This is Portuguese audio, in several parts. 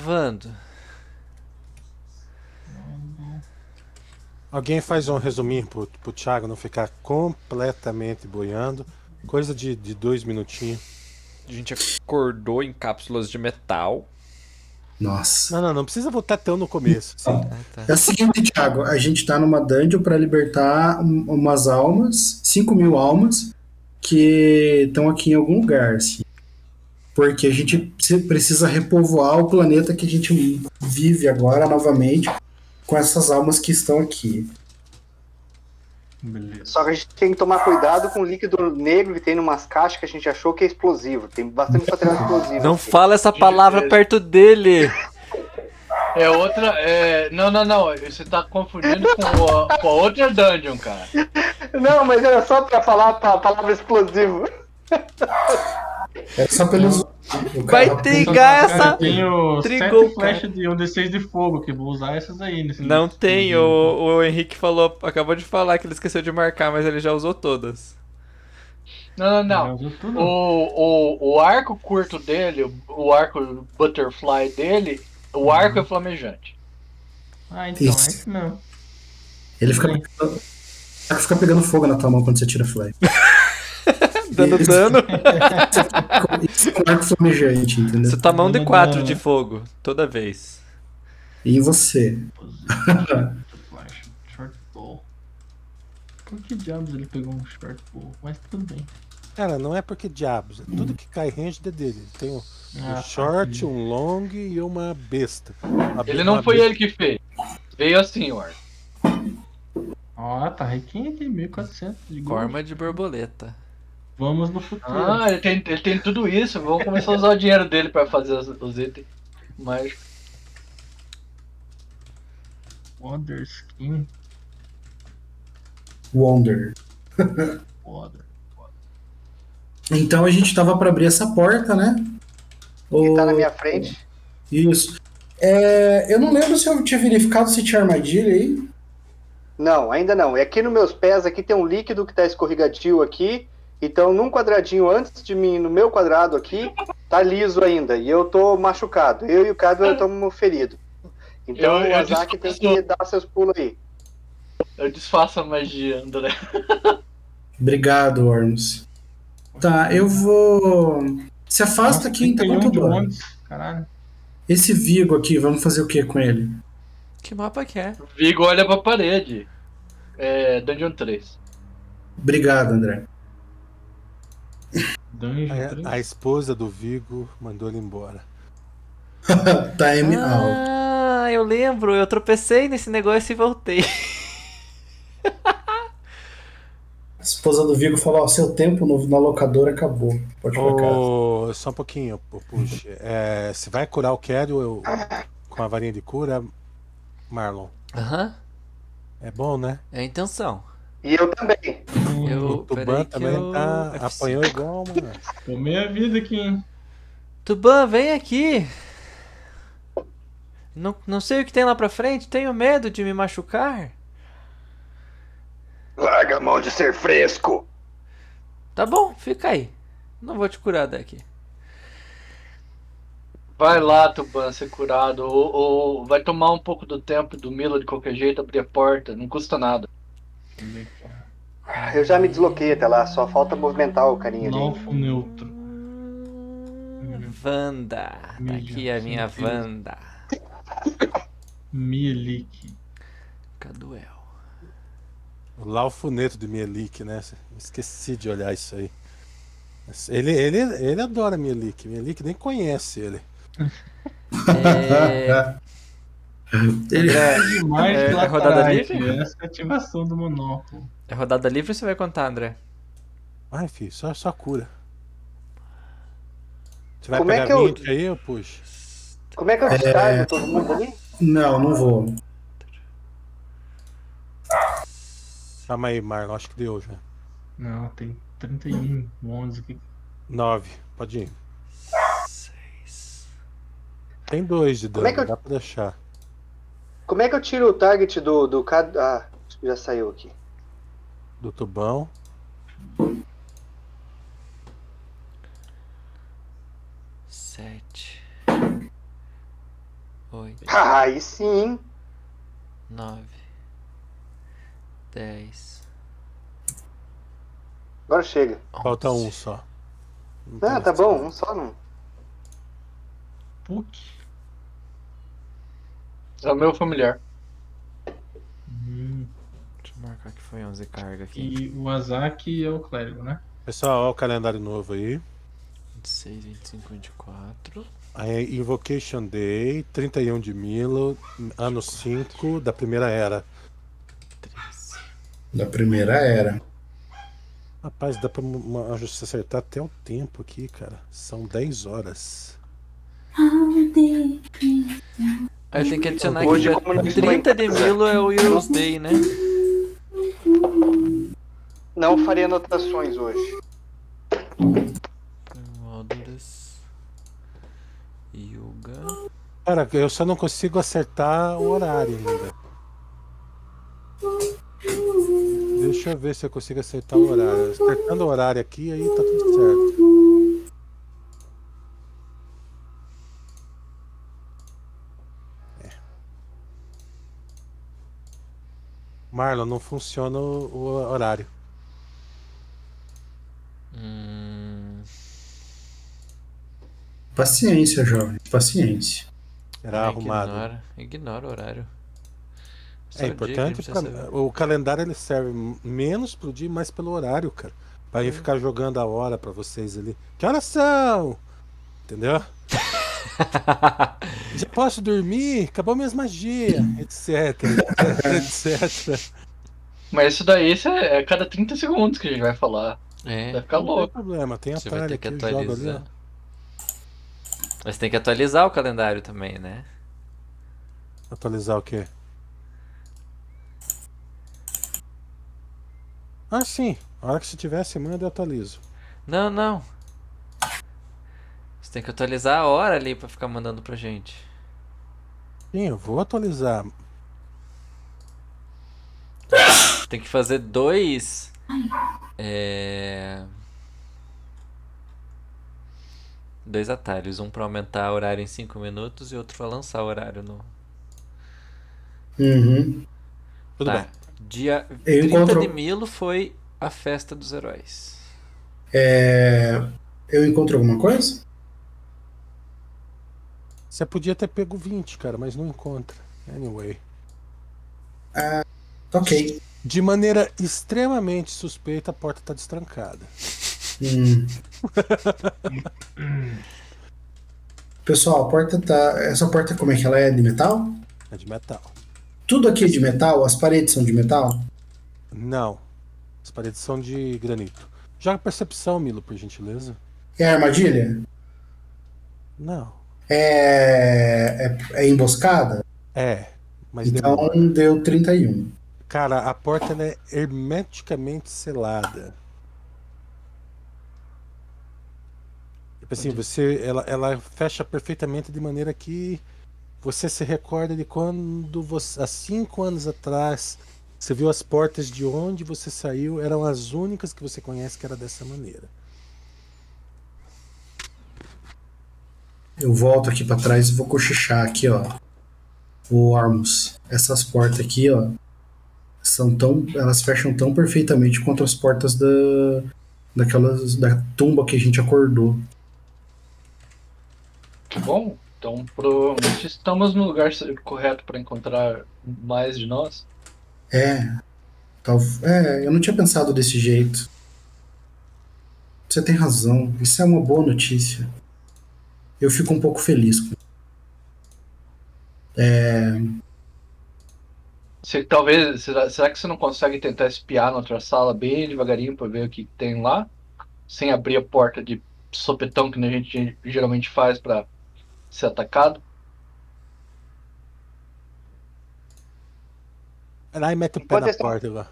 Gravando. Alguém faz um resuminho pro, pro Thiago não ficar completamente boiando. Coisa de, de dois minutinhos. A gente acordou em cápsulas de metal. Nossa. Não, não, não precisa voltar tão no começo. assim. Ah, tá. É o seguinte, Thiago, a gente tá numa dungeon pra libertar um- umas almas, 5 mil almas, que estão aqui em algum lugar, assim. Porque a gente pre- precisa repovoar o planeta que a gente vive agora novamente com essas almas que estão aqui. Beleza. Só que a gente tem que tomar cuidado com o líquido negro que tem numas caixas que a gente achou que é explosivo. Tem bastante material explosivo. Não aqui. fala essa palavra perto dele. É outra. É... Não, não, não. Você tá confundindo com a, com a outra dungeon, cara. Não, mas era só pra falar a palavra explosivo. É só pelos. o Vai cara- Então, trigar Cara, tá, essa. eu tenho Trigou, tenho sete cara. sete flechas flechas de um D6 de fogo, que vou usar essas aí nesse Não tem, o, o Henrique falou, acabou de falar que ele esqueceu de marcar, mas ele já usou todas. Não, não, não. O, o, o arco curto dele, o- o arco butterfly dele, o arco é flamejante. Ah, então, é Isso. isso mesmo. Ele fica. pegando- O cara fica pegando fogo na tua mão quando você tira flash. Dando Isso. dano. Isso é um arco flamejante, entendeu? Você tá mão de Dando 4 dano, de né? fogo, toda vez. E você? Flash, short bow. Por que diabos ele pegou um short bow? Mas tudo bem. Cara, não é porque diabos. É tudo que cai range é dele. Tem um, um Ah, short, um long e uma besta. A be- Ele uma não foi besta. ele que fez. Veio assim, o arco. Ó, tá riquinho aqui, 1400 de gold. Forma de borboleta. Vamos no futuro. Ah, ele tem, ele tem tudo isso. Vamos começar a usar o dinheiro dele pra fazer os, os itens. Mas. Water skin, Wonder. water. Então a gente tava pra abrir essa porta, né? Que O- tá na minha frente. Isso. É, eu não lembro se eu tinha verificado se tinha armadilha aí. Não, ainda não. E aqui nos meus pés aqui tem um líquido que tá escorregadio aqui. Então, num quadradinho antes de mim, no meu quadrado aqui, tá liso ainda. E eu tô machucado. Eu e o Cadu estamos feridos. Então Eu- eu o Azaki tem que discuto. dar seus pulos aí. Eu disfaço a magia, André. Obrigado, Ormus. Tá, eu vou. Se afasta aqui então 31 quanto de dano. bônus, Caralho. Esse Vigo aqui, vamos fazer o que com ele? Que mapa que é? Vigo olha pra parede. É. Dungeon 3. Obrigado, André. Dungeon Aí 3. A, a esposa do Vigo mandou ele embora. Time out. Ah, eu lembro, eu tropecei nesse negócio e voltei. A esposa do Vigo falou: ó, seu tempo no, na locadora acabou. Pode ir pra casa. Ô, só um pouquinho, pô, puxa. É, você vai curar o Kério eu- com a varinha de cura, Marlon? Aham, É bom, né? é a intenção. E eu também. O Eu, Tuban peraí que também eu... tá. apanhou igual, mano. Tomei a vida aqui, hein? Tuban, vem aqui. Não, não sei o que tem lá pra frente, tenho medo de me machucar. Larga a mão de ser fresco. Tá bom, fica aí. Não vou te curar daqui. Vai lá, Tuban, ser curado. Ou, ou vai tomar um pouco do tempo do Milo de qualquer jeito, abrir a porta. Não custa nada. Eu já me desloquei até lá, só falta movimentar o carinha ali. Nofo neutro. Vanda. Tá Mídia, aqui a minha sentido. Vanda. Mielique. Caduel. O Laufuneto de Mielik, né? Esqueci de olhar isso aí. Mas Ele, ele, ele adora Mielik. Mielik nem conhece ele. É... Ele- Demais É, é, é rodada livre? Essa é a ativação do monóculo. é rodada livre ou você vai contar, André? Ai, filho, só, só cura. Você vai Como é pegar que eu- 20 aí, eu puxo. Como é que eu descargo todo mundo ali? Não, não vou. Calma aí, Marlon. Acho que deu já. Não, tem 31 bônus aqui. 9. Pode ir. Tem dois de dano, é que eu- dá pra deixar. Como é que eu tiro o target do, do Cadu? Ah, já saiu aqui. Do tubão. Sete. 8, Ah, aí sim. 9, 10, Agora chega. Falta um só. Não tem Ah, mais. tá bom, um só não. Puck. É o meu familiar. Hum, Deixa eu marcar que foi 11 carga aqui. E o Azaki é o clérigo, né? Pessoal, olha o calendário novo aí. 26, 25, 24. Aí, Invocation Day, 31 de Milo, ano 5 da Primeira Era. Da primeira era. Rapaz, dá pra uma- a justiça acertar até o tempo aqui, cara. São 10 horas. Aí É, tem que adicionar aqui. Hoje, já- como não 30 de Milo é o Heroes Day, né? Não farei anotações hoje. Módulos. Yoga. Cara, eu só não consigo acertar o horário ainda. Deixa eu ver se eu consigo acertar o horário. Acertando o horário aqui, aí tá tudo certo. É. Marlon, não funciona o o horário. Hum. Paciência, jovem. Paciência. Será ah, tá arrumado. Ignora, ignora o horário. Só o É dia que ele importante, precisa pra- saber. o calendário ele serve menos pro dia, mais pelo horário, cara. Pra É. eu ficar jogando a hora pra vocês ali. Que horas são? Entendeu? Já posso dormir? Acabou minhas magias, etc, Tá etc. Mas isso daí isso é, é cada 30 segundos que a gente vai falar. Vai É, ficar Não tem louco. problema, tem você vai ter atalho que aqui, eu jogo ali. ó. atualizar. Mas tem que atualizar o calendário também, né? Atualizar o quê? Ah, sim. A hora que você tiver, você manda eu atualizo. Não, não. Você tem que atualizar a hora ali pra ficar mandando pra gente. Sim, eu vou atualizar. Tem que fazer dois. É. Dois atalhos. Um pra aumentar o horário em 5 minutos e outro pra lançar o horário no. Uhum. Tudo Tá. bem. Dia Eu 30 encontro- de Milo foi a festa dos heróis. É, Eu encontro alguma coisa? Você podia ter pego 20, cara, mas não encontra. Anyway. Ok. De maneira extremamente suspeita, a porta tá destrancada. Hum. Pessoal, a porta tá. Essa porta, como é que ela é? De metal? É de metal. Tudo aqui é de metal? As paredes são de metal? Não. As paredes são de granito. Joga percepção, Milo, por gentileza. É armadilha? Não. É, é, é emboscada? É. Mas Então demora. deu 31. Cara, a porta ela é hermeticamente selada. Tipo assim, você, ela, ela fecha perfeitamente de maneira que você se recorda de quando você, há cinco anos atrás, você viu as portas de onde você saiu, eram as únicas que você conhece que era dessa maneira. Eu volto aqui pra trás e vou cochichar aqui, ó. Ô, Ormus, essas portas aqui, ó, são tão, elas fecham tão perfeitamente quanto as portas da daquelas da tumba que a gente acordou. Bom, então provavelmente estamos no lugar correto pra encontrar mais de nós. É. Tal, é, eu não tinha pensado desse jeito. Você tem razão. Isso é uma boa notícia. Eu fico um pouco feliz. com- Se, talvez, será, será que você não consegue tentar espiar na outra sala bem devagarinho pra ver o que tem lá? Sem abrir a porta de sopetão que a gente geralmente faz pra ser atacado? Ela aí mete o pé Pode na ser. porta lá.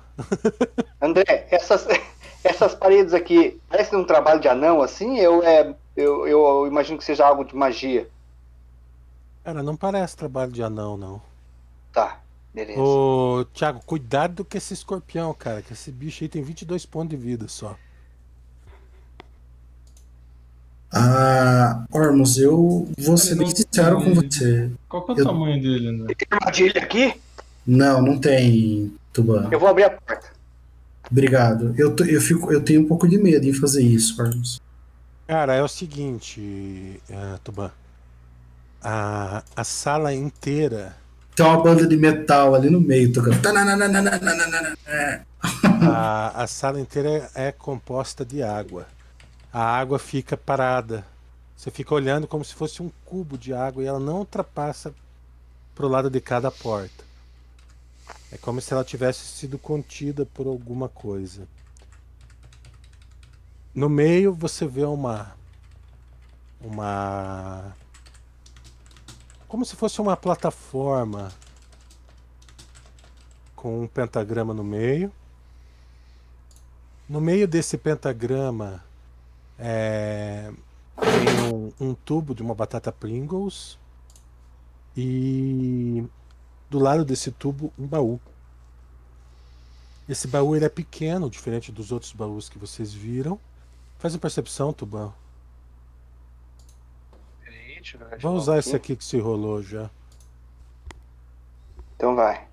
André, essas, essas paredes aqui, parece um trabalho de anão assim? Eu, é, eu, eu imagino que seja algo de magia. Cara, não parece trabalho de anão, não. Tá, beleza. Ô, Thiago, cuidado com esse escorpião, cara, que esse bicho aí tem 22 pontos de vida só. Ah, Ormus, eu vou ser bem sincero com você. Qual que é o Eu- tamanho dele, né? Tem armadilha aqui? Não, não tem, Tuban. Eu vou abrir a porta. Obrigado. Eu, tô- eu, fico, eu tenho um pouco de medo em fazer isso, Ormus. Cara, é o seguinte, ah, Tuban. A, a sala inteira. Tem uma banda de metal ali no meio tocando. Tanananananananana. A, a sala inteira é, é composta de água. A água fica parada. Você fica olhando como se fosse um cubo de água e ela não ultrapassa pro lado de cada porta. É como se ela tivesse sido contida por alguma coisa. No meio você vê uma uma como se fosse uma plataforma com um pentagrama no meio. No meio desse pentagrama é, tem um, um tubo de uma batata Pringles e do lado desse tubo um baú. Esse baú ele é pequeno, diferente dos outros baús que vocês viram. Faz uma percepção, Tubão. Vou um usar esse aqui que se rolou já. Então vai.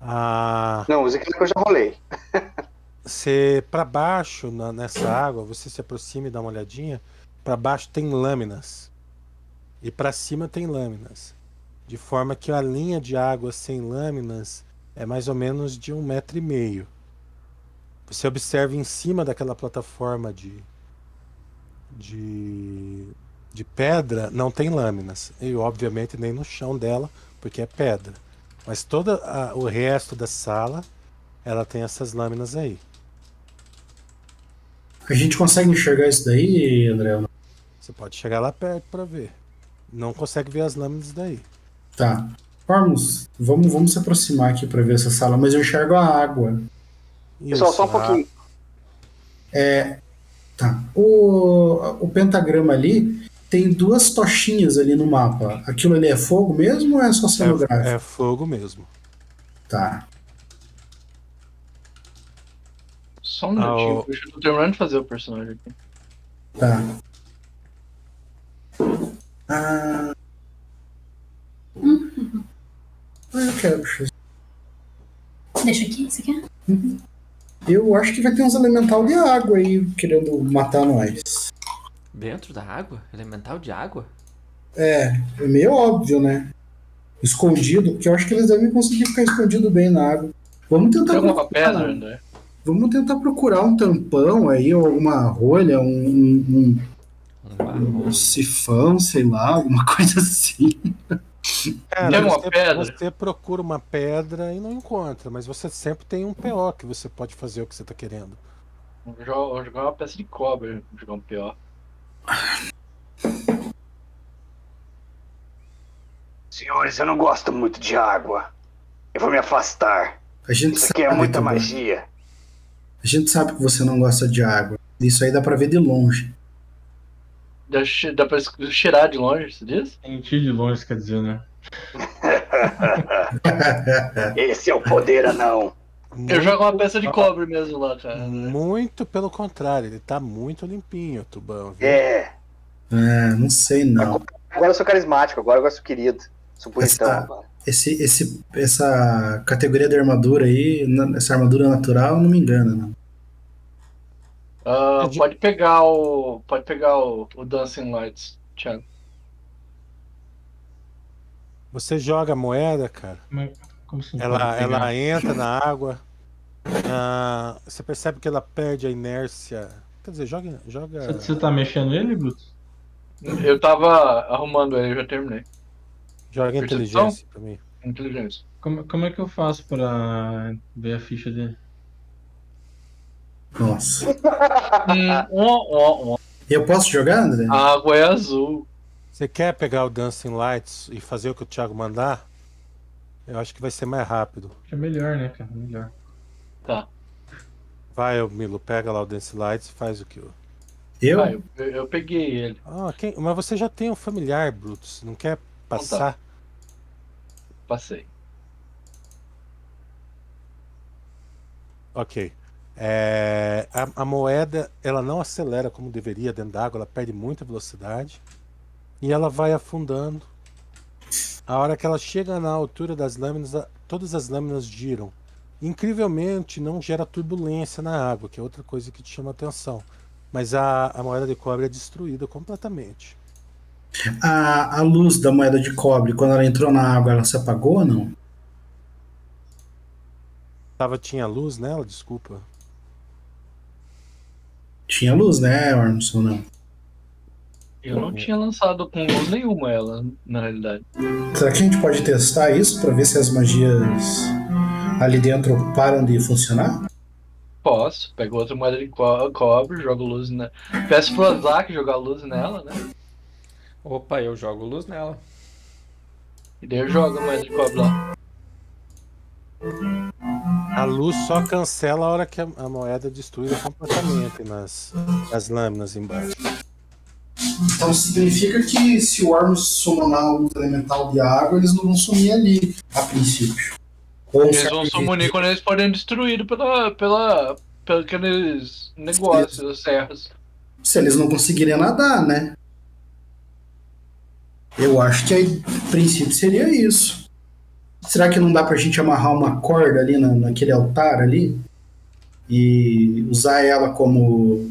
Ah, Não, usa é aquele que eu já rolei. Você para baixo na- nessa água, você se aproxima e dá uma olhadinha. Para baixo tem lâminas e para cima tem lâminas, de forma que a linha de água sem lâminas é mais ou menos de um metro e meio. Você observa em cima daquela plataforma de de de pedra não tem lâminas e obviamente nem no chão dela porque é pedra, mas todo o resto da sala ela tem essas lâminas aí. A gente consegue enxergar isso daí, André? Você pode chegar lá perto pra ver. Não consegue ver as lâminas daí. Tá. Ormus, vamos, vamos se aproximar aqui pra ver essa sala, mas eu enxergo a água. Pessoal, só um a- pouquinho. Tá. O, o pentagrama ali tem duas tochinhas ali no mapa. Aquilo ali é fogo mesmo ou é só cenográfico? É, é fogo mesmo. é. Tá. Só um Ah, minutinho, o- eu já tô terminando de fazer o personagem aqui. Tá. Ah. Hum. Ah, eu quero puxar isso. Deixa aqui, você quer? Eu acho que vai ter uns elemental de água aí querendo matar nós. Dentro da água? Elemental de água? É, é meio óbvio, né? Escondido, porque eu acho que eles devem conseguir ficar escondido bem na água. Vamos tentar Tem alguma procurar. pedra, André? Vamos tentar procurar um tampão aí, ou alguma rolha, um- um- um Um barro. Um sifão, sei lá, alguma coisa assim. É, Tem uma você, pedra? você procura uma pedra e não encontra, mas você sempre tem um PO que você pode fazer o que você tá querendo. Vou jogar- vou jogar uma peça de cobra, vou jogar um pior. Senhores, eu não gosto muito de água. Eu vou me afastar. A gente Isso aqui sabe, é muita Tuban. magia. A gente sabe que você não gosta de água. Isso aí dá pra ver de longe. Dá, che- dá pra es- cheirar de longe, você diz? Sentir de longe, quer dizer, né? Esse é o poder, anão. Eu jogo uma peça Ah. de cobra mesmo lá, cara. Muito pelo contrário, ele tá muito limpinho, Tubão. viu? É. É, não sei não. Agora eu sou carismático, agora eu gosto querido. Sou bonitão Essa- agora. Esse, esse, essa categoria de armadura aí, na- essa armadura natural, não me engana, não. Ah, É de- Pode pegar o. Pode pegar o, o Dancing Lights, Thiago. Você joga a moeda, cara. Como assim? se não Ela, pode ela pegar? entra na água. ah, você percebe que ela perde a inércia. Quer dizer, joga. joga... Você- Você tá mexendo ele, Bruto? Eu tava arrumando ele, eu já terminei. Joga Percepção? inteligência pra mim. Inteligência. Como, como é que eu faço pra ver a ficha dele? Nossa. Hum, ó, ó, ó. Eu posso jogar, André? Ah, A água é azul. Você quer pegar o Dancing Lights e fazer o que o Thiago mandar? Eu acho que vai ser mais rápido. É melhor, né, cara? Melhor. Tá, Vai, ô, Milo, pega lá o Dancing Lights e faz o que? o- Eu? Ah, eu, eu- eu peguei ele. Ah, quem- mas você já tem um familiar, Brutus. Não quer passar? Passei. Ok. É, a, a moeda ela não acelera como deveria dentro d'água, ela perde muita velocidade e ela vai afundando. A hora que ela chega na altura das lâminas, a- todas as lâminas giram. Incrivelmente não gera turbulência na água, que é outra coisa que te chama a atenção. Mas a, a moeda de cobre é destruída completamente. A, a luz da moeda de cobre, quando ela entrou na água, ela se apagou ou não? Tava, tinha luz nela, desculpa. Tinha luz, né, Ormson? Não. Eu não tinha lançado com luz nenhuma ela, na realidade. Será que a gente pode testar isso pra ver se as magias ali dentro param de funcionar? Posso, pego outra moeda de co cobre, jogo luz na. Peço pro Azak jogar luz nela, né? Opa, eu jogo luz nela. E daí eu jogo a moeda de cobre lá. A luz só cancela a hora que a, a moeda é destruída completamente nas, nas lâminas embaixo. Então significa que se o Ormson summonar o elemental de água, eles não vão sumir ali, a princípio. Ou Eles vão sumir quando eles forem destruídos pela. pela. pela aqueles negócios, as serras. se eles não conseguirem nadar, né? Eu acho que aí, a princípio seria isso. Será que não dá pra gente amarrar uma corda ali na, naquele altar ali? E usar ela como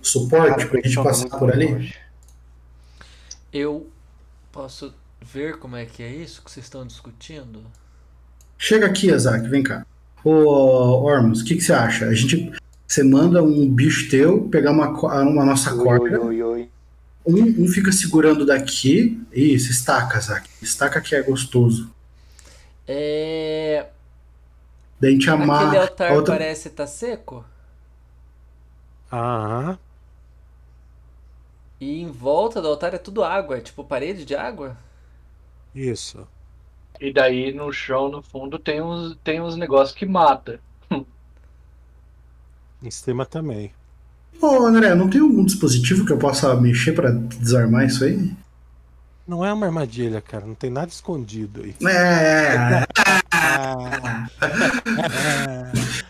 suporte pra gente Reflexão tá passar muito por ali? longe. Eu posso ver como é que é isso que vocês estão discutindo? Chega aqui, Isaac, vem cá. Ô, Ormus, o que, que você acha? A gente. Você manda um bicho teu pegar uma, co- ah, uma nossa Ui, ui, corda. ui, ui. Um, um fica segurando daqui. Isso, estaca, Isaac. Estaca que é gostoso. É. Daí a gente amarra. Aquele altar a outra- parece estar seco? Aham. E em volta do altar é tudo água, é tipo parede de água? Isso. E daí no chão, no fundo, tem uns, tem uns negócios que mata. Em cima também. Ô, André, não tem algum dispositivo que eu possa mexer pra desarmar isso aí? Não é uma armadilha, cara. Não tem nada escondido aí. É, Ah,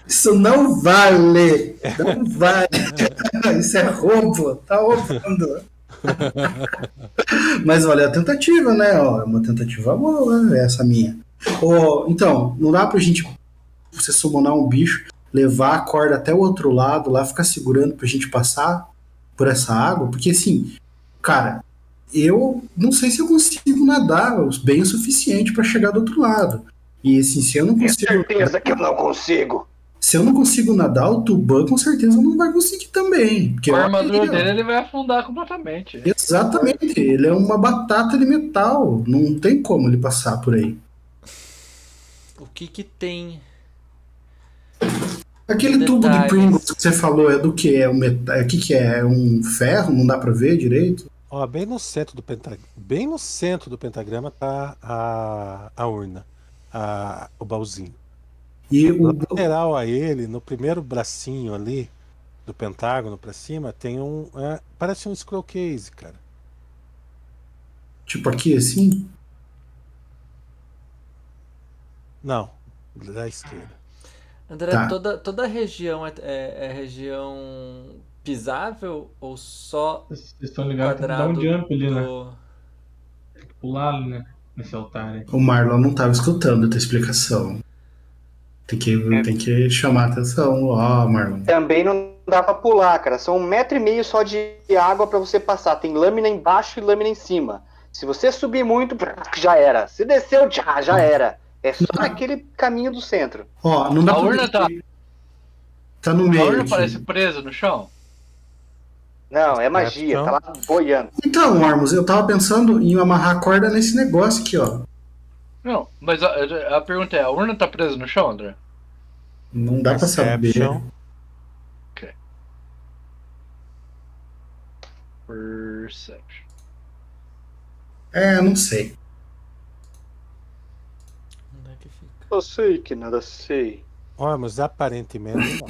isso não vale! Não vale! isso é roubo! Tá roubando! Mas olha, a tentativa, né? Ó, é uma tentativa boa, né, essa minha. Ô, então, não dá pra gente você summonar um bicho, levar a corda até o outro lado, lá ficar segurando pra gente passar por essa água? Porque assim, cara, eu não sei se eu consigo nadar bem o suficiente pra chegar do outro lado. E assim, se eu não Tenho consigo. certeza que eu não consigo. Se eu não consigo nadar, o Tuban com certeza não vai conseguir também. Porque Com olha, a armadura ele é- dele ele vai afundar completamente. Exatamente, ele é uma batata de metal. Não tem como ele passar por aí. O que que tem? Aquele Detalhes. tubo de Pringles que você falou é do que? É um metal. O que, que é? É um ferro? Não dá pra ver direito? Ó, bem no centro do pentagrama, bem no centro do pentagrama tá a, a urna, a- o baúzinho. E o. Lateral a ele, no primeiro bracinho ali do pentágono pra cima, tem um, é, parece um scroll case, cara. Tipo aqui assim? Não, da esquerda. André, Tá. toda, toda a região é, é- é região pisável ou só Vocês estão ligados? Tem que dar quadrado um jump ali, né? do... Tem que pular ali, né? Nesse altar aí. O Marlon não tava escutando a tua explicação. Tem que, É. tem que chamar a atenção. Ó, Marlon. Também não dá pra pular, cara. São um metro e meio só de água pra você passar. Tem lâmina embaixo e lâmina em cima. Se você subir muito, já era. Se desceu, já, Hum. já era. É só naquele caminho do centro. Ó, não dá A pra. urna tá. Tá no A meio. urna aqui. parece presa no chão? Não, é magia. Tá lá boiando. Então, Ormus, eu tava pensando em amarrar a corda nesse negócio aqui, ó. Não, mas a, a pergunta é, a urna tá presa no chão, André? Não dá pra saber. Perception. Perception. É, não sei. Onde é que fica? Eu sei que nada sei. Ó, mas aparentemente não.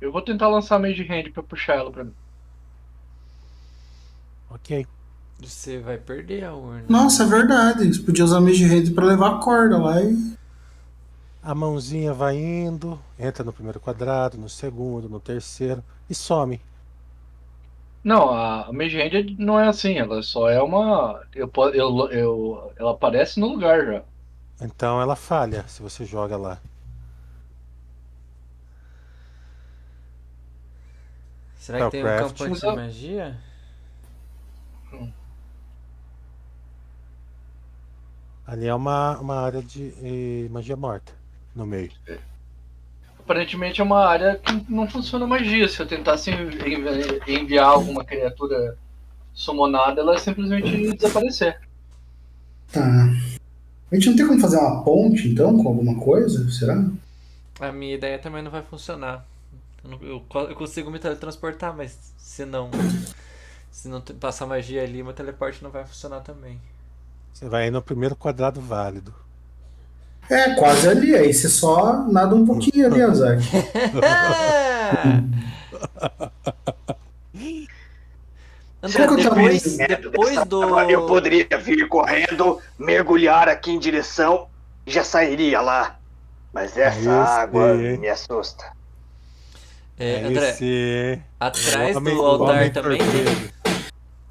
Eu vou tentar lançar meio de hand pra puxar ela pra mim. Ok. Você vai perder a urna. Nossa, é verdade. Eles podiam usar Mage Hand pra levar a corda lá e. A mãozinha vai indo, entra no primeiro quadrado, no segundo, no terceiro e some. Não, a Megendia não é assim, ela só é uma. Eu, po- eu, eu, ela aparece no lugar já. Então ela falha se você joga lá. Será que tem um Spellcraft. campo de magia? Ali é uma, uma área de eh, magia morta no meio. Aparentemente é uma área que não funciona magia. Se eu tentasse envi- enviar alguma criatura summonada, ela ia simplesmente ia desaparecer. Tá. A gente não tem como fazer uma ponte, então, com alguma coisa? Será? A minha ideia também não vai funcionar. Eu, não- eu co- eu consigo me teletransportar, mas se não. Se não te- passar magia ali, meu teleporte não vai funcionar também. Você vai no primeiro quadrado válido. É, quase ali. Aí você só nada um pouquinho ali, Azak. É. É! André, Qual que é o tamanho depois, do depois do. Eu poderia vir correndo, mergulhar aqui em direção, já sairia lá. Mas essa Aí sim, água Ah, hein? me assusta. É, Aí André, você- atrás Homem- do altar homem também tem. torpedo.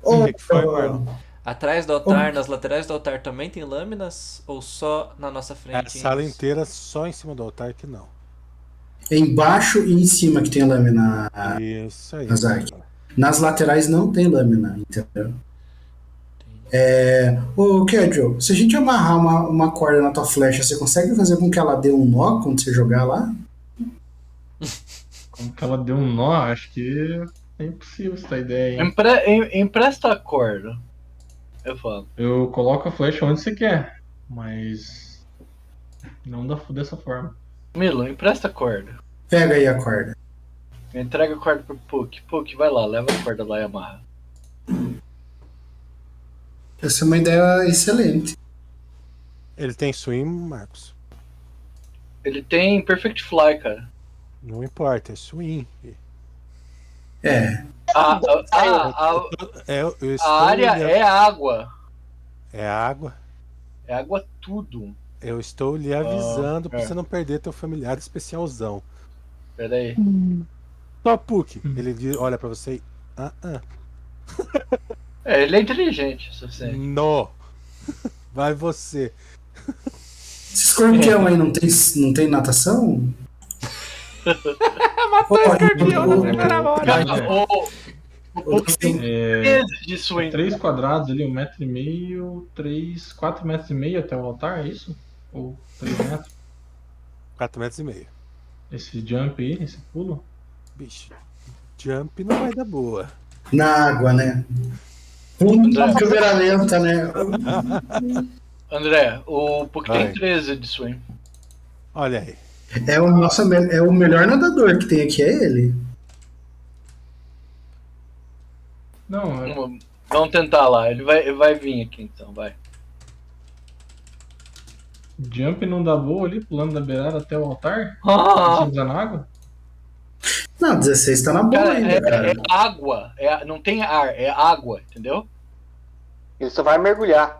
Ô, O é que que foi, Marlon? Atrás do altar, nas laterais do altar também tem lâminas? Ou só na nossa É a frente? sala inteira só em cima do altar que não. É embaixo e em cima que tem a lâmina. Isso aí. Azar. Nas laterais não tem lâmina, entendeu? É... Ô, Kedro, se a gente amarrar uma, uma corda na tua flecha, você consegue fazer com que ela dê um nó quando você jogar lá? Como que ela deu um nó, acho que é impossível essa ideia, hein? Empre, em- empresta a corda. Eu falo. Eu coloco a flecha onde você quer, mas. Não da, dessa forma. Milo, empresta a corda. Pega aí a corda. Entrega a corda pro Puck. Puck, vai lá, leva a corda lá e amarra. Essa é uma ideia excelente. Ele tem swim, Marcos. Ele tem Perfect Fly, cara. Não importa, é swim. É. A, a- a- a- É, eu estou a área lhe- é água. é água. É água tudo. Eu estou lhe avisando pra é. você não perder teu familiar especialzão. Pera aí. Só Puck. Ele di- olha pra você e. Ah, ah. É, ele é inteligente o suficiente. No! Vai você. Esse escorpião aí não tem, não tem natação? Matou o escorpião na primeira Cara, o, o Puck tem É. 13 de swing. Três quadrados ali, um metro e meio, três, quatro metros e meio até o altar, é isso? Ou três metros? 4 metros e meio. Esse jump aí, esse pulo? Bicho. Jump não vai dar boa. Na água, né? É. Puta câmera lenta, né? André, o Puck Vai. tem 13 de swing. Olha aí. É o, nosso, me- é o melhor nadador que tem aqui, é ele. Não, é- Vamos, vamos tentar lá. Ele vai, ele vai vir aqui então, vai. jump não dá boa ali, pulando da beirada até o altar, Ah, sem pisar na água? Não, 16 tá na bola cara, ainda, é, é cara. água. É, não tem ar, é água, entendeu? Ele só vai mergulhar.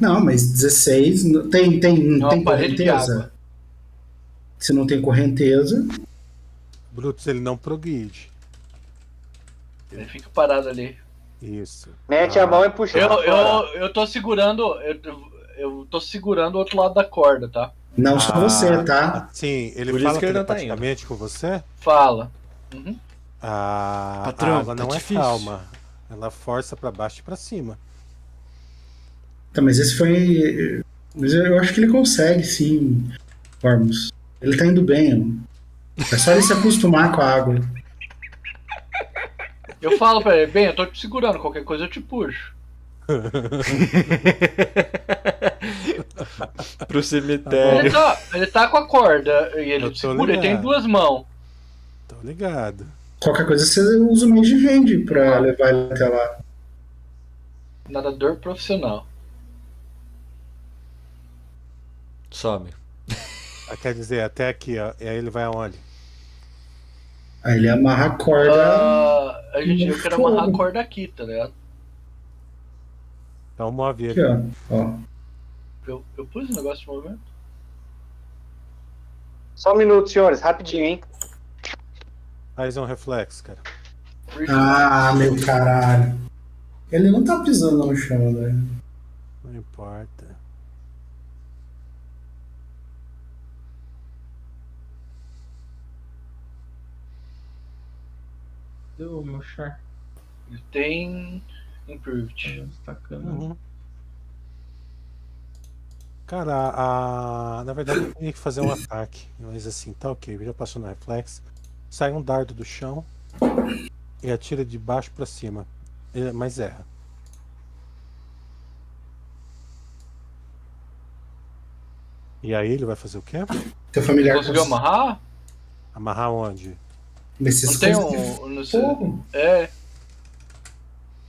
Não, mas 16. não- Tem, tem, É uma tem parede de correnteza? água. Se não tem correnteza. Brutus ele não progride. Ele fica parado ali. Isso. Mete Ah. a mão e puxa. Eu, pra fora. eu, eu tô segurando. Eu, eu tô segurando o outro lado da corda, tá? Não só Ah. você, tá? Sim, ele Por isso fala que ele não tá telepaticamente com você. Fala. Uhum. A Patrão, a água tá não é difícil. calma. Ela força pra baixo e pra cima. Tá, mas esse foi. Mas eu eu acho que ele consegue, sim, Ormus. Ele tá indo bem. ó. É só ele se acostumar com a água. Eu falo pra ele, bem, eu tô te segurando, qualquer coisa eu te puxo. Pro É. cemitério. Ele tá, ele tá com a corda e Eu ele tô segura, ele tem ligado. duas mãos. Tô ligado. Qualquer coisa você usa o Mage Hand pra levar ele até lá. Nadador profissional. Some. Ah, Quer dizer, até aqui, ó. E aí ele vai aonde? Aí ele amarra a corda. Ah, a gente, eu quero amarrar a corda aqui, tá ligado? Então move Aqui, ele. ó. ó. Eu, eu pus o negócio de movimento. Só um minuto, senhores, rapidinho, hein? Faz um reflexo, cara. Ah, meu caralho. Ele não tá pisando no chão, né? Não importa. Deu o meu char. tá Ele tem. Improved. Destacando. Uhum. Cara, a, a- na verdade eu teria que fazer um ataque. Mas assim, tá ok, já passou no reflexo. Sai um dardo do chão e atira de baixo pra cima. É, Mas erra. E aí ele vai fazer o quê? Teu familiar Conseguiu cons- amarrar? Amarrar onde? Nesses Não tem coisas de um. Não sei. fogo. É.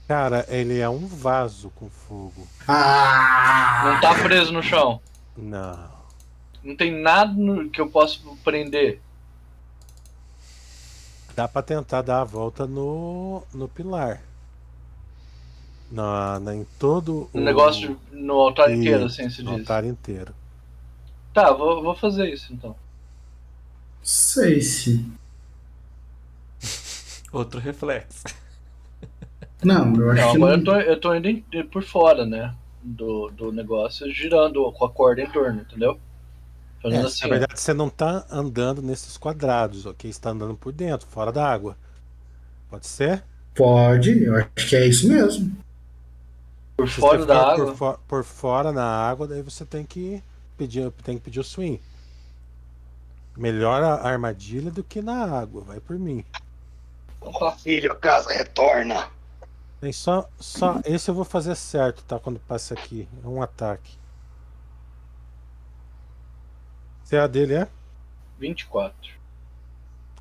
Cara, ele é um vaso com fogo. Ah! Não tá preso no chão. Não. Não tem nada no- que eu possa prender. Dá pra tentar dar a volta no, no pilar. Na, na- em todo No Um negócio de- no altar inteiro, Isso, assim se no diz. altar inteiro. Tá, vou, vou fazer isso então. Sei se. Outro reflexo. Não, eu acho Não, que agora não. eu tô, eu tô indo em- por fora, né? Do, do negócio, girando com a corda em torno, entendeu? Fazendo É, assim. Na verdade, você não tá andando nesses quadrados, ok? Você tá andando por dentro, fora da água. Pode ser? Pode, eu acho que é isso mesmo. Por Se fora você da for água. Por, fo- por fora na água, daí você tem que pedir, tem que pedir o swing. Melhor a armadilha do que na água, vai por mim. Então tá. Filho, a casa retorna. Tem só, só esse eu vou fazer certo, tá? Quando passa aqui, é um ataque. CA dele é? 24.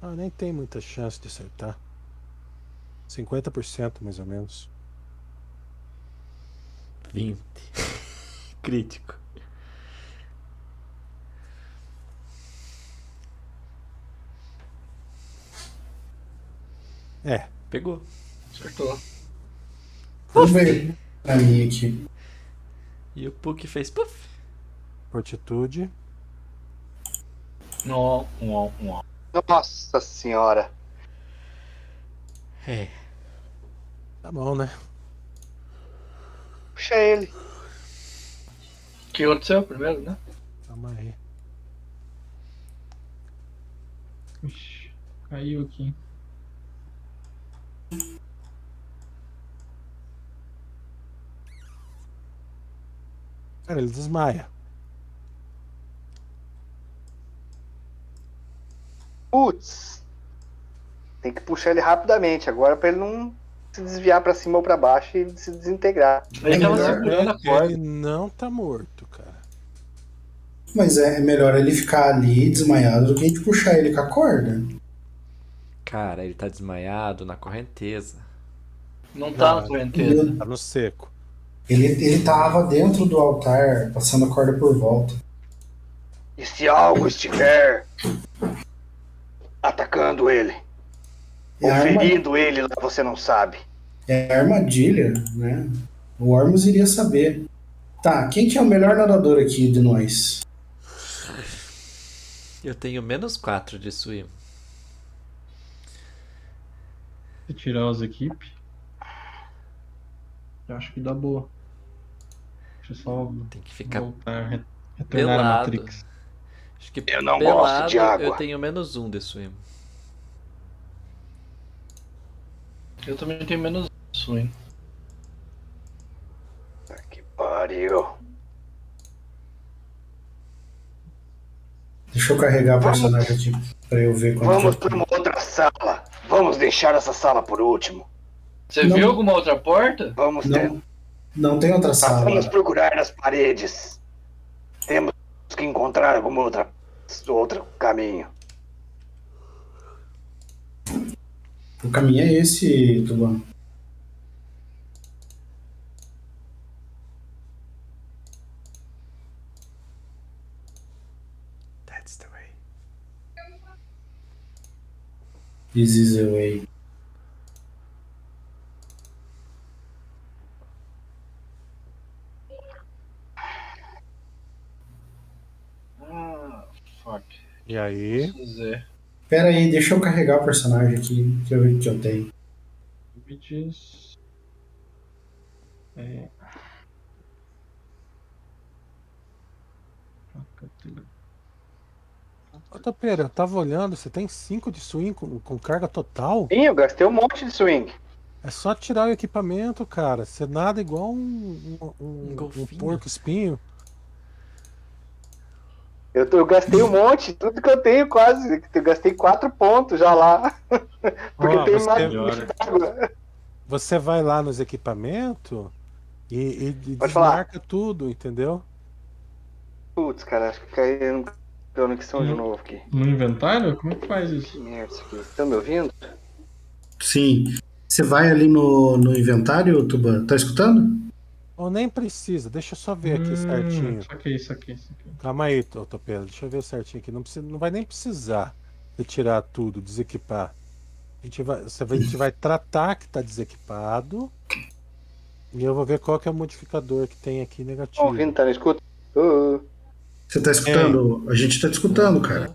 Ah, nem tem muita chance de acertar. 50% mais ou menos. 20. Crítico. Pegou. Acertou. Vamos ver pra mim aqui. E o Puck fez puff. Fortitude. Não, não, não. Nossa senhora. É. Tá bom, né? Puxa ele. O que aconteceu primeiro, né? Calma aí. Ixi, caiu aqui. Cara, ele desmaia. Putz. Tem que puxar ele rapidamente agora pra ele não se desviar pra cima ou pra baixo e se desintegrar. É Ele tá tava melhor- segurando a corda. Ele não tá morto, cara. Mas é, é melhor ele ficar ali desmaiado do que a gente puxar ele com a corda. Cara, ele tá desmaiado na correnteza. Não tá Ah. na correnteza. Tá no seco. É. Ele, ele tava dentro do altar, passando a corda por volta. E se algo estiver atacando ele, É ou a, arma- ferindo ele, você não sabe. é a armadilha, né? O Ormus iria saber. Tá, quem que é o melhor nadador aqui de nós? Eu tenho menos 4 de swim. Se tirar os equipes. Eu acho que dá boa. Deixa eu só Tem que ficar voltar, re- retornar à pelado. Matrix. Acho que Eu não pelado, gosto de água. Eu tenho menos um de swim. Eu também tenho menos isso, hein? Puta Que pariu. Deixa eu carregar o personagem aqui pra eu ver quando Vamos que eu- pra uma outra sala. Vamos deixar essa sala por último. Você Não. viu alguma outra porta? Vamos Não. tentar. Não tem outra sala. Tá, Vamos procurar nas paredes. Temos que encontrar algum outra, outro caminho. O caminho é esse, Tuban. That's the way. This is the way. Ah, fuck. E aí. Dizer. Pera aí, deixa eu carregar o personagem aqui que eu, que eu tenho. Me diz. É. Ô, Topeira, eu tava olhando, você tem 5 de swing com, com carga total? Sim, eu gastei um monte de swing. É só tirar o equipamento, cara. Você nada igual um, um, um- um, golfinho. porco espinho. Eu, tô- eu gastei um monte, tudo que eu tenho quase. Eu gastei quatro pontos já lá. Porque Ó, tem você- mais Melhora. água. Você vai lá nos equipamentos e, e, e Pode falar. desmarca tudo, entendeu? Putz, cara, acho que caiu no dono que são de Hum. novo aqui. No inventário? Como é que faz isso? Que merda isso aqui. Estão me ouvindo? Sim. Você vai ali no, no inventário, Tuban? Tá escutando? Ou nem precisa, deixa eu só ver aqui Hum, certinho. Saquei, saquei, saquei. Calma aí, ô, Topeira, deixa eu ver certinho aqui. Não, precisa, não vai nem precisar de tirar tudo, desequipar. A gente vai, você vai- a gente vai tratar que tá desequipado. E eu vou ver qual que é o modificador que tem aqui Estão negativo. ouvindo? Tá na escuta? Uh, Você tá escutando? A gente tá te escutando, cara.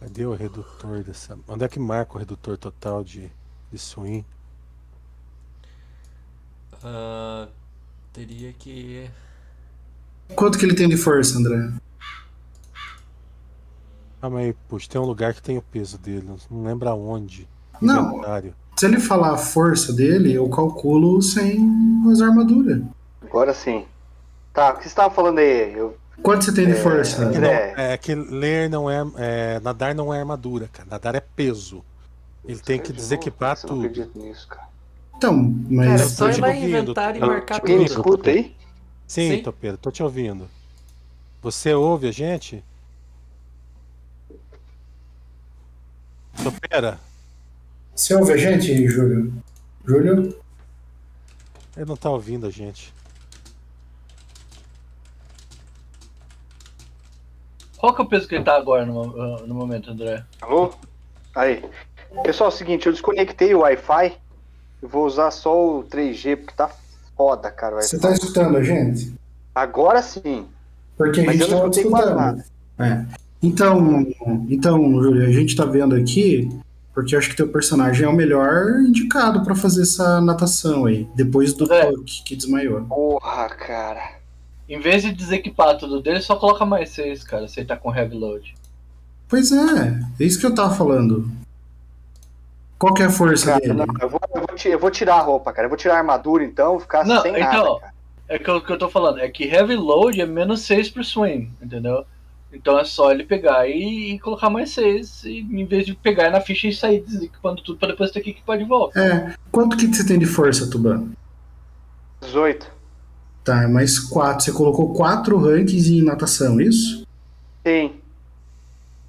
Cadê o redutor dessa. Onde é que marca o redutor total de, de swing? Ah, teria que. Quanto que ele tem de força, André? Calma aí, puxa, tem um lugar que tem o peso dele, não lembro aonde. Não. Inventário. Se ele falar a força dele, eu calculo sem as armaduras. agora sim. Tá, o que você tava falando aí? Eu, Quanto você tem de É, força? é. Não, é que ler não é, é. Nadar não é armadura, cara. Nadar é peso. Ele tem que de novo, desequipar cara, eu Não tudo. acredito nisso, cara. Então, Cara, mas. É só ir lá ouvindo, inventar e tá? marcar Alguém me Alguém tudo. escuta aí? Sim, Sim. Topeiro, tô te ouvindo. Você ouve a gente? Topeira, Você ouve a gente, Júlio? Júlio? ele não tá ouvindo a gente. Qual que é o peso que ele tá agora no, mo- no momento, André? Alô? Aí. Pessoal, é o seguinte, eu desconectei o Wi-Fi. Eu vou usar só o 3G, porque tá foda, cara. o Você Wi-Fi. tá escutando a gente? Agora sim. Porque a Mas gente eu não estava escutei quase escutando. É. Então, então, Júlio, a gente está vendo aqui, porque eu acho que teu personagem é o melhor indicado para fazer essa natação aí, depois do É. Tuck, que desmaiou. Porra, cara. Em vez de desequipar tudo dele, só coloca mais 6, cara, se ele tá com heavy load. Pois é, é isso que eu tava falando. Qual que é a força Cara, né? dele? não, eu, vou, eu vou ti- eu vou tirar a roupa, cara. Eu vou tirar a armadura, então, ficar Não, sem então, nada, cara. É que o que eu tô falando, é que heavy load é menos 6 pro swing, entendeu? Então é só ele pegar e, e colocar mais 6, e, em vez de pegar na ficha e sair desequipando tudo pra depois ter que equipar de volta. É, quanto que você tem de força, Tuban? 18. Tá, é mais quatro. Você colocou quatro rankings em natação, é isso? Sim.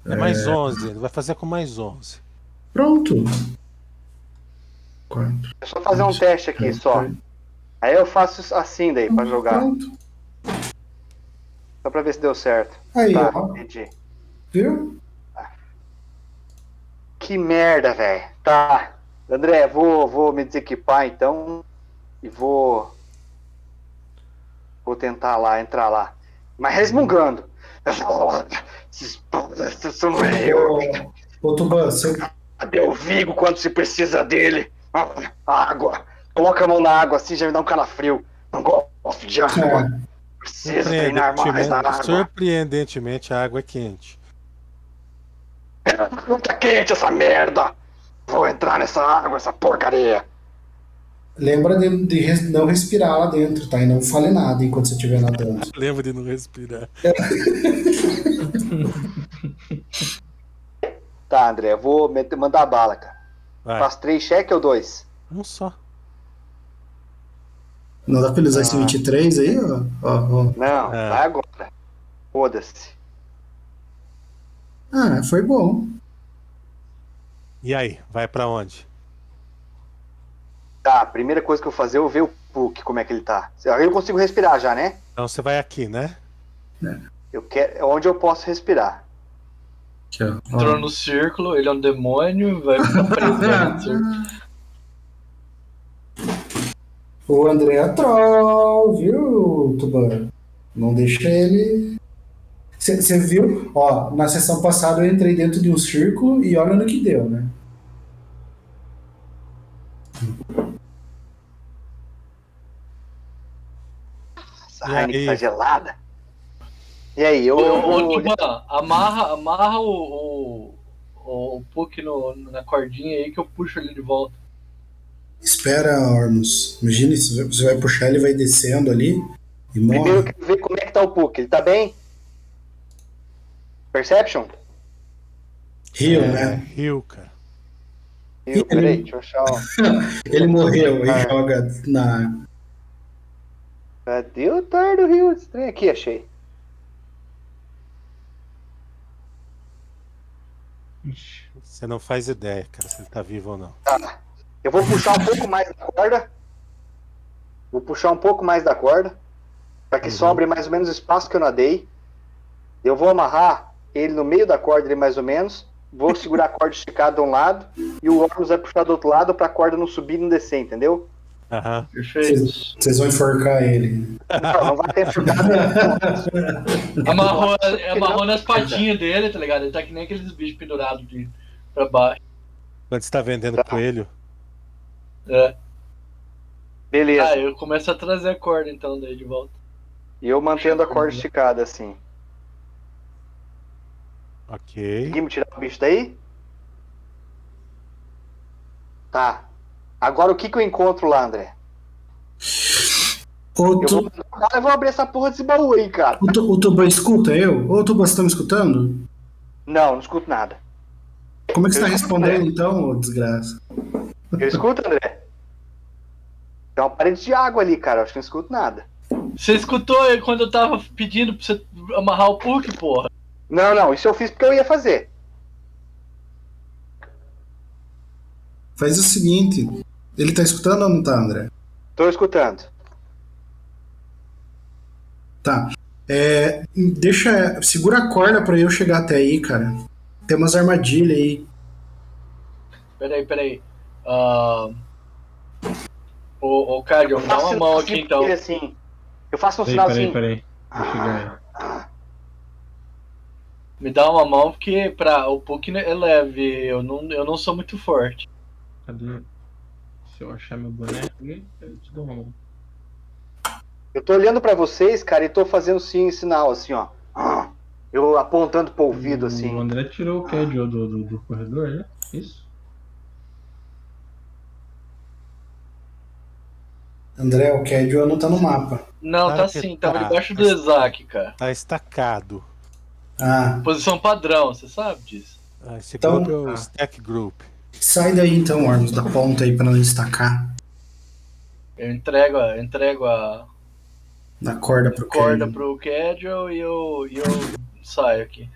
É mais 11, ele vai fazer com mais 11. Pronto. Quatro. É só fazer um teste aqui, só. Aí eu faço assim daí, pra jogar. Pronto. Só pra ver se deu certo. Aí, Tá, ó. entendi. Viu? Que merda, velho. Tá. André, vou, vou me desequipar então e vou. Vou tentar lá, entrar lá. Mas resmungando. Esses putas são eu. Ô, ô Tuban, você Cadê o Vigo quando se precisa dele? Ah, Água. Coloca a mão na água assim, já me dá um calafrio. Não gosto de água. É, Preciso treinar mais na Surpreendentemente, água. surpreendentemente, a água é quente. Não tá quente essa merda. Vou entrar nessa água, essa porcaria. lembra de, de res- não respirar lá dentro, tá? E não fale nada enquanto você estiver nadando. Lembra de não respirar. Tá, André, eu vou meter- mandar a bala, cara. Vai. Faz três cheques ou dois? Um só. Não dá pra ele usar esse 23 aí, ó. ó, ó. Não, É. vai agora. Foda-se. Ah, foi bom. E aí, vai pra onde? Tá, a primeira coisa que eu vou fazer, eu vou ver o Puck, como é que ele tá. Aí eu consigo respirar já, né? Então você vai aqui, né? Eu quero, é onde eu posso respirar. Aqui, ó. Entrou no círculo, ele é um demônio, vai ficar preso dentro do círculo. O André é troll, viu, Tubarão? Não deixa ele. Você viu? Ó, na sessão passada eu entrei dentro de um círculo e olha no que deu, né? Essa E Heineken aí? tá gelada. E aí, eu. Ô, eu ô, vou- Tuban, amarra, amarra o, o, o Puck no, na cordinha aí que eu puxo ele de volta. Espera, Ormus. Imagina, você vai- você vai puxar, ele vai descendo ali e Primeiro eu morre. quero ver como é que tá o Puck. Ele tá bem? Perception? Rio, É né? Rio, cara. Eu, peraí, deixa eu achar. ó. Ele morreu e Ah. joga na. Cadê o Tar do Rio? Estranho aqui, achei. Ixi, Você não faz ideia, cara, se ele tá vivo ou não. Tá. Eu vou puxar um pouco mais da corda. Vou puxar um pouco mais da corda. Pra que sobre mais ou menos o espaço que eu nadei. Eu vou amarrar ele no meio da corda, ali, mais ou menos. Vou segurar a corda esticada de um lado. E o Ormus vai puxar do outro lado pra corda não subir e não descer, entendeu? Aham. Perfeito. Vocês vão enforcar ele. Não, não vai ter furtado. Amarrou, é amarrou nas patinhas dele, tá ligado? Ele tá que nem aqueles bichos pendurados de, pra baixo. Quando você tá vendendo Tá. coelho, É. Beleza. Ah, eu começo a trazer a corda então daí de volta. E eu mantendo a corda esticada assim. ok. Conseguimos tirar o bicho daí? Tá. Agora o que que eu encontro lá, André? Ô, Eu tu, vou, Ah, eu vou abrir essa porra desse baú aí, cara. o, tu, o Tuban escuta eu? Ô, Tuban, você tá me escutando? Não, não escuto nada. Como é que você tá Eu escuto, respondendo então, ô desgraça? Eu escuto, André? Tem uma parede de água ali, cara. Eu acho que não escuto nada. Você escutou eu quando eu tava pedindo pra você amarrar o Puck, porra? Não, não. Isso eu fiz porque eu ia fazer. Faz o seguinte. Ele tá escutando ou não tá, André? Tô escutando. Tá. É, deixa. Segura a corda pra eu chegar até aí, cara. Tem umas armadilhas aí. Peraí, peraí. Ah, Ô, ô Cádio, dá uma um mão aqui sinal então. pra ele, assim. Eu faço um peraí, peraí, sinalzinho. peraí. Deixa eu ganhar. Ah. Me dá uma mão porque pra, o Puck é leve, eu não, eu não sou muito forte. Cadê? Se eu achar meu boneco, ali, eu te dou uma mão. Eu tô olhando pra vocês, cara, e tô fazendo sim sinal, assim, ó. Eu apontando pro ouvido, Hum, O assim. André tirou o Cad do, do, do corredor, né? Isso? André, o Cadio não tá no mapa. Não, Claro tá que sim, tá. tava debaixo do Isaac, cara. Tá estacado. Ah, Posição padrão, você sabe disso. Ah, Esse Então- grupo é o Ah. Stack Group. sai daí então, Ormus, da ponta aí pra não estacar. Eu entrego a, entrego a Na corda pro corda Cadio. pro Cadwell e eu, e eu saio aqui.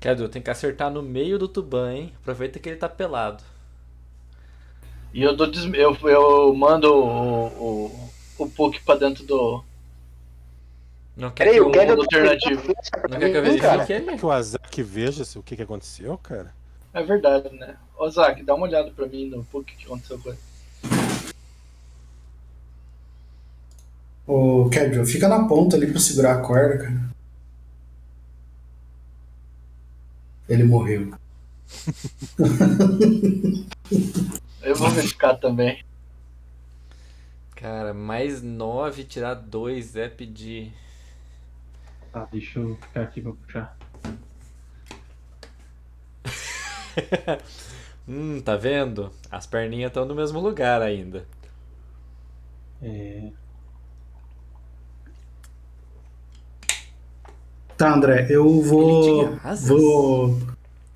Cadu, tem que acertar no meio do Tuban, hein? Aproveita que ele tá pelado. E eu dou des- eu, eu mando o, o, o Puck pra dentro do. Não é quer Peraí, que o eu... Kedel alternativo. Não quer que eu Ih, cara. verifique ele? Que É o Azak veja se- o que, que aconteceu, cara. É verdade, né? Ô Zack, dá uma olhada pra mim no Puck que aconteceu com ele. Ô, Cadio, fica na ponta ali pra segurar a corda, cara. Ele morreu. Eu vou verificar também. Cara, mais 9, tirar 2 é pedir. Ah. Tá, deixa eu ficar aqui pra puxar. Hum, tá vendo? As perninhas estão no mesmo lugar ainda. É. Tá, André, eu Ele vou. tinha asas? Vou.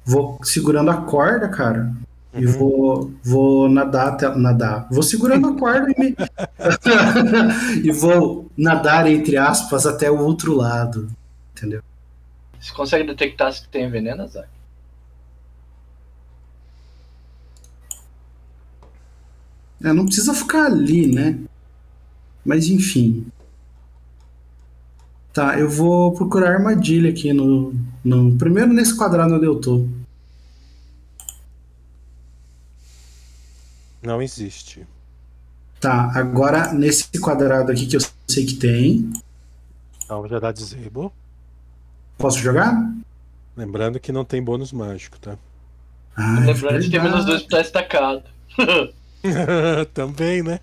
Vou segurando a corda, cara. E Uhum. vou, vou nadar até. Nadar. Vou segurando a corda e me. e vou nadar, entre aspas, até o outro lado. Entendeu? Você consegue detectar se tem veneno, Zack? É, não precisa ficar ali, né? Mas enfim. Tá, eu vou procurar armadilha aqui no, no. Primeiro nesse quadrado onde eu tô. Não existe. Tá, agora nesse quadrado aqui que eu sei que tem. Então já dá disable. Posso jogar? Lembrando que não tem bônus mágico, tá? Ah, é Lembrando que tem verdade. menos dois pra estacado. Também, né?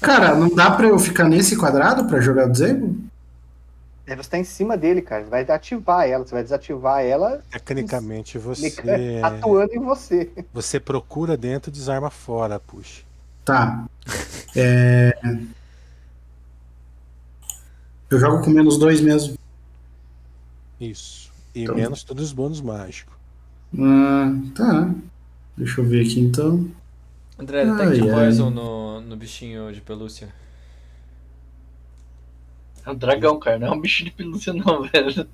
Cara, não dá pra eu ficar nesse quadrado pra jogar Disable? Aí você tá em cima dele, cara. Você vai ativar ela, você vai desativar ela Tecnicamente você meca- atuando em você. você procura dentro, desarma fora, puxa. Tá. É... Eu jogo com menos dois mesmo. Isso. E Então- menos todos os bônus mágicos. Ah, tá. Deixa eu ver aqui então. André, tá Ai, aqui ai. Poison no, no bichinho de pelúcia. É um dragão, cara, não é um bicho de pelúcia, não, velho.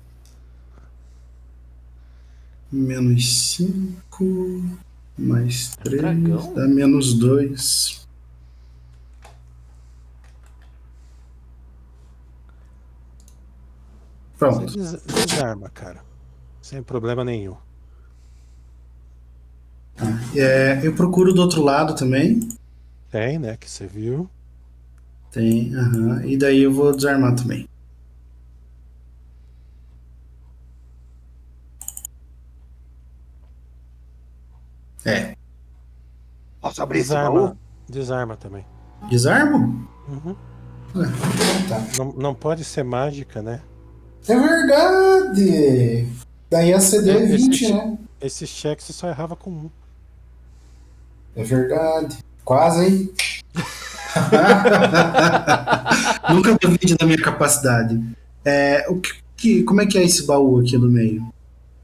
Menos 5, mais três dragão? dá menos dois Você Pronto. des- desarma, cara. Sem problema nenhum. É, eu procuro do outro lado também. Tem, né? Que você viu. Tem, aham. E daí eu vou desarmar também. É. Posso abrir esse baú? Desarma. Desarma também. Desarmo? Uhum. Tá. Não, não pode ser mágica, né? É verdade! Daí a CD é Esse 20, che- né? Esse cheque você só errava com um. É verdade. Quase, hein? Nunca duvide da minha capacidade. É, o que, que- como é que é esse baú aqui no meio?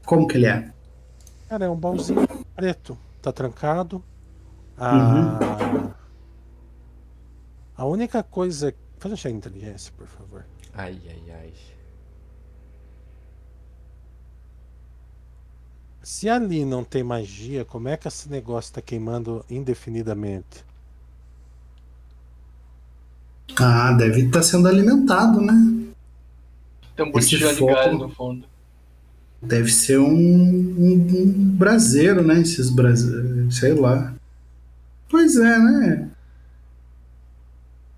Como que ele é? Cara, é um baúzinho preto. Tá trancado. A, Uhum. a única coisa. Faz um cheque de inteligência, por favor. Ai, ai, ai. Se ali não tem magia, como é que esse negócio tá queimando indefinidamente? Ah, deve estar sendo alimentado, né? Tem um Esse botijão de foco- gás no fundo. Deve ser um, um, um braseiro, né? Esses braseiros, sei lá. Pois é, né?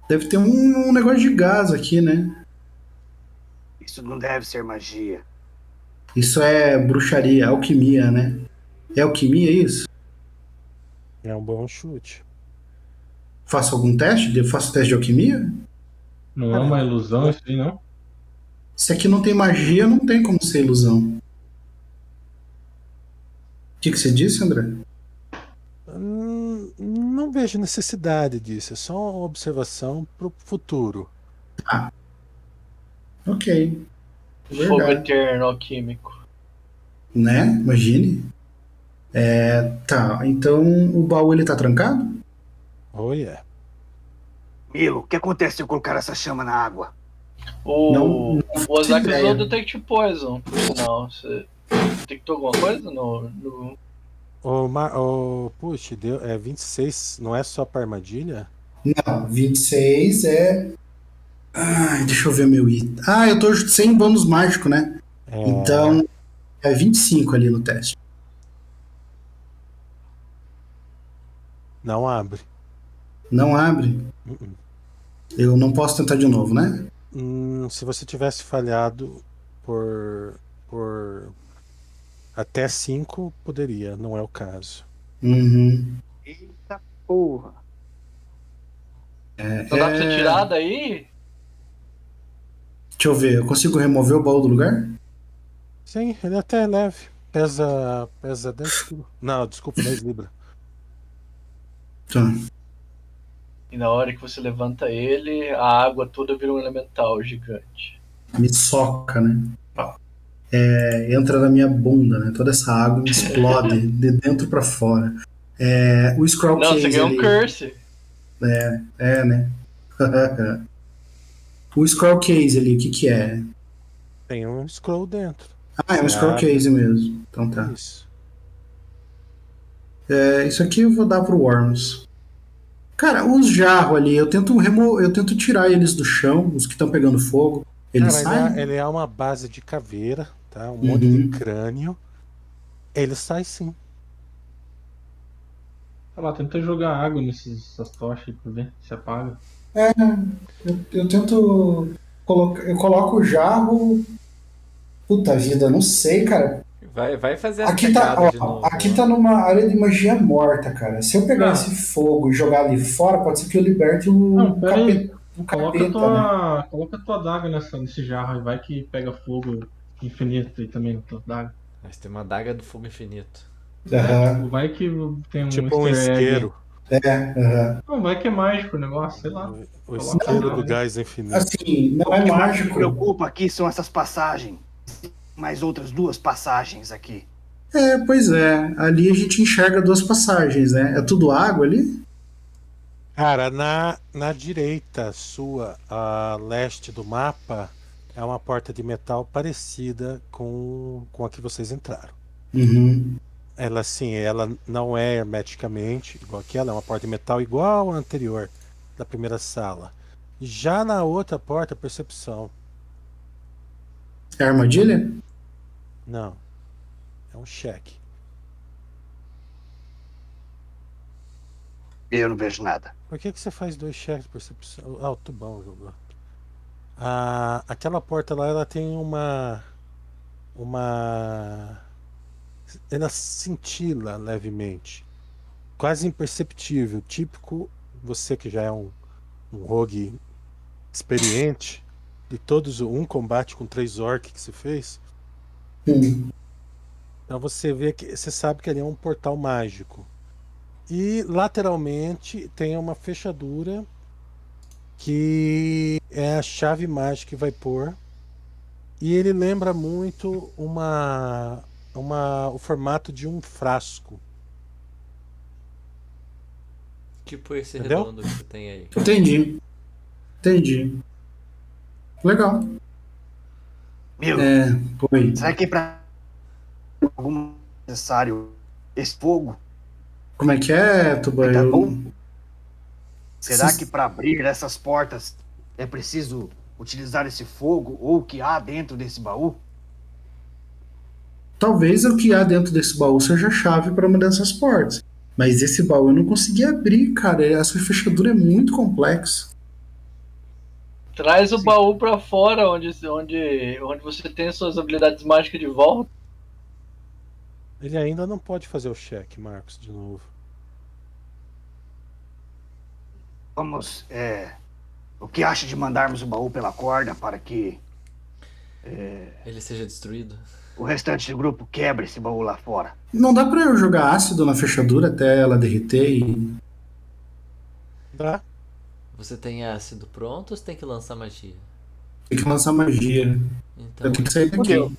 Deve ter um, um negócio de gás aqui, né? Isso não deve ser magia. Isso é bruxaria, alquimia, né? É alquimia isso? É um bom chute. Faço algum teste? Eu faço teste de alquimia? Não é uma ilusão isso aí, não? Se aqui não tem magia, não tem como ser ilusão. O que, que você disse, André? Hum, Não vejo necessidade disso, é só uma observação pro futuro. Ok. Fogo é Verdade. eterno alquímico. Né? Imagine. É, tá, então o baú ele tá trancado? Oh, yeah. Milo, o que acontece se eu colocar essa chama na água? O, Não- o Ozaki ideia. usou o Detect Poison, por sinal. Você detectou alguma coisa no, no Ô, Ma- ô, puxa, deu, é 26, não é só pra armadilha? Não, 26 é. Ai, deixa eu ver meu item. Ah, eu tô sem bônus mágico, né? É, Então, é 25 ali no teste. Não abre. Não abre. Uh-uh. Eu não posso tentar de novo, né? Hum, se você tivesse falhado por, por até 5, poderia, não é o caso. Uhum. Eita porra. Não então dá pra É. você tirar daí? Deixa eu ver, eu consigo remover o baú do lugar? Sim, ele até é leve. Pesa, pesa 10 quilos. Não, desculpa, 10 libras. Tá. E na hora que você levanta ele, a água toda vira um elemental gigante. Me soca, né? É, entra na minha bunda, né? Toda essa água me explode de dentro pra fora. É, o Scroll Não, você Case ganhou um ali- curse. É, né? o Scroll Case ali, o que que é? Tem um scroll dentro. Ah, é um scroll Abre. case mesmo. Então tá. Isso. É, isso aqui eu vou dar pro Worms. Cara, os jarros ali, eu tento remo... eu tento tirar eles do chão, os que estão pegando fogo. Cara, Eles saem. Uhum. ele, é, ele é uma base de caveira, tá? Um monte de crânio. Ele sai sim. Sei lá, tenta jogar água nessas tochas aí pra ver se apaga. Eu, eu tento. coloca- Eu coloco o jarro. Puta vida, não sei, cara. Vai, vai fazer as Aqui tá, pegadas de ó, novo. né? né? aqui tá numa área de magia morta, cara. Se eu pegar Ah. esse fogo e jogar ali fora, pode ser que eu liberte o, Não, pera aí. capeta, o Coloca a capeta, né? tua, coloca a tua daga nessa, nesse jarro aí, vai que pega fogo infinito aí também na tua daga. tá- Mas tem uma daga do fogo infinito. Aham. Vai que tem um Tipo um easter egg. isqueiro. É, aham. Não, vai que é mágico o negócio, sei lá. né? O isqueiro Não, do não. gás infinito. Assim, não é O que me mágico. preocupa aqui são essas passagens. Mais outras duas passagens aqui. É, pois é. Ali a gente enxerga duas passagens, né? É tudo água ali? Cara, na, na direita sua, a leste do mapa, é uma porta de metal parecida com, com a que vocês entraram. Uhum. Ela sim, ela não é hermeticamente igual aquela, é uma porta de metal igual à anterior da primeira sala. Já na outra porta, percepção. É armadilha? Não. É um cheque. Eu não vejo nada. Por que que você faz dois cheques de percepção? Ah, o Tubão jogou. Ah, aquela porta lá, ela tem uma. Uma. Ela cintila levemente. Quase imperceptível. Típico, você que já é um, um rogue experiente, de todos o- um combate com três orcs que se fez. Hum. Então você vê que. Você sabe que ali é um portal mágico. E lateralmente tem uma fechadura que é a chave mágica que vai pôr. E ele lembra muito uma, uma, o formato de um frasco. Tipo esse Entendeu? redondo que você tem aí. Entendi. Entendi. Legal. Meu, É, foi. será que pra algum necessário esse fogo? Como é que é, Tuba? Tá Eu- bom? Será Se- que para abrir essas portas é preciso utilizar esse fogo ou o que há dentro desse baú? Talvez o que há dentro desse baú seja a chave para uma dessas portas. Mas esse baú eu não consegui abrir, cara. Essa fechadura é muito complexa. Traz o baú pra fora, onde, onde, onde você tem suas habilidades mágicas de volta. Ele ainda não pode fazer o cheque, Marcos, de novo. Vamos, é, o que acha de mandarmos o baú pela corda para que Ele seja destruído. o restante do grupo quebre esse baú lá fora? Não dá para eu jogar ácido na fechadura até ela derreter e. Tá? Você tem ácido pronto ou você tem que lançar magia? Tem que lançar magia. Então, Eu tenho que sair daqui. Fudeu.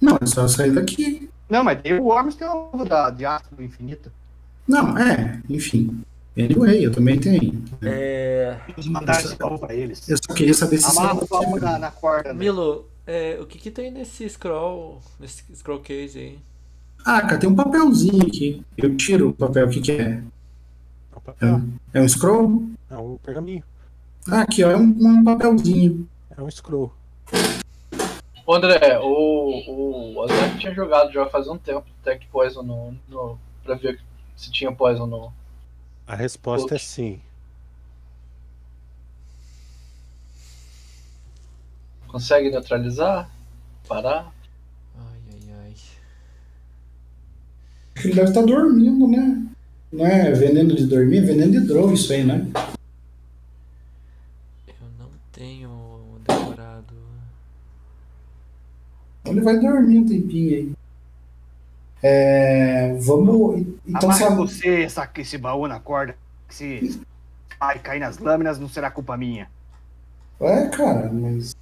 Não, é só eu sair daqui. Não, mas tem o Worms tem o ovo da, de ácido infinito. Não, é, enfim. Anyway, eu também tenho. Vamos mandar esse baú para eles. Eu só queria saber se Amarra o baú é na, na corda. né? Milo, é, o que que tem nesse scroll, nesse scroll case aí? Ah, cara, tem um papelzinho aqui. Eu tiro o papel, o que, que é? É um papel. É um scroll? É um pergaminho. Ah, aqui, ó, é um, um papelzinho. É um scroll. Ô, André, o, o Azek tinha jogado já faz um tempo Tech Poison no, no, pra ver se tinha Poison no. A resposta é sim. Consegue neutralizar? Parar? Ai, ai, ai. Ele deve estar dormindo, né? Não é veneno de dormir, é veneno de droga isso aí, né? Eu não tenho decorado. Então ele vai dormir um tempinho aí. É, vamos. Então, se Amarra a- você essa, esse baú na corda. que Se vai cair nas lâminas, não será culpa minha. É, cara, mas.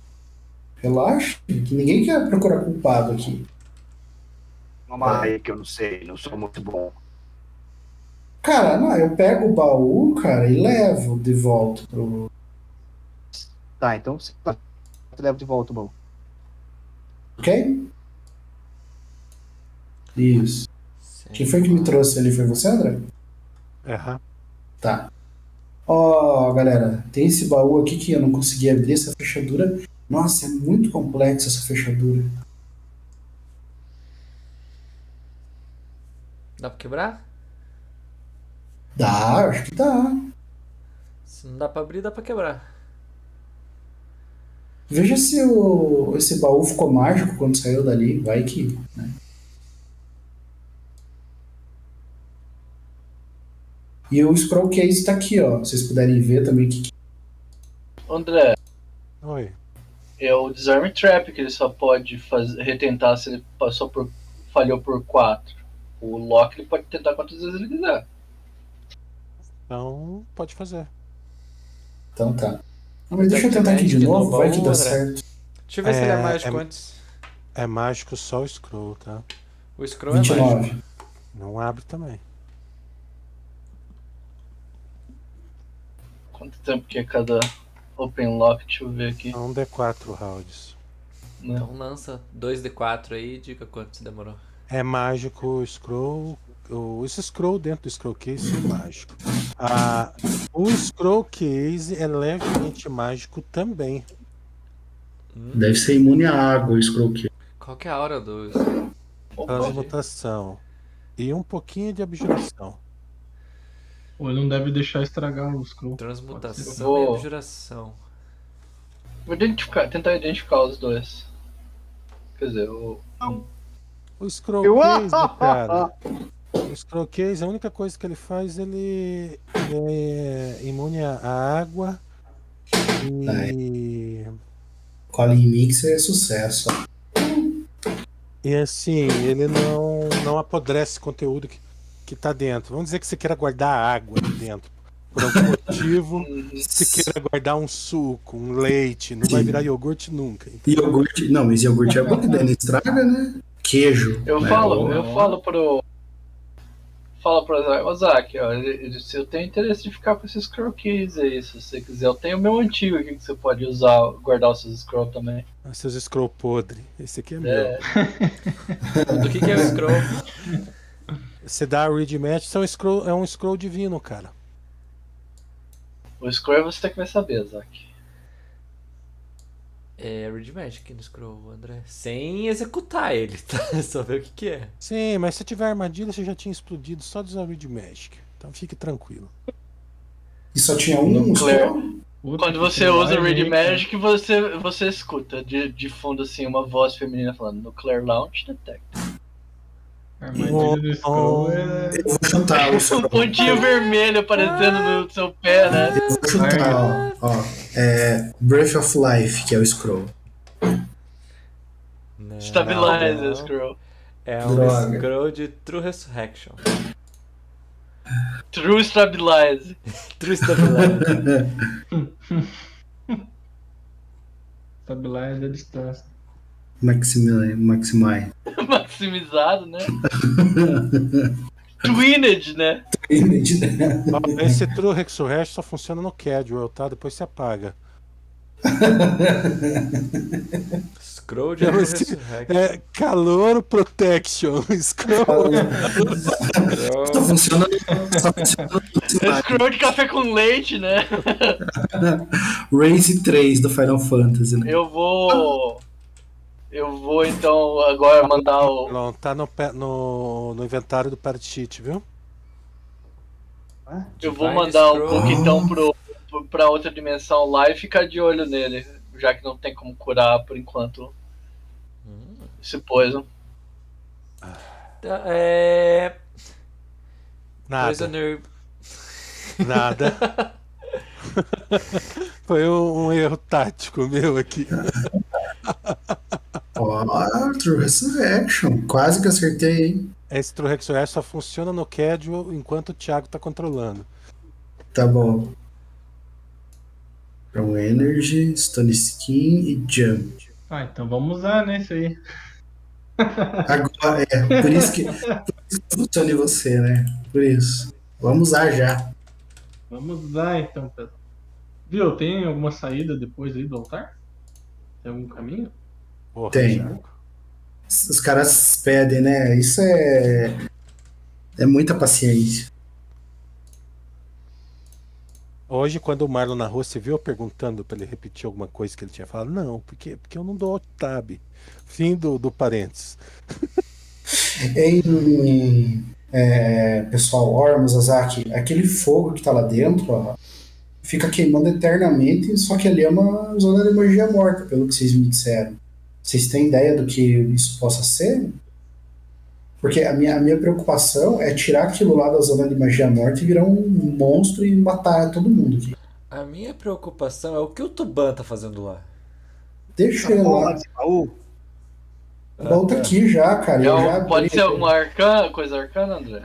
Relaxa, que ninguém quer procurar culpado aqui. Uma aí é que eu não sei, não sou muito bom. Cara, não, eu pego o baú, cara, e levo de volta pro. Tá, então você você leva de volta o baú. Ok? É Isso. Quem foi que me trouxe ali? Foi você, André? Aham. Tá. Ó, galera, tem esse baú aqui que eu não consegui abrir essa fechadura. Nossa, é muito complexa essa fechadura. Dá pra quebrar? Dá, acho que dá. Se não dá pra abrir, dá pra quebrar. Veja se o, esse baú ficou mágico quando saiu dali. Vai que. né? E o scroll case tá aqui, ó. Vocês puderem ver também que. André, Oi. é o Disarm Trap que ele só pode faz- retentar se ele passou por. falhou por 4. O Loki ele pode tentar quantas vezes ele quiser. Então, pode fazer. Então tá. Não, mas deixa eu tentar aqui de Activate novo, no vai que baú, dá André. certo. Deixa eu ver se ele É, é mágico é- antes. É mágico só o scroll, tá? O scroll é mágico. 29. Não abre também. Quanto tempo que é cada Open Lock? Deixa eu ver aqui. É um D4 rounds. Né? Então lança 2d4 aí e diga quanto se demorou. É mágico o scroll. o- Esse scroll dentro do scroll case é mágico. Ah, o scroll case é levemente mágico também. Deve ser imune à água o scroll case. Qual que é a aura do. Transmutação. E um pouquinho de abjuração. Ou ele não deve deixar estragar o scroll. é Transmutação Eu vou- e abjuração. Vou identificar, tentar identificar os dois. Quer dizer, o. O scroll Eu- case, cara. O scroll case, a única coisa que ele faz, ele, ele é imune à água. E. Colin Mixer é sucesso. ó. E assim, ele não, não apodrece conteúdo que, que tá dentro. Vamos dizer que você queira guardar água ali dentro. Por algum motivo, você queira guardar um suco, um leite, não vai Sim. virar iogurte nunca. entendeu? Iogurte. Não, mas iogurte é bom que daí não estraga, né? Queijo. Eu né? falo, Ou- eu falo pro. Falo pro Ozaki, Ozaki, ó, ele- ele- se eu tenho interesse de ficar com esses scroll keys aí, se você quiser. Eu tenho o meu antigo aqui que você pode usar, guardar os seus scroll também. Ah, Seus scroll podre. Esse aqui é, É, meu. Do que, que é o scroll? Você dá a read match, isso é um scroll, é um scroll divino, cara. o scroll é você que vai saber, Ozaki. É Read Magic no scroll, André. Sem executar ele, tá? Só ver o que, que é. Sim, mas se tiver armadilha, você já tinha explodido só de usar read magic. Então fique tranquilo. E só tinha um Claire. scroll? Puta, Quando que você que usa vai, o Read hein, né, cara. Magic, você, você escuta de, de fundo assim uma voz feminina falando Nuclear Launch Detect. A armadilha É, do scroll é. Eu vou chutar o Um scroll. pontinho vermelho aparecendo no seu pé, né? Eu vou chutar, ó. ó. É Breath of Life, que é o scroll. Não, Stabilizer, Ah. não. scroll. É um Droga. scroll de True Resurrection. True Stabilize. True Stabilizer. Stabilize a distância. Maximilian, Maximai. Maximizado, né? Twinned, né? Ó, Esse True Resurrection só funciona no casual, tá? Depois você apaga. scroll de É, True mas que- Resurrection. É Calor Protection. Scroll. Só funciona. Só funciona no Maximai. Scroll de café com leite, né? Race 3 do Final Fantasy, né? Eu vou. Eu vou então agora mandar o. Não, tá no, pe- no, no inventário do Party Sheet, viu? Eu vou Divine mandar o Scroll. Book então pro, pro, pra outra dimensão lá e ficar de olho nele. Já que não tem como curar por enquanto né? esse poison. Tá, É. Nada. Prisoner. Nada. Foi um, um erro tático meu aqui. Ó, True Resurrection. Quase que acertei, hein? Esse True Hexware só funciona no casual enquanto o Thiago tá controlando. Tá bom. From Energy, Stone Skin e Jump. Ah, então vamos usar, né? Isso aí. Agora, é, por isso que, por isso que funciona em você, né? Por isso. Vamos usar já. Vamos usar então, pessoal. Viu, tem alguma saída depois aí do altar? Tem algum caminho? Porra, Tem. Thiago. Os caras pedem, né? Isso é. É muita paciência. Hoje, quando o Marlon na rua se viu eu perguntando pra ele repetir alguma coisa que ele tinha falado, não, porque, porque eu não dou alt tab. Fim do, do parênteses. Em é, pessoal Ormus, Azaki, aquele fogo que tá lá dentro, ó, fica queimando eternamente, só que ali é uma zona de energia morta, pelo que vocês me disseram. Vocês têm ideia do que isso possa ser? Porque a minha, a minha preocupação é tirar aquilo lá da zona de magia morta e virar um monstro e matar todo mundo aqui. A minha preocupação é o que o Tuban tá fazendo lá. Tá Deixa ele lá. Volta aqui já, cara. Eu Então, já é, pode abri. ser alguma arcana, coisa arcana, André?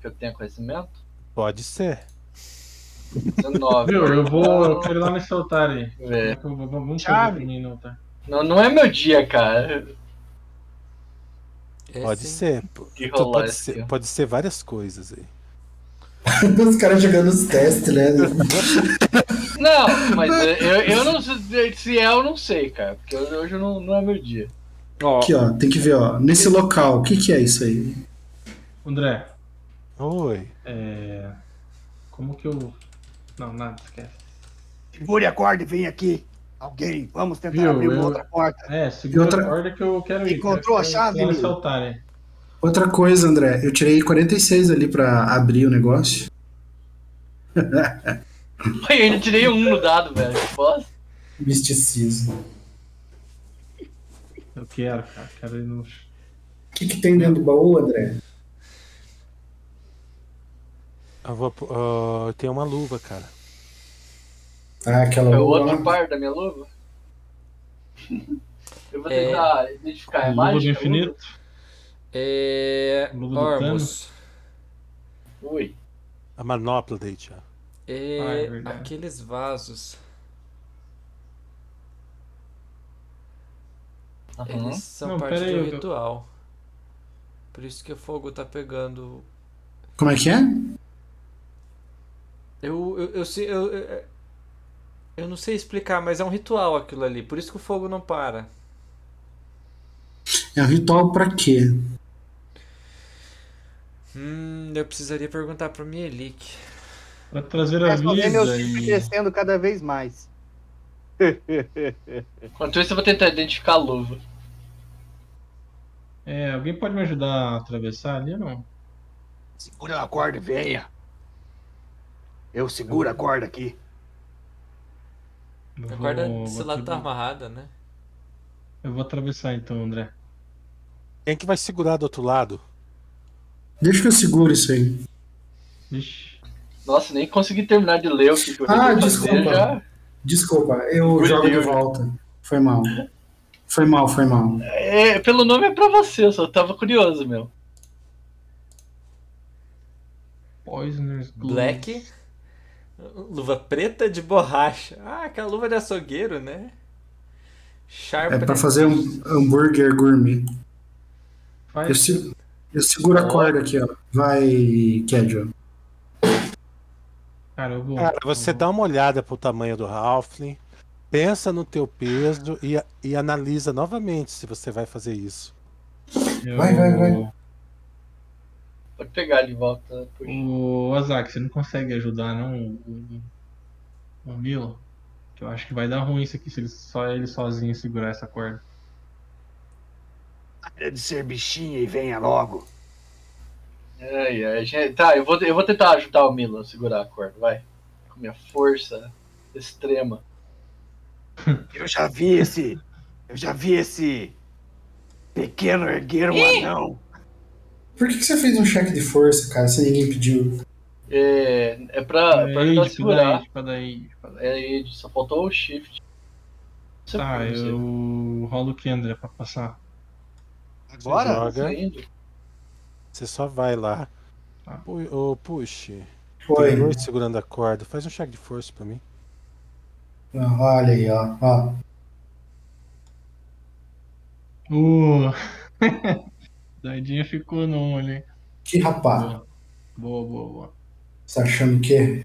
Que eu tenha conhecimento? Pode ser. 19. Viu, eu vou. Eu quero ir lá nesse altar aí. É. Eu vou- Vamos fazer Chave. pra mim no altar. Não, não é meu dia, cara. É, Pode sim. ser. De Então Tu rolar Então Pode esse ser, dia. pode ser várias coisas aí. Os caras jogando os testes, né? Não, mas é, eu, eu não sei. Se é, eu não sei, cara. Porque hoje não, não é meu dia. Ó, Aqui, ó, tem que ver, ó. Nesse local, o que que é isso aí? André, Oi. é. Como que eu. Não, nada, esquece. Segure a corda e vem aqui. Alguém, vamos tentar Viu, abrir uma né? eu- outra porta. É, segura outra- a corda que eu quero ir. Encontrou a Quero- chave, quero menino? saltar, né? Outra coisa, André, eu tirei 46 ali pra abrir o negócio. Ai, Eu ainda tirei um no dado, velho. Posso? Misticismo. Eu quero, cara. Quero ir no. É, O que que tem dentro do baú, André? Eu vou, pu- ah, tem uma luva, cara. Ah, aquela É o lua lá. outro par da minha luva? Eu vou É. tentar identificar a Luva do imagem. infinito. É. Luva do Ormus. Ui. A manopla daí, Thiago. É, Ah, é verdade. aqueles vasos, Aham. eles são Não, parte pera aí, do eu- ritual. Por isso que o fogo tá pegando. Como é que é? Eu, eu, eu, sei- eu, eu, eu não sei explicar, mas é um ritual aquilo ali. Por isso que o fogo não para. É um ritual pra quê? Hum, eu precisaria perguntar pro Mielik. Pra trazer a É só ver meus vida chifres e. crescendo cada vez mais. Enquanto isso, eu vou tentar identificar a luva. É, alguém pode me ajudar a atravessar ali ou não? Segura a corda e venha. Eu seguro a corda aqui. Eu A corda vou- desse vou lado tá atra- amarrada, né? Eu vou atravessar então, André. Quem que vai segurar do outro lado? Deixa que eu seguro isso aí. Vixe. Nossa, nem consegui terminar de ler o que que eu Ah, ia fazer, desculpa. já. Desculpa, eu Meu jogo Deus. de volta. Foi mal. Foi mal, foi mal. É, pelo nome é pra você, eu só tava curioso, meu. Poisoner's Glue. Black. Luva preta de borracha. Ah, aquela luva de açougueiro, né? Sharp. É pra né? fazer um hambúrguer gourmet. Eu, Faz. se- eu seguro a corda aqui, ó. Vai, Kedjo. Cara, eu vou. Hum, Cara, você eu vou- dá uma olhada pro tamanho do Halfling, pensa no teu peso e, e analisa novamente se você vai fazer isso. eu- Vai, vai, vai. Pode pegar de volta. né, puxa. Hum. O Azak, você não consegue ajudar não o- o o Milo? Que eu acho que vai dar ruim isso aqui se ele, só ele sozinho segurar essa corda. Para de ser bichinha e venha logo. Ai, ai, gente, tá, eu vou, eu vou tentar ajudar o Milo a segurar a corda, vai. Com minha força né, extrema. Eu já vi esse. Eu já vi esse. Pequeno erguer um anão. Por que, que você fez um cheque de força, cara, se ninguém pediu? É, é pra, é pra ajudar a Age, segurar. tipo, daí, daí. tipo, É aí, só faltou o shift. Você Tá, foi, você eu rolo o que, André, pra passar? Agora? foi Joga, tá indo? você só vai lá. Ah. Tá. Pu- Ô, puxe. Tem Foi. dois segurando a corda. Faz um cheque de força pra mim. Não, Ah, Olha aí, ó. ó. Uh! Doidinho ficou num ali. Que rapá. Boa, boa, boa. boa. Você tá achando que?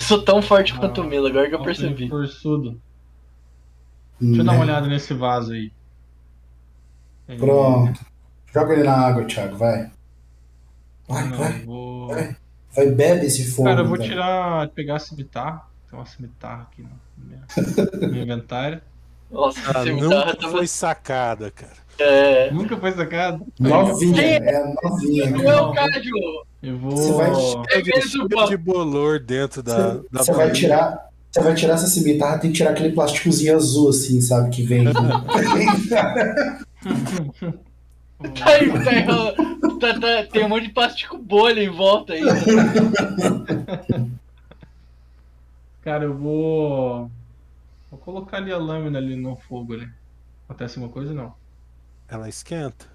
Sou tão forte Ah, quanto o Milo, agora que eu Alto e percebi. é Forçudo. Deixa eu dar uma Né? olhada nesse vaso aí. É, Pronto. Joga ele na água, Thiago, vai. Vai, Não, vai. vou. Vai, bebe esse fogo. Cara, eu vou né, velho. tirar. pegar a cimitarra. Tem uma cimitarra aqui no meu- no meu inventário. Nossa, Ah, esse nunca guitarra tava. foi sacada, cara. É. Nunca foi sacado. Novinha, é novinha. cara. Não, Cádio! Eu vou. Você vai- É Cheio mesmo, pô. de bolor dentro da. Você- da Você vai barriga. tirar. Você vai tirar essa cimitarra, tem que tirar aquele plásticozinho azul, assim, sabe? Que vem. Tá aí, tá aí, ó. tá, tá, tem um monte de plástico bolha em volta aí. né? Cara, eu vou. Vou colocar ali a lâmina ali no fogo ali. Acontece alguma coisa não? Ela esquenta.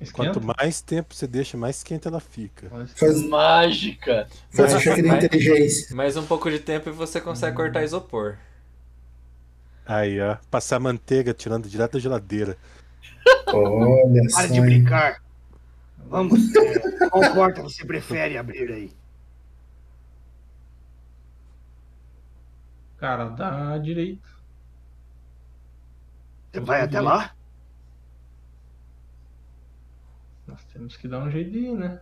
Esquenta? Quanto mais tempo você deixa, mais quente ela fica. Faz, Mágica. faz o cheque da inteligência. Mais um pouco de tempo e você consegue cortar isopor. Aí, ó. Passar manteiga tirando direto da geladeira. Olha só. Para de hein? brincar. Vamos. é, Qual porta você prefere abrir aí? Cara, dá direito. Você vai até lá? Nós temos que dar um jeito de ir, né?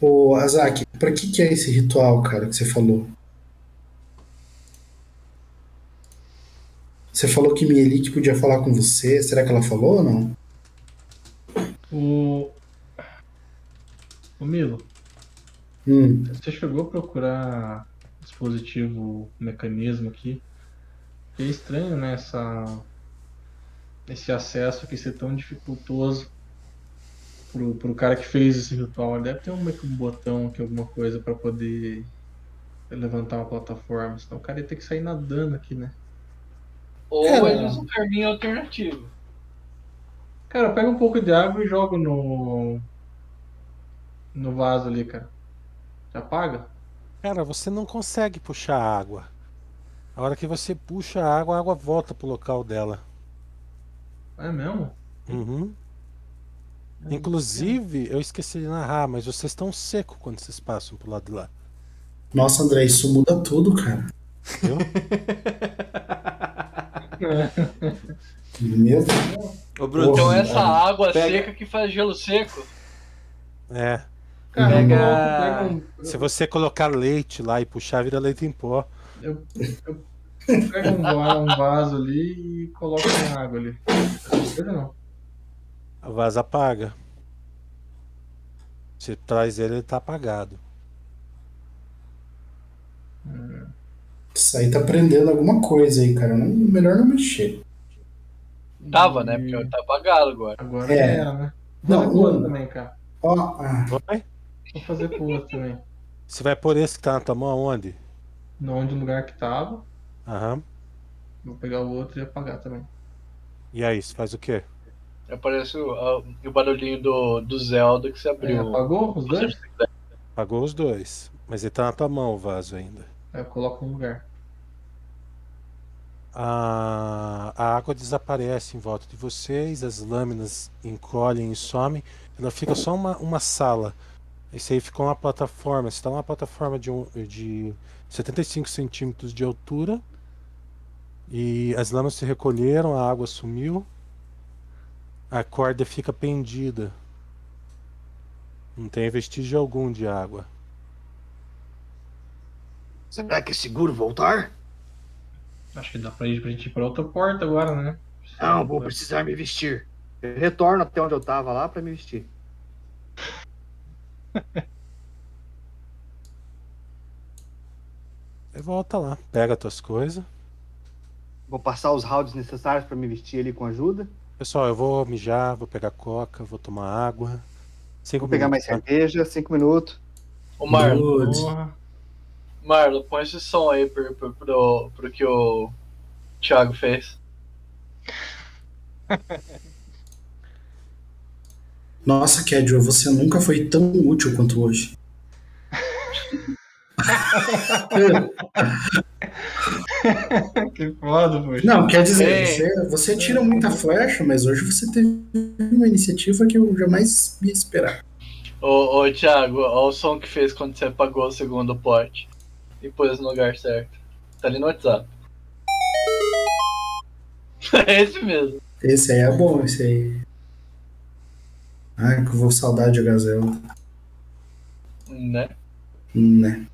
Ô, Azaki, pra que que é esse ritual, cara, que você falou? Você falou que Mielik podia falar com você. Será que ela falou ou não? O. O Milo, Hum, você chegou a procurar dispositivo, mecanismo aqui. É estranho, né? Essa... Esse acesso aqui ser tão dificultoso pro, pro cara que fez esse ritual. Ele deve ter um, meio que um botão aqui, alguma coisa pra poder levantar uma plataforma. Senão o cara ia ter que sair nadando aqui, né? Ou É. Cara. eles um caminho alternativo. Cara, pega um pouco de água e joga no. No vaso ali, cara. Já apaga? Cara, você não consegue puxar a água. A hora que você puxa a água, a água volta pro local dela. É mesmo? Uhum. Inclusive, eu esqueci de narrar, mas vocês estão seco quando vocês passam pro lado de lá. Nossa, André, isso muda tudo, cara. Viu? Meu Deus. Ô, Bruno, Bruno, Então Porra, essa mano. água Pega- seca que faz gelo seco. É. Cara, um Pega- eu coloco- Se você colocar leite lá e puxar, vira leite em pó. pega um, pega um, va- um vaso ali e coloca na água ali. Coisa não. A vaza apaga. Você traz ele, ele tá apagado. É, Isso aí tá aprendendo alguma coisa aí, cara. Não- melhor não mexer. Tava, né? E Porque tá apagado agora. Agora É. era, né? Vou Não, fazer com outro o- também, cara. Ó, ah, Vai? Vou fazer com outro também. Você vai pôr esse que tá na tua mão aonde? No onde o lugar que tava, Aham. vou pegar o outro e apagar também. E aí, você faz o quê? Aparece o, a- o barulhinho do, do Zelda que se É, abriu. apagou os dois? Apagou os dois. Mas ele tá na tua mão o vaso ainda. Aí eu coloco no lugar. A, a água desaparece em volta de vocês, as lâminas encolhem e somem, ela fica só uma, uma sala. Isso aí ficou uma plataforma, está numa plataforma de, um, de 75 centímetros de altura. E as lâminas se recolheram, a água sumiu, a corda fica pendida. Não tem vestígio algum de água. Será que é seguro voltar? Acho que dá pra ir pra gente ir pra outra porta agora, né? Não, vou precisar me vestir. Eu retorno até onde eu tava lá pra me vestir. Aí volta lá, pega tuas coisas. Vou passar os rounds necessários pra me vestir ali com ajuda. Pessoal, eu vou mijar, vou pegar coca, vou tomar água. Cinco Vou pegar mais minutos, tá? cerveja, cinco minutos. Ô Marlon, dude. Porra. Marlon, põe esse som aí pro, pro, pro, pro que o Thiago fez. Nossa, Kedio, você nunca foi tão útil quanto hoje. Que foda, poxa. Não, quer dizer, É. você, você tira muita flecha, mas hoje você teve uma iniciativa que eu jamais ia esperar. Ô, ô Thiago, olha o som que fez quando você apagou o segundo pote e pôs no lugar certo. Tá ali no WhatsApp. É esse mesmo. Esse aí é bom, esse aí. Ai, que eu vou saudar de Gazela. Né? Né?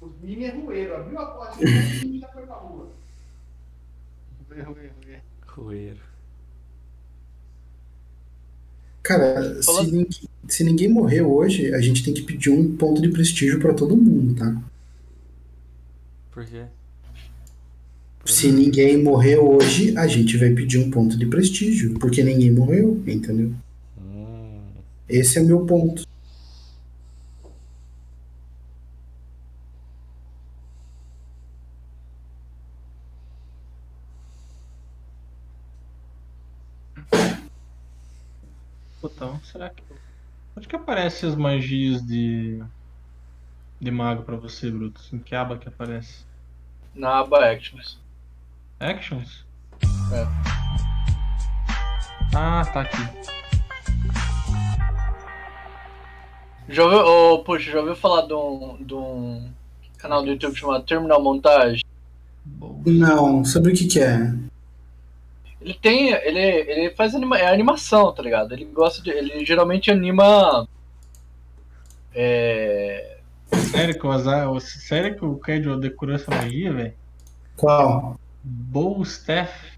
O Mini é roeiro, abriu a porta e já foi pra rua. Coeiro. Cara, se, nin- se ninguém morrer hoje, a gente tem que pedir um ponto de prestígio pra todo mundo, tá? Por quê? Se ninguém morrer hoje, a gente vai pedir um ponto de prestígio, porque ninguém morreu, entendeu? Esse é o meu ponto. Então, será que. Onde que aparecem as magias de. de mago pra você, Brutus? Em que aba que aparece? Na aba Actions. Actions? É. Ah, tá aqui. Já ouviu, ô, puxa, já ouviu falar de um, de um canal do YouTube chamado Terminal Montagem? Bom. Não, sobre o que que é? Ele tem. Ele, ele faz anima, é animação, tá ligado? Ele gosta de. Ele geralmente anima. É. Sério que o azar. o- Sério que o Cad decorou essa magia, velho? Qual? Bow Staff.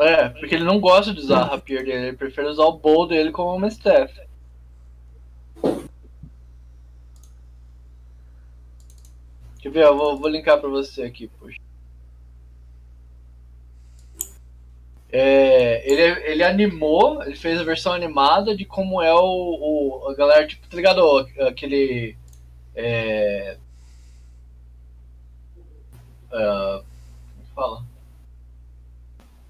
É, porque ele não gosta de usar a rapier dele, ele prefere usar o bowl dele como uma staff. Quer ver? Eu vou, vou linkar pra você aqui, poxa. É, ele, ele animou, ele fez a versão animada de como é o, o- a galera, tipo, tá ligado? Aquele. É, ah, como que fala?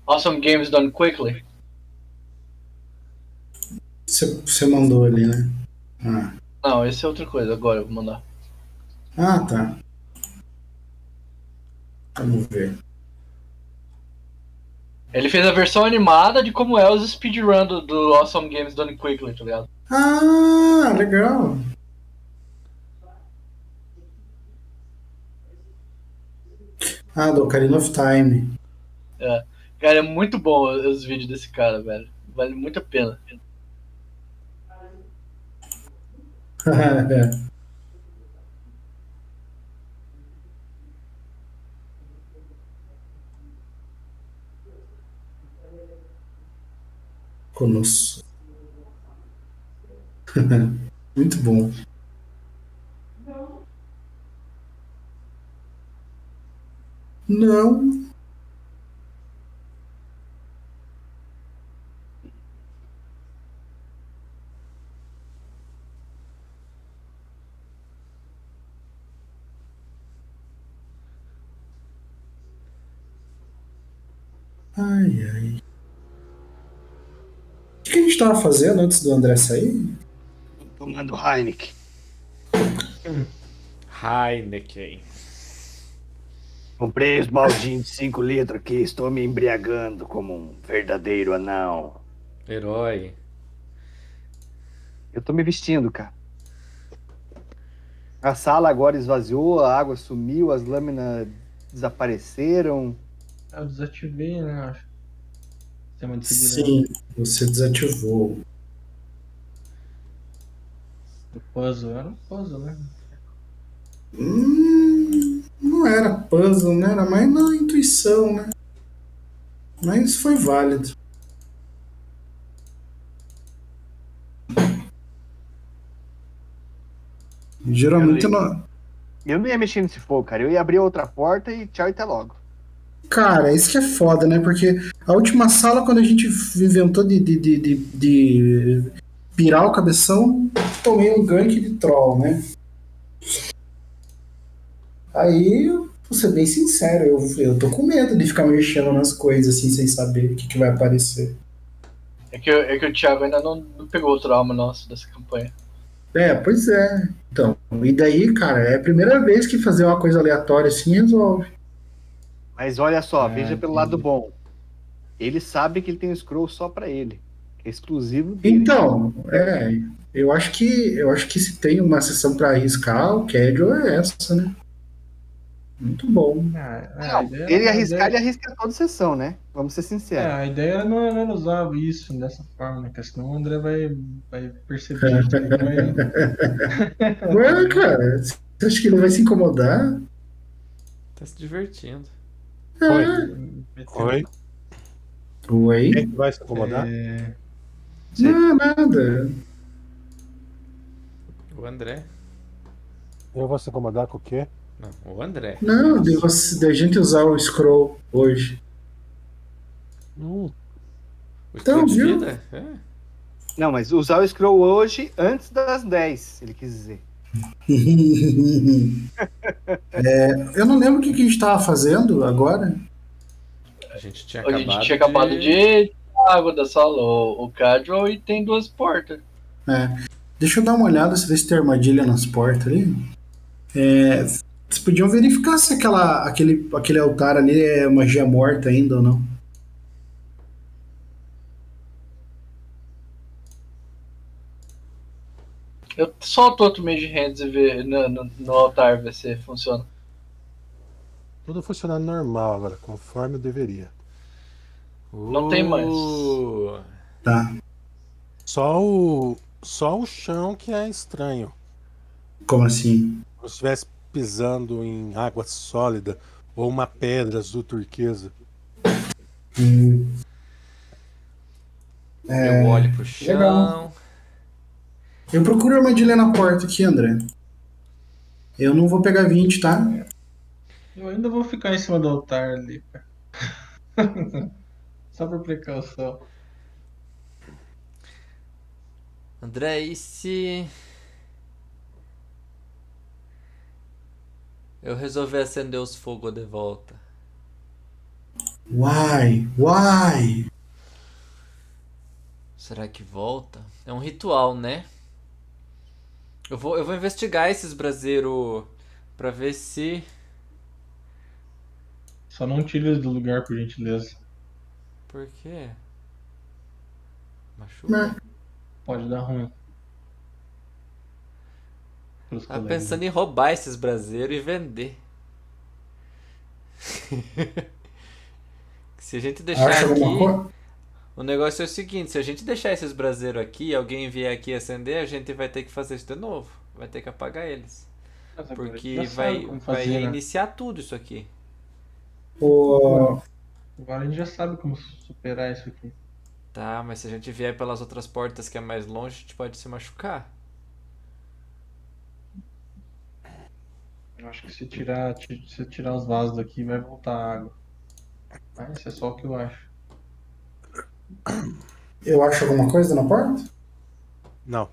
Awesome Games Done Quickly. Você você mandou ali, né? Ah, Não, esse é outra coisa, agora eu vou mandar. ah tá. Vamos ver. Ele fez a versão animada de como é os speedrun do, do Awesome Games Done Quickly, tá ligado? Ah, legal. Ah, do Ocarina of Time. Cara, é muito bom os vídeos desse cara, velho. Vale muito a pena. Conosco. Muito bom. Não. Ai, ai. O que que a gente tava fazendo antes do André sair? Tomando Heineken. Heineken. Comprei os baldinhos de 5 litros aqui, estou me embriagando como um verdadeiro anão. Herói. Eu tô me vestindo, cara. A sala agora esvaziou, a água sumiu, as lâminas desapareceram. Ah, eu desativei, né? Acho. Sistema de segurança. Sim, você desativou. do Puzzle. Era um puzzle, né? Hum, não era puzzle, né? Era mais na intuição, né? Mas foi válido. Geralmente eu não. Eu não ia mexer nesse fogo, cara. Eu ia abrir outra porta e tchau e até logo. Cara, isso que é foda, né? Porque a última sala, quando a gente inventou de, de, de, de, de pirar o cabeção, tomei um gank de troll, né? Aí, vou ser bem sincero, eu, eu tô com medo de ficar mexendo nas coisas assim, sem saber o que, que vai aparecer. É que, é que o Thiago ainda não, não pegou o trauma nosso dessa campanha. É, pois é. Então, e daí, cara, é a primeira vez que fazer uma coisa aleatória assim resolve. Mas olha só, Ah, veja pelo entendi. lado bom. Ele sabe que ele tem um scroll só pra ele. É exclusivo dele. Então, é, eu acho que eu acho que se tem uma sessão pra arriscar, o Cadio é essa, né? Muito bom. Ah, ah, a Não, ideia- ele a arriscar, ideia- ele arrisca toda sessão, né? Vamos ser É, sinceros. a ideia não é não usar isso dessa forma, né? Porque senão o André vai, vai perceber. ele vai- Ué, cara, você acha que ele vai se incomodar? Tá se divertindo. É. Oi? Oi? Quem que vai se incomodar? É, Não, nada. O André. Eu vou se incomodar com o quê? Não, o André. Não, de, você, da gente usar o scroll hoje. Hum, O Então, então, de viu? vida? É. Não, mas usar o scroll hoje antes das 10, ele quis dizer. É, Eu não lembro o que, que a gente tava fazendo agora. A gente tinha A acabado, gente tinha acabado de tirar a água da sala, o, o Cadwell, e tem duas portas. Deixa eu dar uma olhada se vê se tem armadilha nas portas ali. É, vocês podiam verificar se aquela, aquele, aquele altar ali é magia morta ainda ou não. Eu solto outro Mage Hands e ver no, no- no altar ver se funciona. tudo funcionando normal agora, conforme eu deveria. Não tem mais. Uh, Tá. Só o. Só o chão que é estranho. Como assim? Como se estivesse pisando em água sólida ou uma pedra azul turquesa. Hum, Eu olho pro chão. legal. Eu procuro armadilha na porta aqui, André. Eu não vou pegar 20, tá? eu ainda vou ficar em cima do altar ali, cara. Só por precaução. André, e se. Eu resolver acender os fogos de volta. Uai, uai. Será que volta? É um ritual, né? Eu vou, eu vou investigar esses braseiros pra ver se. Só não tire do lugar, por gentileza. Por quê? Machuca. Não. Pode dar ruim. Pelos Tava colegas. Tá pensando em roubar esses braseiros e vender. se a gente deixar Acha aqui. alguma coisa? O negócio é o seguinte, se a gente deixar esses braseiros aqui e alguém vier aqui acender, a gente vai ter que fazer isso de novo. Vai ter que apagar eles. Mas agora Porque já vai, sabe como vai fazer, né? iniciar tudo isso aqui. Ô, Agora a gente já sabe como superar isso aqui. Tá, mas se a gente vier pelas outras portas que é mais longe, a gente pode se machucar. Eu acho que se tirar, ti- se tirar os vasos daqui, vai voltar a água. Mas isso é só o que eu acho. eu acho alguma coisa na porta? Não,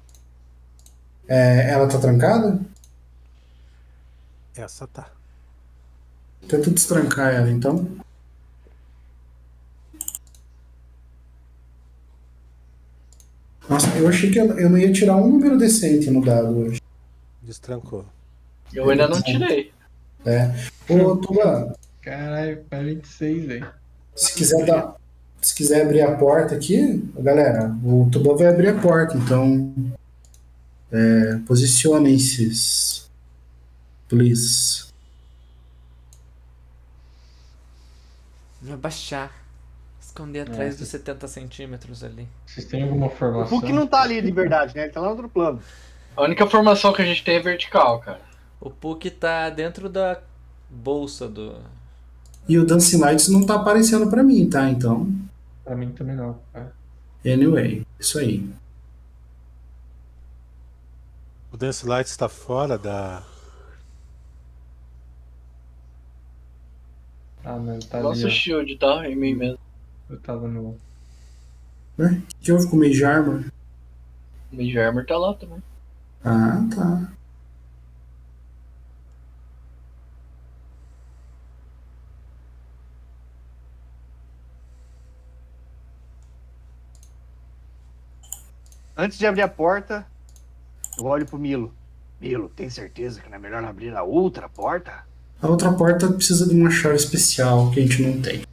É, ela tá trancada? essa tá. Tenta destrancar ela, então. Nossa, eu achei que eu eu não ia tirar um número decente no dado hoje. Destrancou. Eu ainda não tirei. Ô, Tuba, Caralho, é faz 26, velho. se quiser dar. Se quiser abrir a porta aqui, galera, o Tuba vai abrir a porta, então. É, Posicionem-se. Please. Me abaixar. Esconder É. atrás dos 70 centímetros ali. Vocês têm alguma O formação? Hulk não tá ali de verdade, né? Ele tá lá no outro plano. A única formação que a gente tem é vertical, cara. O Puck tá dentro da bolsa do. E o Dancing Lights não tá aparecendo pra mim, tá? Então. Pra mim também não. É. cara. Anyway, isso aí. O Dance Light está fora da. Ah, não, tá ali. Nosso ó. shield tá em mim mesmo. Eu tava no. Ué, O que houve com o Mage Armor? O Mage Armor tá lá também. Ah, tá. Antes de abrir a porta, eu olho pro Milo. Milo, tem certeza que não é melhor abrir a outra porta? A outra porta precisa de uma chave especial que a gente não tem.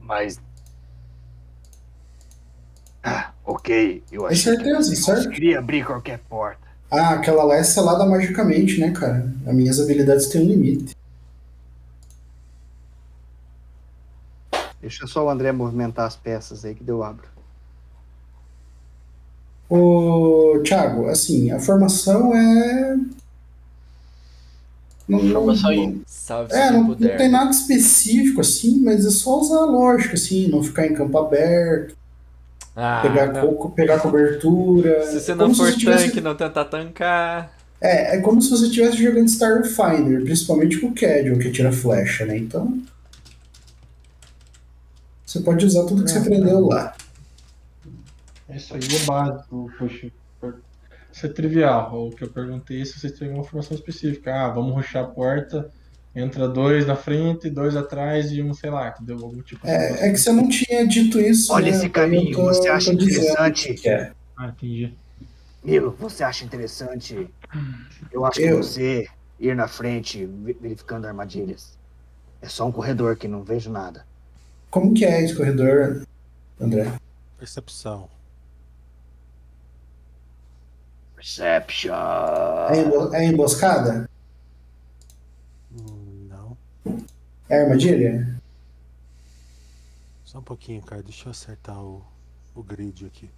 Mas. Ah, ok. Eu Com achei que Ah, certeza, certo? queria abrir qualquer porta. Ah, aquela lá é selada magicamente, né, cara? As minhas habilidades têm um limite. Deixa só o André movimentar as peças aí que deu abro. Ô, Thiago, assim, a formação é. Não, não- Formação aí. Salve se É, quem não, não puder. tem nada específico, assim, mas é só usar a lógica, assim, não ficar em campo aberto, Ah, pegar, não. co- pegar cobertura. Se você É não como for tivesse- tanque, não tentar tancar. É, é como se você estivesse jogando Starfinder, principalmente com o Cadill, que tira flecha, né? Então. Você pode usar tudo que você aprendeu lá. Isso aí é básico, poxa. Isso é trivial. O que eu perguntei é se vocês têm alguma formação específica. Ah, vamos ruxar a porta, entra dois na frente, dois atrás e um, sei lá, que deu algum tipo de. É, é que você não tinha dito isso. Olha né? esse Eu caminho, tô- você acha tô dizendo interessante? que é. Ah, entendi. Milo, você acha interessante? Eu acho Eu? que você ir na frente ve- verificando armadilhas. É só um corredor que não vejo nada. Como que é esse corredor, André? Percepção. Perception. É, embo- é emboscada? Hum, Não. É armadilha? Só um pouquinho, cara. Deixa eu acertar o, o grid aqui.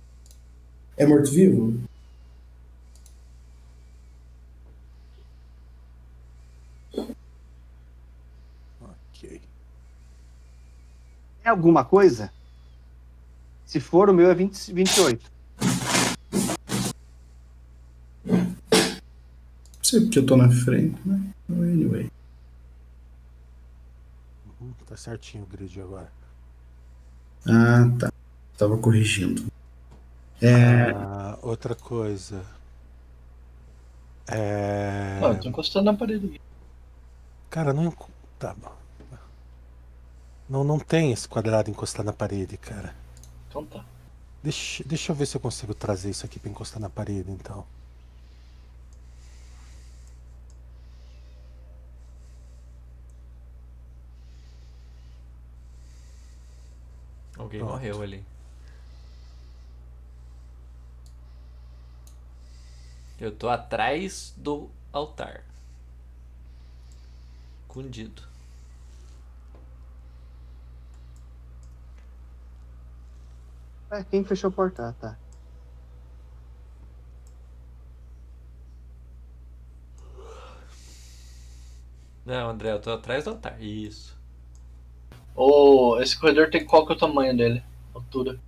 É morto-vivo? Ok. É alguma coisa? Se for, o meu é 20, 28. Não sei porque eu tô na frente, né? Anyway. Uhum, tá certinho o grid agora. Ah, tá. Tava corrigindo. É. Ah, outra coisa. É. Não, eu tô encostando na parede. Cara, não. enco- Tá bom. Não, não tem esse quadrado encostar na parede, cara. Então tá. Deixa, deixa eu ver se eu consigo trazer isso aqui pra encostar na parede, então. Alguém Pronto. morreu ali. Eu tô atrás do altar. Cundido. É, quem fechou a porta? Ah, tá. Não, André, eu tô atrás do altar. Isso. Ô, esse corredor tem qual que é o tamanho dele? Altura.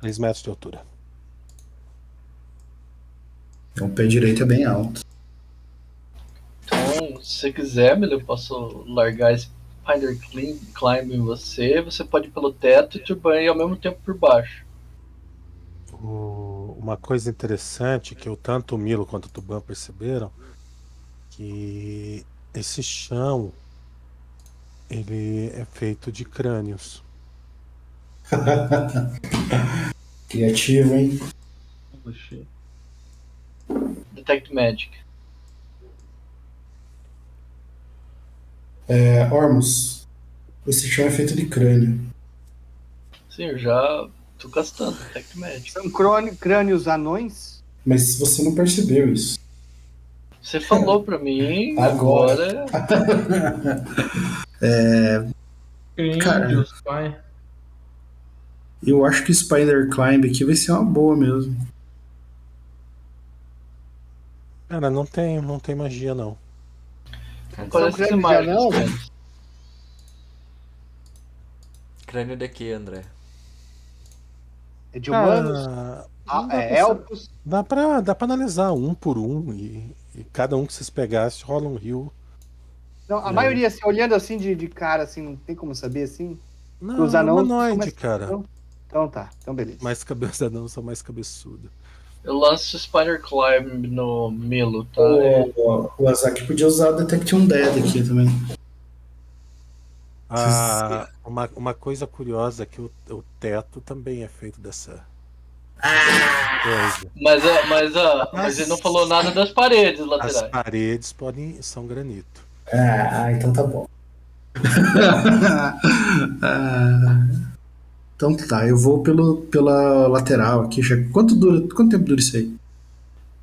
3 metros de altura. Então o pé direito é bem alto. Então, se você quiser, Milo, eu posso largar esse Finder clean- Climb em você. Você pode ir pelo teto e te banhar ao mesmo tempo por baixo. O- Uma coisa interessante que eu, tanto o Milo quanto o Tuban perceberam, que esse chão ele é feito de crânios. Criativo, hein? Poxa. Detect Magic. É, Ormus, esse chão é feito de crânio. Sim, eu já tô gastando Detect Magic. São crôni- crânios anões? Mas você não percebeu isso. Você falou pra mim, Agora. agora... Crândios, pai. Eu acho que Spider Climb aqui vai ser uma boa mesmo. Cara, não tem, não tem magia, não. São parece ser crânios de mágico. anão? Crânio de quê, André? É de humanos? Cara, Ah, é elfos? dá pra, dá pra analisar um por um e, e cada um que vocês pegassem rola um rio. Não, a maioria, assim, olhando assim de, de cara, assim, não tem como saber, assim? Não, Os é anãos humanoide, começam- cara. Então tá, então beleza. Mais cabeça anãos são mais cabeçudo. Eu lanço o Spider Climb no Milo, tá? O, o Azaki podia usar o Detect Undead aqui também. Ah, uma, uma coisa curiosa é que o, o teto também é feito dessa. coisa. Mas, a- mas, a- mas ele não falou nada das paredes Ah, As laterais. paredes podem são granito. Ah, então tá bom. Ah, então tá, eu vou pelo, pela lateral aqui. Já. Quanto, dura, quanto tempo dura isso aí?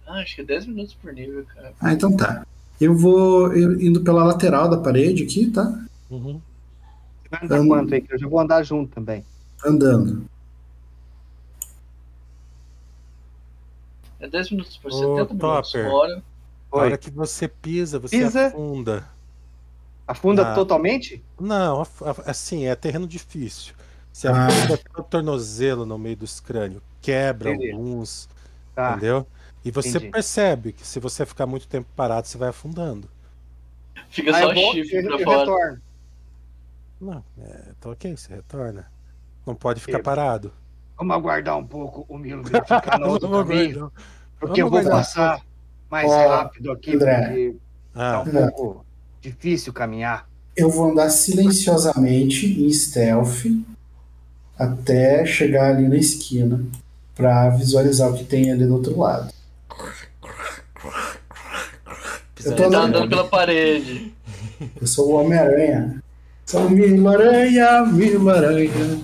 Ah, acho que é 10 minutos por nível, cara. Ah, então tá. Eu vou eu- indo pela lateral da parede aqui, tá? Uhum. Você vai andar quanto aí? Que eu já vou andar junto também. Andando. É 10 minutos por Ô, 70 minutos Topper. fora. A Oi. hora que você pisa, você Pisa. afunda. Afunda Ah. totalmente? Não, af- af- assim, é terreno difícil. Você Ah. afunda até o tornozelo no meio dos crânios, quebra Entendi. alguns, Tá. entendeu? E você Entendi. percebe que se você ficar muito tempo parado, você vai afundando. Fica Aí só eu o volto e chifre pra eu fora. retorno. Não, é, tá ok, você retorna. Não pode ficar Quebra. parado. Vamos aguardar um pouco o Milo ficar no outro Vamos caminho, aguardar. porque eu Vamos vou aguardar. passar mais Ó, rápido aqui, André. porque tá Ah, um pouco difícil caminhar. Eu vou andar silenciosamente em stealth até chegar ali na esquina pra visualizar o que tem ali do outro lado. Eu tô Ele tá andando. andando pela parede. Eu sou o Homem-Aranha. Sou o Milo Aranha, Milo Aranha.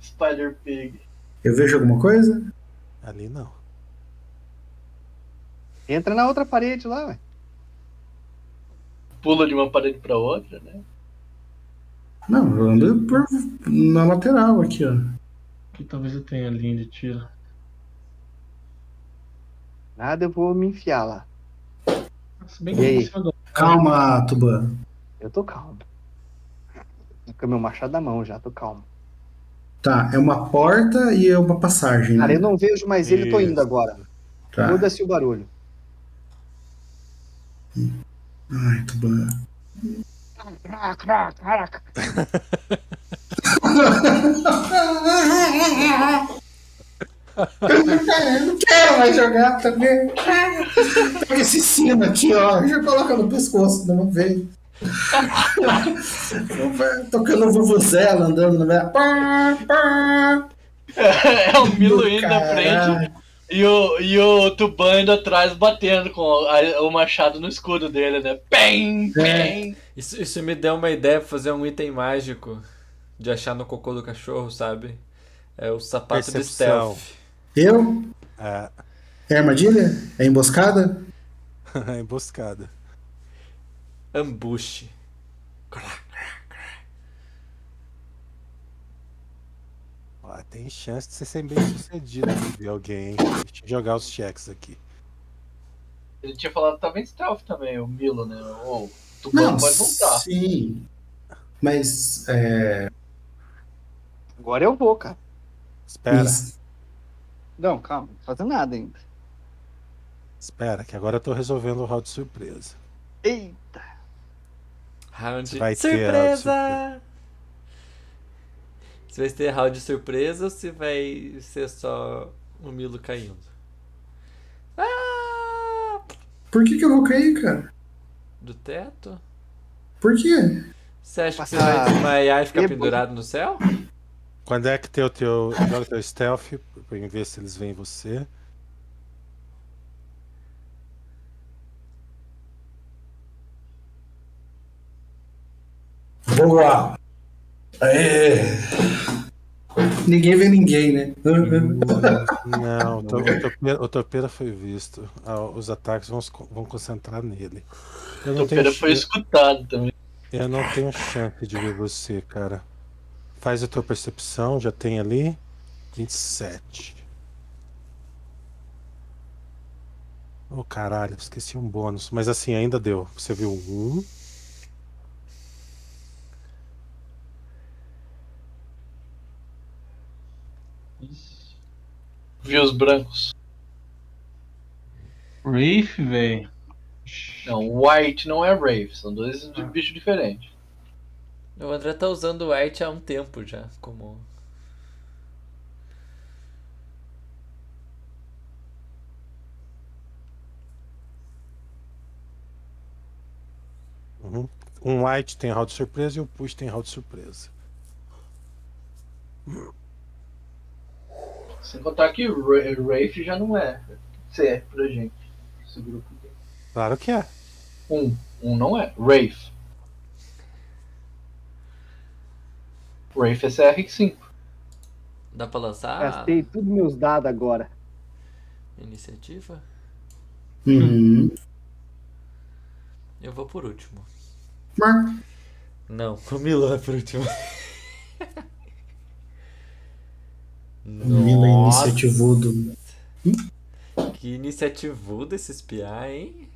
Spider Pig. Eu vejo alguma coisa? ali não. Entra na outra parede lá, ué. Pula de uma parede pra outra, né? Não, eu ando por, na lateral aqui, ó. Aqui talvez eu tenha linha de tiro. Nada, eu vou me enfiar lá. Se bem E que aí? em cima do- Calma, Tuban. Eu tô calmo. Tô com meu machado na mão já, tô calmo. Tá, é uma porta e é uma passagem, Cara, né? eu não vejo mais ele, tô indo Isso. agora. Tá. Muda-se o barulho. Ai, Tuban. Eu não quero mais jogar também. Pega esse sino aqui, ó. Já coloca no pescoço de uma vez. Tocando vuvuzela, andando no meio. Pá, pá. É o Milo indo na Caralho. frente e o, e o Tuban indo atrás batendo com a- o machado no escudo dele, né? É. Pem, pem. Isso, isso me deu uma ideia pra fazer um item mágico de achar no cocô do cachorro, sabe? É o sapato de Percepção. stealth. Eu? Ah, É armadilha? É emboscada? É emboscada. Ambush. Ó, tem chance de você ser bem sucedido de ver alguém. hein? Deixa eu jogar os cheques aqui. Ele tinha falado também stealth também, o Milo, né? O Tuban Não, pode voltar. sim. Mas, é... Agora eu vou, cara. Espera, isso. Não, calma, não tô fazendo nada ainda. espera, que agora eu tô resolvendo o round de surpresa. Ei, Round Vai ter surpresa! Você vai ter round de surpresa ou se vai ser só o Milo caindo? Ah! Por que que eu vou cair, cara? Do teto? Por quê? Você acha que você Passar vai desmaiar e ficar bêbado. pendurado no céu? Quando é que tem o teu. Joga teu stealth pra eu ver se eles veem você. Boa! Aê! Ninguém vê ninguém, né? Uhum. Não, o to- o topeira, o topeira foi visto. Ah, os ataques vão, se co- vão concentrar nele. Eu não, O tenho, Pera foi chan- escutado também. eu não tenho chance de ver você, cara. Faz a tua percepção, já tem ali. 27. Ô caralho, esqueci um bônus. Mas assim, ainda deu. Você viu um. Viu os brancos. Rafe, velho. Não, White não é Rave, são dois bichos diferentes. O André tá usando o White há um tempo já, como. Uhum. Um white tem round de surpresa e o push tem round de surpresa. Sem contar que Ra- Rafe já não é CF pra gente. Esse grupo aqui. Claro que é. Um. Um não é. Wraith. Wraith é CR5. Dá pra lançar? Ah. gastei tudo meus dados agora. Iniciativa? Uhum. Eu vou por último. Marco. Não, o Milan é por último. Mila iniciativudo. Que iniciativudo esse espiar, hein?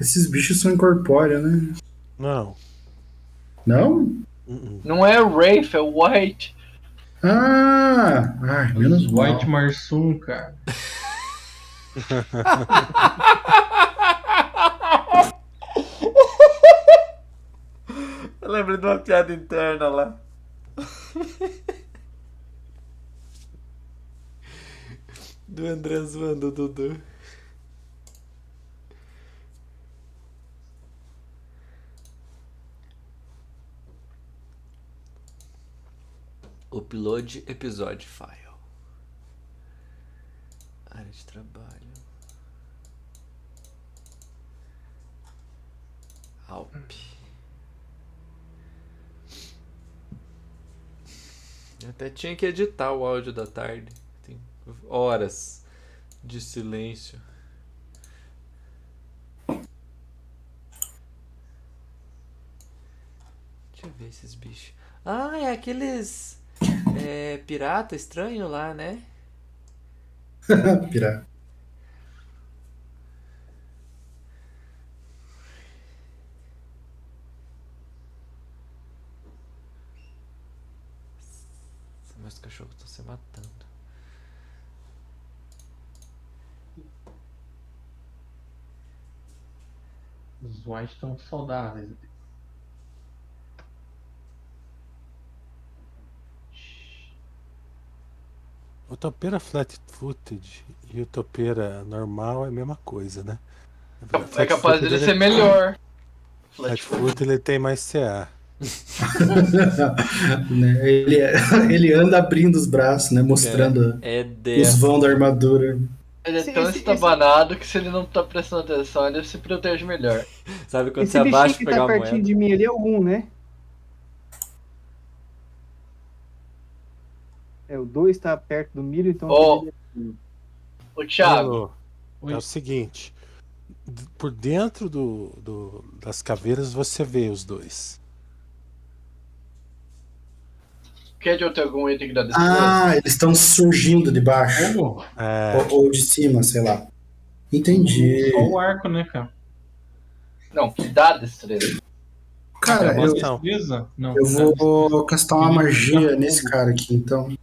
Esses bichos são incorpóreos, né? Não. Não? Não é Rafe, é White. Ah! Ai, menos mal. White Marsoon, cara. Eu lembrei de uma piada interna lá. Do André zoando o Dudu. Upload episódio file. Área de trabalho. Alp. Eu até tinha que editar o áudio da tarde. Tem horas de silêncio. Deixa eu ver esses bichos. Ah, é aqueles. É, pirata estranho lá, né? Pirar. Meus cachorros estão se matando. Os White estão saudáveis. O topeira flat footed e o topeira normal é a mesma coisa, né? Na verdade, É flat capaz footed, dele ele- ser melhor. Flat foot ele tem mais CA. Né, ele, ele anda abrindo os braços, né? Mostrando É os dessa. vão da armadura. Ele é Esse- tão esse- estabanado que se ele não tá prestando atenção, ele se protege melhor. Sabe quando você Esse abaixa bichinho e que pegar tá a pertinho moeda? de mim, ele é o 1, né? É, o 2 tá perto do milho, então... Ó. Ô, Thiago, Alô, É o seguinte. d- Por dentro do, do- das caveiras você vê os dois. quer de outro algum item que dá destreza? Ah, eles estão surgindo de baixo. Como? É, Ou, ou de cima, sei lá. Entendi. Só o arco, né, cara? Não, que dá destreza. Cara, eu, Não. Beleza? Não. eu vou castar uma magia nesse cara aqui, então.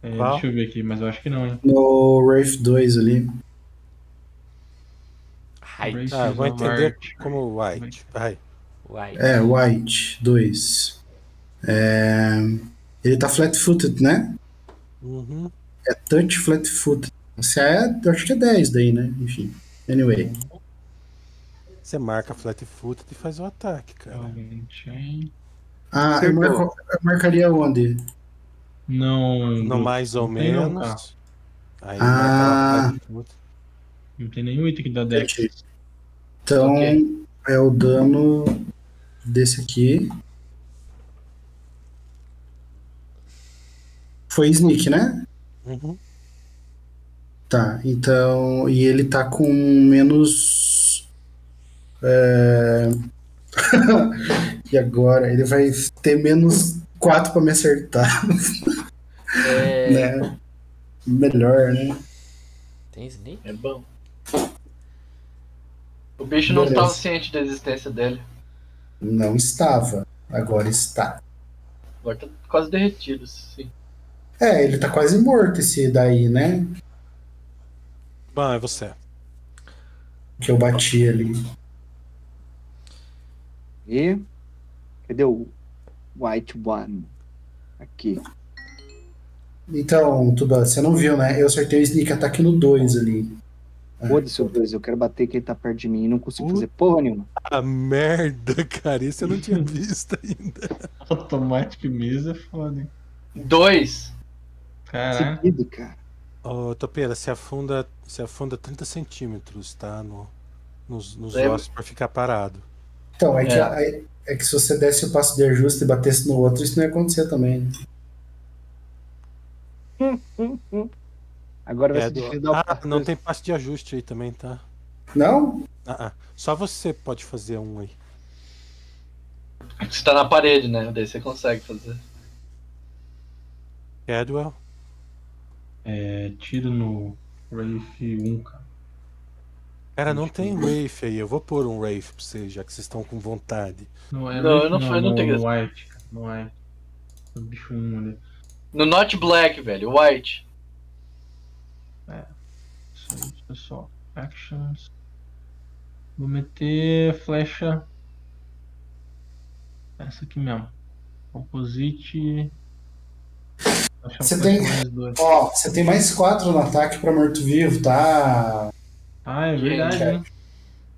É, Qual? deixa eu ver aqui, mas eu acho que não, hein? No Wraith 2 ali. Ai, Races ah, eu vou of entender Art. como White. Vai. uai. É, White 2. É, Ele tá flat-footed, né? Uhum. É touch flat-footed. Se é, eu acho que é 10 daí, né? Enfim. Anyway. Você marca flat foot e faz o ataque, É um cara. Realmente, hein? Ah, eu, marco- eu marcaria onde? Não, No mais ou tem um não, cara. menos. Aí Ah. marca lá flat foot. não tem nenhum item que dá deck. Então, Ok. é o dano desse aqui. Foi sneak, né? Uhum. Tá, então. E ele tá com menos. é, e agora? Ele vai ter menos 4 pra me acertar, É... né? Melhor, né? Tem Snake? É bom. O bicho não Beleza. tava ciente da existência dele. Não estava, agora está. Agora tá quase derretido, sim. É, ele tá quase morto esse daí, né? Bom, é você. Que eu bati ali. E... Cadê o White One? Aqui. Então, Tuba, você não viu, né? Eu acertei o sneak attack no 2 ali. Foda-se o dois, eu quero bater quem tá perto de mim e não consigo Uh. fazer porra nenhuma. A merda, cara, isso eu não tinha visto ainda. Automatic Miss é foda, hein? Dois. É. Caralho. Seguido, cara. Ô, Topeira, se afunda, se afunda 30 centímetros, tá? No, nos nos Lembra? ossos pra ficar parado. Então, é, Que, É. é, é que se você desse o passo de ajuste e batesse no outro, isso não ia acontecer também. né? Agora vai É ser do- difícil dar o Ah, não tem passo de ajuste aí também, tá? Não? Ah, ah. Só você pode fazer um aí. Você tá na parede, né? Daí você consegue fazer. Cadwell, É, tiro no Rafe 1, cara. cara, não tem Wraith aí. Eu vou pôr um Wraith pra você, já que vocês estão com vontade. Não, é Não, Rafe eu não fui- eu não no- tenho no essa. White, cara. No White. No bicho 1 ali. No Not Black, velho. White. Isso aí, pessoal. Actions. Vou meter flecha. Essa aqui mesmo. Composite. Flecha- Você flecha tem- mais dois. Ó, você tem mais 4 no ataque pra morto-vivo, tá? Ah, é verdade, hein?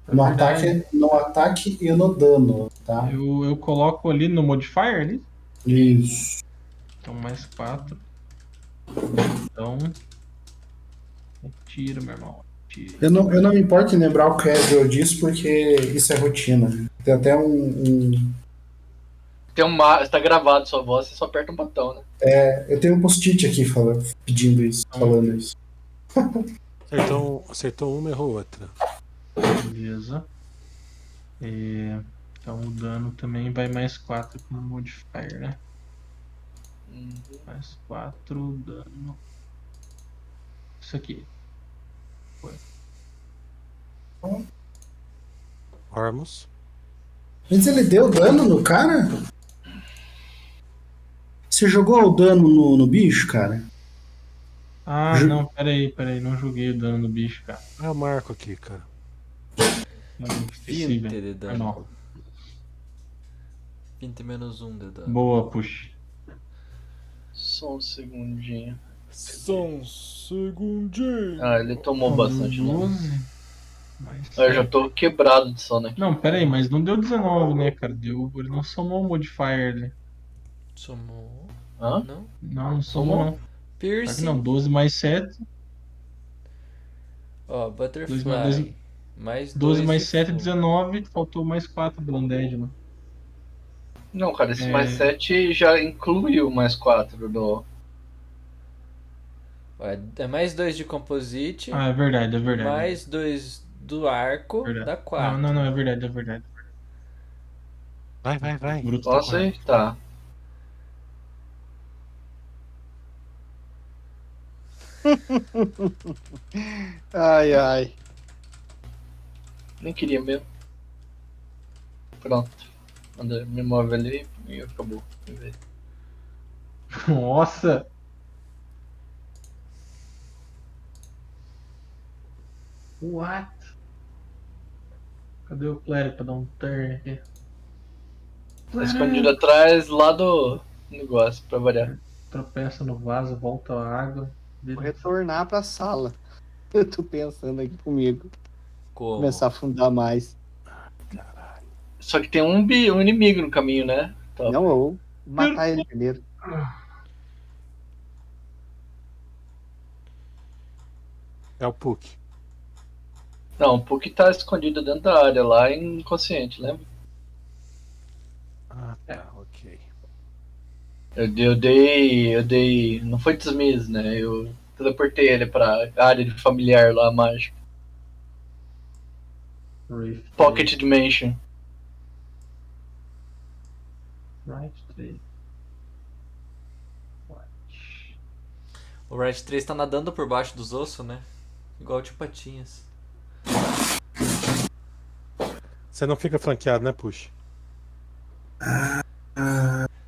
É No verdade. ataque, no ataque e no dano, tá? Eu, eu coloco ali no modifier ali. Isso. Então mais 4. Então. Tira, meu irmão. Tira. Eu não, eu não me importo em lembrar o casual disso, porque isso é rotina. Tem até um. um- Tem um mar... Está gravado sua voz, você só aperta um botão, né? é, eu tenho um post-it aqui fala- pedindo isso, falando isso. Acertou, um, acertou uma, errou outra. Beleza. É, então o dano também vai mais 4 com o modifier, né? Mais 4 dano. Isso aqui. Ormus. Mas ele deu dano no cara? Você jogou o dano no, no bicho, cara? Ah, Ju- não, peraí, peraí. Não joguei o dano no bicho, cara. é É o Marco aqui, cara. Eu esqueci, 20 de velho. É Foi dano. mal. 20 menos 1 de dano. Boa, puxa. Só um segundinho. Só um segundinho. Ah, ele tomou Uhum. Então, bastante, né? 12. Mais Ah, Eu já tô quebrado de sono aqui. Não, peraí, mas não deu 19, né, cara? Deu... Ele não somou o modifier, né? Somou. Hã? Não? Não, não somou, não. Claro que Piercing. não, 12 mais 7. Ó, Dois mais Butterfly. dois- Mais 12 dois mais é de 7, fogo. 19. Faltou mais 4 do Undead, mano. Não, cara, esse É. mais 7 já inclui o mais 4 do. Ó, é- É mais 2 de composite. Ah, é verdade, é verdade. mais 2 do arco. verdade. Dá 4. Não, não, não, é verdade, é verdade. Vai, vai, vai. O Bruto tá Posso correto. ir? Tá. Ai, ai. Nem queria mesmo. Pronto. Anda, me move ali e acabou. Nossa! What? Cadê o clérigo pra dar um turn aqui? Tá escondido atrás lá do negócio, pra variar. Tropeça no vaso, volta à água. Vou retornar pra sala. Eu tô pensando aqui comigo. Como? Começar a afundar mais. Só que tem um, bi, um inimigo no caminho, né? Tá. Não, eu vou matar ele primeiro. É o Puck. Não, o Puck tá escondido dentro da área lá, inconsciente, lembra? Ah, tá, ok. Eu, dei- eu dei. Eu dei. Não foi desmiss, né? Eu teleportei ele pra área de familiar lá, mágico. Rift. Pocket Dimension. Right 3. Watch. O Red 3 tá nadando por baixo dos ossos, né? Igual o tio Patinhas. Você não fica flanqueado, né, Push?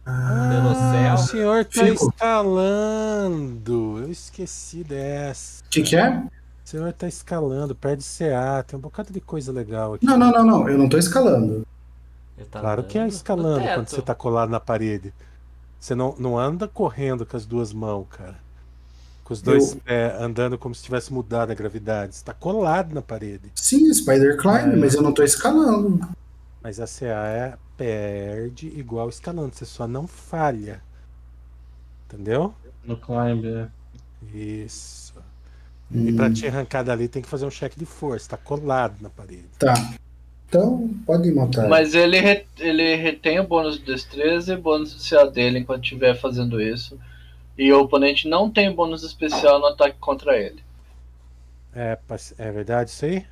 Pelo O céu. senhor tá Fico. escalando. Eu esqueci dessa. O que, que é? O senhor tá escalando, perde CA, tem um bocado de coisa legal aqui. Não, não, não, não. Eu não tô escalando. Ele tá Claro que é nadando no escalando quando tá teto. você tá colado na parede. Você não, não anda correndo com as duas mãos, cara. Com os dois é, andando como se tivesse mudado a gravidade. Está colado na parede. Sim, é Spider Climb, É. mas eu não tô escalando. Mas a CA é perde igual escalando. Você só não falha. Entendeu? No climb, né? Isso. E Hum. pra te arrancar dali tem que fazer um cheque de força. Tá colado na parede. Tá. Então, pode ir, Montari. Mas ele, re- ele retém o bônus de destreza e o bônus de CA dele enquanto estiver fazendo isso. E o oponente não tem bônus especial no ataque contra ele. É, pa- é verdade isso aí?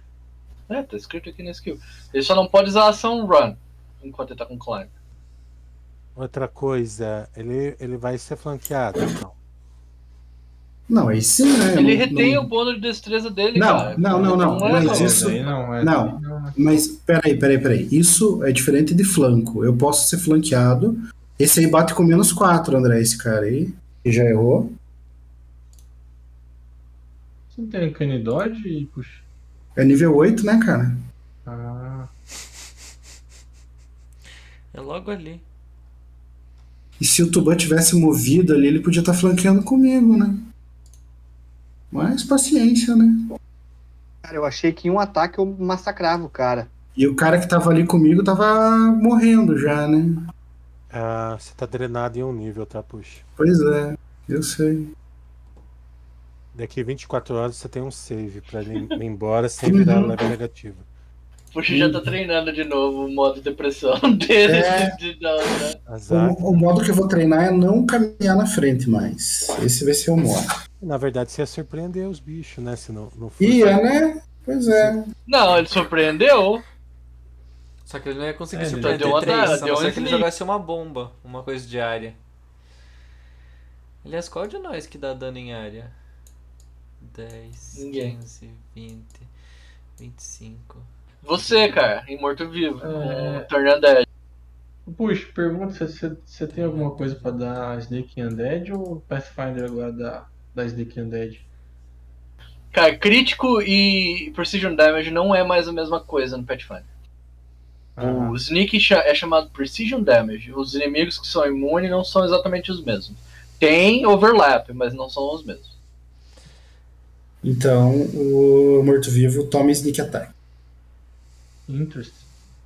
É, tá escrito aqui na skill. Ele só não pode usar a ação run enquanto ele tá com climb. Outra coisa, ele, ele vai ser flanqueado. Então. Não, aí sim, né? Ele Eu não- retém não- o bônus de destreza dele, Não, cara. não, não, não. Não é Mas não, isso. daí não, é- Não, mas peraí, peraí, peraí. Isso é diferente de flanco. Eu posso ser flanqueado. Esse aí bate com menos 4, André, esse cara aí. Que já errou. Você não tem canidode e puxa. É nível 8, né, cara? Ah. É logo ali. E se o Tuban tivesse movido ali, ele podia estar flanqueando comigo, né? Mas paciência, né? Cara, eu achei que em um ataque eu massacrava o cara. E o cara que tava ali comigo tava morrendo já, né? Ah, você tá drenado em um nível, tá? Puxa. Pois é, eu sei. Daqui 24 horas você tem um save pra ele ir embora sem virar Uhum. level negativo. Puxa, já tá treinando de novo o modo depressão dele. É. De, de, não, né? Azar. O, o modo que eu vou treinar é não caminhar na frente mais. Esse vai ser o modo. Na verdade, você ia surpreender os bichos, né? Se não, não fosse. Ia, né? Pois é. Não, ele surpreendeu. Só que ele não ia conseguir É, ele surpreender deu uma três, da- a deu não um ser que ele sneak. jogasse uma bomba, uma coisa de área. Aliás, qual de nós que dá dano em área? 10, Ninguém. 15, 20, 25. Você, cara, em morto-vivo. É. com o Tornado Edge. Puxa, pergunta se você- você tem alguma coisa pra dar Snake Undead ou Pathfinder agora da, da Snake Undead? Cara, crítico e precision damage não é mais a mesma coisa no Pathfinder. Ah, O sneak cha- é chamado precision damage. Os inimigos que são imunes não são exatamente os mesmos. Tem overlap, mas não são os mesmos. Então, o morto-vivo toma sneak attack. interest.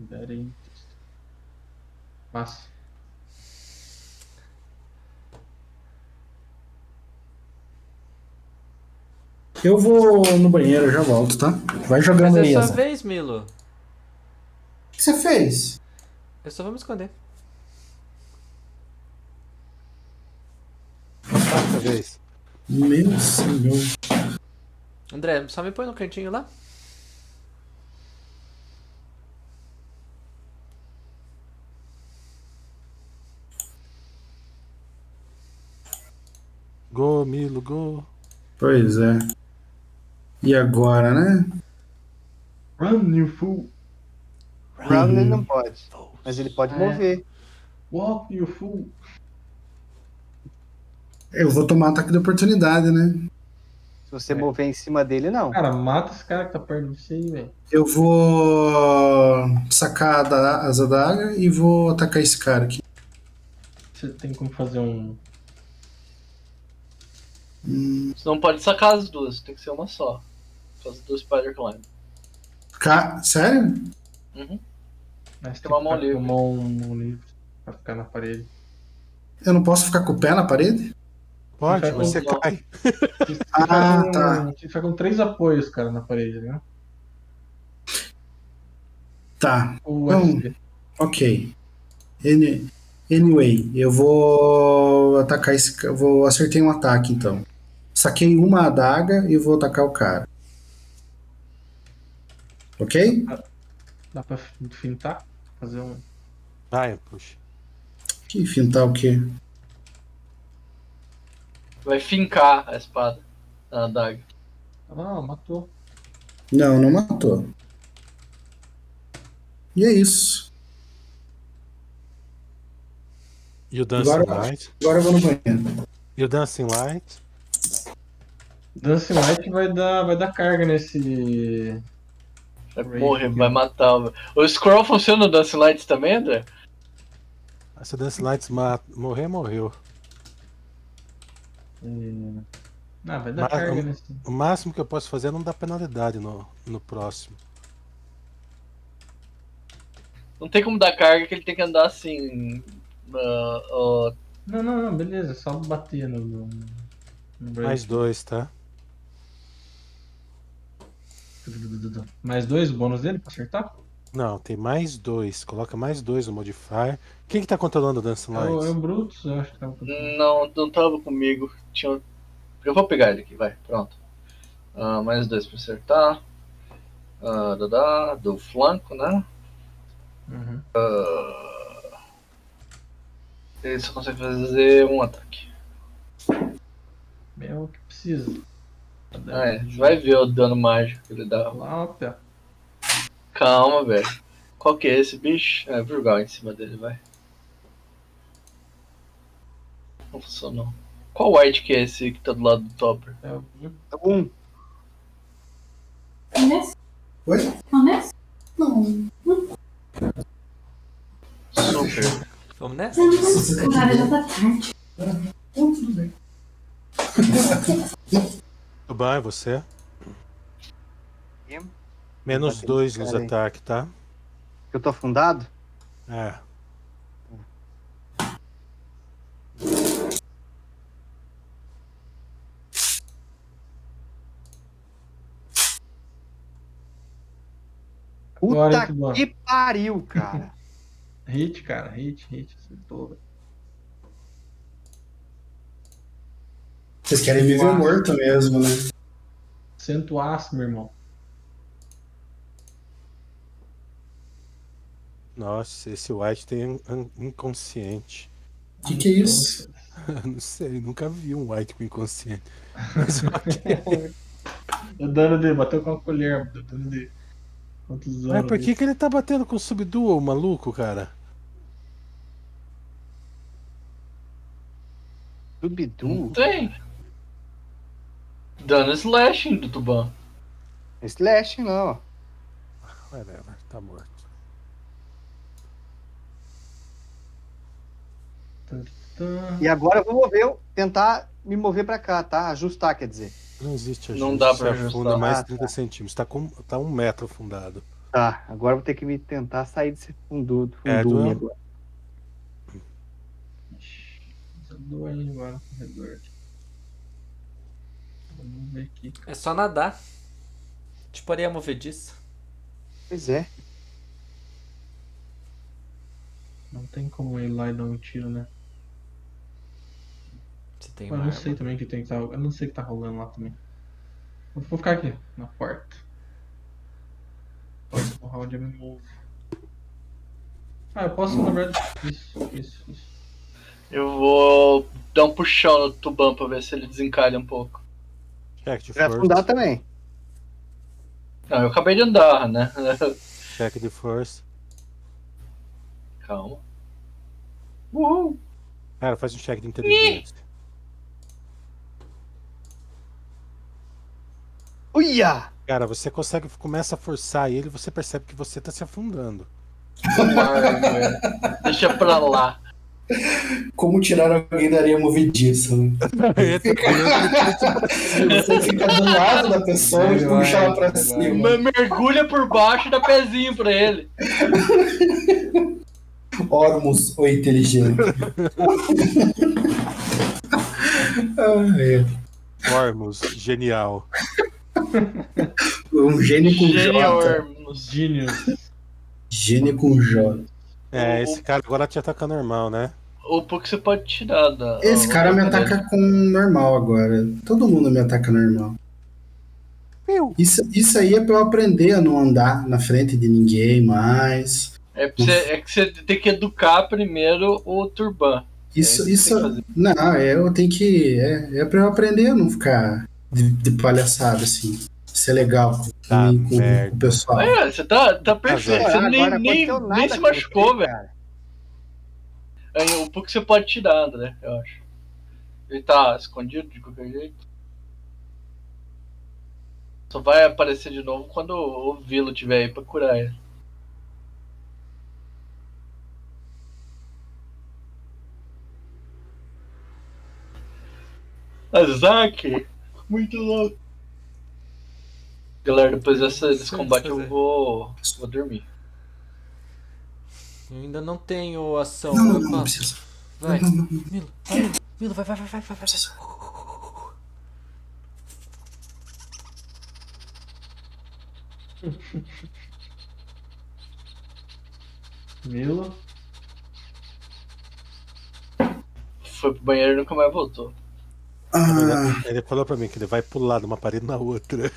That interest. Massa. Eu vou no banheiro, eu já volto, tá? Vai Mas jogando é aí, sua Asa. vez, Milo. O que você fez? Eu só vou me esconder. Outra vez. Meu senhor. André, só me põe no cantinho lá. Go, Milo, go. Pois é. E agora, né? Run, you fool! Round ele não pode. Mas ele Ah, pode É. mover. Walk, you fool! Eu vou tomar ataque de oportunidade, né? Se É. você mover em cima dele, não. Cara, mata esse cara que tá perto de você aí, velho. Eu vou sacar a da- as adaga e vou atacar esse cara aqui. Você tem como fazer um. Você não pode sacar as duas, tem que ser uma só. Faz duas spider climb. Ca- Sério? Mas Tem uma mão que ficar com livre. a mão- um mão livre pra ficar na parede. Eu não posso ficar com o pé na parede? Pode, Vai com você o- cai. Você fica Ah, com- tá. Você fica com três apoios, cara, na parede, né? Tá, O Não. USB. ok. Any- Anyway, eu vou atacar esse ca- eu Vou acertei um ataque então. Saquei uma adaga e vou atacar o cara. Ok? Dá pra fin- fintar? Fazer um. Vai, puxa. Que fintar o quê? Vai fincar a espada na adaga. Ah, matou. Não, não matou. E é isso. E o Dancing Agora- Light. Agora eu vou no banheiro. E o Dancing Light. Dance Light vai dar, vai dar carga nesse. Vai Rage morrer, Kill. vai matar. o- O scroll funciona no Dance Lights também, André? Se o Dancing Light ma- morrer, morreu. eh, é, Ah, vai dar Ma- carga o- nesse. O máximo que eu posso fazer é não dar penalidade no, no próximo. Não tem como dar carga que ele tem que andar assim. na- ó, Não, não, não, beleza, é só bater no. no, no break. Mais dois, tá? Mais dois bônus dele pra acertar? Não, tem mais dois. Coloca mais dois no modifier. Quem que tá controlando o Dance É o, é o Lights? Brutus, eu acho que tá. não, não tava comigo. Tinha... Eu vou pegar ele aqui, vai, pronto. Ah, mais dois pra acertar. Ah, dá, dá, do flanco, né? Uhum. Ah, ele só consegue fazer um ataque. É o que precisa. Ah, é. Vai ver o dano mágico que ele dá. Lápia. Calma, velho. Qual que é esse bicho? É, Virgal em cima dele, vai. Não funcionou. Qual white que é esse que tá do lado do topper? É o Então, um. Nesse? Oi? Não, nesse? Não. Super. Vamos nessa? Nossa, cara, já tá tarde. Tudo bem. Tuban, é você? Menos dois nos Cara aí. ataques, tá? Eu tô afundado? É. Agora, Puta hein, Tuban? que pariu, cara. Hit, cara, hit, hit, acertou. velho. Vocês querem viver morto mesmo, né? Senta o aço, meu irmão. Nossa, esse White tem um- um inconsciente. O que, que é isso? Não sei, nunca vi um White com inconsciente. Mas ok. O dano dele, bateu com a colher, o dano dele. Quantos anos? Mas por que, que ele tá batendo com o Subduo, maluco, cara? Dubidu. Tem. Dano slashing do Tuban. Slash não, ó. Whatever, tá morto. E agora eu vou mover, eu tentar me mover pra cá, tá? Ajustar, quer dizer. Não existe ajuste. Não dá pra se ajustar. afunda mais Ah, 30 centímetros. Tá, com, tá um metro afundado. Tá, agora eu vou ter que me tentar sair desse fundudo. É, fundume Duan? agora. Dou ele agora no corredor aqui. Vamos ver aqui. É só nadar. Tipo areia movediça. Pois é. Não tem como ir lá e dar um tiro, né? Você tem Pô, eu uma não sei arma. também o que tem que tá. Eu não sei o que tá rolando lá também. Vou vou ficar aqui, na porta. Próximo round eu me movo. Ah, eu posso, na verdade. Isso, isso, isso. Eu vou dar um puxão no Tuban pra ver se ele desencalha um pouco. Check de Tá Vai afundar force. também. Não, eu acabei de andar, né? Check de force. Calma. Uhul. Cara, faz um check de inteligência. Uia! Cara, você consegue, começa a forçar ele, você percebe que você tá se afundando. Ai, velho. Deixa pra lá. Como tirar alguém da areia movediça? né? Você fica do lado da pessoa e puxa ela pra cima. Me- Mergulha por baixo e dá pezinho pra ele. Ormus, o inteligente. Ah, Ormus, genial. é. Um gênio com Genial, J. Hermos. Genius. Gênio com J. Uhum. É, esse cara agora te ataca normal, né? O pouco que você pode tirar da. Esse da- cara me da- ataca com normal agora. Todo mundo me ataca normal. Isso, isso aí é pra eu aprender a não andar na frente de ninguém mais. É, pra você- é que você tem que educar primeiro o Turban. Isso, É isso isso. que tem Não, é, eu tenho que. É, é pra eu aprender a não ficar de, de palhaçada, assim. Ser legal com, Tá com- com merda. o pessoal. É, você tá, tá perfeito. Agora, Você nem, agora nem, aconteceu nada nem se com machucou, você, velho. cara. É, O pouco que você pode tirar, André, eu acho. Ele tá escondido de qualquer jeito. Só vai aparecer de novo quando o Vilo tiver aí pra curar ele. Azaki, Ah, Muito louco. Galera, depois dessa- desse combate eu vou. vou dormir. Eu ainda não tenho ação. Não, não, eu não, não faço. precisa. Vai. Não, não, não, Milo, vai, Milo. Milo, vai, vai, vai, vai, vai, vai. Milo. Foi pro banheiro e nunca mais voltou. Ah, Ele falou pra mim que ele vai pular de uma parede na outra.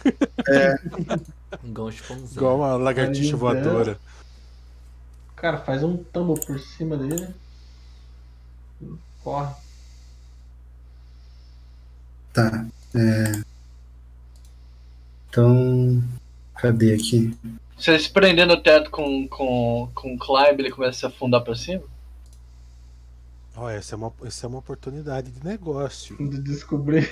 Igual um chifãozão. Igual uma lagartixa Pois é. voadora. Cara, faz um tumble por cima dele. Corre. Tá. é. Então. Cadê aqui? Se ele se prender no teto com, com, com o Climb, ele começa a se afundar pra cima? Ó, essa, é uma, essa é uma oportunidade de negócio. De descobrir.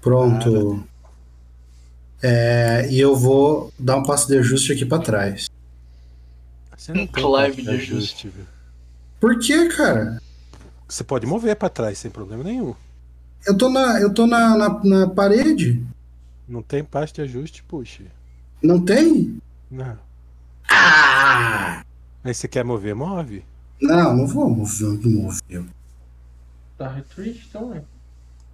Pronto. É, e eu vou dar um passo de ajuste aqui pra trás. Você não tem Clive parte de ajuste. velho. Por que, cara? Você pode mover pra trás sem problema nenhum. Eu tô na, eu tô na, na, na parede. Não tem parte de ajuste, puxa. Não tem? Não. Ah! Aí você quer mover, move. Não, não vou mover, não mover. Dá retreat então, né?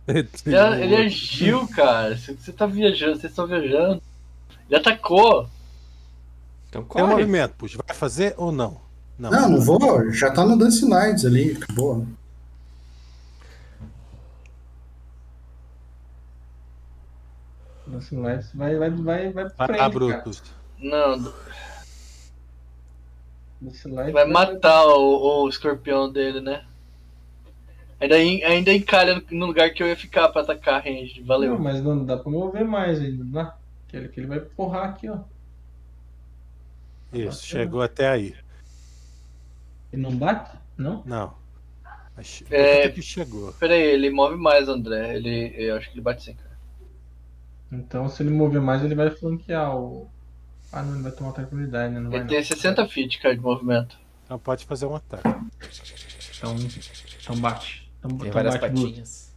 Ele, é, ele agiu, cara. Você, você tá viajando, vocês estão viajando. Ele atacou. Então É um movimento, puxa. Vai fazer ou não? Não, não vou. Já tá no Dance Lines ali. Acabou. Assim, vai, vai, vai, vai, vai Vai pra frente, lá, cara. Brutus. Não, Desse lado, vai matar o, o escorpião dele, né? Ainda, en- ainda encalha no- no lugar que eu ia ficar pra atacar a range. Valeu. Não, mas não dá pra mover mais ainda, não dá? Que ele, que ele vai porrar aqui, ó. Isso, chegou até aí. Ele não bate? Não? Não. Mas por É. que que chegou? Pera aí, ele move mais, André. Ele, eu acho que ele bate sim, cara. Então, se ele mover mais, ele vai flanquear o. Ah, não, ele vai tomar tranquilidade, né? Não vai Ele não. tem 60 feet, cara, de movimento. Então pode fazer um ataque. Então, então bate. Então, Tem então várias bate, Brutus. patinhas.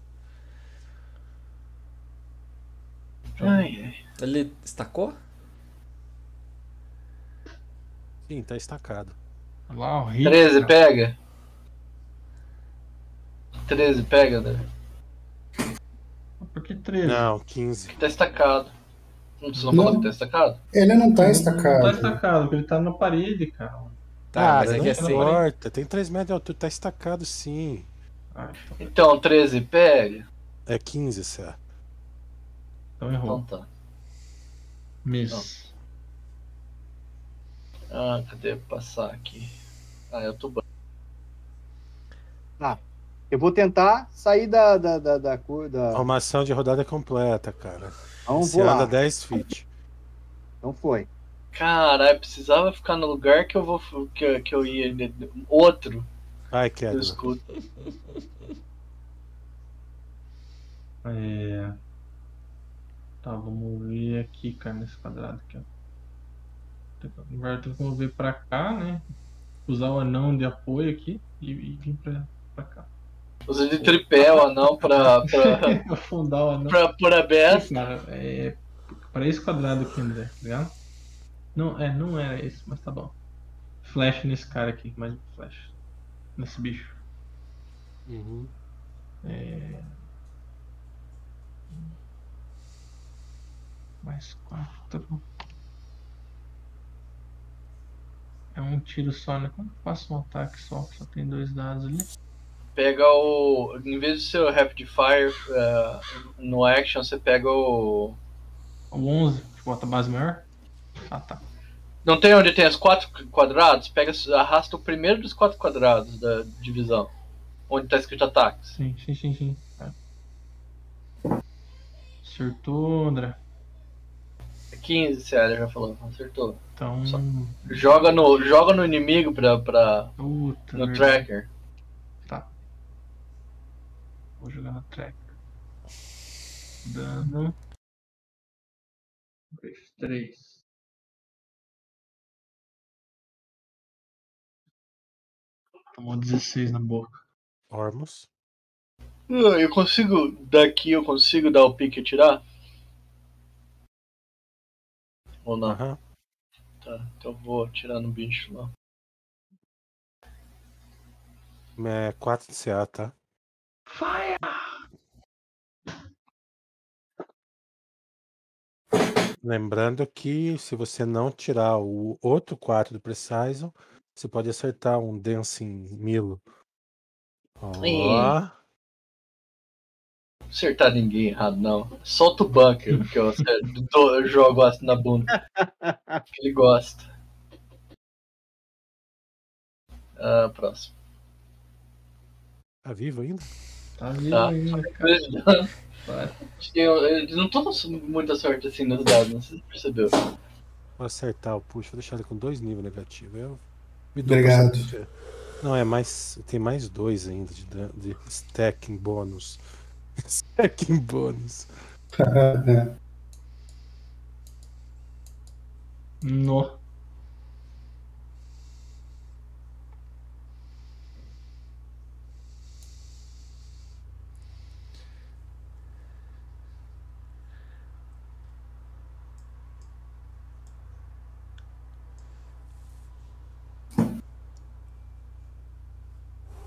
Ai, ai. Ele estacou? Sim, tá estacado. Olha lá, o hit, 13, cara. pega. 13, pega, André. Por que 13? Não, 15. Tá estacado. Não precisa falar Não. que tá estacado? Ele não tá Não tá estacado. estacado, porque ele tá na parede, cara. Tá, mas Cara, é Ah, não assim, que é né? sem. importa. Tem 3 metros de altura. Tá estacado sim. Ah, então, Então, 13, pega. É 15, Cé. então Então errou. tá. Miss. Ah, cadê passar aqui? Ah, eu tô branco. Eu vou tentar sair da. da, da, da, cor- da... Arrumação de rodada é completa, cara. Não Então Você vou lá. anda 10 feet. Não foi. Caralho, precisava ficar no lugar que eu vou que, eu- que eu ia. né? Outro Vai, do Kedron. escudo. É... Tá, vamos ver aqui, cara, nesse quadrado aqui, ó. Tem que- Agora tem que mover pra cá, né? Usar o anão de apoio aqui e, e vir pra, pra cá. Usa de tripé o anão pra. pra. Afundar o anão. pra, pra besta. Cara, é pra esse quadrado aqui, André, tá ligado? Não, é, não era esse, mas tá bom. Flash nesse cara aqui, mais um flash. Nesse bicho. Uhum. É... Mais quatro. É um tiro só, né? Como que eu faço um ataque só? que Só tem dois dados ali. Pega o. Em vez do seu Rapid Fire eh, no action, você pega o. O 11, que bota a base maior. Ah, tá. Não tem onde tem as quatro quadrados? Pega, arrasta o primeiro dos quatro quadrados da divisão. Onde tá escrito ataques. Sim, sim, sim, sim. Tá. Acertou, André. 15, Célia já falou, acertou. Então. Só- Joga no, joga no inimigo pra, pra, Puta. no merda. tracker. Tá. Vou jogar no track. Dano. Um, Dois, três. Tomou 16 na boca. Ormus. Ah, Eu consigo, daqui eu consigo dar o pique e tirar? Ou não? Aham. Tá, então eu vou atirar no bicho lá. É 4 de CA, tá? Fire! Lembrando que se você não tirar o outro 4 do Precision, você pode acertar um Dancing Milo. Ó. Ih. Acertar ninguém errado, não. Solta o bunker, que eu, acerto- dou- eu jogo assim na bunda. Que ele gosta. Ah, próximo. Tá vivo ainda? Tá vivo Tá. ainda. Eles não- Eu- Eles não estão com muita sorte assim nos dados, não sei se você percebeu. Vou acertar o push, vou deixar ele com dois níveis negativos. Eu me dou Obrigado. bastante- Não, é mais. Tem mais dois ainda de, dan- de stack em bônus. stack em bônus. É, No.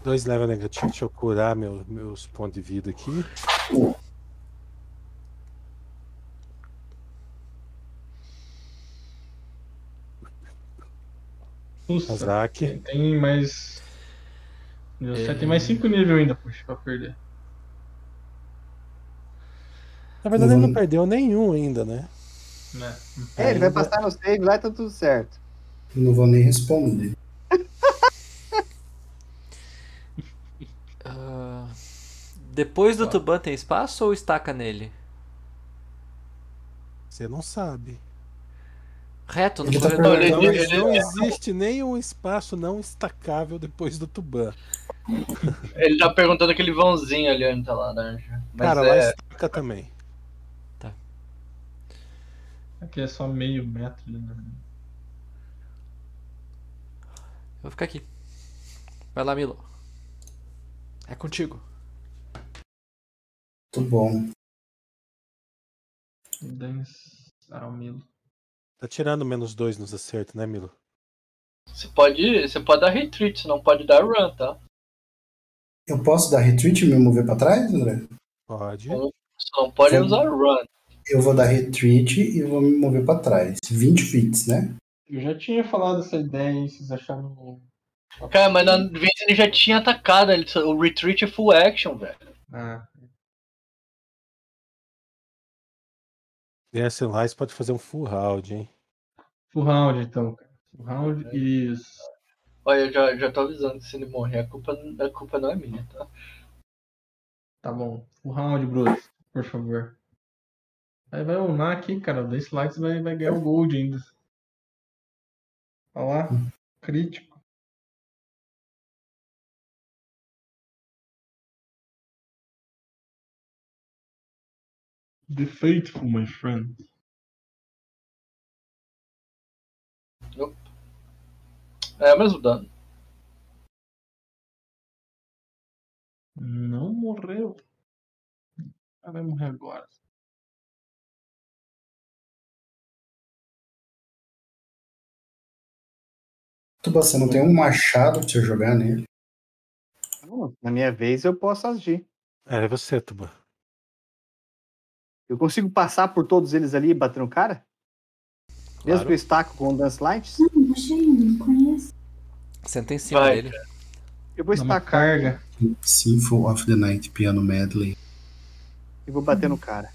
Dois level negativo, deixa eu curar meu- meus pontos de vida aqui. Puxa. Azaki. Tem mais. Meu, É. você Tem mais 5 níveis ainda, puxa, pra perder. Na verdade, ele não perdeu nenhum ainda, né? Né? É, ele vai passar no save lá e tá tudo certo. Não vou nem responder. Ah, depois do Tuban tem espaço ou estaca nele? Você não sabe. Reto no Ele tá corredor. Ele- Não, ele- mas não ele- existe nenhum espaço não estacável depois do Tuban. Ele tá perguntando aquele vãozinho ali onde tá a laranja. Mas Cara, lá é, estaca também. Aqui é só meio metro, né? Eu vou ficar aqui. Vai lá, Milo. É contigo. Muito bom. Dance ao Milo. Tá tirando menos dois nos acertos, né, Milo? você, pode, você pode dar retreat, você não pode dar run, tá? Eu posso dar retreat e me mover pra trás, André? Pode. Você não pode Sim. usar run. Eu vou dar retreat e vou me mover pra trás. 20 fits, né? Eu já tinha falado essa ideia, e vocês acharam. um- Cara, mas na vez ele já tinha atacado, ele, o retreat é full action, velho. Ah, Desce lá, você pode fazer um full round, hein? full round então, cara. Full round e. Olha, eu já, já tô avisando que se ele morrer, a culpa, a culpa não é minha, tá? Tá bom. Full round, Bruce, por favor. Aí vai unar aqui, cara. O Dance Lights vai, vai ganhar o gold ainda. Olha lá. Crítico. Be faithful, my friend. É o mesmo dano. Não morreu. Ela vai morrer agora. Tuba, você não tem um machado pra você jogar nele. Bom, Na minha vez eu posso agir. É você, Tuban. Eu consigo passar por todos eles ali e bater no cara? Mesmo que eu estaco com o Dance Lights? Não, achei, não conheço. Senta em cima Vai. dele. Eu vou Dá uma estacar carga. Symphony of the Night Piano Medley. e vou bater no cara.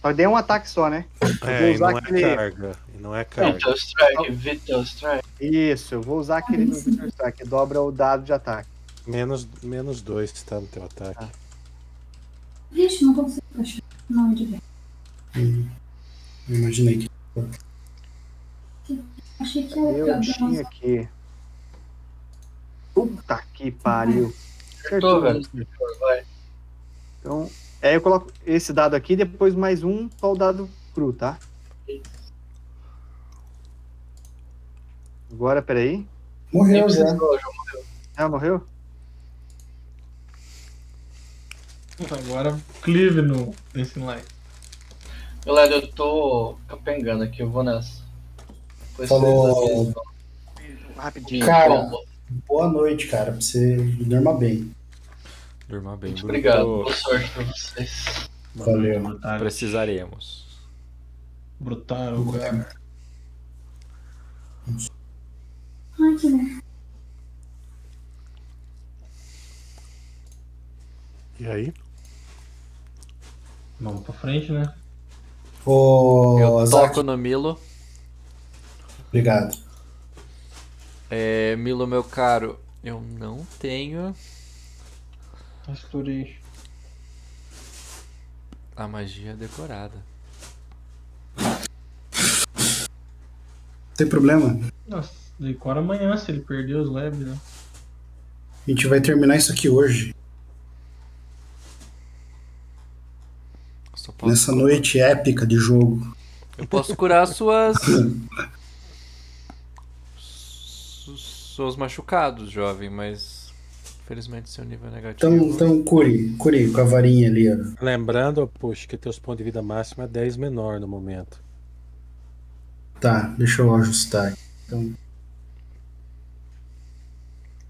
Só dei um ataque só, né? É, e não usar é aquele- carga. E não é carga. Vital Strike, Vital Strike. Isso, eu vou usar aquele do Victor Strike, que dobra o dado de ataque. Menos, menos dois que está no teu ataque. Vixe, não consigo achar. Não, é de ver. Eu imaginei que. Achei que era Eu pra dar um- tinha uma aqui. Puta que pariu. Acertou, velho. Vai. Então, aí eu coloco esse dado aqui, depois mais um só o dado cru, tá? Agora, peraí. Nem Morreu já. é precisou, já. Já Ah, morreu? Agora, Clive no Dancing Light. Galera, eu tô capengando aqui, eu vou nessa. Depois vocês Falou. avisam. Rapidinho. Cara, boa noite, cara. Pra você dormir bem. Durma bem, Muito Obrigado, boa sorte pra vocês. Valeu. Precisaremos. Brutal, cara. Ai, que bom. E aí? Vamos pra frente, né? Ô, Eu Azak, toco no Milo. obrigado. É, Milo, meu caro, eu não tenho Asturi. a magia é decorada. Não tem problema. Nossa, decora amanhã se ele perder os labs, né? A gente vai terminar isso aqui hoje. Só posso- Nessa noite épica de jogo. Eu posso curar suas. su- seus machucados, jovem, mas. Infelizmente seu nível é negativo. Então, então cure, cure com a varinha ali, ó. Lembrando, poxa, que teus pontos de vida máximo é 10 menor no momento. Tá, deixa eu ajustar. aqui. Vamos.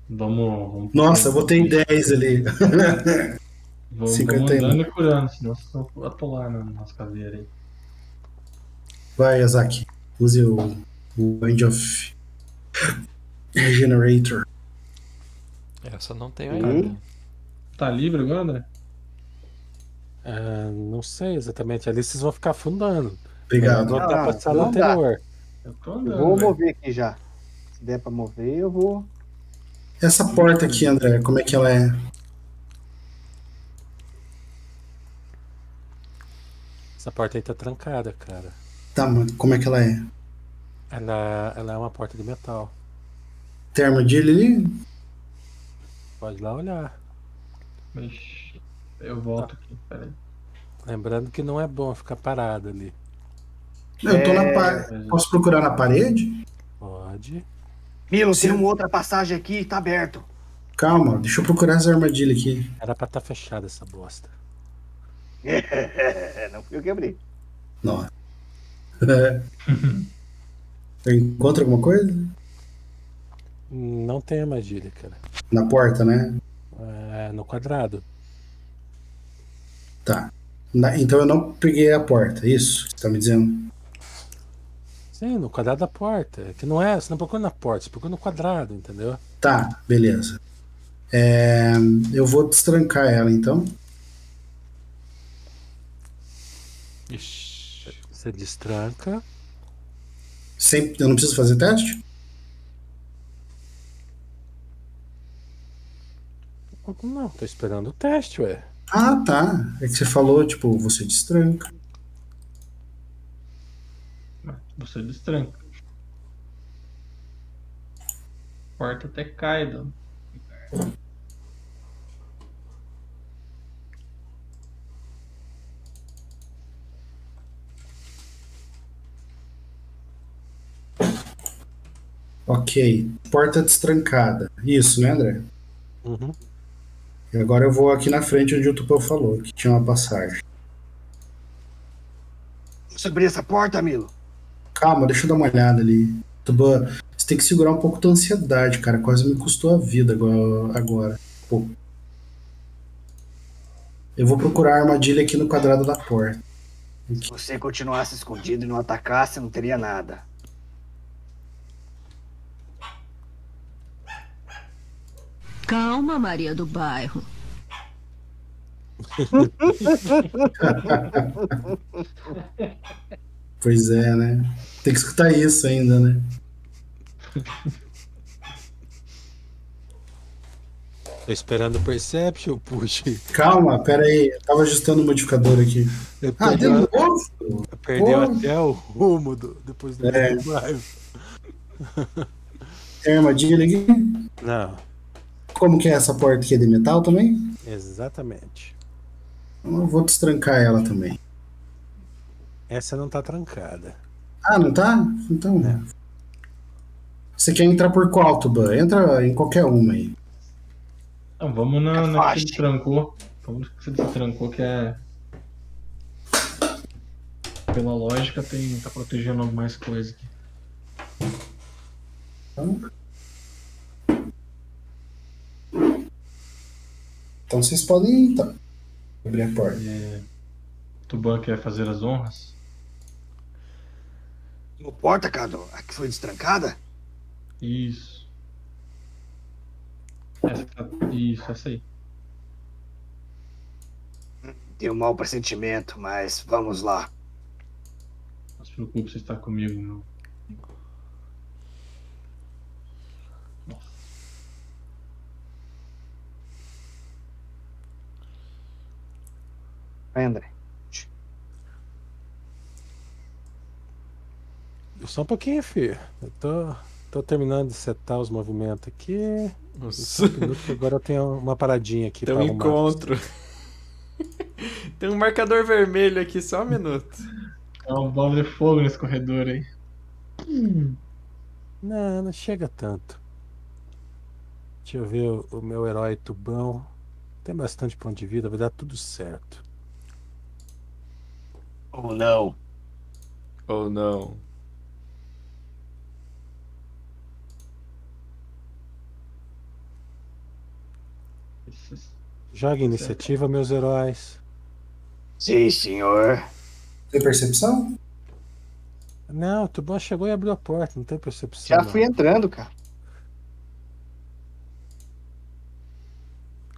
vamos Nossa, eu botei 10 ali. Vamos, vamos 51. andando e curando, senão vocês vão atolar na- nas cadeiras aí. Vai, Azak. Use o, o End of Generator. Essa não tenho Uhum. ainda. Tá livre agora, André? Ah, não sei exatamente. Ali vocês vão ficar afundando. Obrigado. Vou É. voltar Ah, pra sala não dá. anterior. Eu tô Eu andando. vou velho. mover aqui já. Se der pra mover, eu vou. Essa porta aqui, André, como é que ela é? Essa porta aí tá trancada, cara. Tá, mano, como é que ela é? Ela, ela é uma porta de metal. Tem armadilha ali? Pode ir lá olhar. Mas eu volto aqui, peraí. Lembrando que não é bom ficar parado ali. Eu tô na pa... Posso procurar na parede? Pode. Milo, Sim. tem uma outra passagem aqui, tá aberto. Calma, deixa eu procurar essa armadilha aqui. Era pra estar tá fechada essa bosta. É, não fui eu que abri. Não. É. Eu encontro alguma coisa? Não tem armadilha, cara. Na porta, né? É no quadrado. Tá. Na- Então eu não peguei a porta, isso? Você tá me dizendo? Sim, no quadrado da porta. Que não é, você não procura na porta, você procura no quadrado, entendeu? Tá, beleza. É, Eu vou destrancar ela então. Ixi. Você destranca. Sem... Eu não preciso fazer teste? Não, tô esperando o teste, ué. Ah, tá. É que você falou, tipo, você destranca. Você destranca. Porta até cai, Dan. Ok. Porta destrancada. Isso, né, André? Uhum. E agora eu vou aqui na frente onde o Tupã falou, que tinha uma passagem. Posso abrir essa porta, Milo? Calma, deixa eu dar uma olhada ali. Tuban, você tem que segurar um pouco tua ansiedade, cara. Quase me custou a vida agora. agora. Pô. Eu vou procurar a armadilha aqui no quadrado da porta. Se você continuasse escondido e não atacasse, não teria nada. Calma, Maria do Bairro. Pois é, né? Tem que escutar isso ainda, né? Tô esperando o Perception, puxa. Calma, pera aí. Eu tava ajustando o modificador aqui. Eu Ah, de perdeu, novo? perdeu Porra. até o rumo do- depois do É. bairro. Tem armadilha aqui? Não, Como que é essa porta aqui? É de metal também? exatamente. Eu vou destrancar ela também. Essa não tá trancada. Ah, não tá? Então. É. Você quer entrar por qual, Tuban? Entra em qualquer uma aí. Então, vamos na, na que Afaste. você trancou. Vamos na que você trancou, que é. Pela lógica, tem, tá protegendo mais coisa aqui. Então vocês podem ir, então. Abrir a porta. Tuban quer fazer as honras? A porta, Cadu, a que foi destrancada? Isso. Essa tá- Isso, essa aí. Tenho um mau pressentimento, mas vamos lá. Não se preocupe, você está comigo, meu. Vai, André. Só um pouquinho, filho. Eu tô, tô terminando de setar os movimentos aqui. Nossa. Só um minuto, que tá agora eu tenho uma paradinha aqui Tem pra um arrumar. encontro. Tem um marcador vermelho aqui, só um minuto. É uma bola de fogo nesse corredor aí. Não, não chega tanto. Deixa eu ver o, o meu herói tubão. Tem bastante ponto de vida, vai dar tudo certo. Ou não. Ou não. Joga iniciativa, meus heróis. Sim, senhor. Tem percepção? Não, o Tubão chegou e abriu a porta, não tem percepção. Já não. fui entrando, cara.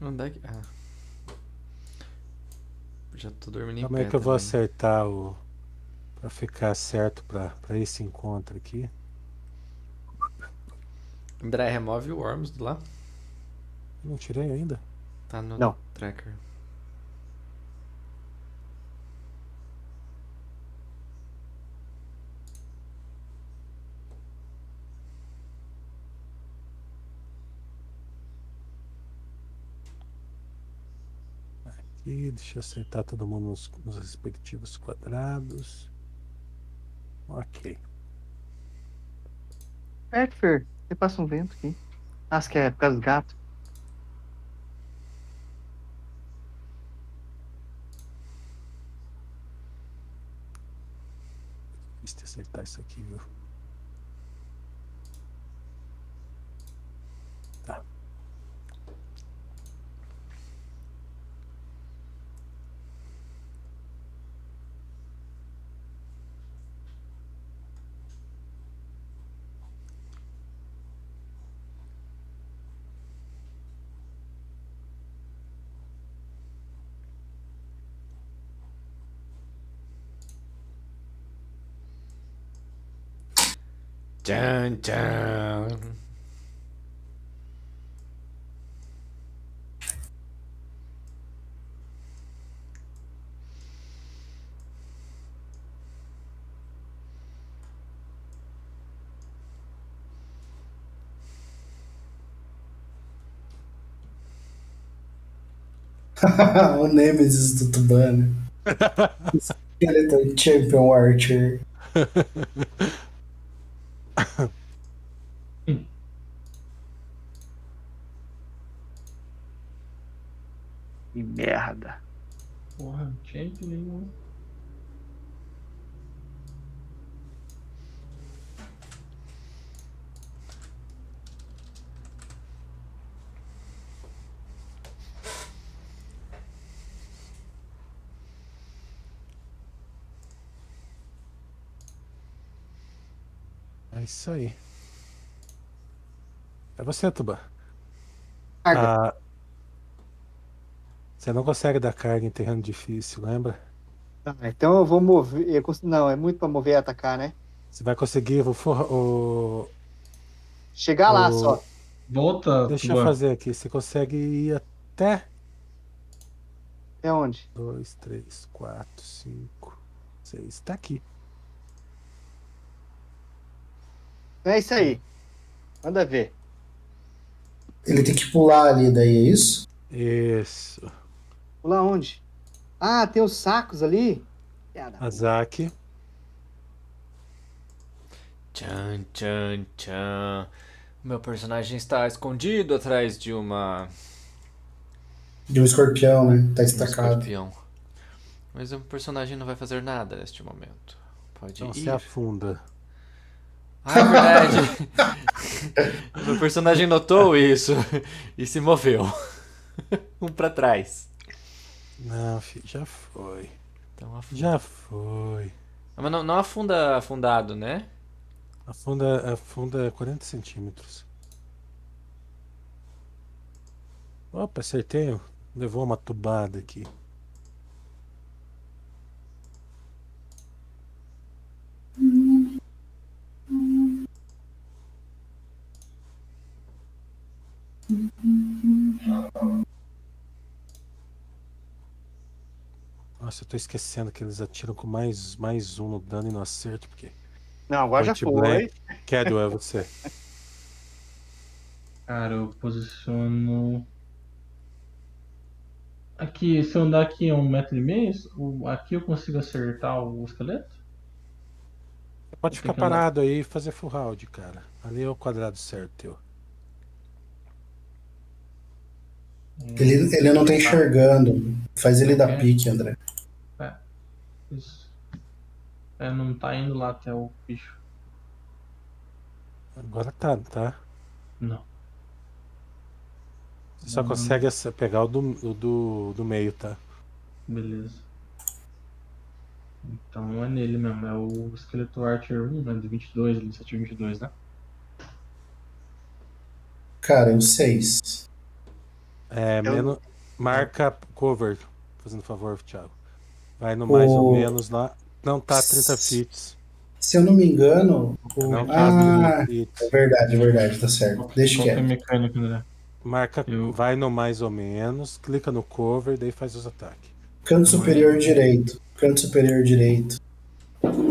Onde é que. Ah. Já tô dormindo em Como pé é que eu vou também. acertar o. pra ficar certo pra, pra esse encontro aqui? André, remove o Worms do lá. Não tirei ainda? Tá no Não. tracker. Aqui, deixa eu acertar todo mundo nos, nos respectivos quadrados. Ok. Perto, É, Fer. Você passa um vento aqui. Acho que é por causa do gato. Difícil de acertar isso aqui, viu? Tá. Tchan, tchan. o Nemesis do né? Tubano. Skeleton é Champion Archer. Que merda. Porra, não tinha jeito nenhum. É isso aí. É você, Tuba. Carga. Ah, você não consegue dar carga em terreno difícil, lembra? Tá, então eu vou mover. eu cons- Não, é muito pra mover e atacar, né? Você vai conseguir vou forra- o. Chegar lá o- só. Volta, Deixa eu Tuban. fazer aqui. Você consegue ir até. Até onde? 2, 3, 4, 5, 6. Tá aqui. Então é isso aí. Manda ver. Ele tem que pular ali, daí é isso? Isso. Pular onde? Ah, tem os sacos ali. Azaki. Tchan, tchan, tchan. Meu personagem está escondido atrás de uma De um escorpião, né? Tá destacado. escorpião. Mas o personagem não vai fazer nada neste momento. Pode Então ir. se afunda. Ah, é verdade. o personagem notou isso e se moveu. Um pra trás. Não, filho, já foi. Então afunda. Já foi. Ah, Mas não, não afunda afundado, né? Afunda, afunda 40 centímetros. Opa, acertei. Levou uma tubada aqui. Nossa, eu tô esquecendo que eles atiram com mais, mais um no dano e no acerto, porque. Não, agora já Point foi. blank. Cadwell, é você. Cara, eu posiciono. Aqui, se eu andar aqui a um metro e meio, o- aqui eu consigo acertar o esqueleto? Pode Eu ficar tenho que andar- parado aí e fazer full round, cara. Ali é o quadrado certo teu. Ele, ele não tá enxergando. Faz ele dar pique, André. É. Isso. É, não tá indo lá até o bicho. Agora tá, tá? Não. Você só Uhum. Não, não. consegue essa- pegar o do, o do, do meio, tá? Beleza. Então é nele mesmo, é o esqueleto Archer 1, né? Do 22, iniciativa 22, né? Cara, é um 6. É, Eu- menos. Marca cover, fazendo favor, Thiago. Vai no mais ou O- menos lá. Não tá 30 fits. Se eu não me engano. O... Não tá ah, 30 fits. é verdade, é verdade, tá certo. Deixa Qual que é a quieto. mecânica, André? Marca, vai no mais ou menos, clica no cover, daí faz os ataques. Canto superior direito. Canto superior direito.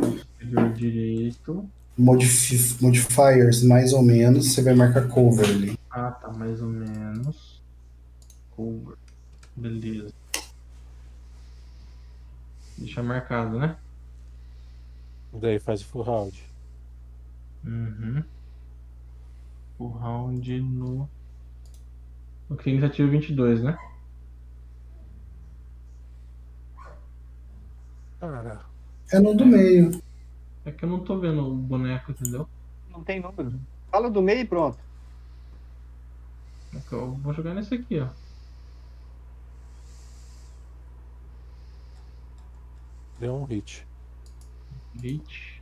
Superior direito. Modifi- modifiers, mais ou menos. Você vai marcar cover ali. Ah, tá, mais ou menos. Cover. Beleza. Deixa marcado, né? Daí faz o full round. Uhum. O round no. Ok, iniciativa 22, né? Cara. É no do meio. É que eu não tô vendo o boneco, entendeu? Não tem número. Fala do meio e pronto. É que eu vou jogar nesse aqui, ó. Deu um hit. Hit.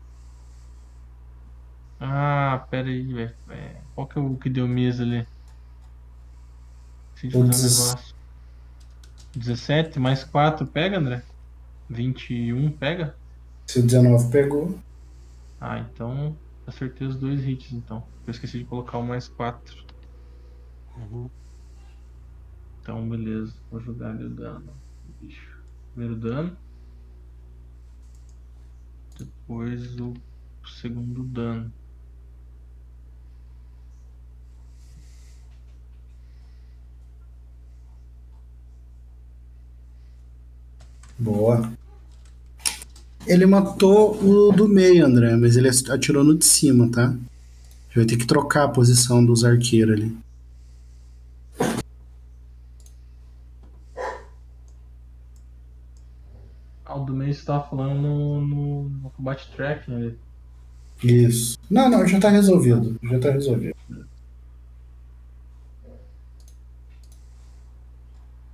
Ah, pera aí, velho. É, Qual que é o que deu mesa ali? Preciso fazer um Dezes- negócio. 17 mais 4 pega, André? 21 pega? Se o 19 pegou. Ah, então acertei os dois hits então. Eu esqueci de colocar o mais 4. Então beleza, vou jogar ali o dano. Bicho. Primeiro dano. Depois o segundo dano. Boa. Ele matou o do meio, André, mas ele atirou no de cima, tá? Ele Vai ter que trocar a posição dos arqueiros ali. Ah, o do meio você tava falando no, no, no combat né? tracking ali. Isso. Não, não, já tá resolvido. Já tá resolvido.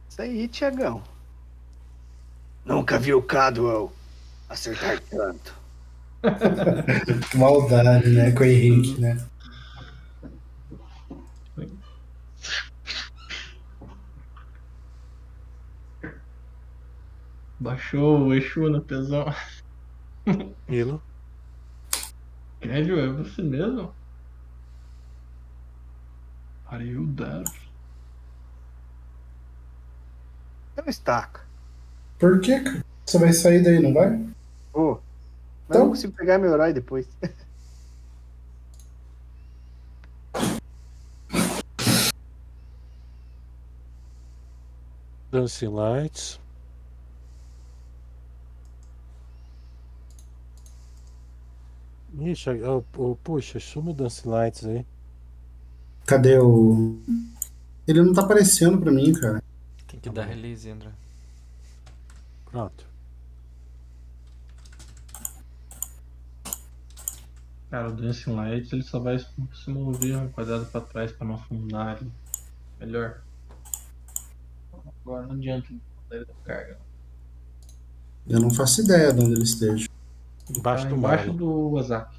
Isso aí, Tiagão. Nunca vi o Cadwell acertar tanto. Maldade, né, com o Henrique, né? Baixou o Exu no tesão. Milo. Crédio, é você mesmo? Are you there? É um estaca. Por que, cara? Você vai sair daí, não vai? Vou. Mas Então- eu consigo pegar meu herói depois. Dancing Lights. Ixi, ó, ó, puxa, suma o Dancing Lights aí. Cadê o. Ele não tá aparecendo pra mim, cara. Tem que que dá release, André. Pronto. Cara, o Dancing Lights ele só vai se mover um quadrado pra trás pra não afundar ele. Melhor. Agora não adianta né? ele da carga. Eu não faço ideia de onde ele esteja. Embaixo tá do embaixo Marlon. do Ozaki.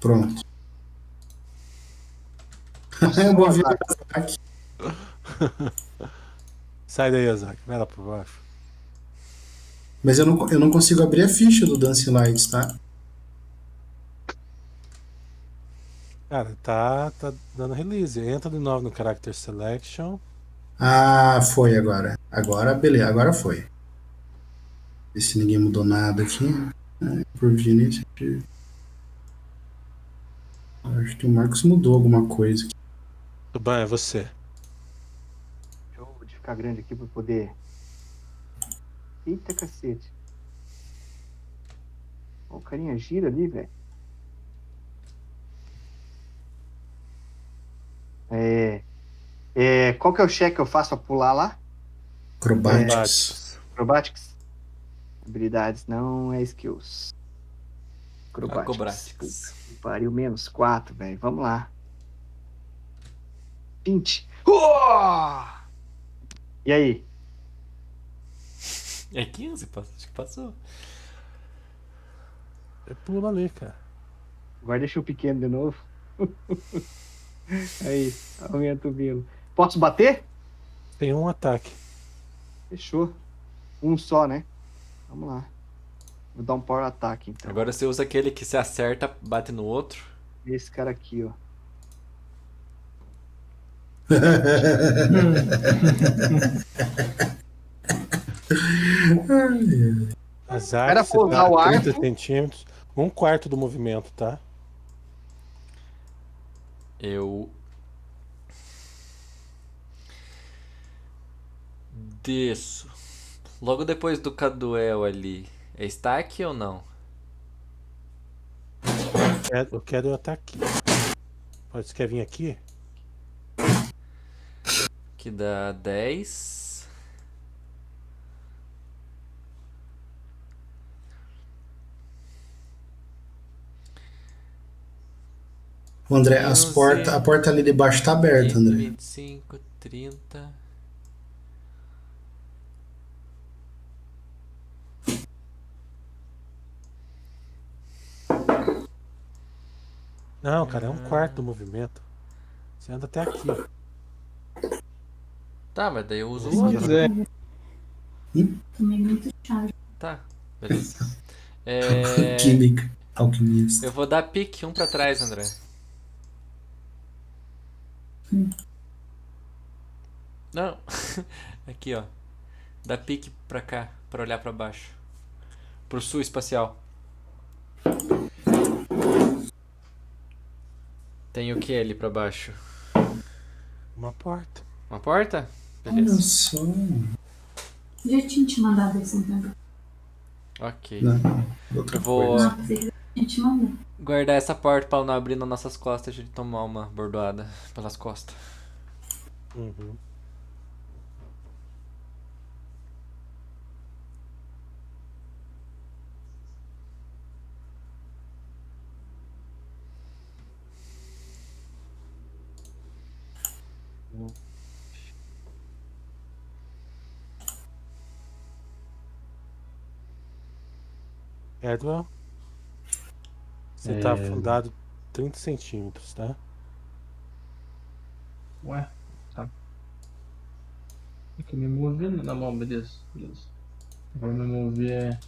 Pronto. É Eu vou virar ataque. Sai daí, Azak. Vai lá por baixo. Mas eu não, eu não consigo abrir a ficha do Dancing Lights, tá? Cara, tá, tá dando release. Entra de novo no Character Selection. Ah, foi agora. Agora, beleza, agora foi. Ver se ninguém mudou nada aqui. Ah, Por Vinícius. Acho que o Marcos mudou alguma coisa aqui. Tuban, é você. Vou de ficar grande aqui pra poder. Eita cacete. Ó, O carinha gira ali, velho. É. É, qual que é o cheque que eu faço pra pular lá? Acrobatics. Acrobatics? Habilidades, não é skills. Acrobatics. Puta que Pariu menos 4, velho. Vamos lá. 20. Uó! E aí? É 15, passa- acho que passou. Eu pulo ali, cara. Agora deixa o pequeno de novo. aí, aumenta o vilo. Posso bater? Tem um ataque. Fechou. Um só, né? Vamos lá. Vou dar um power attack, então. Agora você usa aquele que se acerta, bate no outro. Esse cara aqui, ó. Azar, Era você for usar o tá a 30 arco. centímetros. Um quarto do movimento, tá? Eu. Desço. Logo depois do Caduel ali. É stack ou não? É, Eu quero eu até aqui. Pode, você quer vir aqui? Que dá 10. Ô, André, as 15, porta, a porta ali debaixo tá aberta, André. 25, 30. Não, cara, é um quarto do movimento. Você anda até aqui. Tá, mas daí eu uso Se o outro. quiser. Tomei muito chá. Tá, beleza. É... Química. Alquimista. Eu vou dar pique um pra trás, André. Não. Aqui, ó. Dá pique pra cá, pra olhar pra baixo. Pro sul espacial. Tem o que ali pra baixo? Uma porta. Uma porta? Olha Beleza. só. Eu Já tinha te mandado esse então. Ok. Não, Eu vou Ah, você já tinha te mandado. guardar essa porta pra ela não abrir nas nossas costas e ele tomar uma bordoada pelas costas. Uhum. Edwell, É, você tá É. afundado 30 centímetros, tá? Ué, tá. É que me mover não dá bom, beleza, beleza. Agora me mover é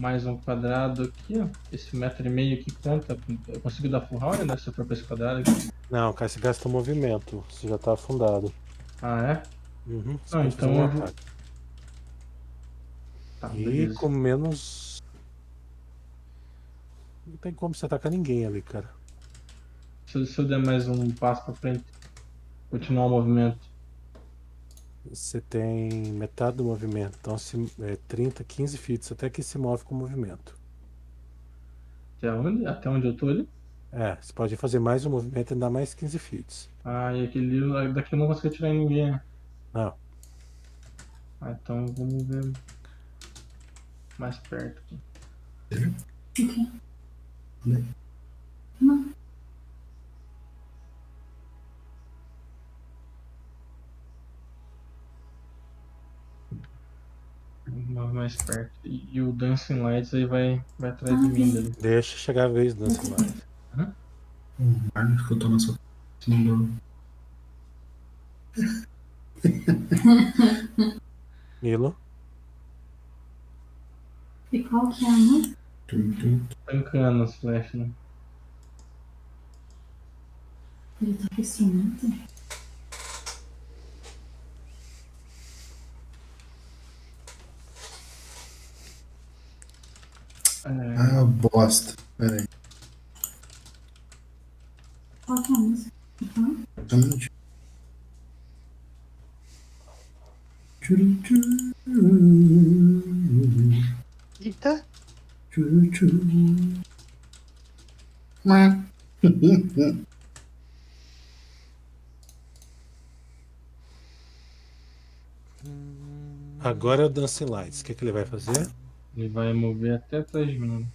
mais um quadrado aqui, ó. Esse metro e meio aqui conta. Eu consigo dar full round, né? Se eu for pra esse quadrado aqui. Não, cara, você gasta o movimento. Você já tá afundado. Ah, é? Uhum. você Ah, pode então fazer um eu vou- ataque. Tá, E beleza. com menos. Não tem como você atacar ninguém ali, cara. Se eu, se eu der mais um passo pra frente, continuar o movimento. Você tem metade do movimento, então se, é 30, 15 feet, até que se move com o movimento. Até onde? Até onde eu tô ali? É, você pode fazer mais um movimento e andar mais 15 feet. Ah, e aquele daqui eu não consigo tirar ninguém, né? Não. Ah, então vamos ver mais perto aqui. Não. Vamos mais perto. E, e o Dancing Lights aí vai, vai atrás de mim tá dele. Deixa chegar a vez do Dancing Lights. O Marlon escutou nossa. Não deu. Milo, E qual que é a mão? Tancando as flechas, né? Ele tá pressionado. Ah, bosta. Pera aí. Qual que é a música? Então, Só um minutinho. Tchuru, tchuru. Eita. Tchuru, tchuru. Ué. agora é o Dancing Lights. O que, que ele vai fazer? Ele vai mover até atrás de mim. né?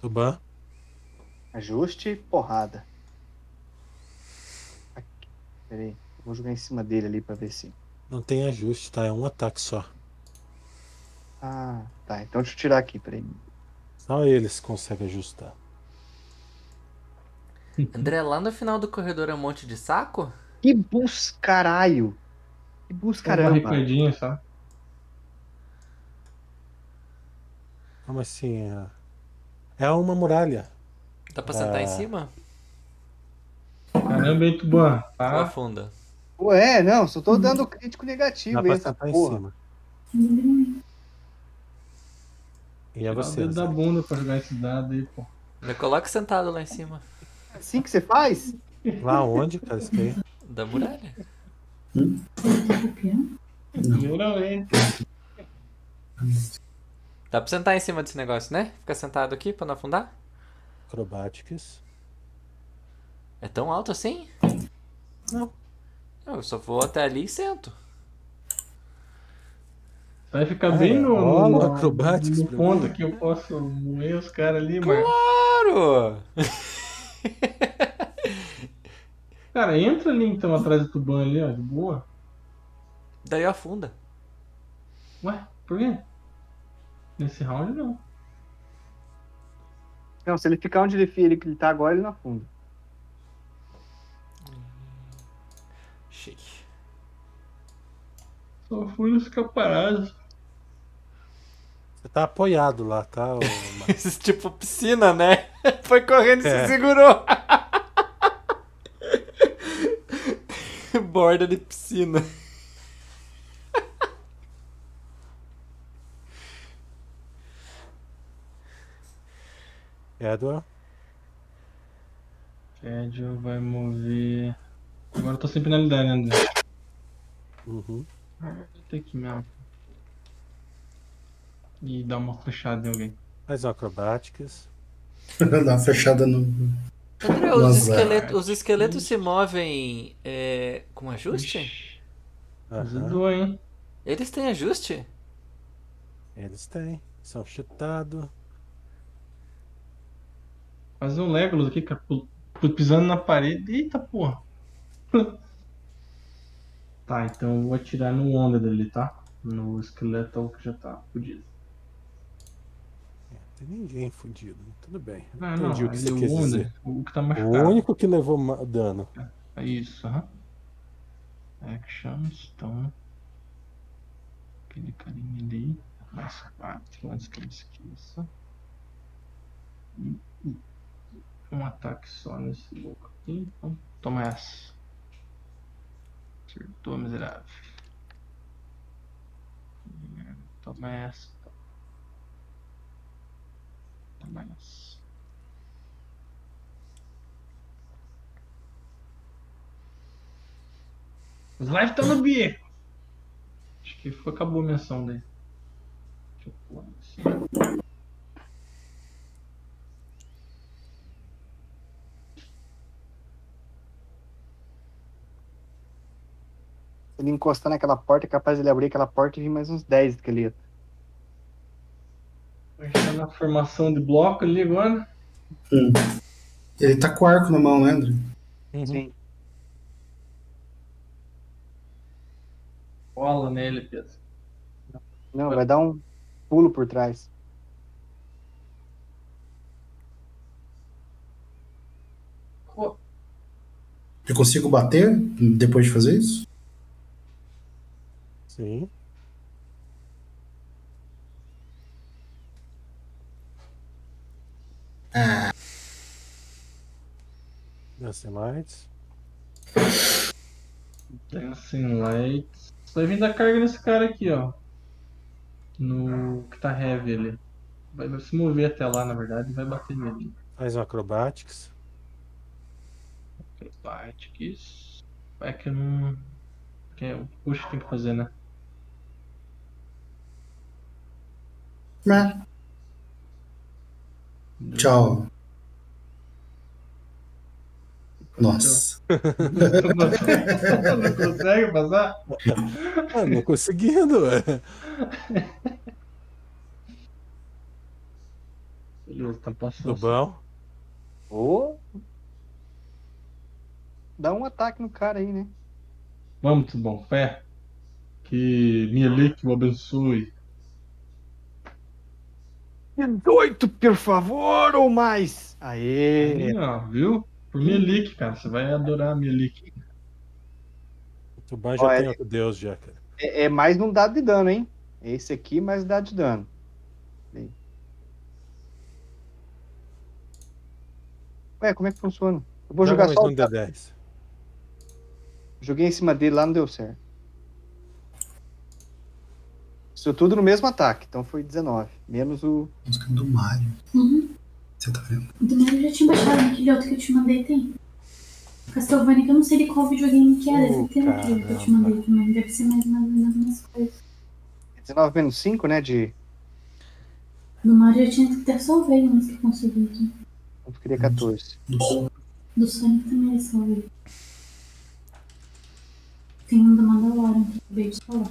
Tuban, Ajuste, porrada. Aqui. Pera aí. eu Vou jogar em cima dele ali pra ver se. não tem ajuste, tá? É um ataque só. Ah, tá. Então deixa eu tirar aqui, peraí. Só eles conseguem ajustar. André, lá no final do corredor é um monte de saco? Que bus caralho! Que bus um Uma caramba! recuadinha só. Como assim? é- É uma muralha. Dá pra sentar em Ah. cima? Caramba, aí, Tuban. Ou Tá? afunda? Ué, não, só tô dando crítico negativo Dá pra essa sentar em porra. cima. ele- E é Dá o você. dedo tá da bunda pra jogar esse dado aí, pô. Já coloca sentado lá em cima. Assim que você faz? Zé. tá Lá onde, cara? Isso é daí? Da muralha. ele tá copiando? Não, hein? Dá pra sentar em cima desse negócio, né? Ficar sentado aqui pra não afundar? Acrobatics. É tão alto assim? Não. Eu só vou até ali e sento. Vai ficar Ah, bem no, no, rola no- acrobatics no pra ponto mim. que eu posso moer os caras ali, mano. Claro! Cara, entra ali então atrás do Tuban ali, ó, de boa. Daí afunda. Ué, por quê? Nesse round não. Não, se ele ficar onde ele, ele, ele tá agora, ele não afunda. Chique. Só fui nos caparados. Você tá apoiado lá, tá? ô, Marcos? Esse tipo piscina, né? Foi correndo e É. se segurou. Borda de piscina. Edward. Edil vai mover. Agora eu tô sem penalidade, né, André? Uhum. Tem aqui mesmo. E dá uma flechada em alguém. Mais um acrobatics. Dá uma fechada no. André, os, Nossa. esqueleto- os esqueletos se movem é, com ajuste? Aham. Ajudou, hein? Eles têm ajuste? Eles têm. São chutados. Fazer um Legolas aqui, cara, pu- pu- pisando na parede. Eita porra! tá, então eu vou atirar no onda dele, tá? No esqueleto que já tá fudido. É, não tem ninguém fudido. Tudo bem. Ah, Entendi não, o que aí você o quis onda, dizer. o que tá O machucado. único que levou ma- dano. É isso, aham. Actions, então. Aquele carinha ali. Mais quatro, antes que eu esqueça. E- e- Um ataque só nesse louco aqui. Então, toma essa. Acertou, miserável. então. Toma essa. Toma essa. Os lives estão no bico. Acho que foi, acabou a menção daí. Deixa eu assim. pular isso. Se ele encostar naquela porta, é capaz ele abrir aquela porta e vir mais uns 10 esqueletos. Vai estar na formação de bloco ali agora. Sim. Ele tá com o arco na mão, né, André? Uhum. Sim. Cola nele, Pedro. Não, vai dar um pulo por trás. Eu consigo bater depois de fazer isso? Sim. Ah. Dancing Lights. Dancing Lights. Vai vir dar carga nesse cara aqui, ó. No que tá heavy ali. Vai vai se mover até lá, na verdade, e vai bater nele. Faz um Acrobatics. Acrobatics. É que eu não. Que é o push que tem que fazer, né? Né? Tchau. Nossa. não consegue passar? Ah, não conseguindo, velho. Beleza, tá Tudo passando. bom? Ou. Dá um ataque no cara aí, né? Vamos, tudo bom, fé. Que Mielik o abençoe. 18, por favor, ou mais. Aê! Aí, ó, viu? Por Mielik, cara. Você vai adorar Mielik. O Tuban já Ó, tem é- outro deus, já, cara. É, é mais um dado de dano, hein? Esse aqui mais um dado de dano. Bem. Ué, como é que funciona? Eu vou jogar Joga mais só. um o dado. D10. Joguei em cima dele lá, não deu certo. Isso tudo no mesmo ataque, então foi 19. Menos o. Música do Mario. Uhum. Você tá vendo? Do mesmo eu já tinha baixado naquele outro que eu te mandei, tem. Castlevania, que eu não sei de qual videogame que era, Oh, deve ter aquele que eu te mandei também, deve ser mais nas mesmas coisas. 19 menos 5, né? De. Do Mario eu tinha que ter só o Veio, mas que consegui. Eu queria 14. Do Sonic também é só o Veio. Tem um do Mandalorian que eu acabei de falar.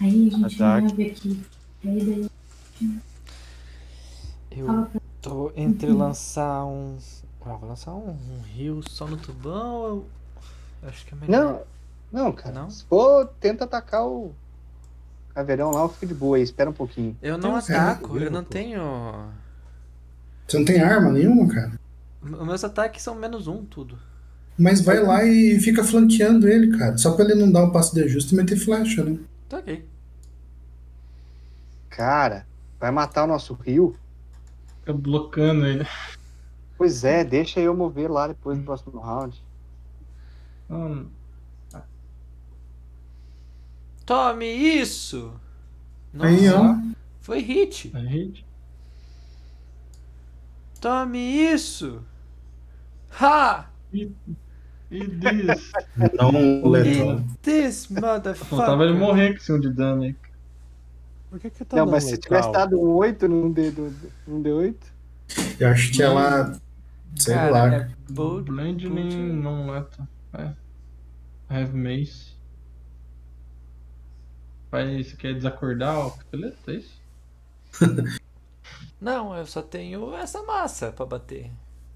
Aí a gente Ataque. vai ver aqui. Aí daí. Eu tô entre lançar um. Ah, vou lançar um, um rio só no tubão ou. Acho que é melhor. Não, não, cara. Não? Se for, tenta atacar o. Caveirão lá, fica de boa aí, espera um pouquinho. Eu não Tem um ataco, eu segredo, não pô. tenho. Você não tem arma nenhuma, cara? M- Meus ataques são menos um, tudo. Mas vai lá e fica flanqueando ele, cara. Só pra ele não dar um passo de justo e meter flecha, né? Tá ok. Cara, vai matar o nosso rio? Fica blocando ele. Pois é, deixa eu mover lá depois do próximo round. Hum, Tome isso! Aí, ó. Foi hit! a gente. Tome isso! Ha! E diz. Dá um letal. This Faltava ele motherfucker! morrer com esse um de dano aí. Por que que tá Não, dando mas se letal? tivesse dado um 8 num D8, num D8 Eu acho que ela. Sei Cara, lá. é bold, Blend bold. nem não leta. É. Have Mace. Vai, você quer desacordar o esqueleto? É isso? Não, eu só tenho essa massa pra bater.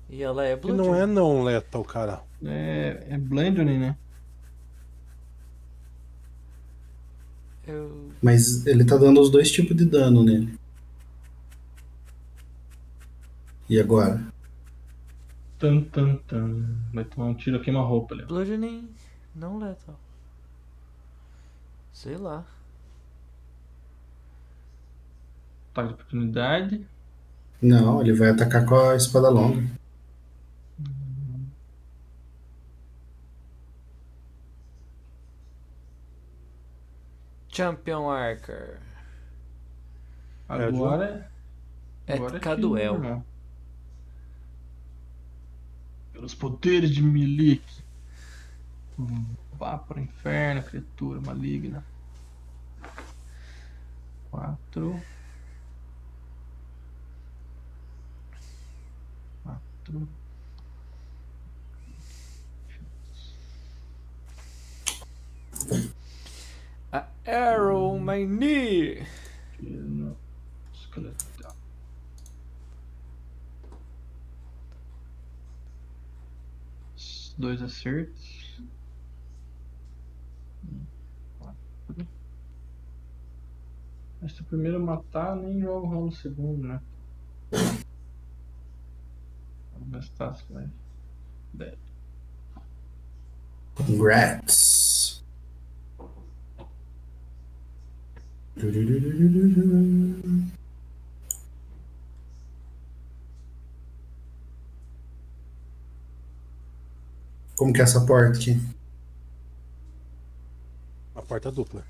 E ela é Que blue. não é não letal, cara. É, é Blendony, né? Eu... Mas ele tá dando os dois tipos de dano nele. E agora? Tan, tan, tan. Vai tomar um tiro queima-roupa ali. ó. Bludgeoning não lethal. Sei lá. Ataque de oportunidade. Não, ele vai atacar com a espada longa. Champion Archer. Agora é É agora Caduel. firme, irmão. Pelos poderes de Milik. Hum, Vá para o inferno, criatura maligna. Quatro. Quatro. A arrow on my knee. Tiro esqueletal. Dois acertos. Um, quatro. Mas se o primeiro é matar, nem jogo rola o segundo, né? Vou gastar as lives. Dez. Congrats. Como que é essa porta aqui? Uma porta é dupla.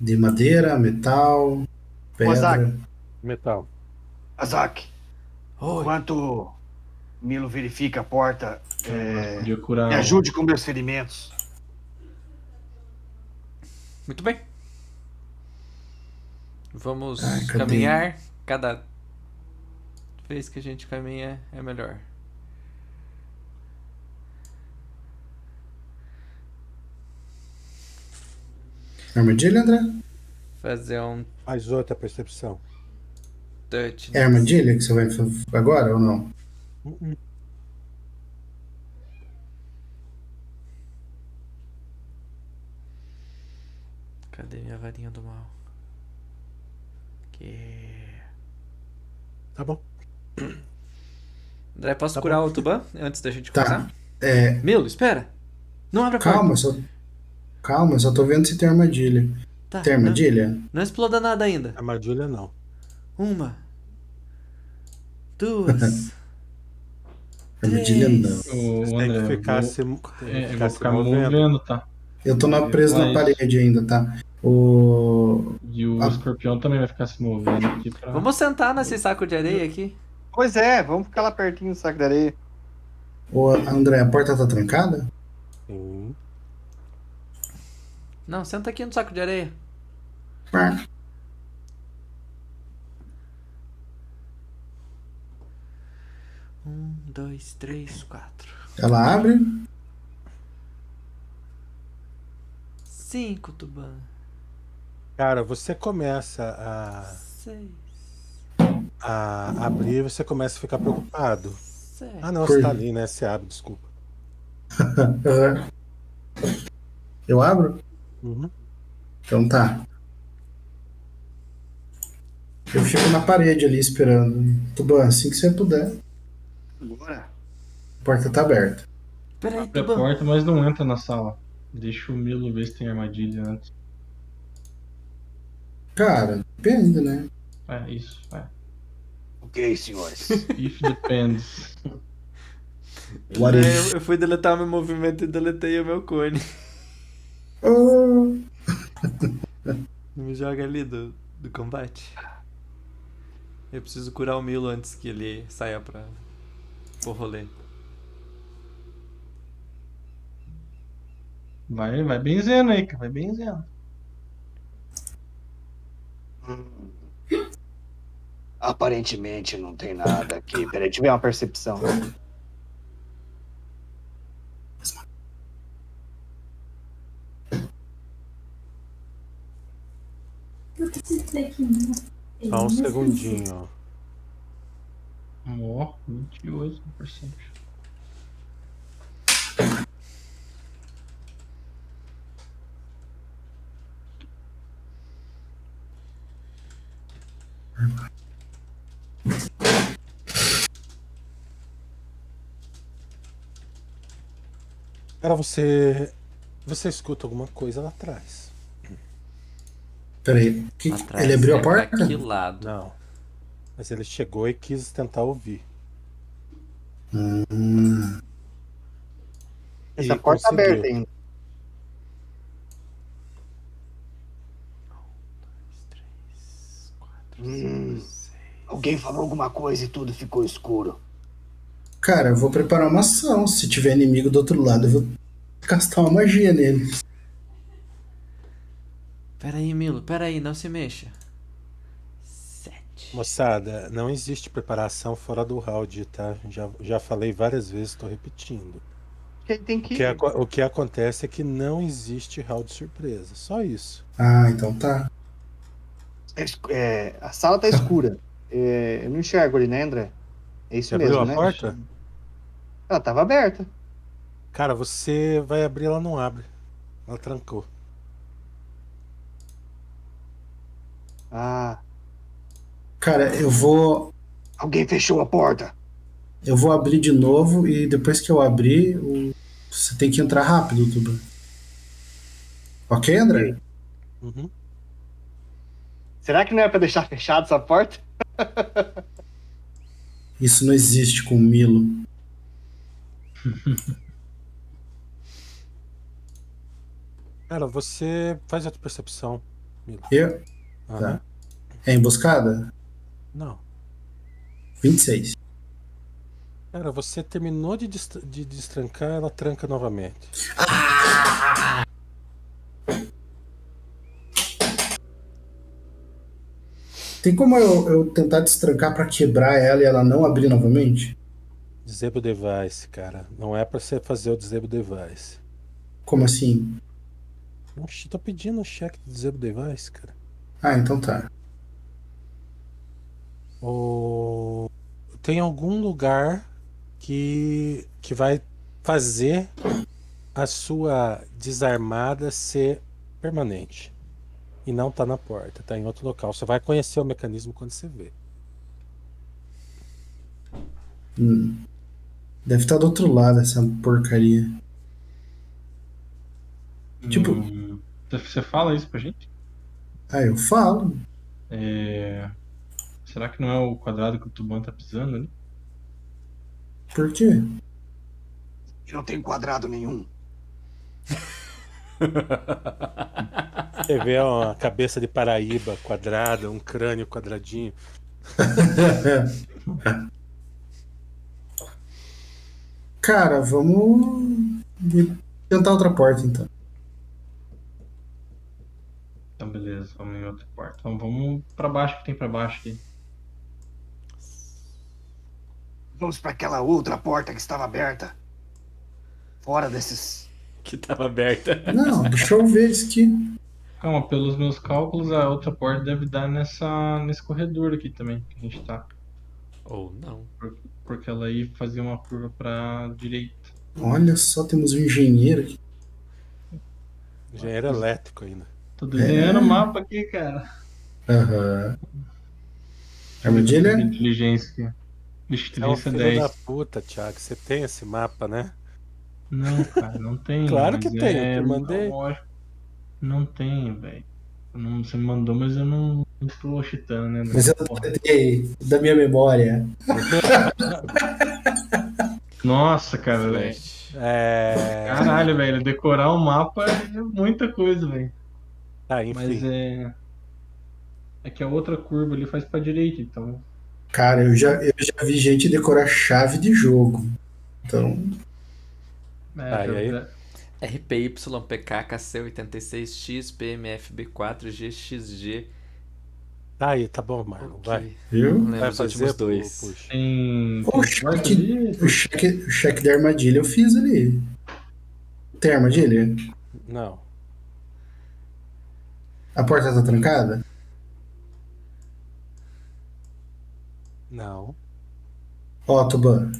De madeira, metal, pedra. Ozaki. Metal. Azak, enquanto Milo verifica a porta, é, Podia curar. me ajude com meus ferimentos. Muito bem. Vamos Ai, cadê? caminhar. Cada vez que a gente caminha é melhor. É Armadilha, André? Fazer um Mais outra percepção. touch. É armadilha que você vai fa- agora ou não? Cadê minha varinha do mal? Que. Tá bom. André, posso curar o Tuban antes da gente Tá. começar? É, Milo, espera! Não abre a calma, porta. só. Calma, eu só tô vendo se tem armadilha. Tá, tem armadilha? Não exploda nada ainda. Armadilha não. Uma. Duas. Armadilha não. Ô, Tem André, que ficar eu É, se, tem vou, que é, eu ficar vou se ficar movendo. movendo, tá? Eu tô na, preso na Mas- parede ainda, tá? O. E Ah. o escorpião também vai ficar se movendo aqui pra. Vamos sentar nesse saco de areia aqui? Pois é, vamos ficar lá pertinho do saco da areia. Ô, André, a porta tá trancada? Sim. Não, senta aqui no saco de areia. Pá. Um, dois, três, quatro. Ela abre? Cinco, Tuban. Cara, você começa a, Seis, a abrir, você começa a ficar preocupado. sete. Ah, não, Por- você tá ali, né? Você abre, desculpa. Aham. Eu abro? Uhum. Então tá. Eu fico na parede ali esperando. Tuban, assim que você puder. Agora. A porta tá aberta. Peraí, Abre a Tuban. Tá porta, mas não entra na sala. Deixa o Milo ver se tem armadilha antes. Cara, depende, né? É, isso, é. Ok, senhores. If depends. What if? Eu, eu fui deletar meu movimento e deletei o meu cone. Oh, Me joga ali do, do combate. Eu preciso curar o Milo antes que ele saia pra pro rolê. Vai, vai benzendo aí, cara. Vai benzendo. Aparentemente não tem nada aqui. Peraí, Deixa eu ver uma percepção. Eu preciso ter que não. Só um segundinho. Um Ó, 28%. Cara, você. Você escuta alguma coisa lá atrás. peraí. Que- Atrás, ele abriu a é porta? pra que lado? Não. Mas ele chegou e quis tentar ouvir. Hum, E Essa porta tá conseguiu. Um, aberta ainda. hum, alguém falou alguma coisa e tudo ficou escuro. Cara, eu vou preparar uma ação. Se tiver inimigo do outro lado, eu vou castar uma magia nele. Peraí, Milo, peraí, não se mexa. Moçada, não existe preparação fora do round, tá? Já, já falei várias vezes, tô repetindo. Quem tem que O que, aco- o que acontece é que não existe round surpresa, só isso. Ah, então tá. É escu- é, a sala tá escura. É, eu não enxergo ali, né, André? É isso Você mesmo, abriu a né? porta? Ela tava aberta. Cara, você vai abrir, ela não abre. Ela trancou. Ah. Cara, eu vou. Alguém fechou a porta. Eu vou abrir de novo e depois que eu abrir, o- você tem que entrar rápido, Tuba. Ok, André? Uhum. Será que não é pra deixar fechada essa porta? Isso não existe com o Milo. Cara, você faz a tua percepção. Milo. Eu? Aham. Tá. É emboscada? Não. 26. Cara, você terminou de, dest- de destrancar, ela tranca novamente. Tem como eu, eu tentar destrancar pra quebrar ela e ela não abrir novamente? Disable device, cara. Não é pra você fazer o disable device. Como assim? Oxi, tô pedindo o cheque de disable device, cara. Ah, então tá. Ou tem algum lugar que que vai fazer a sua desarmada ser permanente e não tá na porta, tá em outro local. Você vai conhecer o mecanismo quando você vê. Hum. Deve estar do outro lado essa porcaria. Tipo. Hum. Tá, Você fala isso pra gente? Ah, eu falo. É... Será que não é o quadrado que o Tuban tá pisando ali? Por quê? Eu não tenho quadrado nenhum. Você vê uma cabeça de Paraíba quadrada, um crânio quadradinho. Cara, vamos tentar outra porta então. Então beleza, vamos em outra porta. Então vamos pra baixo o que tem pra baixo aqui. Vamos para aquela outra porta que estava aberta. Fora desses. Que tava aberta. Não, deixa eu ver isso aqui. Calma, pelos meus cálculos, a outra porta deve dar nessa, nesse corredor aqui também que a gente tá. Ou não. porque ela aí fazia uma curva pra direita. Olha só, temos um engenheiro aqui. Engenheiro elétrico ainda. Tô desenhando o É. mapa aqui, cara. Aham. É, Armadilha? Inteligência. É um Inteligência filho 10. da puta, Thiago. Você tem esse mapa, né? Não, cara, não tem. Claro mas que tem, é eu te mandei. lógico. Não tem, velho. Não- Você me mandou, mas eu não não tô chitando, né? Mas eu tentei, da minha memória. Nossa, cara, velho. É... Caralho, velho, decorar um mapa é muita coisa, velho. Tá, enfim. Mas é. É que a outra curva ali faz pra direita, então. Cara, eu já, eu já vi gente decorar chave de jogo. Então, É, Tá, e aí? RPYPKKC86XPMFB4GXG. Tá aí, tá bom, Marlon. Vai. Viu? Não lembro Vai os Né, últimos fazer dois. Puxa. Tem. o cheque, o, cheque, o cheque da armadilha eu fiz ali. Tem armadilha? Não. A porta tá trancada? Não. Ó, Tuban.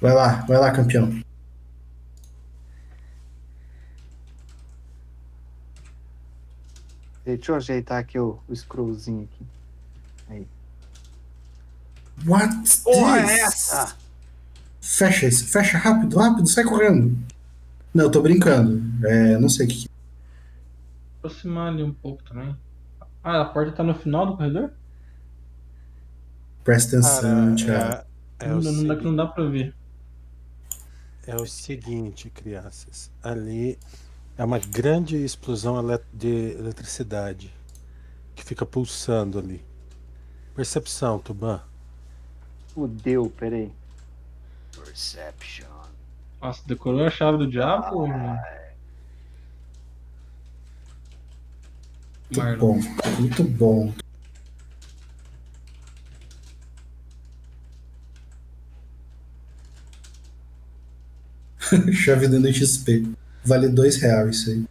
Vai lá, vai lá, campeão. Deixa eu ajeitar aqui o, o scrollzinho aqui. Aí. What? this? Fecha isso, fecha rápido, rápido, sai correndo. Não, eu tô brincando. É, não sei o que. que- aproximar ali um pouco também. Ah, a porta tá no final do corredor? Presta atenção, Thiago. Cara, é, é não, o dá- não dá, seguinte, não dá pra ver. é o seguinte, crianças. Ali é uma grande explosão ele- de eletricidade que fica pulsando ali. Percepção, Tuban. Fudeu, peraí. Perception. Nossa, decorou a chave do Ah, diabo? Muito bom, muito bom. Chave dando XP. Vale dois reais isso aí.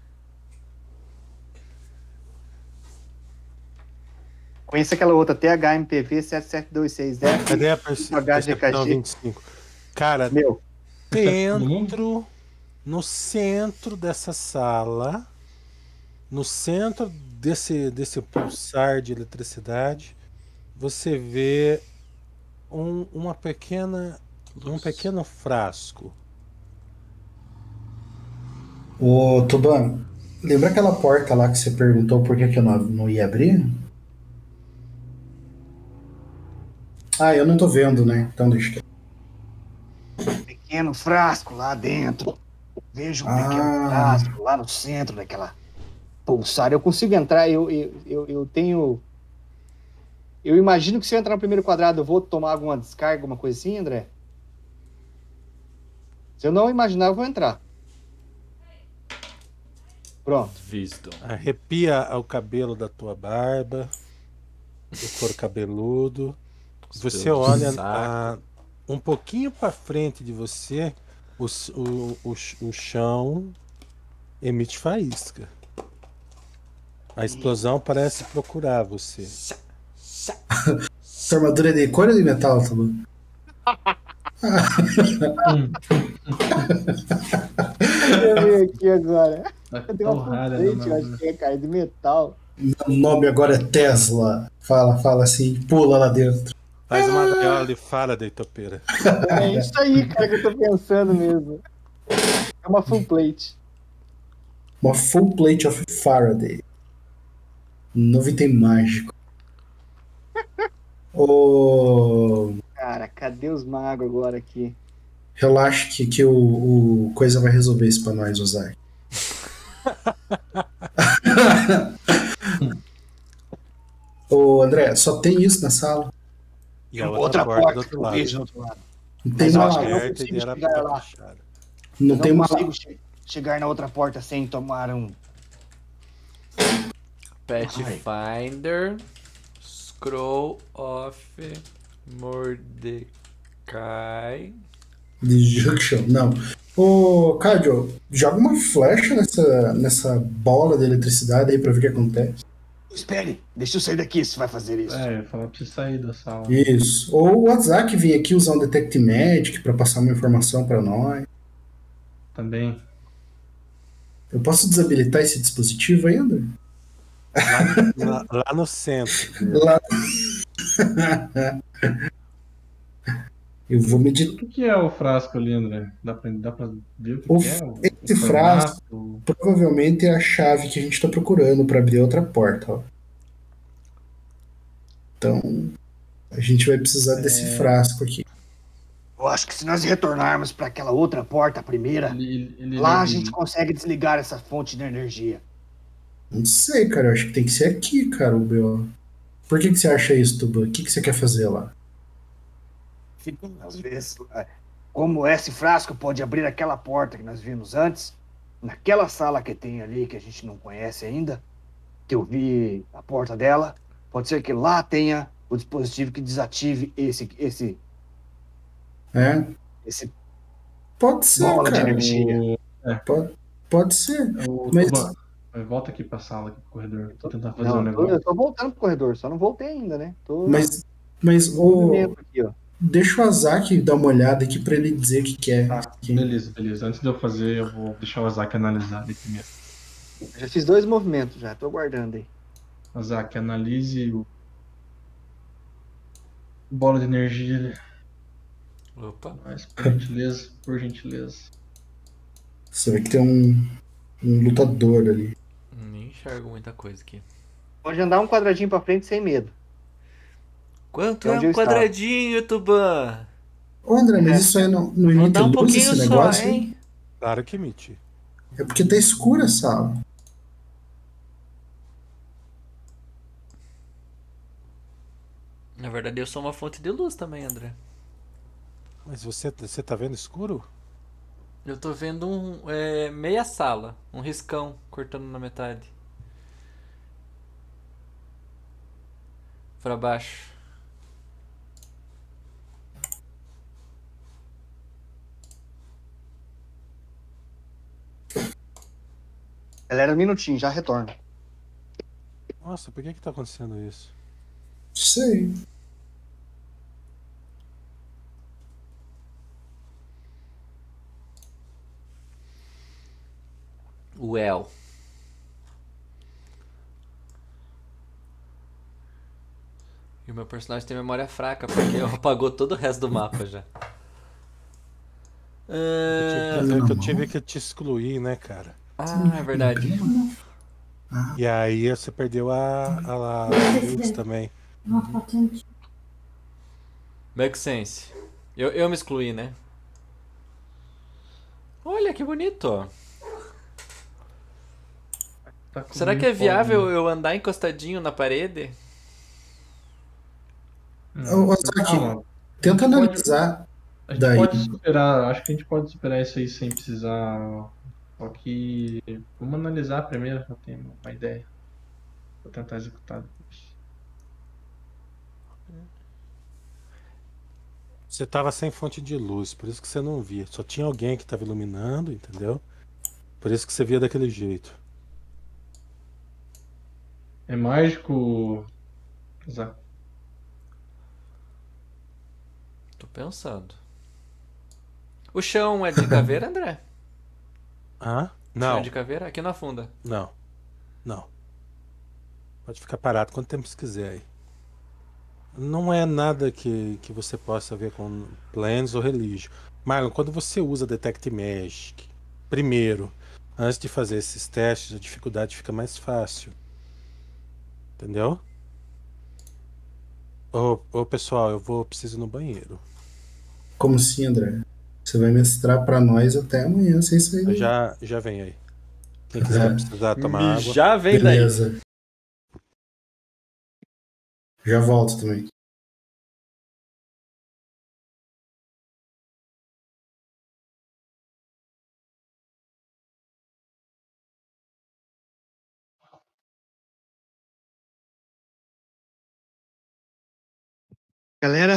Conheço aquela outra, THMPV 7726 f Cadê a percepção? HGKG. 25. Cara, Meu. dentro, no centro dessa sala, no centro desse, desse pulsar de eletricidade, você vê um, uma pequena, um pequeno frasco. Ô, Tuban, lembra aquela porta lá que você perguntou por que, que eu não, não ia abrir? Ah, eu não tô vendo, né? Então deixa que. Pequeno frasco lá dentro. Vejo um pequeno Ah. frasco lá no centro daquela pulsar. Eu consigo entrar, eu, eu, eu, eu tenho. Eu imagino que se eu entrar no primeiro quadrado, eu vou tomar alguma descarga, alguma coisa assim, André? Se eu não imaginar, eu vou entrar. Pronto. Wisdom. Arrepia o cabelo da tua barba, o couro cabeludo. Você pelos do olha saco. a- um pouquinho para frente de você, o, s- o, o, ch- o chão emite faísca. A explosão parece procurar você. Essa armadura é de couro ou de metal, Tuban? Eu vi aqui agora. Tá Eu dei uma porrada, frente, né, eu acho que ia cair de metal. O nome agora é Tesla. Fala, fala assim, pula lá dentro. Faz uma Ah! gaiola e fala da Itopera. É isso aí, cara, que eu tô pensando mesmo. É uma full plate. Uma full plate of Faraday. Novo item mágico. Ô, Cara, cadê os magos agora aqui? relaxa que, que o, o coisa vai resolver isso pra nós, Ozai. Ô André, só tem isso na sala. E a Outra É porta porta do outro que eu lado. vejo no outro lado. Não tem Mas eu uma, acho que eu não Aberta e consigo era chegar lá. fechada. não tem uma consigo che- chegar na outra porta sem tomar um. Pathfinder, Scroll of Mordecai. Deduction, não. Ô, Cádio, joga uma flecha nessa, nessa bola de eletricidade aí pra ver o que acontece. Espere, deixa eu sair daqui se vai fazer isso. É, eu ia falar pra você sair da sala. Isso. Ou o Azak vir aqui usar um Detect Magic pra passar uma informação pra nós. Também. Eu posso desabilitar esse dispositivo aí, André? Lá, lá no centro. Lá- Eu vou medir. O que, que é o frasco ali, André? Dá pra, dá pra ver o que, O- que é? O- Esse o formato? frasco provavelmente é a chave que a gente tá procurando pra abrir outra porta, ó. Então, a gente vai precisar desse É. frasco aqui. Eu acho que se nós retornarmos para aquela outra porta, a primeira, Ele, ele, ele- lá a ele- Uhum. gente consegue desligar essa fonte de energia. Não sei, cara. Eu acho que tem que ser aqui, cara, o BO. Por que, que você acha isso, Tuba? O que, que você quer fazer lá? Fica, às vezes, é, como esse frasco pode abrir aquela porta que nós vimos antes, naquela sala que tem ali que a gente não conhece ainda, que eu vi a porta dela, pode ser que lá tenha o dispositivo que desative esse esse É? esse Pode ser, bola de cara. energia. Pode, pode ser. o- Mas- Tuban, mas volta aqui pra sala, aqui pro corredor. Tô tentando fazer um Não, eu tô- negócio. eu tô voltando pro corredor, só não voltei ainda, né? Tô Mas, mas ô, dentro aqui, ó. deixa o Azak dar uma olhada aqui pra ele dizer o que é. quer. Tá, beleza, beleza. Antes de eu fazer, eu vou deixar o Azak analisar ali primeiro. Já fiz dois movimentos já, tô aguardando aí. Azak, analise o. Bola de energia ali. Opa, Mas, por gentileza, por gentileza. Você vê que tem um, um lutador ali. nem enxergo muita coisa aqui. Pode andar um quadradinho pra frente sem medo. Quanto É é onde um eu estava. quadradinho, Tuban? Ô, André, mas isso aí não, não emite Mandar É. um luz Hum, esse pouquinho só, negócio? hein? Claro que emite. É porque tá escura a sala. Na verdade, eu sou uma fonte de luz também, André. Mas você, você tá vendo escuro? Eu tô vendo um é, meia sala, um riscão cortando na metade. Pra baixo. Galera, um minutinho, já retorno. Nossa, por que que tá acontecendo isso? Sei. Well. E o meu personagem tem memória fraca, porque apagou todo o resto do mapa já. É, Eu tive, que, eu tive que te excluir, né, cara? Ah, é verdade. E aí você perdeu a, a, a Lutz também. Uma foto antiga. Make sense. Eu, eu me excluí, né? Olha que bonito. Tá com Será que é uniforme. viável eu andar encostadinho na parede? Ô, ô, Zaki, tenta analisar. A gente Daí. pode superar, acho que a gente pode superar isso aí sem precisar. Só que vamos analisar primeiro, eu tenho uma ideia. Vou tentar executar depois. Você tava sem fonte de luz, por isso que você não via. Só tinha alguém que tava iluminando, entendeu? Por isso que você via daquele jeito. É mágico. Zá. Tô pensando. O chão é de caveira, André? Hã? Chão Não, é de caveira? Aqui na funda. não. Não. Pode ficar parado quanto tempo você quiser aí. Não é nada que, que você possa ver com plans ou relígio. Marlon, quando você usa Detect Magic, primeiro, antes de fazer esses testes, a dificuldade fica mais fácil. Entendeu? Ô, ô pessoal, eu vou preciso ir no banheiro. Como assim, André? Você vai mestrar pra nós até amanhã sem sair. Eu já, já vem aí. Quem quiser precisar tomar água. Já vem daí. Beleza. Já volto também. Galera,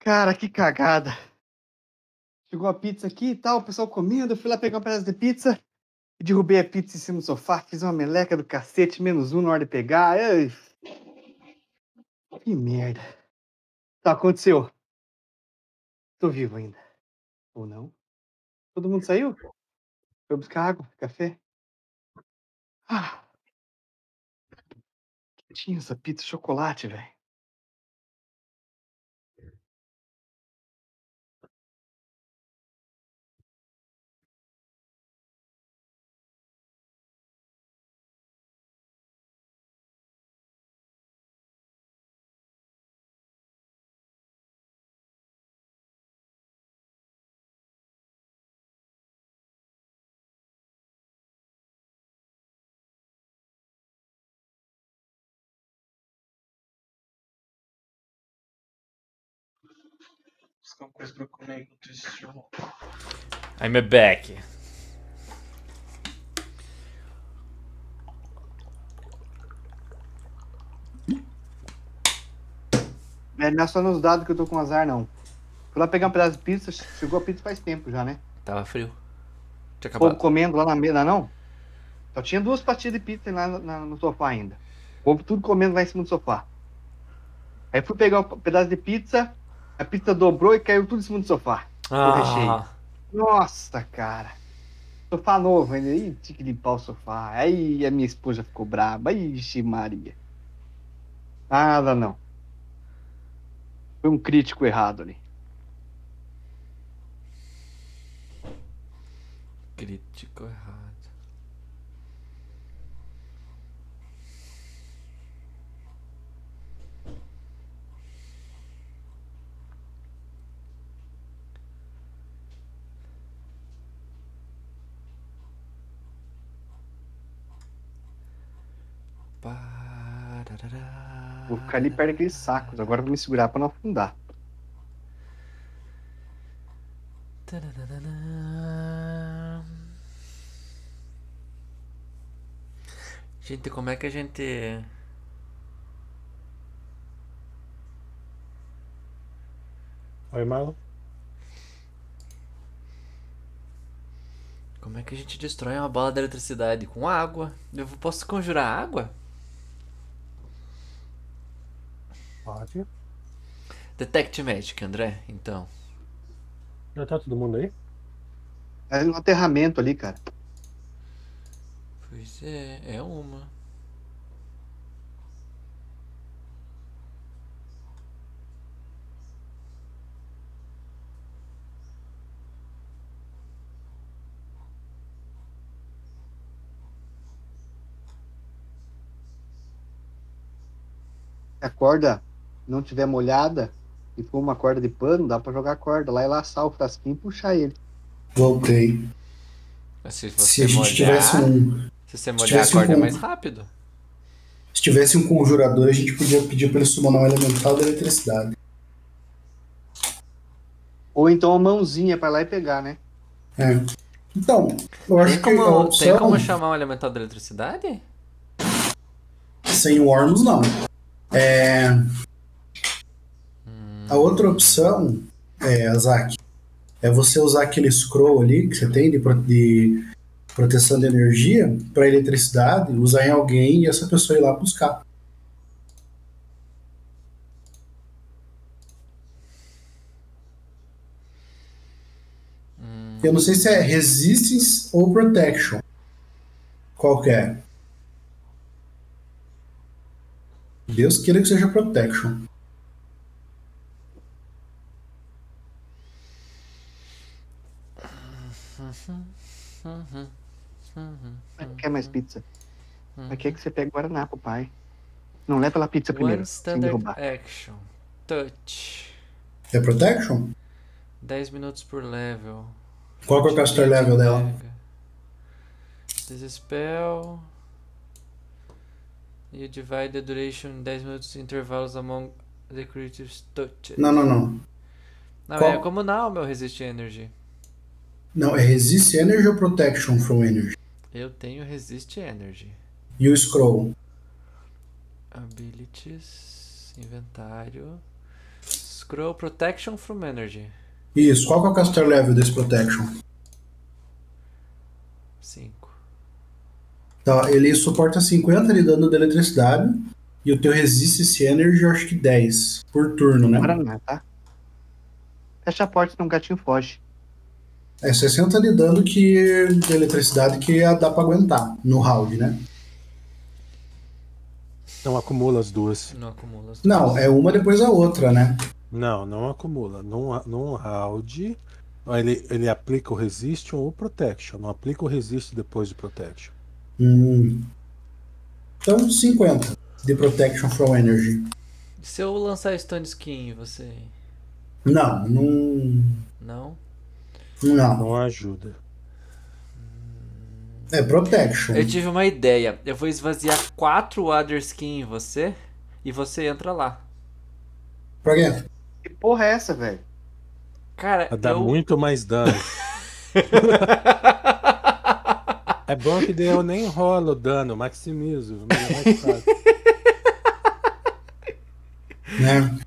cara, que cagada. Chegou a pizza aqui e tal, o pessoal comendo. Eu fui lá pegar um pedaço de pizza e derrubei a pizza em cima do sofá. Fiz uma meleca do cacete, menos um na hora de pegar. Ai, que merda. Tá, aconteceu. Tô vivo ainda. Ou não? Todo mundo saiu? Foi buscar água, café? Ah. Que tinha essa pizza chocolate, velho? Buscar uma coisa pra comer enquanto isso. eu vou. I'm back. É, não é só nos dados que eu tô com azar, não. Fui lá pegar um pedaço de pizza, chegou a pizza faz tempo já, né? Tava frio. Tinha O povo acabado. comendo lá na mesa, não? Só tinha duas fatias de pizza lá na- no sofá ainda. O povo tudo comendo lá em cima do sofá. Aí fui pegar um pedaço de pizza, a pizza dobrou e caiu tudo em cima do sofá. Ah. Nossa, cara. Sofá novo ainda. Ih, tinha que limpar o sofá. Aí a minha esposa ficou braba. Ixi, Maria. Nada não. Foi um crítico errado ali. Crítico errado. Vou ficar ali perto daqueles sacos. Agora eu vou me segurar pra não afundar. Tadadadadá. Gente, como é que a gente. Oi, Marlon. Como é que a gente destrói uma bala de eletricidade? Com água? Eu posso conjurar água? Pode. Detect Magic, André, então. Já tá todo mundo aí? É um aterramento ali, cara. Pois é, é uma. Se a corda não tiver molhada e for uma corda de pano, dá pra jogar a corda lá e laçar o frasquinho e puxar ele. Voltei. Mas se você Se a gente molhar- tivesse um. Se você se molhar a tivesse um corda é con- mais rápido. Se tivesse um conjurador, a gente podia pedir pra ele summonar um elemental da eletricidade. Ou então a mãozinha pra lá e pegar, né? É. Então, eu acho Tem como, que é a tem opção como chamar um elemental da eletricidade? sem Worms não. É. A outra opção, é, Zac, é você usar aquele scroll ali que você tem de, pro- de proteção de energia para eletricidade, usar em alguém e essa pessoa ir lá buscar. Eu não sei se é Resistance ou Protection. Qual que é? Deus queira que seja Protection. Não quer mais pizza. Aqui é que você pega Guaraná pro pai. Não leva lá a pizza primeiro, One sem standard derrubar. action. Touch. É Protection? 10 minutos por level. Qual que é o caster level dela? Desespel. You divide the duration in 10 minutos intervalos among the creatures touched. Não, não, não. Não, Qual- é comunal meu Resist Energy. Não, é Resist Energy ou Protection from Energy? Eu tenho Resist Energy. E o Scroll. Abilities. Inventário. Scroll Protection from Energy. Isso, qual que é o caster level desse Protection? 5. Tá, ele suporta 50 de dano de eletricidade e o teu Resistance Energy eu acho que 10 por turno, né? Guaraná, tá? Fecha a porta, senão o gatinho foge. É 60 de dano que, de eletricidade que dá pra aguentar no round, né? Não acumula as duas. Não acumula as Não, é uma depois a outra, né? Não, não acumula. Num, num round, ele, ele aplica o Resist ou o Protection. Não aplica o Resist depois do Protection. Hum. Então, 50 de Protection from Energy. é Se eu lançar Stone Skin, você. Não, não. Não? Não. Não ajuda. É Protection. Eu tive uma ideia. Eu vou esvaziar quatro Other Skin em você e você entra lá. tipo- Pra quê? Que porra é essa, velho? Cara, Ah, Dá eu... muito mais dano. é bom que daí eu nem rolo o dano, maximizo. é mais fácil. né?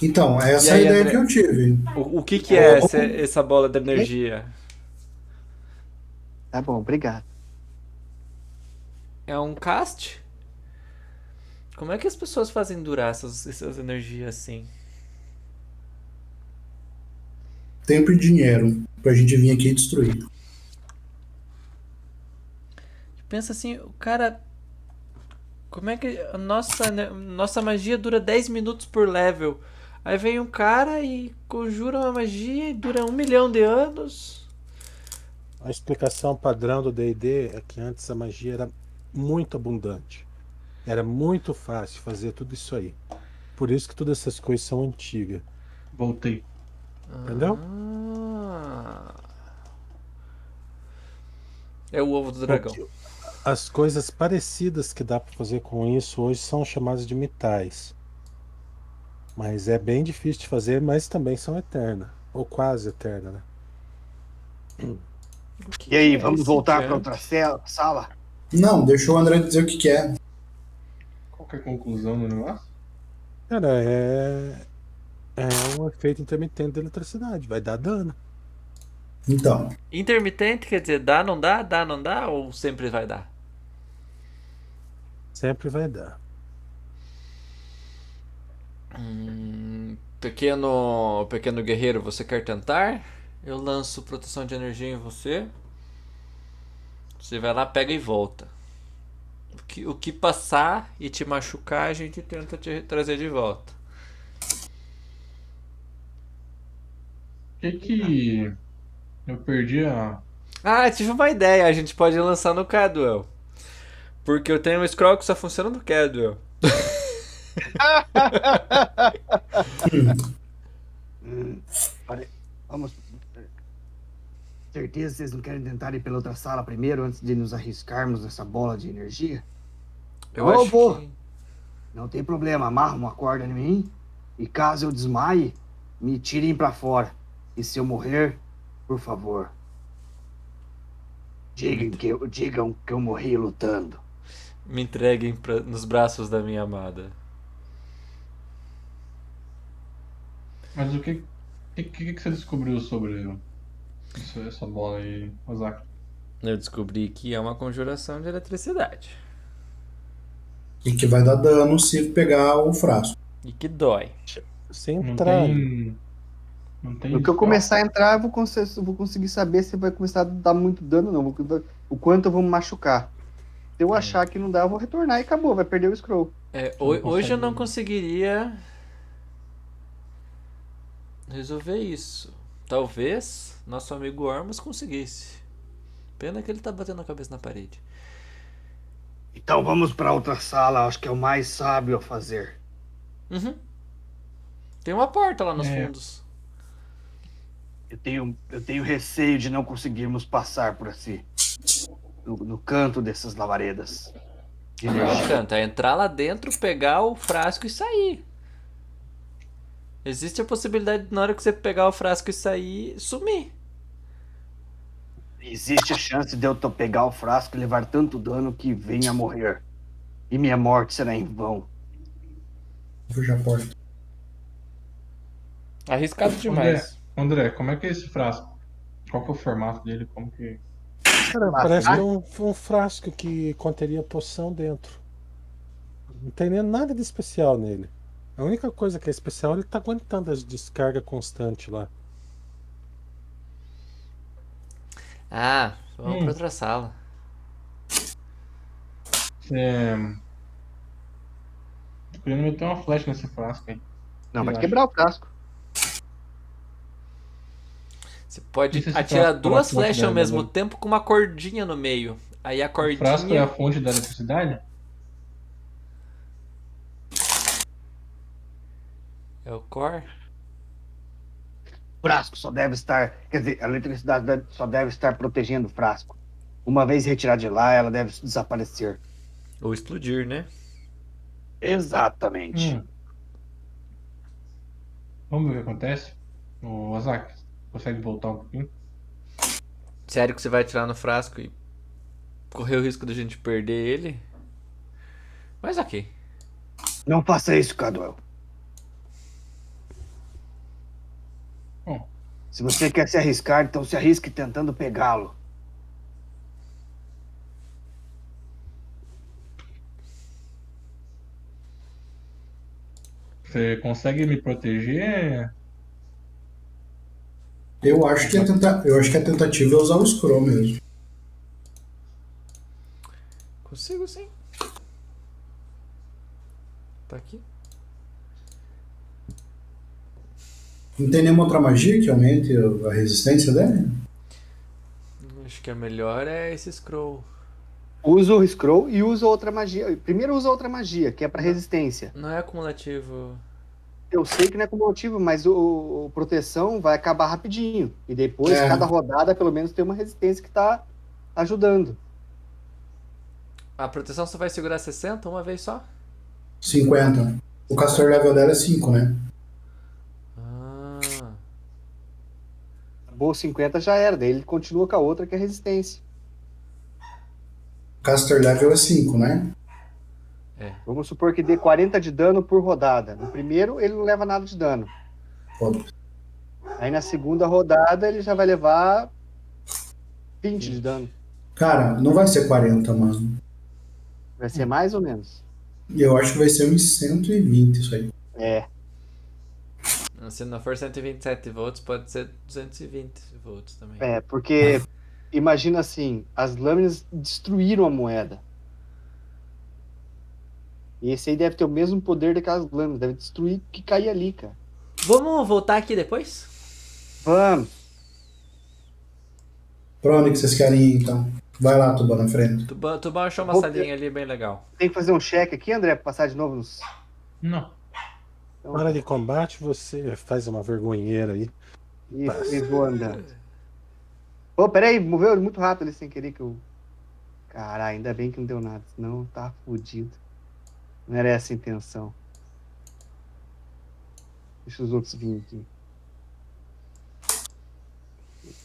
Então, essa E é a aí, ideia André? que eu tive. O, o que que é essa, essa bola de energia? Tá bom, obrigado. É um cast? Como é que as pessoas fazem durar essas, essas energias assim? Tempo e dinheiro pra gente vir aqui e destruir. Pensa assim, o cara. Como é que. a Nossa, né, nossa magia dura 10 minutos por level. Aí vem um cara e conjura uma magia e dura um milhão de anos. A explicação padrão do D&D é que antes a magia era muito abundante. Era muito fácil fazer tudo isso aí. Por isso que todas essas coisas são antigas. Voltei. Entendeu? Ah. É o ovo do dragão. As coisas parecidas que dá para fazer com isso hoje são chamadas de mitais. Mas é bem difícil de fazer, mas também são eterna. Ou quase eterna, né? E É aí, é vamos voltar para outra cela- sala? Não, deixa o André dizer o que é. quer. Qual que é a conclusão do negócio? Cara, é. É um efeito intermitente da eletricidade, vai dar dano. Então. Intermitente quer dizer dá, não dá, dá, não dá, ou sempre vai dar? Sempre vai dar. Hum, pequeno, pequeno guerreiro, você quer tentar? Eu lanço proteção de energia em você. Você vai lá, pega e volta. O que, o que passar e te machucar, a gente tenta te trazer de volta. O que que. Eu perdi a. Ah, tive uma ideia, a gente pode lançar no Cadwell. Porque eu tenho um scroll que só funciona no Cadwell. Hum, pare- Vamos. Certeza que vocês não querem tentar ir pela outra sala primeiro antes de nos arriscarmos nessa bola de energia? Eu Não, acho vou. Não tem problema, amarra uma corda em mim e caso eu desmaie, me tirem pra fora. E se eu morrer, por favor, digam que eu, digam que eu morri lutando. Me entreguem pra- nos braços da minha amada. Mas o que. O que, que que você descobriu sobre isso- essa bola aí, Ozaki? Eu descobri que é uma conjuração de eletricidade. E que vai dar dano se pegar o frasco. E que dói. Sem né? entrar. Não tem No que eu começar a entrar, eu vou, conse- vou conseguir saber se vai começar a dar muito dano ou não. vou- O quanto eu vou me machucar. Se eu achar que não dá, eu vou retornar e acabou, vai perder o scroll. É, ho- hoje eu não conseguiria resolver isso. Talvez nosso amigo Ormus conseguisse. Pena que ele tá batendo a cabeça na parede. Então vamos pra outra sala, acho que é o mais sábio a fazer. Uhum. Tem uma porta lá nos É. fundos. Eu tenho, eu tenho receio de não conseguirmos passar por assim, no, no canto dessas lavaredas. Não Ah. adianta, é entrar lá dentro, pegar o frasco e sair. Existe a possibilidade de, na hora que você pegar o frasco e sair, sumir. Existe a chance de eu to- pegar o frasco e levar tanto dano que venha a morrer. E minha morte será em vão. Puxa a porta. Arriscado André, André, como é que é esse frasco? Qual que é o formato dele? Como que. é? Cara, Mas- parece que é um, um frasco que conteria poção dentro. Não tem nem nada de especial nele. A única coisa que é especial é ele tá aguentando as descargas constantes lá. Ah, vamos Hum. pra outra sala. É... Tô querendo meter uma flecha nesse frasco aí. Não, vai Eu quebrar o frasco. Você pode E se esse atirar frasco for duas a fonte flechas ao da mesmo energia? tempo com uma cordinha no meio. Aí a O frasco é cordinha. a fonte da eletricidade? É o core? O frasco só deve estar. Quer dizer, a eletricidade deve- só deve estar protegendo o frasco. Uma vez retirada de lá, ela deve desaparecer. Ou explodir, né? Exatamente. Hum. Vamos ver o que acontece? O Azak, consegue voltar um pouquinho? Sério que você vai atirar no frasco e correr o risco da gente perder ele? Mas ok. Não faça isso, Caduel. Hum. Se você quer se arriscar, então se arrisque tentando pegá-lo. Você consegue me proteger? Eu acho, que a tenta... eu acho que a tentativa é usar o scroll mesmo. Consigo sim. Tá aqui. Não tem nenhuma outra magia que aumente a resistência dele? Acho que a melhor é esse scroll. Usa o scroll e usa outra magia. Primeiro usa outra magia, que é pra resistência. Não é acumulativo. Eu sei que não é cumulativo, mas o, o proteção vai acabar rapidinho. E depois, É. cada rodada, pelo menos, tem uma resistência que tá ajudando. A proteção só vai segurar 60 uma vez só? 50. O castor level dela é 5, né? Ah. Acabou 50, já era. Daí ele continua com a outra que é resistência. Caster level é 5, né? Vamos supor que dê 40 de dano por rodada. No primeiro, ele não leva nada de dano. Foda. Aí na segunda rodada, ele já vai levar 20 de dano. Cara, não vai ser 40, mano. Vai ser mais ou menos. Eu acho que vai ser uns 120 isso aí. É. Se não for 127 volts, pode ser 220 volts também. É, porque imagina assim, as lâminas destruíram a moeda. E esse aí deve ter o mesmo poder daquelas lâminas, deve destruir o que cair ali, cara. Vamos voltar aqui depois? Vamos. Pra onde que vocês querem ir, então? Vai lá, Tuba, na frente. Tuba- Tubão achou uma Vou- salinha ali bem legal. Tem que fazer um cheque aqui, André, pra passar de novo nos. Não. Na hora de combate, você faz uma vergonheira aí. Isso, e vou andando. Ô, peraí, moveu muito rápido ali sem querer que eu. Caralho, ainda bem que não deu nada, senão eu tava fudido. Não era essa a intenção. Deixa os outros virem aqui.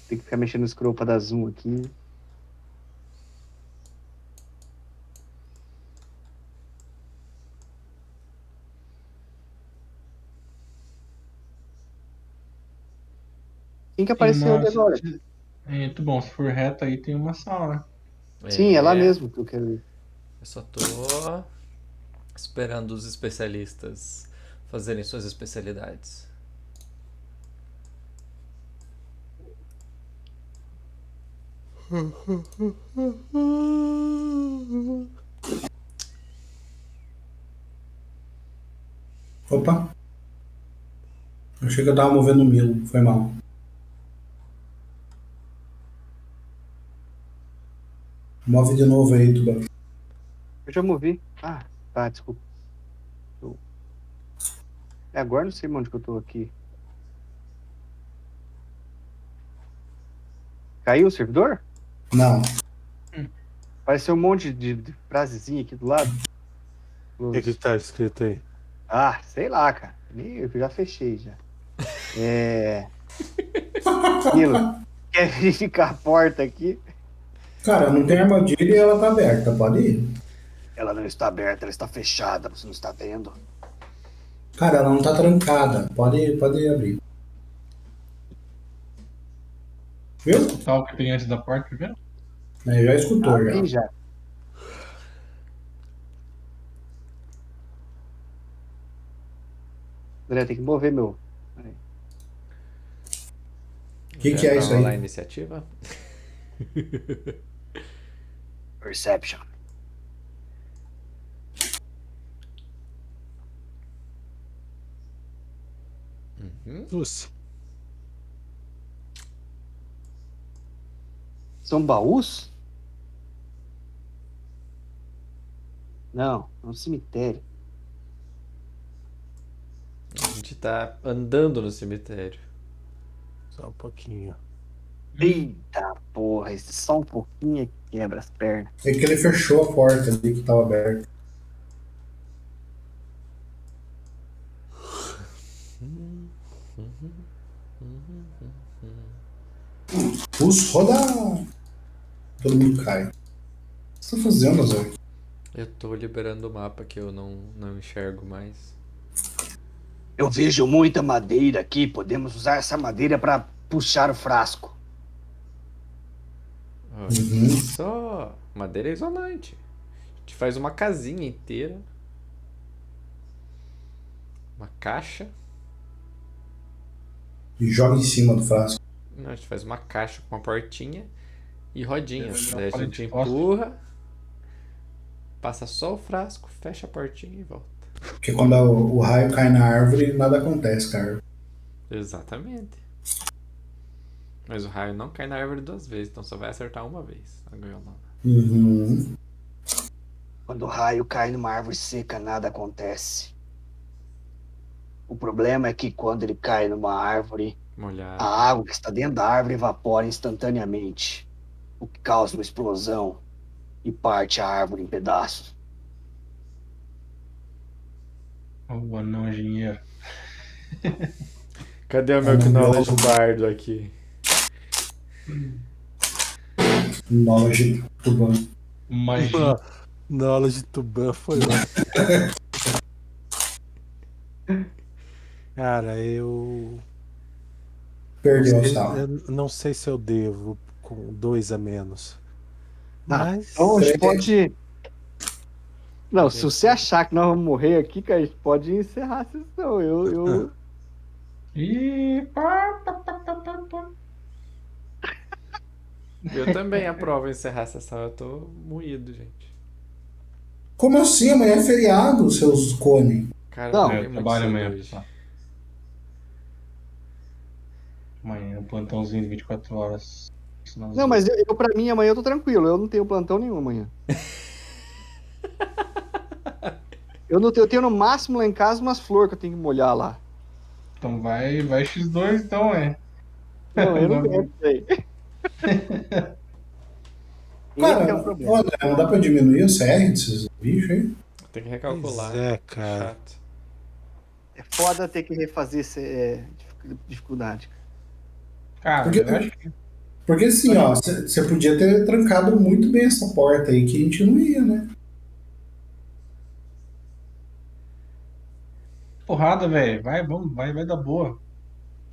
Tem que ficar mexendo no scroll pra dar zoom aqui. Quem que apareceu Tem uma- agora? É, muito bom, se for reto aí tem uma sala, né? Sim, é lá mesmo que eu quero ir. Eu só tô esperando os especialistas fazerem suas especialidades. Opa. Eu achei que eu tava movendo o Milo, foi mal. Move de novo aí, Tuba. Eu já movi. Ah, tá, desculpa. Eu- É, agora eu não sei onde que eu tô aqui. Caiu o servidor? Não. Apareceu um monte de, de frasezinha aqui do lado. O que, que tá escrito aí? Ah, sei lá, cara. Nem- Eu já fechei já. É. Milo, quer verificar a porta aqui? Cara, não tem armadilha e ela tá aberta, pode ir? Ela não está aberta, ela está fechada, você não está vendo. Cara, ela não tá trancada, pode, pode abrir. Viu? Escutar o que tem antes da porta tá primeiro? É, já escutou, Ah, já. tem já. André, tem que mover meu. O que, que é isso Rolar a aí? iniciativa? Perception. Luz. São baús? Não, é um cemitério. A gente tá andando no cemitério. Só um pouquinho. Eita porra, esse só um pouquinho que quebra as pernas. É que ele fechou a porta ali que tava aberta. Pus, roda! Todo mundo cai. O que você tá fazendo, Zé? Eu tô liberando o mapa que eu não, não enxergo mais. Eu vejo muita madeira aqui, podemos usar essa madeira para puxar o frasco. Ó, Uhum. Só madeira isolante. A gente faz uma casinha inteira. Uma caixa. E joga em cima do frasco. Não, a gente faz uma caixa com uma portinha e rodinha. Eu Daí a falei gente de fósforo. empurra, passa só o frasco, fecha a portinha e volta. Porque quando o, o raio cai na árvore, nada acontece, cara. Exatamente. Mas o raio não cai na árvore duas vezes, então só vai acertar uma vez. Não ganhou nada. Uhum. Quando o raio cai numa árvore seca, nada acontece. O problema é que quando ele cai numa árvore, Molhado. a água que está dentro da árvore evapora instantaneamente, o que causa uma explosão e parte a árvore em pedaços. O anão engenheiro. Cadê o meu knowledge bardo aqui? Knowledge do Tuban. Magia. Na aula de Tuban foi lá. Cara, eu. Perdeu não sei- o sal. eu Não sei se eu devo com dois a menos. Tá. Mas. Então a gente pode. Não, se você achar que nós vamos morrer aqui, cara, a gente pode encerrar a sessão. Eu. eu... E Eu também aprovo encerrar a sessão. Eu tô moído, gente. Como assim? Amanhã é feriado, seus cone. Cara, Não, é eu eu É, trabalho amanhã. pessoal. Amanhã, um plantãozinho de 24 horas. Não, mas eu, eu, pra mim, amanhã eu tô tranquilo. Eu não tenho plantão nenhum amanhã. eu, não tenho, eu tenho no máximo lá em casa umas flores que eu tenho que molhar lá. Então vai, vai X2 então, é. Não, eu não aguento isso aí. Cara, Esse é o olha, problema. não dá pra diminuir o CR desses bichos aí? Tem que recalcular. Pois é, Tá. cara. É foda ter que refazer essa é, dificu- dificuldade. Cara, Porque, porque assim, ó, você podia ter trancado muito bem essa porta aí que a gente não ia, né? Porrada, velho. Vai, vamos, vai, vai dar boa.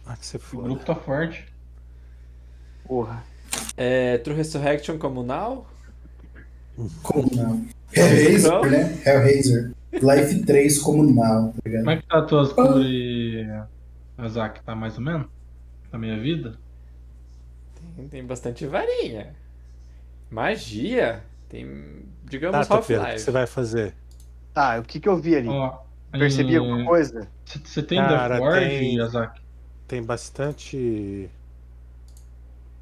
Ah, que você O grupo tá forte. Porra. É, True Resurrection comunal? Comunal. Hellraiser, né? Hellraiser. Life 3 comunal, tá ligado? Como é que tá as tuas cores, Azak? Tá mais ou menos? Na minha vida? Tem, tem bastante varinha. Magia. Tem, digamos, Tá, Tapera, o que você Half-Life. vai fazer? Tá, o que, que eu vi ali? Percebi eh, alguma coisa? Você tem Cara, Deathward, tem- Azak? Tem bastante.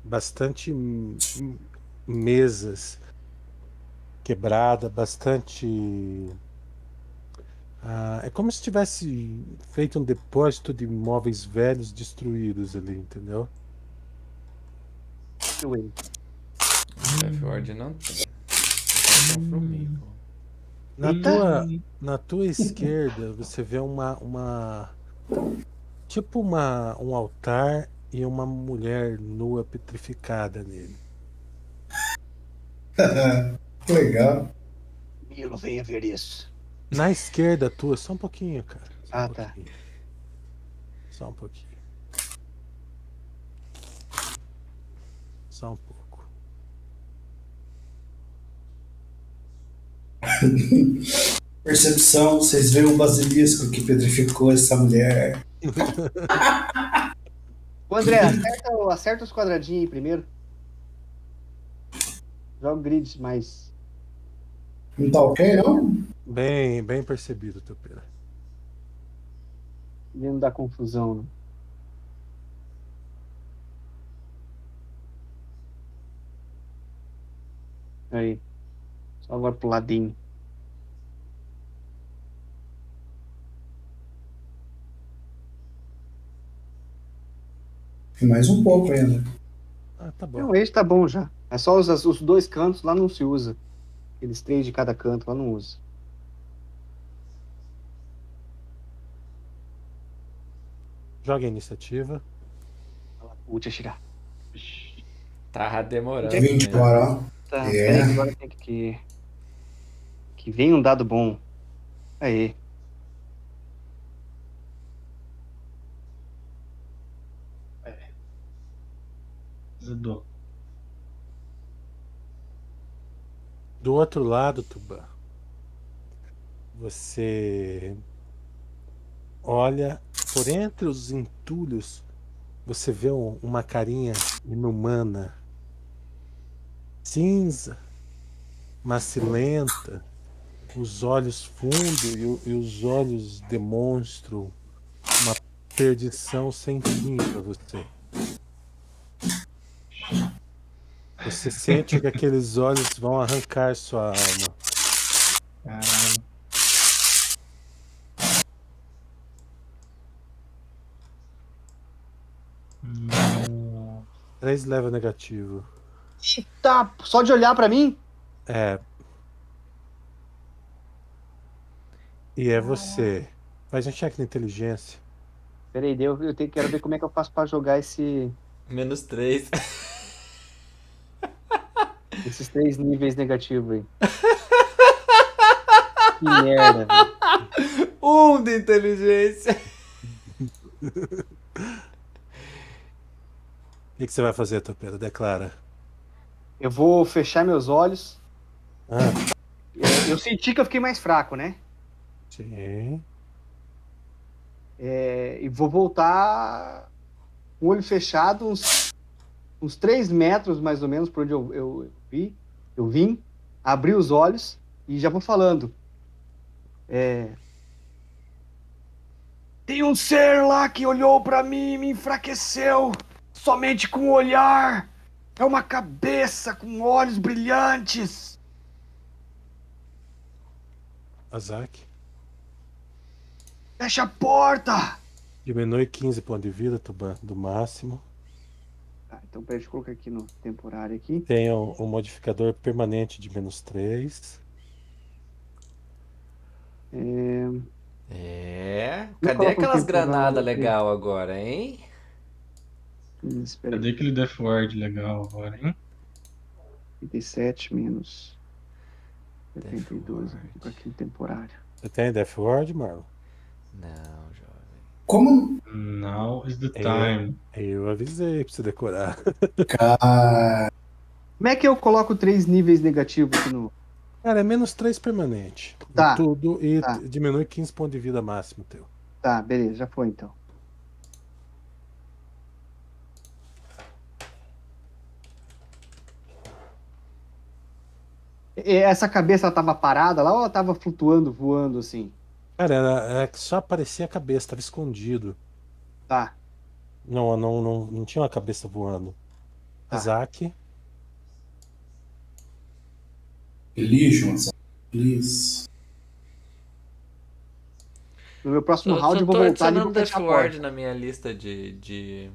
Bastante m- m- mesas quebrada, bastante. Ah, é como se tivesse feito um depósito de móveis velhos destruídos ali, entendeu? tá- Half-Ward não tem. Tem um formiga. Na Hum. tua, na tua esquerda, você vê uma, uma tipo uma, um altar e uma mulher nua petrificada nele. que legal. Milo, venha ver isso. Na esquerda tua, só um pouquinho, cara. Só um Ah, tá. pouquinho. Só um pouquinho. Só um pouco. Percepção, vocês veem o basilisco que petrificou essa mulher. Ô, André, acerta, acerta os quadradinhos aí primeiro. Joga o grid, mas. Não tá ok, não? Bem, bem percebido, teu pera. Ele não dá confusão, né? Aí. Só agora pro ladinho. Tem mais um pouco ainda. Ah, tá bom. Não, esse tá bom já. É só os, os dois cantos lá não se usa. Aqueles três de cada canto lá não usa. Joga a iniciativa. O tinha chegar. Tava demorando. Tem 20 né? agora, ó. Tá, É. peraí, que agora tem que. Que vem um dado bom. Aí. Zedou. Do outro lado, Tuban, você olha por entre os entulhos, você vê um- uma carinha inumana, cinza, macilenta, os olhos fundos e, o- e os olhos demonstram uma perdição sem fim para você. Você sente que aqueles olhos vão arrancar sua alma. Caralho. Três leva negativo. Tá, só de olhar pra mim? É. E é você. Faz um check na inteligência. Peraí, daí eu, eu tenho, quero ver como é que eu faço pra jogar esse. Menos 3. Esses três níveis negativos aí. que merda, velho. Um de inteligência. O que, que você vai fazer, Topeira? Declara. Eu vou fechar meus olhos. Ah, Eu, eu senti que eu fiquei mais fraco, né? sim. É, e vou voltar com o olho fechado, uns, uns 3 metros mais ou menos, por onde eu, eu vi. Eu vim, abri os olhos e já vou falando. É, Tem um ser lá que olhou pra mim e me enfraqueceu somente com o olhar. É uma cabeça com olhos brilhantes. Azak. Fecha a porta. Diminui 15 pontos de vida Tuban, do máximo. tá, então peraí, deixa eu colocar aqui no temporário aqui. Tem um, um modificador permanente de menos 3. É. Me Cadê coloca um aquelas temporário granadas aqui. legal agora, hein? Cadê aquele Death Ward legal agora, hein? 37 menos 72. Vou colocar aqui no temporário. Você tem Death Ward, Marlon? Não, Como? Now is É. the time. Eu, eu avisei pra você decorar. Como é que eu coloco três níveis negativos aqui no. Cara, é menos 3 permanente. em Tá. Tudo e Tá. diminui 15 pontos de vida máximo teu. Tá, beleza, já foi então. E- Essa cabeça ela tava parada lá ou ela tava flutuando, voando assim? Cara, era, era que só aparecia a cabeça, tava escondido. Tá. Não, não, não, não tinha uma cabeça voando. Tá. Azak. Religion, please. No meu próximo Eu round só eu vou tô voltar ali e adicionando vou fechar a Death porta. Ward né? na minha lista de, de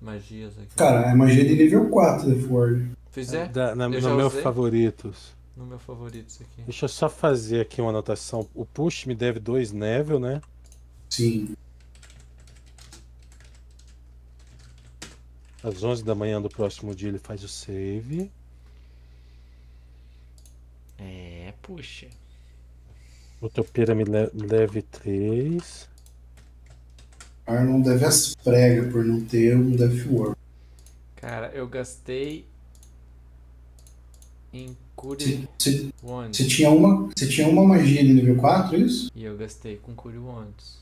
magias aqui. Cara, é magia de nível 4 Death Ward. Pois é. Da- na- eu no já meu usei favoritos. No meu favorito isso aqui. Deixa eu só fazer aqui uma anotação. O push me deve dois Neville, né? Sim. Às 11 da manhã do próximo dia ele faz o save. É, puxa. O Topeira me le- leve 3. Arnon deve as pregas por não ter um Death Ward. Cara, eu gastei em Cure Você- você- Wands. Você tinha uma, você tinha uma magia de nível 4, é isso? E eu gastei com Cure Wands.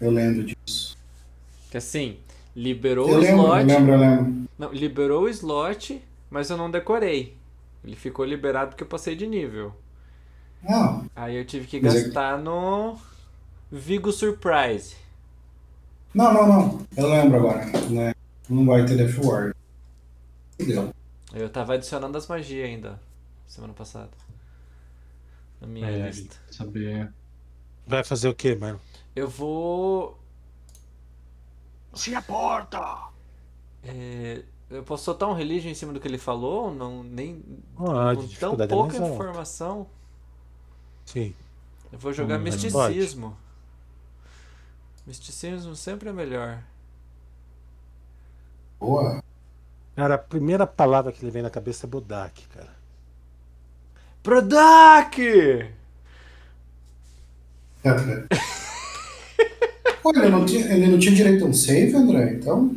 Eu lembro disso. Que assim, liberou o Eu lembro, eu slot. lembro, eu lembro. Não, liberou o slot, mas eu não decorei. Ele ficou liberado porque eu passei de nível. Não, Aí eu tive que Mas é- gastar no Vigo Surprise. não, não, não. Eu lembro agora. Né? Não vai ter Death Ward. Entendeu? Eu tava adicionando as magias ainda, semana passada. Na minha É, lista. saber. Vai fazer o quê, mano? Eu vou. Se a porta. é, eu posso soltar um religion em cima do que ele falou? ou Não, nem. Ah, a com tão dificuldade é pouca mais alta. informação. Sim. Eu vou jogar Hum, misticismo. Misticismo sempre é melhor. Boa. Cara, a primeira palavra que ele vem na cabeça é Bodak, cara. Prodac! É É, Olha, não tinha- ele não tinha direito a um save, André, então.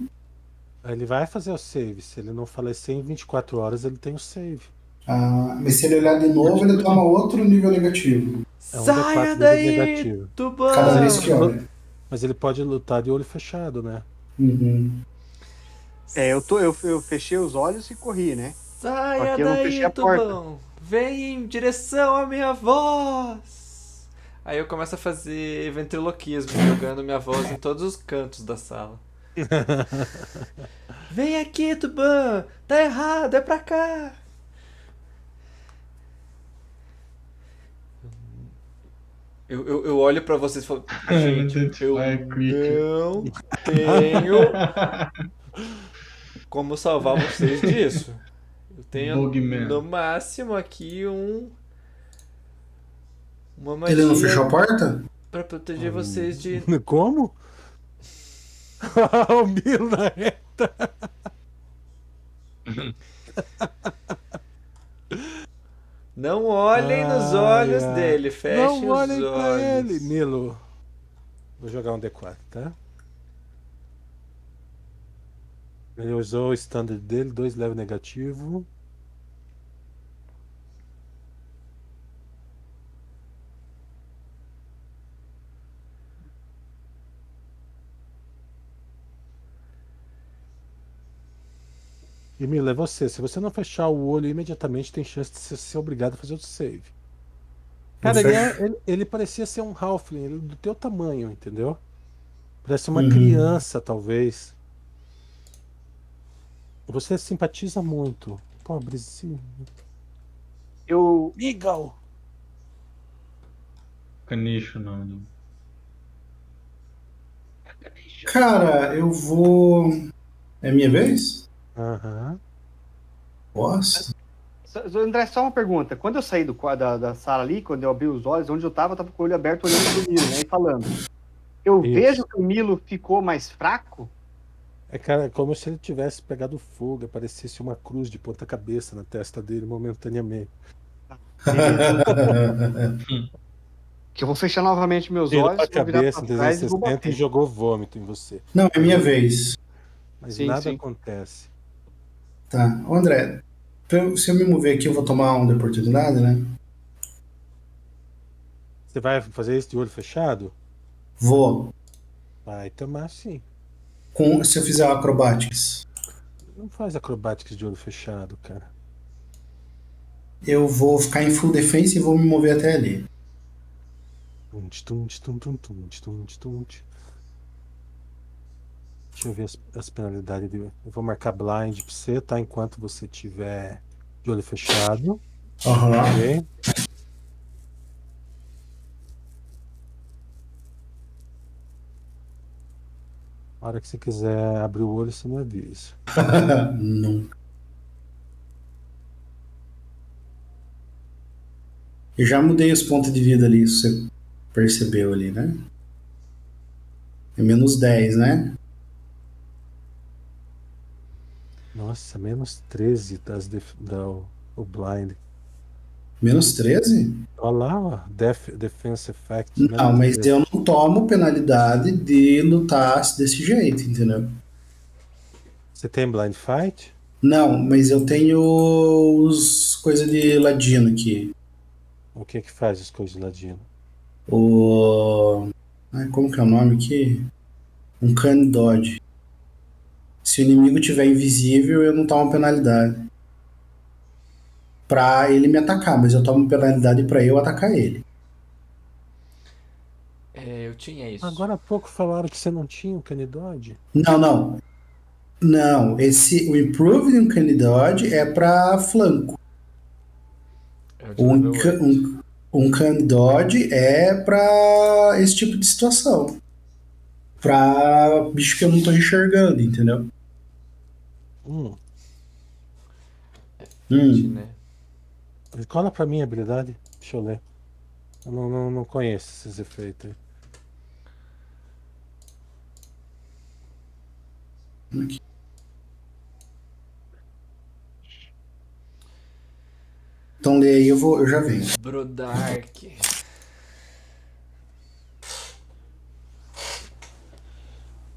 Aí Ele vai fazer o save. Se ele não falecer em 24 horas, ele tem o save. Ah, mas se ele olhar de novo, ele toma outro nível negativo. É um Saia D4 de daí, negativo. Tuban! Cada vez que olha. Mas ele pode lutar de olho fechado, né? Uhum. É, eu, tô, eu, eu fechei os olhos e corri, né? Saia Aqui eu não fechei daí, a porta. Tubão! Vem em direção à minha voz! Aí eu começo a fazer ventriloquismo, jogando minha voz em todos os cantos da sala. Vem aqui, Tuban! Tá errado, é pra cá! Eu, eu, eu olho pra vocês e falo, gente, eu não tenho como salvar vocês disso. Eu tenho Bogeyman. no máximo aqui um. Uma magia Ele não fechou a porta? pra proteger vocês de. Como? o Milo na reta. Não olhem nos olhos Ai, ai. dele, fechem Não os olhem pra olhos. ele, Nilo. Vou jogar um D4, tá? Ele usou o standard dele, dois leve negativo. E Mila, é você. Se você não fechar o olho imediatamente, tem chance de você ser obrigado a fazer outro save. Cara, ele, é- ele- ele parecia ser um Halfling, ele é do teu tamanho, entendeu? Parece uma Uhum. criança, talvez. Você simpatiza muito. Pobrezinho. Eu. Miguel! Canicho o nome do. Cara, eu vou. É minha vez? Aham. Posso? Só- só- André, só uma pergunta. Quando eu saí do, qua- da, da sala ali, quando eu abri os olhos, onde eu tava, eu tava com o olho aberto olhando pro Milo, né? E falando. Eu Isso. vejo que o Milo ficou mais fraco? É, cara, é como se ele tivesse pegado fogo, aparecesse uma cruz de ponta cabeça na testa dele momentaneamente. Que eu vou fechar novamente meus Virou olhos, a vou virar cabeça pra trás e vou 360 e bater. jogou vômito em você. Não, é minha vez. Mas Sim, nada sim. acontece. Tá. Ô, André, pra eu- se eu me mover aqui, eu vou tomar um de oportunidade, né? Você vai fazer isso de olho fechado? Vou. Vai tomar sim. Com, se eu fizer acrobatics, Não faz acrobáticas de olho fechado, cara. eu vou ficar em full defense e vou me mover até ali. Tunte, tunte, tunte, tunte, tunte, tunte. Deixa eu ver as, as penalidades. De... Eu vou marcar blind pra você, tá? Enquanto você tiver de olho fechado. Aham. Ok? A hora que você quiser abrir o olho, você me avisa. Não. Eu já mudei os pontos de vida ali, você percebeu ali, né? É menos 10, né? Nossa, menos 13 das def... da, o, o blind. Menos 13? Olha lá, ó. Def... Defense Effect. Não, menos mas 13. eu não tomo penalidade de lutar desse jeito, entendeu? Você tem blind fight? Não, mas eu tenho os coisa de ladino aqui. O que que faz as coisas de ladino? O. Ai, como que é o nome aqui? Um cane dodge. Se o inimigo tiver invisível, eu não tomo penalidade. Pra ele me atacar, mas eu tomo penalidade pra eu atacar ele. É, eu tinha isso. Agora há pouco falaram que você não tinha o canidode. Não, não. Não, esse, o Improved um Cane Dodge é pra flanco. Eu tinha Um, meu ca- olho. um, um Cane Dodge é pra esse tipo de situação. Pra bicho que eu não tô enxergando, entendeu? Hum, Hum. né? cola é pra mim a habilidade. Deixa eu ler. Eu não, não, não conheço esses efeitos aí. Então lê aí, eu, vou, eu já venho. Brodark.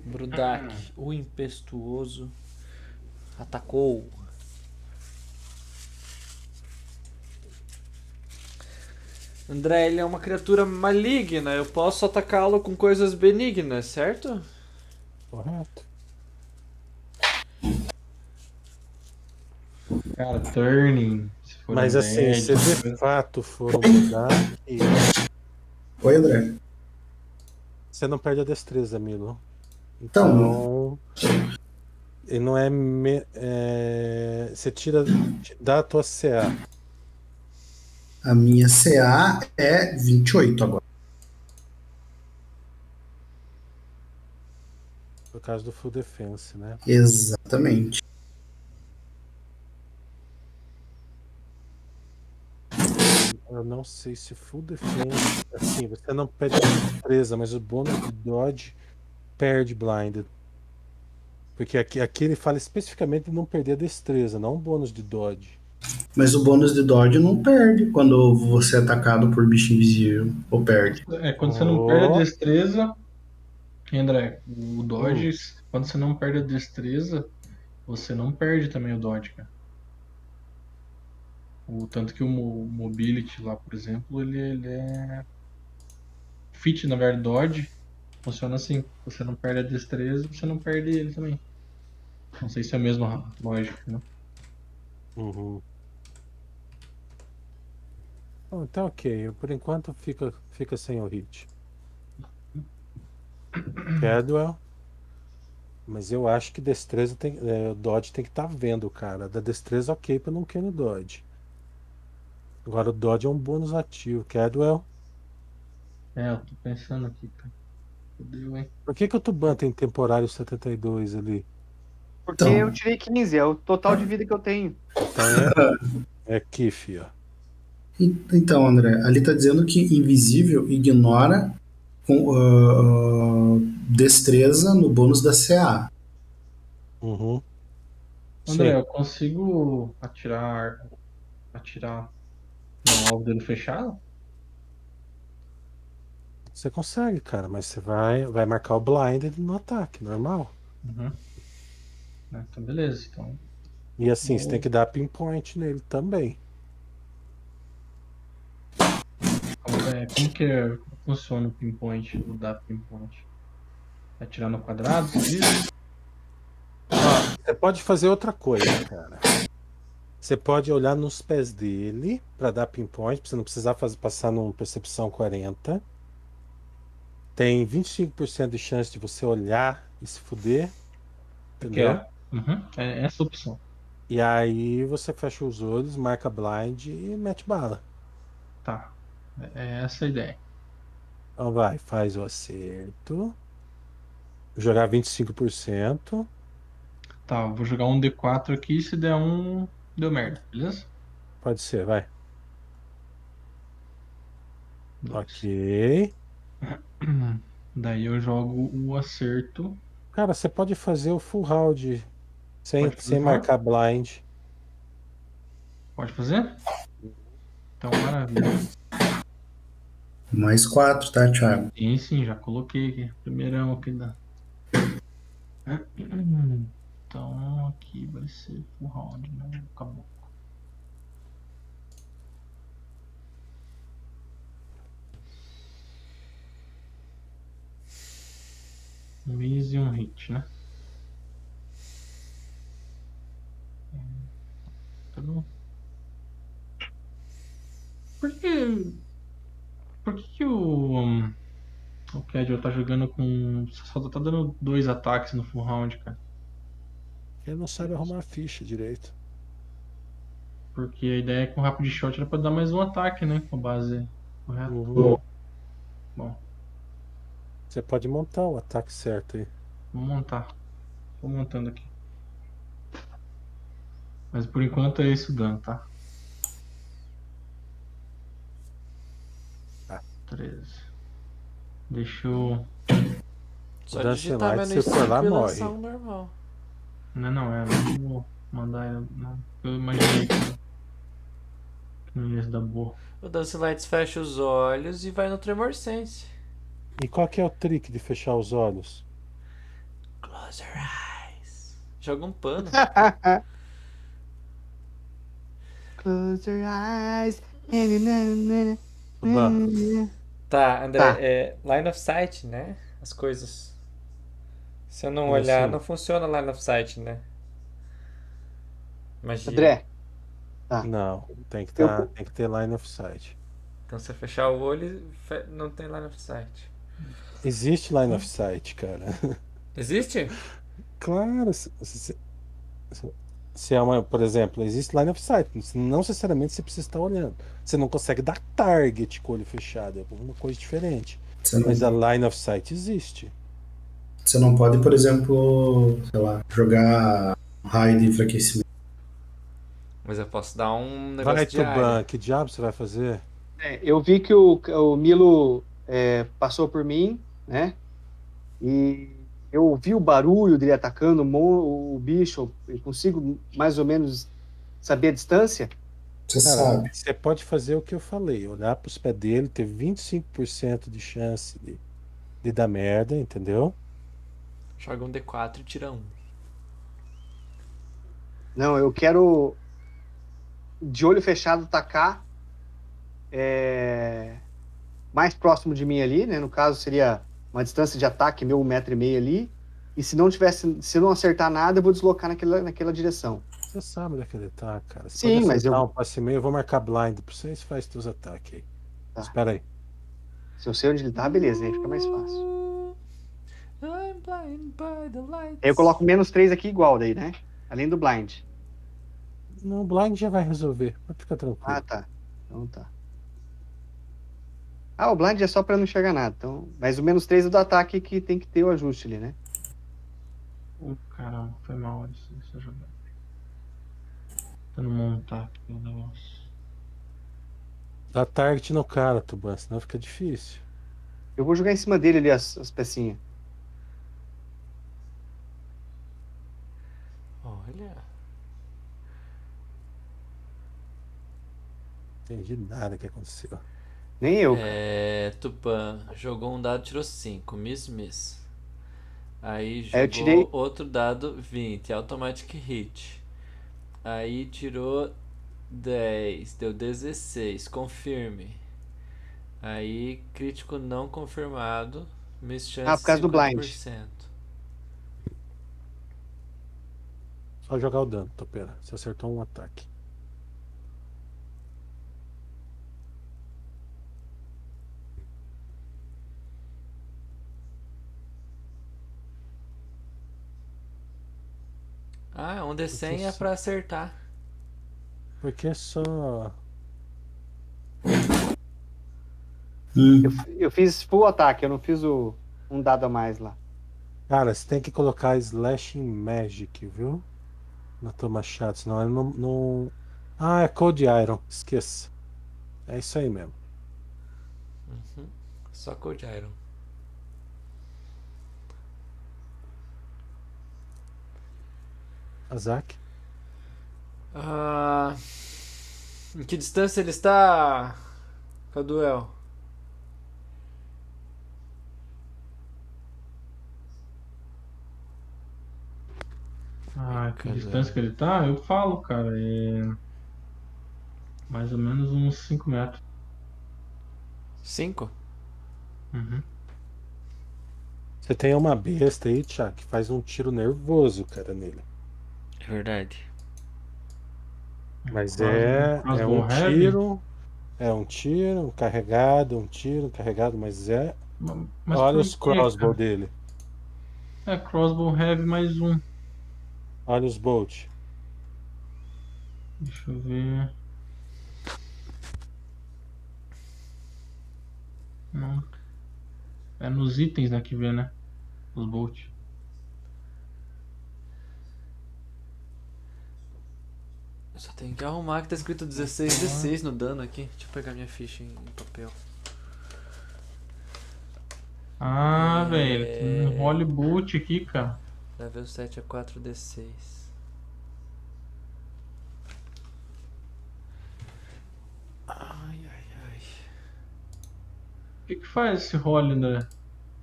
Brodark, o impetuoso, atacou. André, ele é uma criatura maligna. Eu posso atacá-lo com coisas benignas, certo? Correto? Cara, Turning. se for Mas um assim, se médico, de fato for um mudar, Oi, André. você não perde a destreza, Milo. Então. Então. E não é, me- é. Você tira. Dá a tua CA. A minha CA é 28 agora. Por causa do full defense, né? Exatamente. Eu não sei se full defense. Assim, você não perde destreza, mas o bônus de dodge perde blinded. Porque aqui, aqui ele fala especificamente de não perder a destreza, não o bônus de dodge. Mas o bônus de dodge não perde quando você é atacado por bicho invisível. Ou perde. É, quando você não Oh. perde a destreza. André, o Dodge, quando você não perde a destreza, você não perde também o Dodge, cara. O tanto que o mo- Mobility lá, por exemplo, ele, ele é. Fit, na verdade, Dodge funciona assim. Você não perde a destreza, você não perde ele também. Não sei se é a mesma lógica, né? Uhum. Então, tá ok, Eu, por enquanto fica, fica sem o hit. Cadwell. Mas eu acho que destreza tem. é, o Dodge tem que estar vendo, cara. Da destreza, ok, pra não querer Dodge. Agora o Dodge é um bônus ativo. Cadwell. É, eu tô pensando aqui, cara. Fudeu, hein? Por que, que o Tuban tem temporário 72 ali? Porque eu tirei 15, é o total de vida que eu tenho. Então é, é Kif, ó. E- Então, André, ali tá dizendo que invisível ignora com, ah, ah, destreza no bônus da CA. Uhum. André, Sim. eu consigo atirar. Atirar no alvo dele fechado? Você consegue, cara, mas você vai, vai marcar o blind no ataque, normal. Uhum. Ah, Então beleza, então. E assim, você Boa. tem que dar pinpoint nele também. Como, é, como que é- como funciona o pinpoint, o da pinpoint? É Atirar no quadrado, você diz? Você pode fazer outra coisa, cara. Você pode olhar nos pés dele pra dar pinpoint, pra você não precisar fazer, passar no percepção 40. Tem 25% de chance de você olhar e se fuder. Entendeu? é? Uhum. É essa a opção. E aí você fecha os olhos, marca blind e mete bala. Tá. É essa a ideia. Então vai, faz o acerto. Vou jogar 25%. Tá, eu vou jogar um D4 aqui e se der um, deu merda, beleza? Pode ser, vai. Ok. Daí eu jogo o acerto. Cara, você pode fazer o full round sem, Pode fazer sem full marcar blind. Pode fazer? Então, maravilha. Mais quatro, tá, Thiago? Sim, sim, já coloquei aqui. Primeirão aqui da. Então aqui vai ser full round, né? Acabou. Miss e um hit, né? Tá bom. Por que. Por que, que o. hum, o Cadwell tá jogando com. Só tá dando dois ataques no full round, cara. Ele não sabe arrumar a ficha direito. Porque a ideia é que com rapid shot era pra dar mais um ataque, né? Com a base correta. Uhum. Bom, Você pode montar o ataque certo aí. vou montar. Vou montando aqui. Mas por enquanto é isso o dano, tá? Tá. 13. Deixa eu. Só Dance digitar Light, menos se for lá, 5 e morre. lançar um normal. Não, não, é. Não vou mandar. ele- Não. Eu imaginei que- que não ia se dar boa. O Dance Lights fecha os olhos e vai no Tremor Sense. E qual que é o trick de fechar os olhos? Close your eyes. Joga um pano. Close your eyes. and- na- na- na- Tuban. na- na- Tá, André, Tá. é line of sight, né? As coisas. Se eu não Isso. olhar, não funciona line of sight, né? Magia. André, Não, tem que, tá, tem que ter line of sight. Então se eu fechar o olho, fe- não tem line of sight. Existe line of sight, cara. Existe? Claro, se, se- se- se é uma, por exemplo, existe line of sight, não necessariamente você precisa estar olhando. Você não consegue dar target com o olho fechado, é uma coisa diferente. Você não- Mas a line of sight existe. Você não pode, por exemplo, sei lá, jogar raio de enfraquecimento. Mas eu posso dar um negócio Vai, de área. Tuban, que diabo você vai fazer? É, eu vi que o, o Milo é, passou por mim, né? E eu ouvi o barulho dele atacando o, mon- o bicho, eu consigo mais ou menos saber a distância. Você Cara, sabe. Você pode fazer o que eu falei, olhar pros pés dele, ter 25% de chance de, de dar merda, entendeu? Joga um D4 e tira um. Não, eu quero de olho fechado tacar é, mais próximo de mim ali, né? No caso seria uma distância de ataque meu um metro e meio ali. E se não tivesse, se eu não acertar nada, eu vou deslocar naquela, naquela direção. Você sabe é daquele ataque, tá, cara. Você Sim, pode mas acertar eu- um passe e meio, eu vou marcar blind pra você e você faz seus ataques aí. Tá. Espera aí. Se eu sei onde ele tá, beleza, aí fica mais fácil. I'm blind by the light. Aí eu coloco menos três aqui igual daí, né? Além do blind. Não, blind já vai resolver, mas fica tranquilo. Ah, tá. Então tá. Ah, o blind é só pra não enxergar nada. Então, mas o menos 3 é do ataque que tem que ter o ajuste ali, né? Ô, caramba, foi mal isso, essa jogada. Tentando montar aqui tá, o negócio. Dá target no cara, Tuban, senão fica difícil. Eu vou jogar em cima dele ali as, as pecinhas. Olha. Entendi nada que aconteceu. Nem eu. É. Tupan jogou um dado, tirou 5. Miss, miss. Aí jogou Aí É, eu tirei- outro dado, 20. Automatic hit. Aí tirou 10. Deu 16. Confirme. Aí crítico não confirmado. Miss chance Ah, por causa do blind. 50%. Só jogar o dano, Topera. Você acertou um ataque. Ah, um D100 é Nossa. pra acertar. Porque é só. Eu, eu fiz full ataque, eu não fiz o, um dado a mais lá. Cara, você tem que colocar Slashing Magic, viu? Na tua machado, senão ele não, não. Ah, é Cold Iron, esqueça. É isso aí mesmo. Uhum. Só Cold Iron. Azak? Ah, em que distância ele está, Caduel? Ah, que é. distância que ele tá? Eu falo, cara. É. Mais ou menos uns 5 metros. 5? Uhum. Você tem uma besta aí, Tchá, que faz um tiro nervoso, cara, nele. É verdade. Mas Quase é, um é um crossbow heavy? tiro. É um tiro, um carregado, um tiro, um carregado, mas é. mas Olha por os quê, crossbow cara? dele. É, crossbow heavy mais um. Olha os bolt. Deixa eu ver. Não. É nos itens, né, que vê, né? Os bolt. Eu só tenho que arrumar que tá escrito 16, 16 no dano aqui. Deixa eu pegar minha ficha em em papel. É. Ah, velho, tem um role bolt aqui, cara. Level 7 é 4d6. Ai, ai, ai. O que que faz esse role, né? André?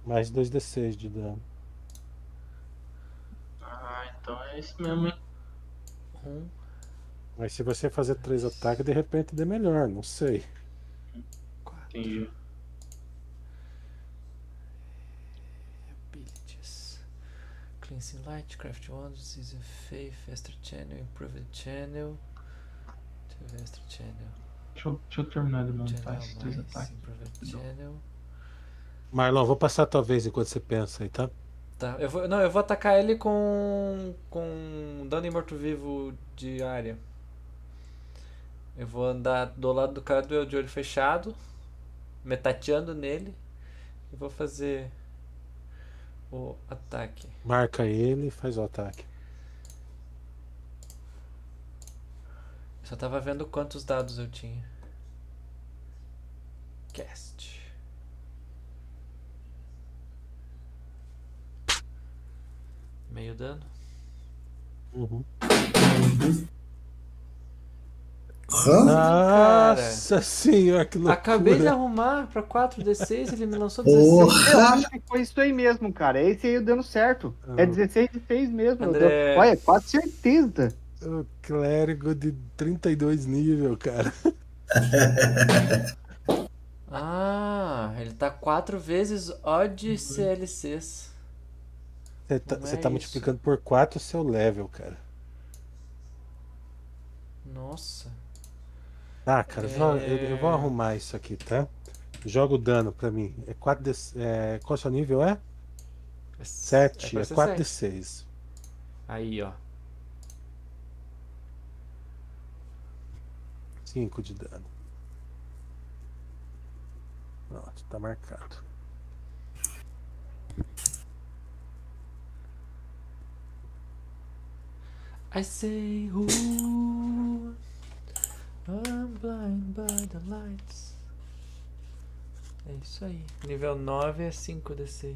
Mais 2d6 de dano. Ah, então é isso mesmo, hein? Um. Mas se você fazer três ataques, de repente dê melhor, não sei. Entendi. Abilities. Cleansing Light, Craft Wands, Season Faith, Extra Channel, Improved Channel. Deixa eu ver Extra Channel. Deixa eu, deixa eu terminar de montar Channel esses três mais, ataques. Improved Channel. Marlon, vou passar a tua vez enquanto você pensa aí, tá? Tá, eu vou, não, eu vou atacar ele com com dano em morto-vivo de área. Eu vou andar do lado do cara do de olho fechado, metateando nele, e vou fazer o ataque. Marca ele e faz o ataque. Só tava vendo quantos dados eu tinha. Cast. Meio dano. Uhum. Nossa senhora, que loucura. Acabei de arrumar pra 4D6, ele me lançou 16. Eu acho que foi isso aí mesmo, cara. É esse aí dando certo. É 16 de 6 mesmo. Eu André. dou- Olha, quase certeza. um O clérigo de 32 nível, cara. Ah, ele tá 4 vezes odd CLCs. Você tá, Não você é tá isso. multiplicando por 4 o seu level, cara. Nossa. Tá, cara, eu vou- eu, eu vou É. arrumar isso aqui, tá? Joga o dano pra mim. É 4 d é, Qual seu nível é? 7. pra É ser 4d6. Aí, ó. 5 de dano. Pronto, tá marcado. I say who I'm blind by the lights. É isso aí. Nível 9 é 5d6.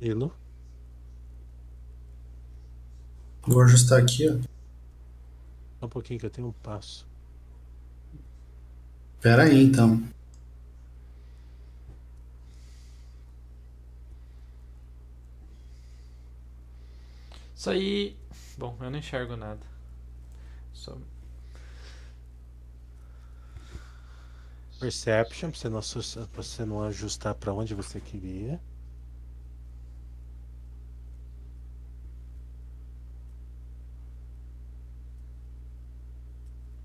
Elo. Vou ajustar aqui, ó. Só um pouquinho que eu tenho um passo. Pera aí, então. Isso aí. Bom, eu não enxergo nada. Só. Perception, pra você não, assu- pra você não ajustar pra onde você queria.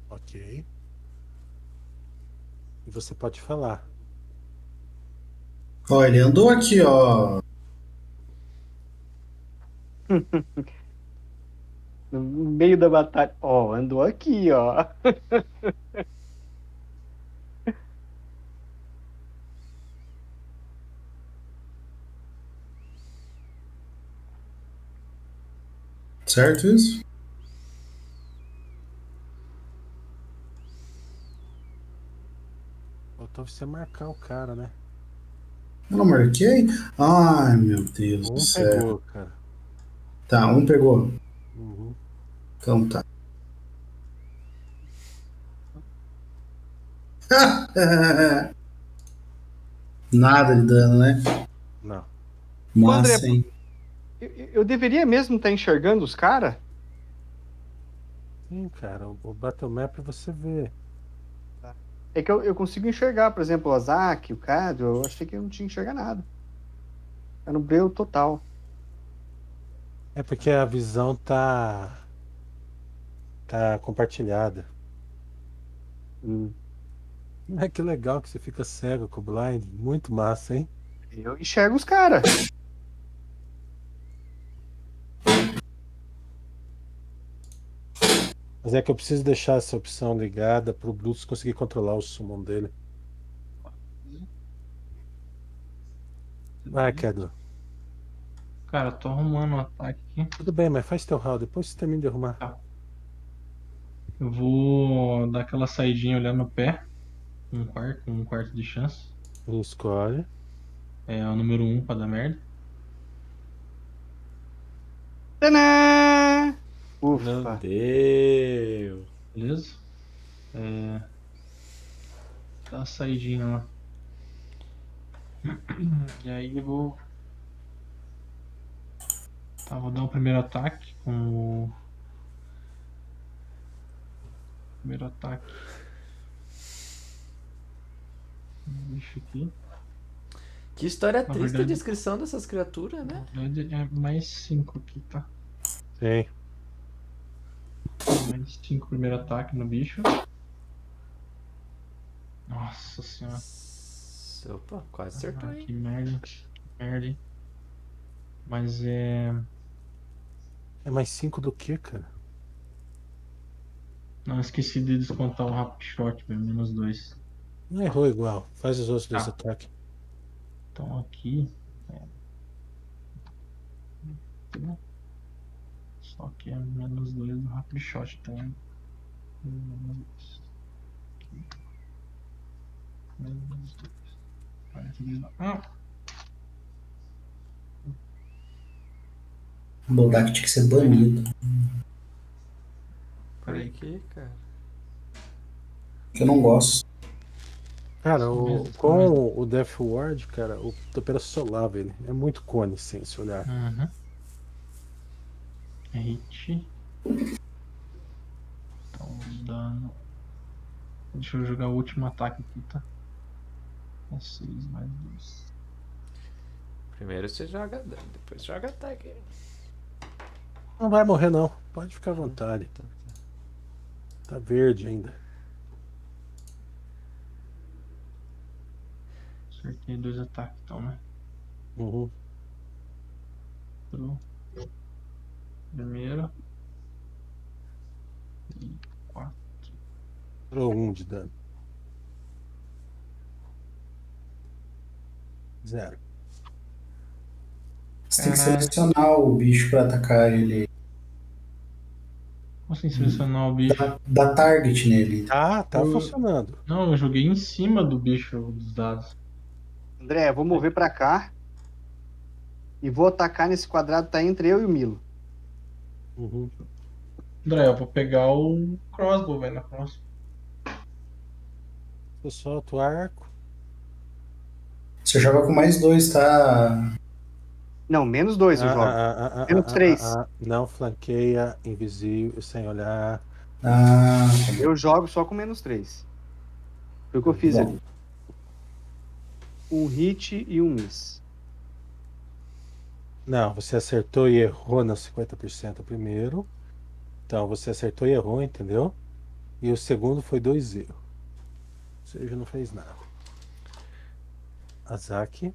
Ok. E você pode falar. Ó, ele andou aqui, ó. No meio da batalha. Ó, andou aqui, ó. Certo isso? Faltou você marcar o cara, né? Eu não marquei? Ai, meu Deus Um do céu. pegou, cara. Tá, um pegou. Uhum. Então tá. Nada de dano, né? Não. Massa, André, hein? Eu, eu deveria mesmo estar enxergando os caras? Sim, cara. O o Battlemap você vê. É que eu, eu consigo enxergar, por exemplo, o Azak, o Cádio, eu achei que eu não tinha enxergar nada. Era um breu total. É porque a visão tá. tá compartilhada. Hum. É que legal que você fica cego com o blind. Muito massa, hein? Eu enxergo os caras. Mas é que eu preciso deixar essa opção ligada pro Brutus conseguir controlar o summon dele. Vai, Kedro. Cara, tô arrumando um ataque aqui. Tudo bem, mas faz teu round, depois você termina de arrumar. Eu vou dar aquela saidinha olhar no pé. Um quarto, um quarto de chance. Escolhe. É o número um pra dar merda. Tadã! Ufa. Deus. Beleza? É... Dá a saidinha lá. E aí eu vou. Tá, vou dar o primeiro ataque com o. Primeiro ataque. Bicho aqui. Que história Na triste a verdade- descrição dessas criaturas, né? É mais 5 aqui, tá? Sim. Mais 5 primeiro ataque no bicho. Nossa senhora. Opa, quase acertou, Ah, hein? que merda. Que merda, hein? Mas é. É mais 5 do que, cara? Não, esqueci de descontar o Rapid Shot, velho. Menos 2. Não errou igual. Faz os outros dois Tá. ataques. Então aqui. É... Só que é menos 2 do Rapid Shot, então. é Menos dois. Ah, O Boldak tinha que ser banido. Por aqui, cara. Que eu não gosto. Cara, o- com o Death Ward, cara, o Topera solava ele. É muito cone sem se olhar. É hit. Então, dano. Deixa eu jogar o último ataque aqui, tá? É 6 mais 2. Primeiro você joga dano, depois joga ataque. Não vai morrer, não. Pode ficar à vontade. Tá verde ainda. Acertei dois ataques, então, né? Uhum. Pro. Primeiro. E 4. Tirou um de dano. Zero. Você tem que selecionar o bicho pra atacar ele. Como assim selecionar o bicho? Dá target nele. Ah, tá Eu- funcionando. Não, eu joguei em cima do bicho dos dados. André, eu vou mover pra cá. E vou atacar nesse quadrado que tá entre eu e o Milo. André, eu vou pegar o crossbow, velho, na próxima. Eu solto o arco. Você joga com mais dois, tá? Não, menos dois Ah, eu jogo. ah, ah, ah, menos ah, três. ah, ah, não flanqueia, invisível, sem olhar. Ah. Eu jogo só com menos três. Foi o que eu fiz Bom. ali. Um hit e um miss. Não, você acertou e errou na 50% primeiro. Então você acertou e errou, entendeu? E o segundo foi dois erros. Ou seja, não fez nada. Azaki.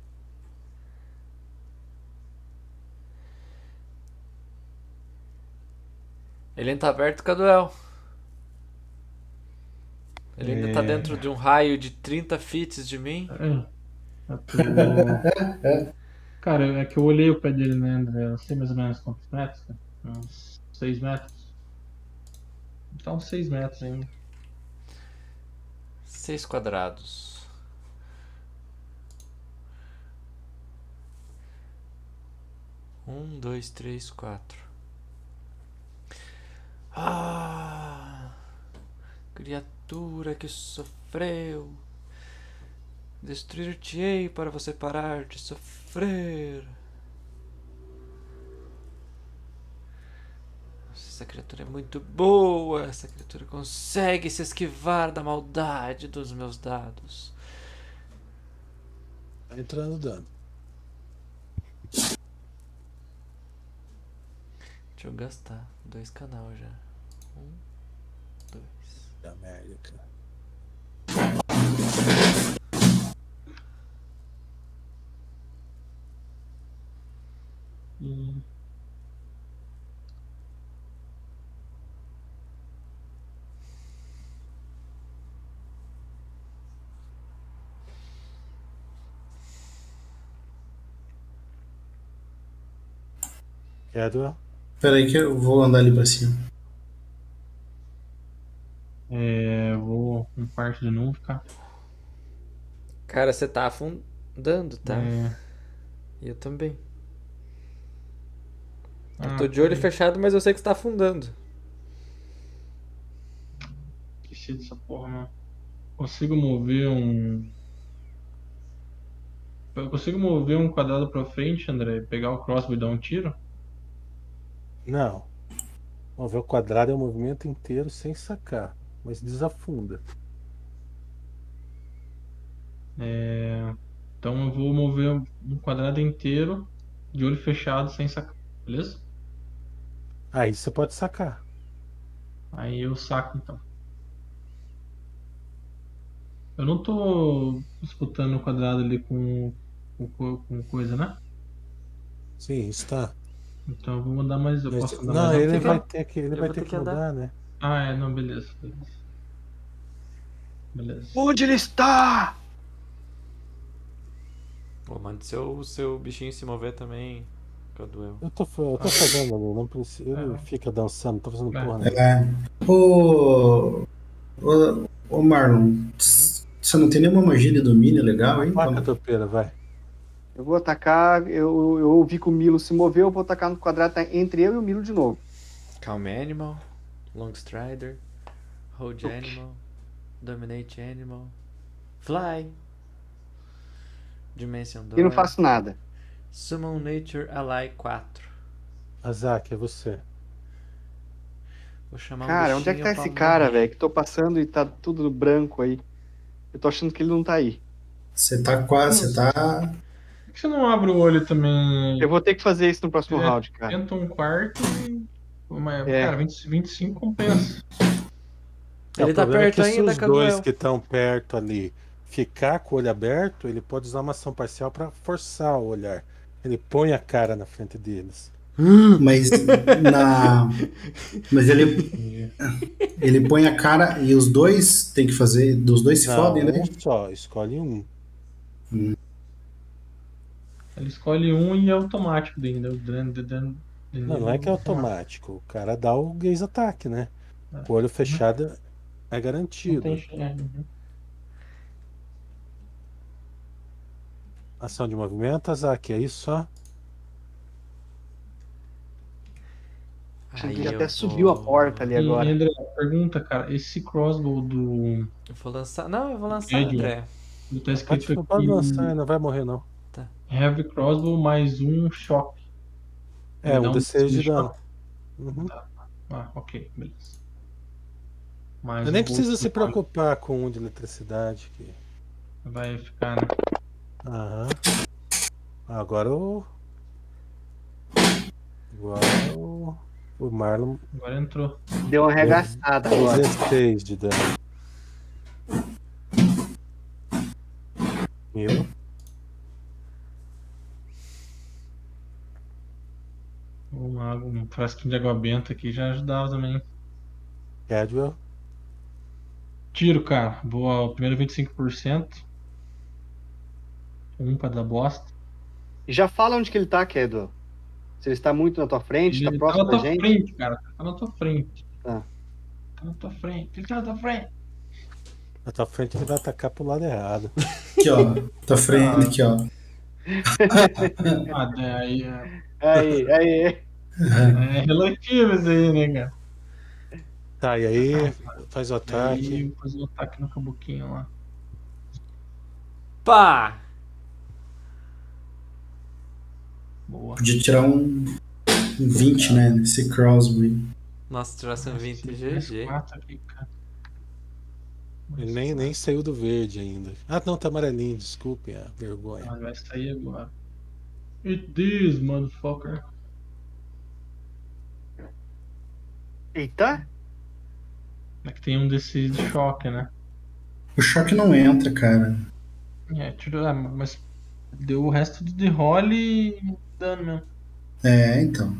Ele ainda tá aberto com a duel. Ele ainda tá É. dentro de um raio de 30 fits de mim. É. É pro- Cara, é que eu olhei o pé dele, né, André? Eu sei mais ou menos quantos metros, cara. Uns 6 metros. Então, 6 metros ainda. 6 quadrados. Um, dois, três, quatro. Ah, criatura que sofreu. Destruir-te-ei para você parar de sofrer. Nossa, Essa criatura é muito boa. Essa criatura consegue se esquivar da maldade dos meus dados. Tá entrando dano. Deixa eu gastar dois canal já. Um, dois. Da merda, cara. E... Edward. Peraí que eu vou andar ali pra cima. É, eu vou com parte de novo, cara. Cara, você tá afundando, tá? É. É, E Eu também. eu Ah, tô de olho é. peraí. fechado, mas eu sei que você tá afundando. Esqueci dessa porra, mano. Consigo mover um. Eu consigo mover um quadrado pra frente, André, e pegar o crossbow e dar um tiro? Não. Mover o quadrado é o movimento inteiro sem sacar. Mas desafunda. É, Então eu vou mover um quadrado inteiro de olho fechado sem sacar, beleza? Aí Ah, você pode sacar. Aí eu saco então. Eu não tô disputando o quadrado ali com, com, co- com coisa, né? Sim, está. Então eu vou mandar mais. Eu posso mandar Não, mais um ele tiro? vai ter que, ele vai ter que mudar, né? Ah, é, não, beleza. beleza. Beleza. Onde ele está? Pô, mano, se o seu bichinho se mover também, fica doeu. Eu tô, fa- eu tô fazendo ali, não Ah. É precisa. Ele fica dançando, não tô fazendo porra nenhuma. É. O... o É. Ô Marlon, tss, você não tem nenhuma magia de domínio legal, hein? Marca a topeira, vai. Eu vou atacar, eu, eu ouvi que o Milo se moveu, eu vou atacar no quadrado tá entre eu e o Milo de novo. Calm Animal, Long Strider, Hold Animal, Dominate Animal, Fly, Dimension Door. E não faço nada. Summon Nature Ally 4. Azak, é você. Vou chamar Cara, um onde é que tá bichinho esse pra- cara, velho? Que tô passando e tá tudo no branco aí. Eu tô achando que ele não tá aí. Você tá quase, você tá. Por que você não abre o olho também? Eu vou ter que fazer isso no próximo round, cara. Tenta um quarto e. Mas, É. Cara, 20, 25 compensa. É, o Ele tá problema é perto que se ainda, os Caduel. dois que estão perto ali ficar com o olho aberto, ele pode usar uma ação parcial para forçar o olhar. Ele põe a cara na frente deles. Mas na. Mas ele. Ele põe a cara e os dois tem que fazer. Dos dois se Não, fodem, né? Um só, escolhe um. Ele escolhe um e é automático dele. né? O dano- de- dano- de- Não, não é Uhum. que é automático. O cara dá o gaze ataque, né? Com o olho fechado é Ah. Não garantido. tem chance, né? Ação de movimento, Azak, é isso só? Aí ele eu até subiu a porta ali E, agora. André, pergunta, cara, esse crossbow do. Eu vou lançar. Não, eu vou lançar, Edward, André. ele tá Pode, escrito não pode aqui. lançar, né? não vai morrer, não. Heavy crossbow mais um choque. É, Dá um D6 de dano. choque. Uhum. Ah, ok, beleza. um Eu nem precisa se preocupar com um de eletricidade. Que... Vai ficar, né? Aham. Agora o. Agora o. O Marlon. Agora entrou. Deu uma arregaçada agora. 16 de dano. Milo. Um, água, um frasquinho de água benta aqui já ajudava também. Cadwell. Tiro, cara. Boa, o primeiro 25%. Um pra dar bosta. Já fala onde que ele tá, Kedo. Se ele está muito na tua frente, tá Ele tá próximo na da tua gente. frente, cara. Tá na tua frente. Tá. Tá na tua frente. Ele tá na tua frente. Na tua frente ele vai atacar pro lado errado. Aqui, ó. Tua frente, aqui, ó. Ah, né, aí é, Aí, aí. é relativo isso aí, né, cara? Tá, e aí faz o ataque. Aí fazer o ataque no cabuquinho lá. Pá! Boa. Podia tirar um. um 20, né? Nesse Crosby. Nossa, tirasse um 20 Mais GG. quatro aqui, cara. Ele nem, nem saiu do verde ainda. Ah, não, tá amarelinho, desculpem a vergonha. Ah, Vai sair agora. It this, motherfucker. Eita! É que tem um desses de choque, né? O choque não entra, cara. É, tirou. ah, Mas deu o resto do de roll e dano mesmo. É, então.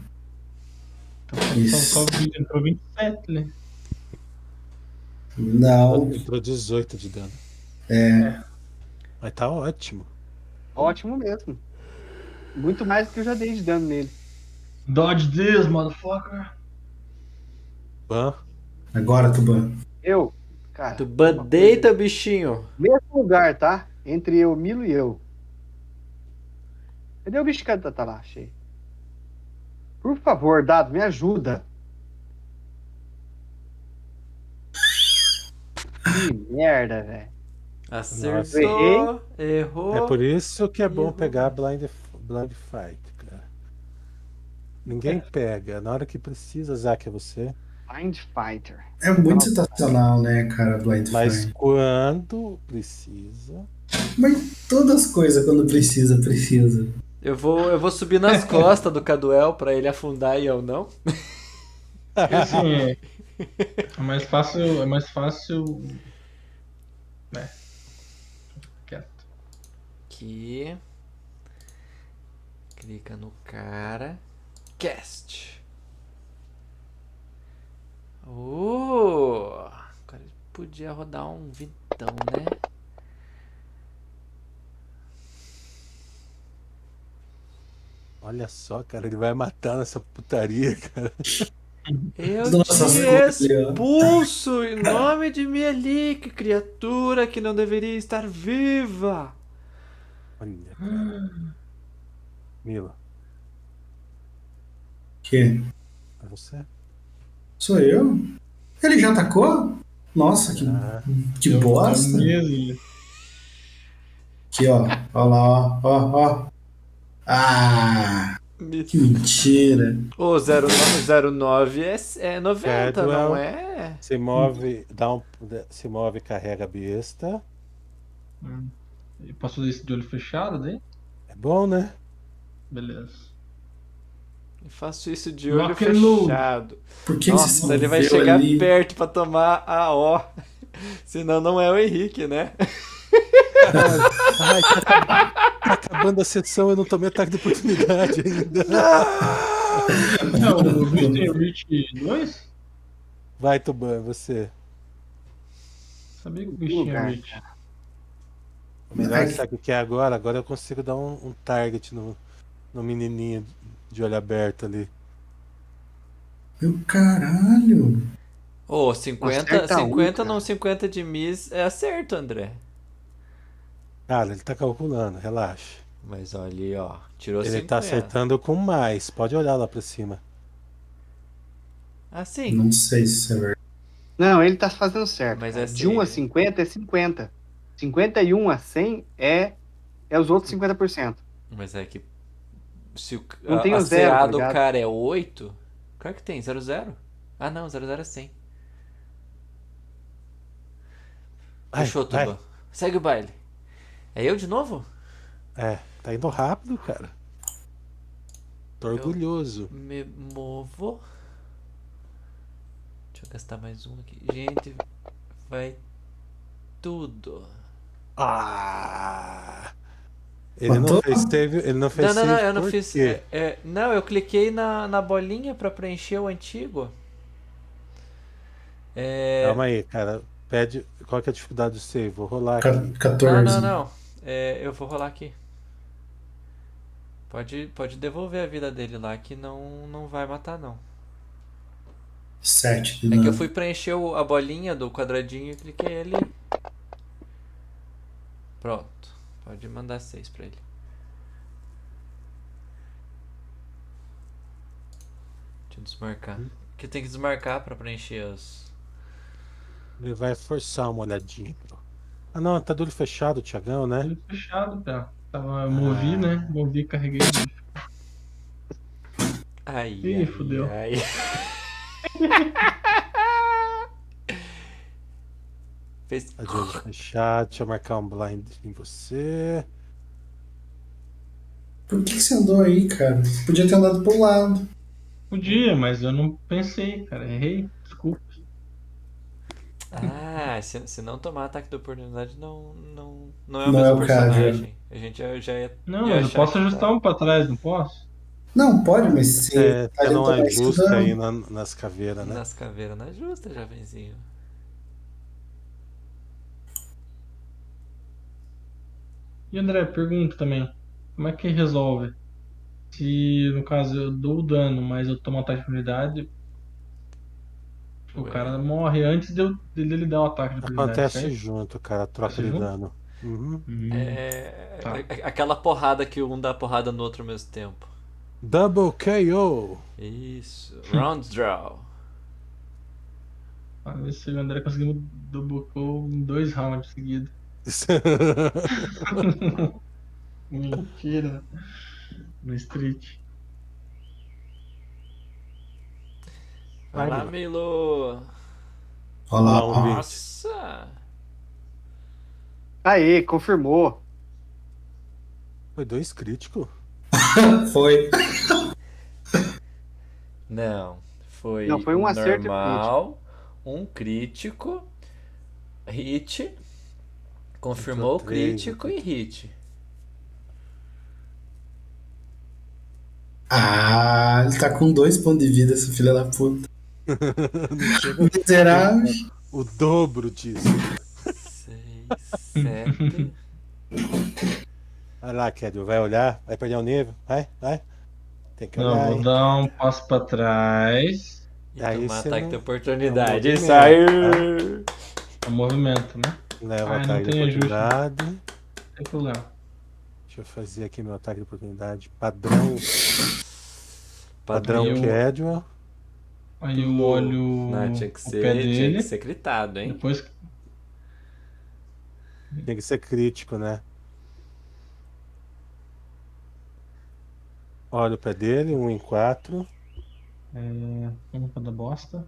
Então só- Isso. só, só o vídeo entrou 27, né? Não. Entrou 18 de dano. É. Mas tá ótimo. Ótimo mesmo. Muito mais do que eu já dei de dano nele. Dodge this, motherfucker. Ban. Agora, Tuban. Eu, cara, Tu bandeita, bichinho. mesmo lugar, tá? Entre eu, Milo e eu. Cadê o bicho que tá tá lá? Achei. Por favor, Dado, me ajuda. Que merda, velho. Nossa. Acertou, Errei. errou. É por isso que é bom Errou. pegar blind, blind fight, cara. Ninguém pega. Na hora que precisa, Zack, é você. Mind Fighter. É muito sensacional, né, cara? Blind Mas Fire. quando precisa. Mas todas as coisas, quando precisa, precisa. Eu vou, eu vou subir nas costas do Caduel pra ele afundar e eu não. Porque, Assim, é, é mais fácil. É mais fácil. Né? Quieto. Aqui. Clica no cara. Cast. Uh, cara, ele podia rodar um vintão, né? Olha só, cara, ele vai matar nessa putaria, cara. Eu Nossa, te olha. expulso em nome de Mielik, criatura que não deveria estar viva. Olha, Mila, Que? é você? Sou eu? Ele já atacou? Nossa, que, Ah, que bosta. Aqui, ó. Ó lá, ó. Ó, ó. Ah, que mentira. Ô, 09, 09 é, é 90, Cadwell, não é? Se move, dá um, se move, carrega a besta. Hum. E Posso fazer isso de olho fechado daí? É bom, né? Beleza. Eu faço isso de olho Rock and roll. fechado. Por que que você Nossa, se ele vai moveu chegar ali? perto pra tomar a O. Senão não é o Henrique, né? Ai, tá, acab- tá acabando a sessão, eu não tomei ataque de oportunidade ainda. Não, o Reach tem Reach 2? Vai, Tuban, você. Sabia que o bicho tinha Lugar. Reach. O melhor Ai. sabe o que é agora? Agora eu consigo dar um, um target no, no menininho de olho aberto ali. Meu caralho. Ô, 50, Acerta um, 50 não 50 de Miss é acerto, André. Cara, ele tá calculando, relaxa. Mas olha ali, ó. Tirou Ele tá 50. acertando com mais, pode olhar lá pra cima. Ah, sim. Não sei se é verdade. Não, ele tá fazendo certo. Mas cara. é de 1 a assim, 50 é 50. 51 a 100 é, é os outros 50%. Mas é que. Se o Não a- tem o a zero, CA tá do ligado? cara é 8, claro que tem, 00. Ah não, 00 é 100. Vai, Fechou, vai. Tuba. Segue o baile. É eu de novo? É, tá indo rápido, cara. Tô orgulhoso. Me movo. Deixa eu gastar mais um aqui. Gente, vai tudo. Ah! Ele não fez save, ele não Não, fez não, não, save eu não por fiz. quê? é- é, não, eu cliquei na, na bolinha pra preencher o antigo. É, Calma aí, cara. Pede qual que é a dificuldade do save? Vou rolar Ca- aqui. 14. Não, não, não. É, eu vou rolar aqui. Pode, pode devolver a vida dele lá, que não, não vai matar, não. 7 de É que eu dano. fui preencher o- a bolinha do quadradinho e cliquei ele. Pronto. Pode mandar seis pra ele. Deixa eu desmarcar. Que tem que desmarcar pra preencher os. Ele vai forçar uma olhadinha. Ah, não, tá do olho fechado, Tiagão, né? Fechado, tá. Tava, eu movi, né? Movi, carreguei. Ai, Ih, ai, fudeu. ai. Fez. Tá de olho fechado. Deixa eu marcar um blind em você. Por que que você andou aí, cara? Podia ter andado pro lado. Podia, mas eu não pensei, cara. Errei. Desculpa. Ah, se, se não tomar ataque de oportunidade, não, não, não é o Não mesmo é o caso, personagem. A gente já, já ia. Não, ia mas eu achar posso que- tá. ajustar um pra trás, não posso? Não, pode, mas se. É, aí você não eu tô é justo pesquisando. aí na- nas caveiras, né? Nas caveiras na justa, jovenzinho. E André, pergunta também. Como é que resolve? Se, no caso, eu dou o dano, mas eu tomo ataque de oportunidade, o Ué. cara morre antes de eu, dele dar o ataque de oportunidade, Acontece certo? Hum. junto, cara, a troca de né? junto? dano. Uhum. É. Tá. a- a- Aquela porrada que um dá porrada no outro ao mesmo tempo. Double KO! Isso. Hum. Round draw. Vamos ver se o André conseguiu dobocou em dois rounds seguidos. Mentira. Um né? No street. Vai lá, Milo. Milo. Olha lá, Não, ó. vi. Nossa. Aê, confirmou. Foi dois críticos? Foi. Não. Foi, Não, foi um acerto e um normal, um crítico, hit. Confirmou o Entrou três, né? crítico e hit. Ah, ele tá com dois pontos de vida, essa filha da puta. Não chega Miserável. o dobro disso. 6, 7. Vai lá, Kedio, vai olhar, vai perder o nível, vai, vai. Tem que Não, olhar. vou hein? dar um passo pra trás. Aí Toma você ataque não- de é oportunidade. um Isso aí. movimento, É um movimento, né? Leva Ah, não ataque de tem ajuste. oportunidade. Tem problema. Deixa eu fazer aqui meu ataque de oportunidade. Padrão. Padrão. Padrão é Cadwell. Aí eu olho Hum, Não, tinha que o pé ser, tinha dele. que ser gritado, hein? Depois que Tem que ser crítico, né? Olha o pé dele, um em quatro. É, vamos pra da bosta.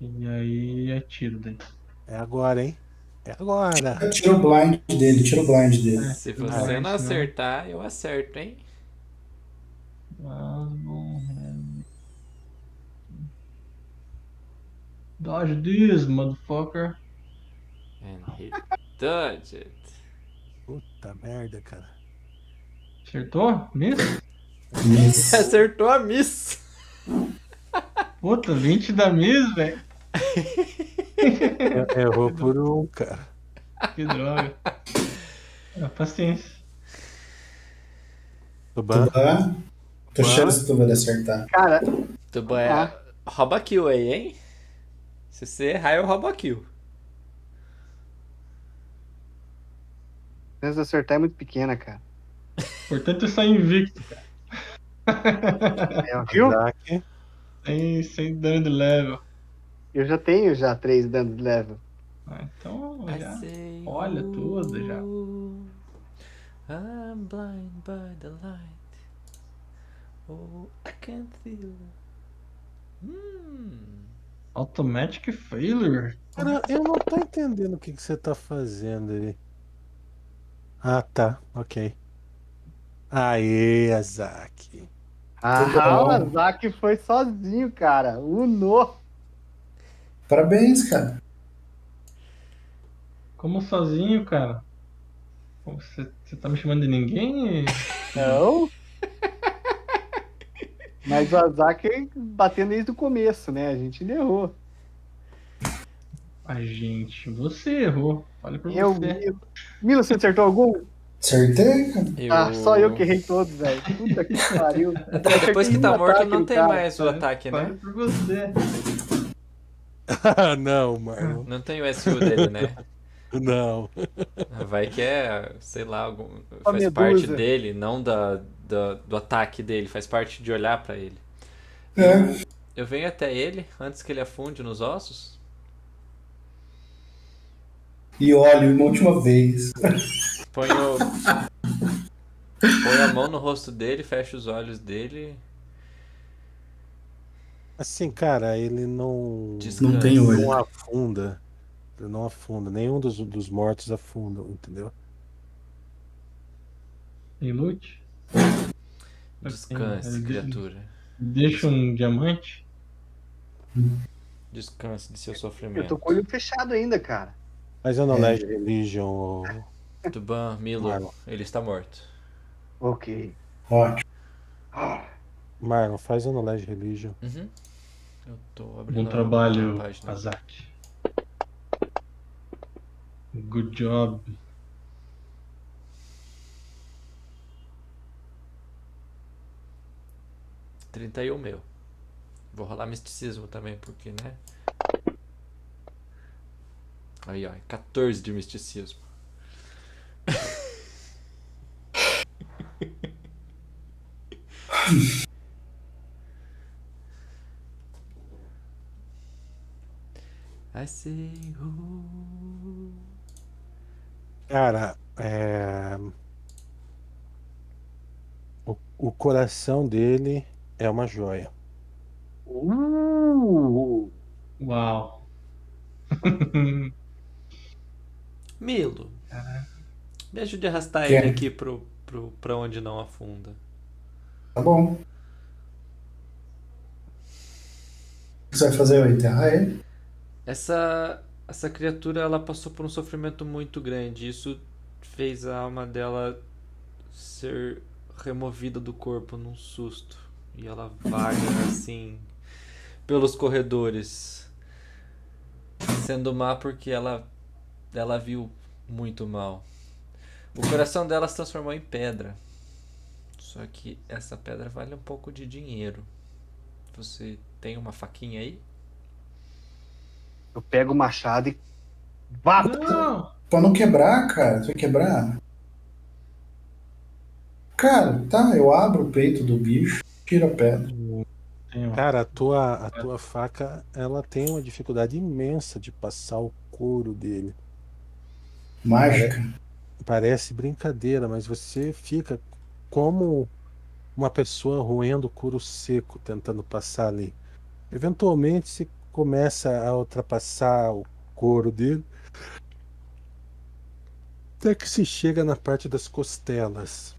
E aí é tiro daí. É agora, hein? É agora. Tira o blind dele, tira o blind dele. Se você Ah, isso não não. acertar, eu acerto, hein? Ah, é. Dodge this, motherfucker. And he dodged it. Puta merda, cara. Acertou? Miss? Miss. É, Acertou a miss. Puta, 20 da Miss, velho. É- Errou por um, cara. Que droga. É, paciência. Tuban. Tá? Tô achando Tá. que tu vai acertar. Cara, Tuban é... Rouba kill aí, hein? Se você errar, eu roubo a kill. A chance de acertar é muito pequena, cara. Portanto, eu saí invicto. Viu? Isaac. Sem, sem dano de level. Eu já tenho já três danos de level. Ah, então já olha tudo já. I'm blind by the light. Oh, I can't feel. Hum. Automatic failure? Cara, eu não tô entendendo o que, que você tá fazendo aí. Ah, tá. Ok. Aê, Isaac. Ah, o Então, Azaki foi sozinho, cara. Uno. Parabéns, cara. Como sozinho, cara? Pô, Você, você tá me chamando de ninguém? Não. Mas o Azaki batendo desde o começo, né? A gente errou. A gente, você errou. Olha pra Eu, você. eu... Mila, você acertou algum? Acertei, cara. Ah, só eu que errei todos, velho. Puta que pariu. um Depois que tá morto, não tem mais o Olha- ataque, Olha né? pra você. Ah, não, Marlon. Não tem o SU dele, né? Não. Vai que é, sei lá, algum, Uma faz medusa. parte dele, não da, da- do ataque dele, faz parte de olhar pra ele. É. Eu venho até ele antes que ele afunde nos ossos. E olho uma última vez. Ponho, ponho a mão no rosto dele, fecho os olhos dele. Assim, cara, ele não. Descansa. Não tem olho. Não afunda. Ele não afunda. Nenhum dos, dos mortos afunda, entendeu? Tem loot? Assim, Descanse, Ele- criatura. Deixa um diamante? Descanse de seu Eu tô sofrimento. com o olho fechado ainda, cara. Mas eu não leio religion. ô- Tuban, Marlon. Milo, ele está morto. Ok. Ótimo. Marlon, faz eu não leio religion. Uhum. Eu tô abrindo Bom a um trabalho, página. Azak. Good job. e 31 meu. Vou rolar misticismo também, porque, né? Aí, ó, 14 de misticismo. I see who. Cara, é. O, o coração dele é uma joia. Uh, Uau. Milo. Me ajude a arrastar Quem? ele aqui pro, pro, pra onde não afunda. Tá bom. O que você vai fazer? Vai enterrar ele? Essa, essa criatura ela passou por um sofrimento muito grande. Isso fez a alma dela ser removida do corpo num susto. E ela vaga assim pelos corredores, sendo má porque ela, ela viu muito mal. O coração dela se transformou em pedra. Só que essa pedra vale um pouco de dinheiro. Você tem uma faquinha aí? Eu pego o machado e. Bato! Pra não quebrar, cara. Você vai quebrar? Cara, tá, eu abro o peito do bicho, tiro a pedra. um. Cara, a tua, a tua faca ela tem uma dificuldade imensa de passar o couro dele. Mágica. Pare- Parece brincadeira, mas você fica como uma pessoa roendo couro seco tentando passar ali. Eventualmente você começa a ultrapassar o couro dele. Até que se chega na parte das costelas.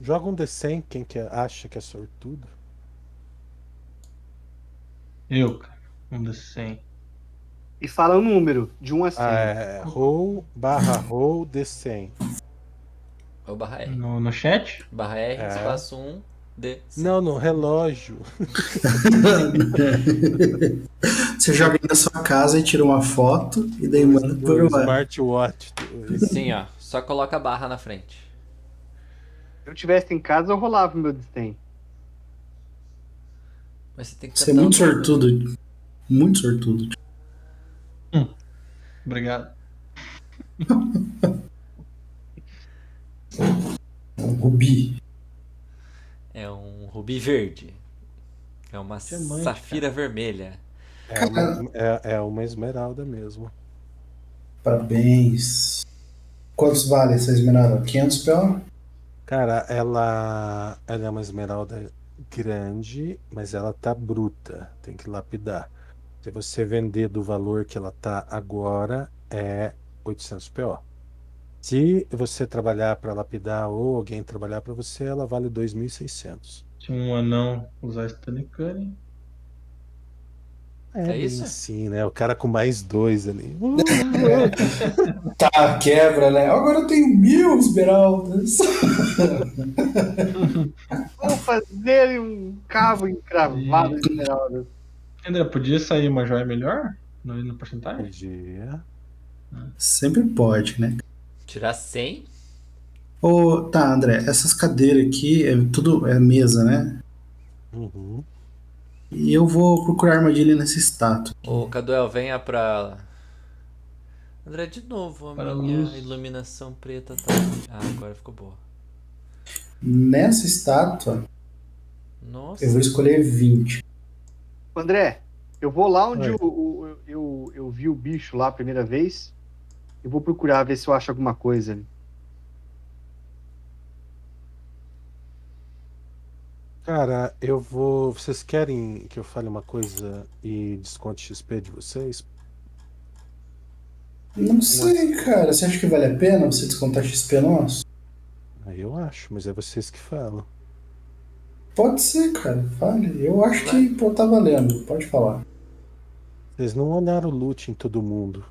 Joga um D100, quem que acha que é sortudo. Eu, cara. Um dos 100. E fala o número, de 1 a 100. Ah, é, roll barra roll D100. Ou barra R. No, no chat? Barra R, É. espaço 1, D. Não, no relógio. Você joga aí na sua casa e tira uma foto e daí manda por No uma. smartwatch. Sim, ó. Só coloca a barra na frente. Se eu tivesse em casa, eu rolava o meu desdém. Mas você tem que Você é acertar muito o número. sortudo. Muito sortudo. Obrigado. Então, Rubi. É um rubi verde. É uma Diamante, safira vermelha. É uma, é- é uma esmeralda mesmo. Parabéns. Quantos vale essa esmeralda? 500 pela? Cara, ela, ela é uma esmeralda grande, mas ela tá bruta. Tem que lapidar. Se você vender do valor que ela tá agora, é 800 PO. Se você trabalhar para lapidar ou alguém trabalhar para você, ela vale 2.600. Se um anão usar Stanley Curry. É bem Assim, né? O cara com mais dois ali. Tá, quebra, né? Agora eu tenho mil esmeraldas. Vou fazer um cabo encravado né? de esmeralda. André, podia sair uma joia melhor? No, no porcentagem? Podia. Sempre pode, né? Tirar 100? Ô, tá, André, essas cadeiras aqui é tudo é mesa, né? Uhum. E eu vou procurar armadilha nessa estátua. Ô, Caduel, venha pra. André, de novo, a Para a minha luz. iluminação preta tá. Ah, agora ficou boa. Nessa estátua, Nossa. eu vou escolher 20. André, eu vou lá onde Oi. eu, eu, eu, eu vi o bicho lá a primeira vez. Eu vou procurar ver se eu acho alguma coisa ali. Cara, eu vou. Vocês querem que eu fale uma coisa e desconte XP de vocês? Não sei, cara. Você acha que vale a pena você descontar XP nosso? Aí eu acho, mas é vocês que falam. Pode ser, cara. Vale. Eu acho que pô, tá valendo. Pode falar. Vocês não olharam o loot em todo mundo.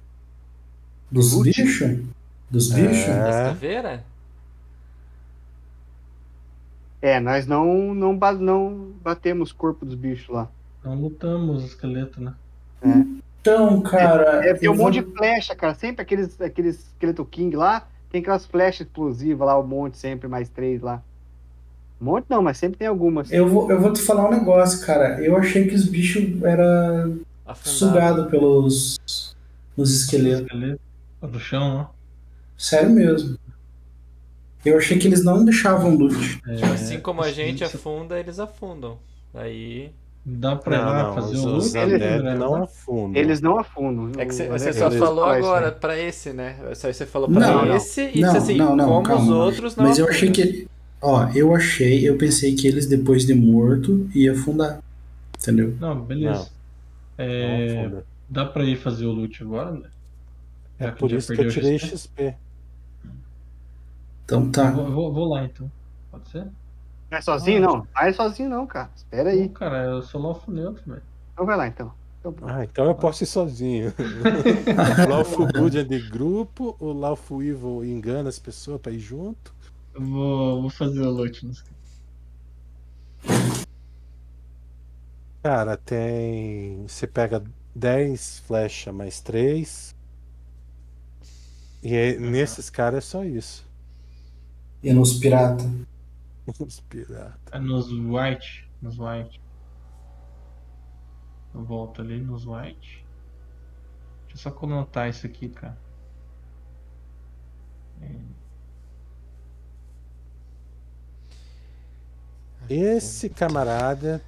Dos bichos? Dos bichos? Da É. caveira? É, nós não, não, ba- não batemos corpo dos bichos lá. Não Então lutamos o esqueleto, né? Então, cara. É, tem eu um vou- monte de flecha, cara. Sempre aqueles, aqueles esqueleto king lá, tem aquelas flechas explosivas lá, um monte sempre, mais três lá. Um monte não, mas sempre tem algumas. Eu vou, eu vou te falar um negócio, cara. Eu achei que os bichos era Afundado. sugado pelos os esqueletos. Esqueleto. Do chão, ó. Sério mesmo. Eu achei que eles não deixavam loot. É, Tipo, assim como a isso- gente isso afunda, eles afundam. Aí. Dá pra ir Não, lá não, fazer os- o os loot? Undead né? não afundam. Eles não afundam. É que cê- O- você é só eles- falou nós, né? agora pra esse, né? Só você falou pra Não, não. esse e disse assim, como os outros não. Mas eu achei que. Ó, eu achei, eu pensei que eles, depois de morto, ia afundar. Entendeu? Não, beleza. Não É, afunda. dá pra ir fazer o loot agora, né? É Já que por já isso que eu perdeu o tirei XP. XP. Então tá. Vou, vou- vou lá então. Pode ser? Não é sozinho, não. Vai sozinho, não, cara. Espera aí. Não, cara, eu sou lawful neutro, velho. Então vai lá, então. Então, pronto. Ah, então eu posso ir sozinho. o Lawful Good é de grupo, o Lawful Evil engana as pessoas pra ir junto. Eu Vou, vou fazer o loot. não sei. Cara, tem. Você pega 10 flecha mais 3. E aí, nesses caras é só isso. E nos pirata. Os pirata. É nos white. Nos white. Eu volto ali nos white. Deixa eu só conotar isso aqui, cara. Esse camarada,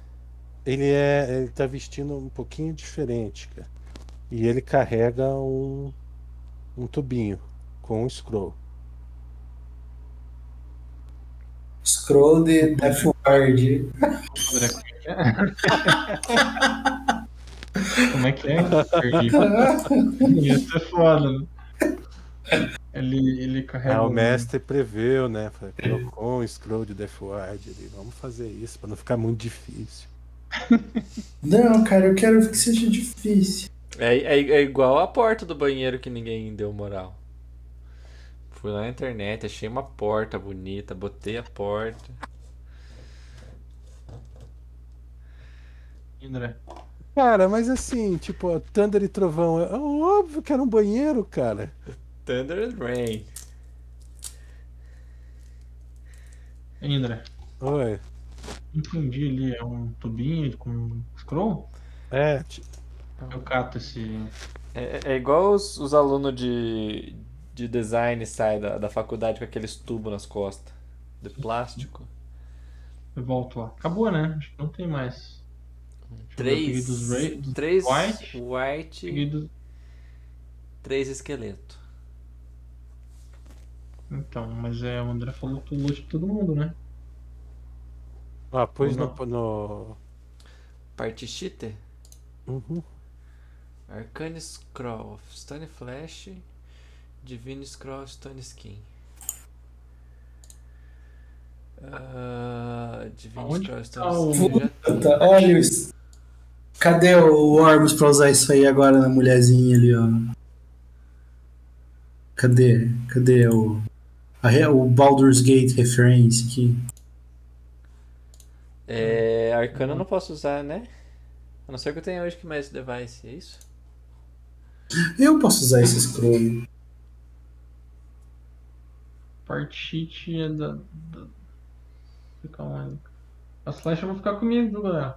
ele é, ele tá vestindo um pouquinho diferente, cara. E ele carrega um um tubinho com um scroll. Scroll de Death Ward. Como é que é? Perdi. Isso é foda, né? Ele, ele carrega. Ah, o um- mestre preveu, né? Falei, Colocou um scroll de Death Ward ali. Vamos fazer isso pra não ficar muito difícil. Não, cara, eu quero que seja difícil. É, é, é igual a porta do banheiro que ninguém deu moral. Fui lá na internet, achei uma porta bonita, botei a porta. Indra. Cara, mas assim, tipo, ó, Thunder e Trovão, é óbvio que era um banheiro, cara. Thunder and Rain. Indra. Oi. Entendi ali, é um tubinho com scroll? É. Eu cato esse. É, é igual os, os alunos de, de design saem da, da faculdade com aqueles tubos nas costas. De plástico. Eu volto lá. Acabou, né? Acho que não tem mais. Três- Deixa eu ver, eu peguei Dos Ra- dos três White. white, peguei do- três esqueleto. Então, mas é, o André falou que o loot de todo mundo, né? Ah, pôs Ou no. no... Parte cheater? Uhum. Arcane Scroll, Stone Flash, Divine Scroll, Stone Skin. Ah, Divine Aonde Scroll, Stone tá Skin. já- Puta, olha isso. Cadê o Ormus pra usar isso aí agora na mulherzinha ali, ó? Cadê? Cadê o. a re- o Baldur's Gate reference aqui? É, Arcana eu não posso usar, né? A não ser que eu tenha hoje que mais device, é isso? Eu posso usar esse scroll. Part sheet é da. da... Fica onde? As flechas vão ficar comigo, viu, galera?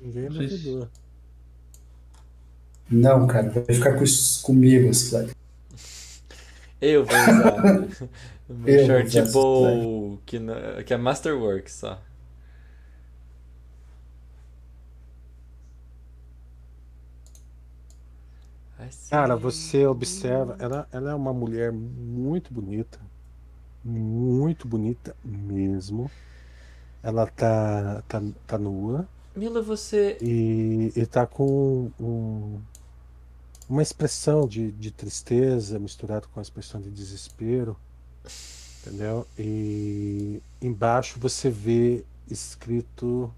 Ninguém Vocês- duvidou. Não, cara, vai ficar com isso comigo esse flag. Eu vou usar o meu Eu vou usar short esse bow, que, na- que é Masterworks só. Cara, você observa, ela, ela é uma mulher muito bonita, muito bonita mesmo. Ela tá, tá, tá nua Mila, você. e, e tá com um- uma expressão de, de tristeza misturado com uma expressão de desespero, entendeu? E embaixo você vê escrito.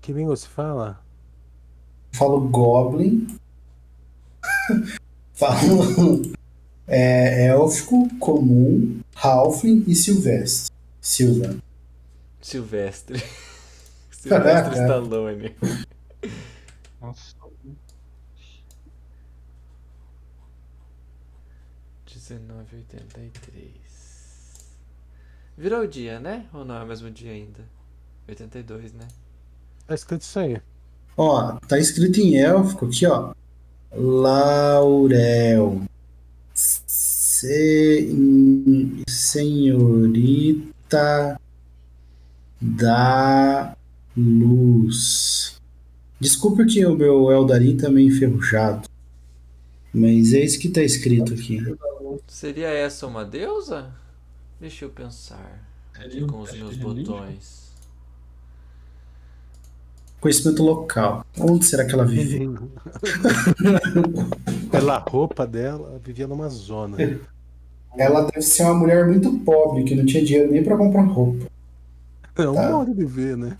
Que língua se fala? Falo Goblin. Falo. É, élfico, comum, Halfling e Silvestre. Silva. Silvestre. Caraca. Silvestre Stallone. Nossa. 1983. Virou o dia, né? Ou não é o mesmo dia ainda? 82, né? Tá escrito isso aí. Ó, tá escrito em élfico aqui, ó. Laurel. Se- Senhorita da Luz. Desculpa que o meu Eldarim tá meio enferrujado. Mas é isso que tá escrito aqui. Seria essa uma deusa? Deixa eu pensar. é um Aqui É com os meus botões. Conhecimento local. Onde será que ela vive? Pela roupa dela, ela vivia numa zona. Ela deve ser uma mulher muito pobre, que não tinha dinheiro nem pra comprar roupa. É um modo de ver, né?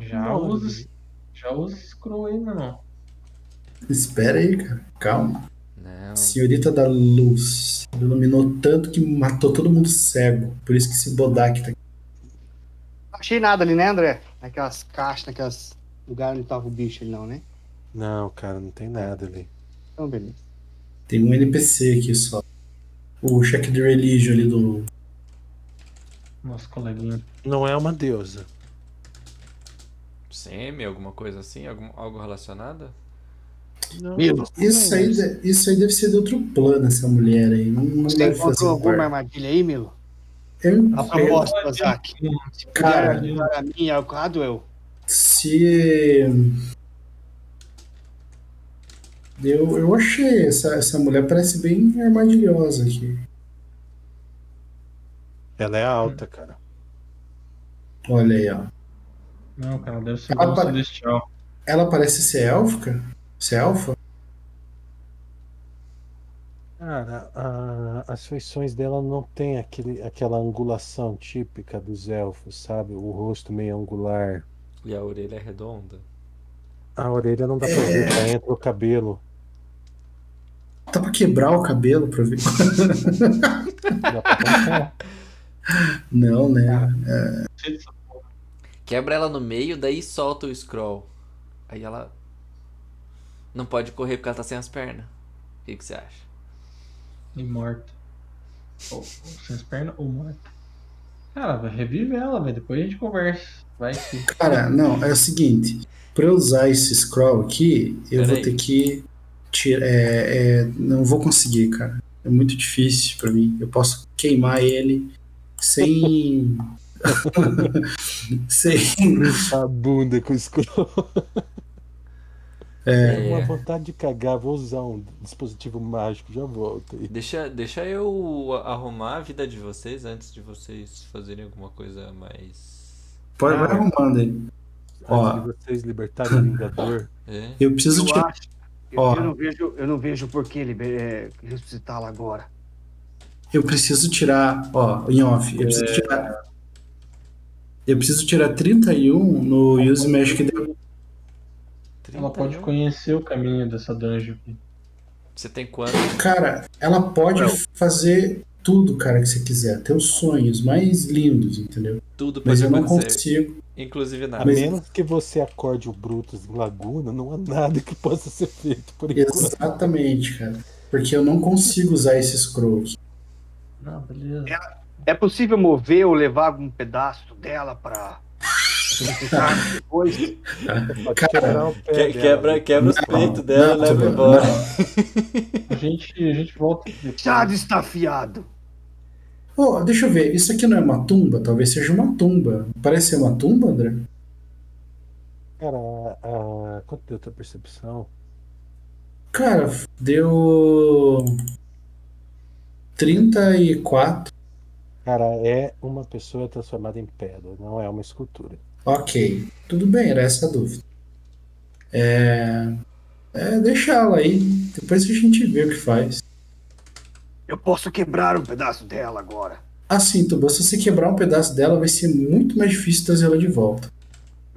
Já usa. Já usa esse scroll aí, meu irmão. Espera aí, cara. Calma. Não. Senhorita da Luz. Iluminou tanto que matou todo mundo cego. Por isso que esse Bodak tá aqui. Não achei nada ali, né, André? Naquelas caixas, naqueles lugares onde tava o bicho ali, não, né? Não, cara, não tem nada ali. Então, beleza. Tem um NPC aqui só. O check de religion ali do. Nosso coleguinha. Não é uma deusa. Semi, alguma coisa assim? Algum, algo relacionado? Isso aí, de- isso aí deve ser de outro plano, essa mulher aí. Não, não Você deve fazer encontrou alguma parte. armadilha aí, Milo? Eu- A proposta, Zack. Se Cara. puder ajudar a mim, é ao Cadwell, Se. Eu, eu achei, essa, essa mulher parece bem armadilhosa aqui. Ela é alta, cara. Olha aí, ó. Não, cara, deve ser Ela um pa- celestial. Ela parece ser élfica? Ser elfa? Cara, a- as feições dela não tem aquele, aquela angulação típica dos elfos, sabe? O rosto meio angular. E a orelha é redonda? A orelha não dá pra ver, tá? Entra o cabelo. Tá pra quebrar o cabelo pra ver. Não, né? É, Quebra ela no meio, daí solta o scroll. Aí ela. Não pode correr porque ela tá sem as pernas. O que, que você acha? E morta. Ou, ou sem as pernas ou morta. Cara, vai revive ela, velho. Depois a gente conversa. Vai que. Cara, não, é o seguinte. Pra eu usar esse scroll aqui, eu vou Peraí. ter que tirar. é, é, não vou conseguir, cara. É muito difícil pra mim. Eu posso queimar ele sem. sem. A bunda com escuro. É. Uma vontade de cagar, vou usar um dispositivo mágico, já volto aí. Deixa, deixa eu a- arrumar a vida de vocês antes de vocês fazerem alguma coisa mais. Pode, vai arrumando aí. Ó, Antes de vocês libertarem o Vingador. É. eu preciso eu te. acho. Eu, Ó. eu não vejo, eu não vejo por que ele é, ressuscitá-la agora. Eu preciso tirar, ó, em off, eu preciso É. tirar. Eu preciso tirar 31 no Use Magic Dev. Ela pode conhecer o caminho dessa dungeon aqui. um. Você tem quanto? Cara, ela pode fazer tudo, cara, que você quiser, até os sonhos mais lindos, entendeu? Tudo Mas pode eu não acontecer. consigo. Inclusive A nada. menos que você acorde o Brutus em Laguna, não há nada que possa ser feito por enquanto. Exatamente, cara. Porque eu não consigo usar esse scroll aqui. Não, Ah, beleza. É possível mover ou levar algum pedaço dela pra ressuscitar depois? Cara, Que- quebra quebra os peitos dela é e não, leva não. embora. A gente, a gente volta. Chad está afiado. Pô, deixa eu ver, isso aqui não é uma tumba? Talvez seja uma tumba. Parece ser uma tumba, André? Cara, a- a- quanto deu tua percepção? Cara, deu. 34. Cara, é uma pessoa transformada em pedra, não é uma escultura. Ok, tudo bem, era essa a dúvida. É, é deixa ela aí, depois a gente vê o que faz. Eu posso quebrar um pedaço dela agora. Assim, Tuba, se você quebrar um pedaço dela, vai ser muito mais difícil trazer ela de volta.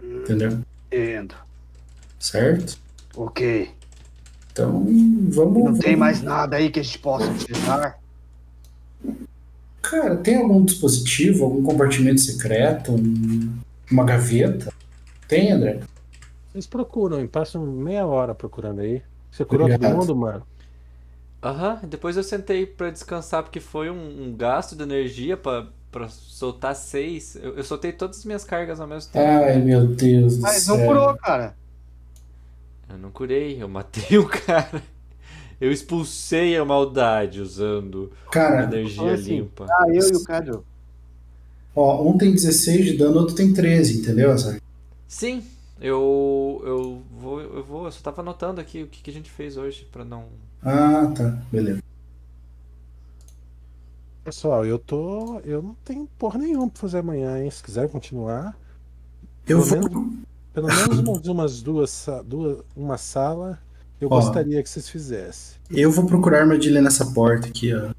Entendeu? Entendo. Certo? Ok. Então, vamos. Não tem vamos- mais nada aí que a gente possa utilizar. Cara, tem algum dispositivo, algum compartimento secreto, um- uma gaveta? Tem, André? Vocês procuram e passam meia hora procurando aí. Você curou todo Obrigado. mundo, mano? Aham, depois eu sentei pra descansar porque foi um, um gasto de energia pra, pra soltar seis. Eu, eu soltei todas as minhas cargas ao mesmo tempo. Ai, meu Deus do Mas É. céu. não curou, cara. É. Eu não curei, eu matei o cara. Eu expulsei a maldade usando Cara, energia fala assim, limpa. Ah, eu e o Cadro. Ó, um tem 16 de dano, outro tem 13, entendeu, Azar? Sim, eu, eu vou, eu vou, eu só tava anotando aqui o que, que a gente fez hoje pra não. Ah, tá, beleza. Pessoal, eu tô. Eu não tenho porra nenhuma pra fazer amanhã, hein? Se quiser continuar. Eu pelo vou. menos- pelo menos umas, umas duas, sa- duas. Uma sala. Eu Ó. gostaria que vocês fizessem. Eu vou procurar armadilha nessa porta aqui, ó.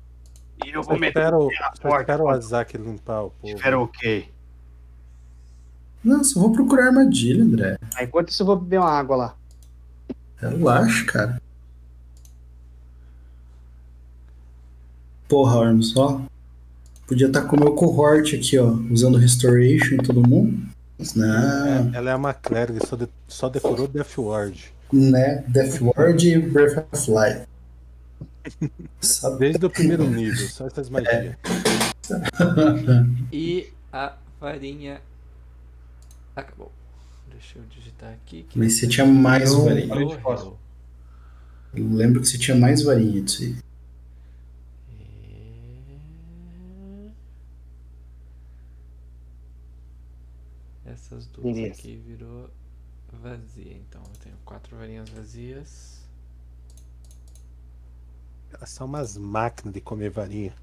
E eu Só vou meter espero, a só porta. espero o Azak limpar o povo. Espera, ok. Não, só vou procurar armadilha, André. Aí, Ah, Enquanto isso, eu vou beber uma água lá. Relaxa, cara. Porra, Ormus, ó. Podia estar com o meu cohort aqui, ó. Usando Restoration em todo mundo. Mas não. Ela é uma clériga, só, de- só decorou Death Ward. Né? Death Ward e Breath of Life. Desde o primeiro nível, só essas magias. E a varinha acabou. Deixa eu digitar aqui. que- Mas você tinha mais Eu- varinha. eu- Eu lembro que você tinha mais varinha disso aí. É. Essas duas Beleza. aqui virou vazia. Então eu tenho quatro varinhas vazias. Elas são umas máquinas de comer varinha.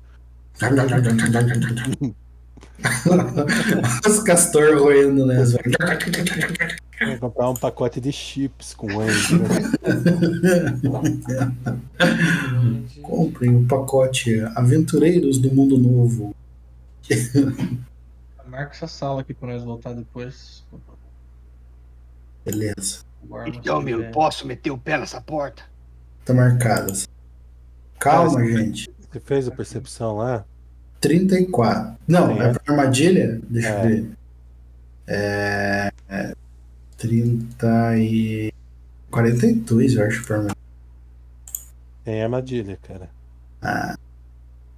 Os castor roendo, né? as varinhas. Vou comprar um pacote de chips com anjo. né? Comprem o pacote Aventureiros do Mundo Novo. Marca essa sala aqui pra nós voltar depois. Beleza. Então, meu, posso meter o pé nessa porta? Tá marcado. Calma, Cara, você- gente. Você fez a percepção lá? 34. Não, Sim, é é. pra armadilha? Deixa É. eu ver. É. é, 30 e. 42, eu acho, pra armadilha. Tem armadilha, cara. Ah,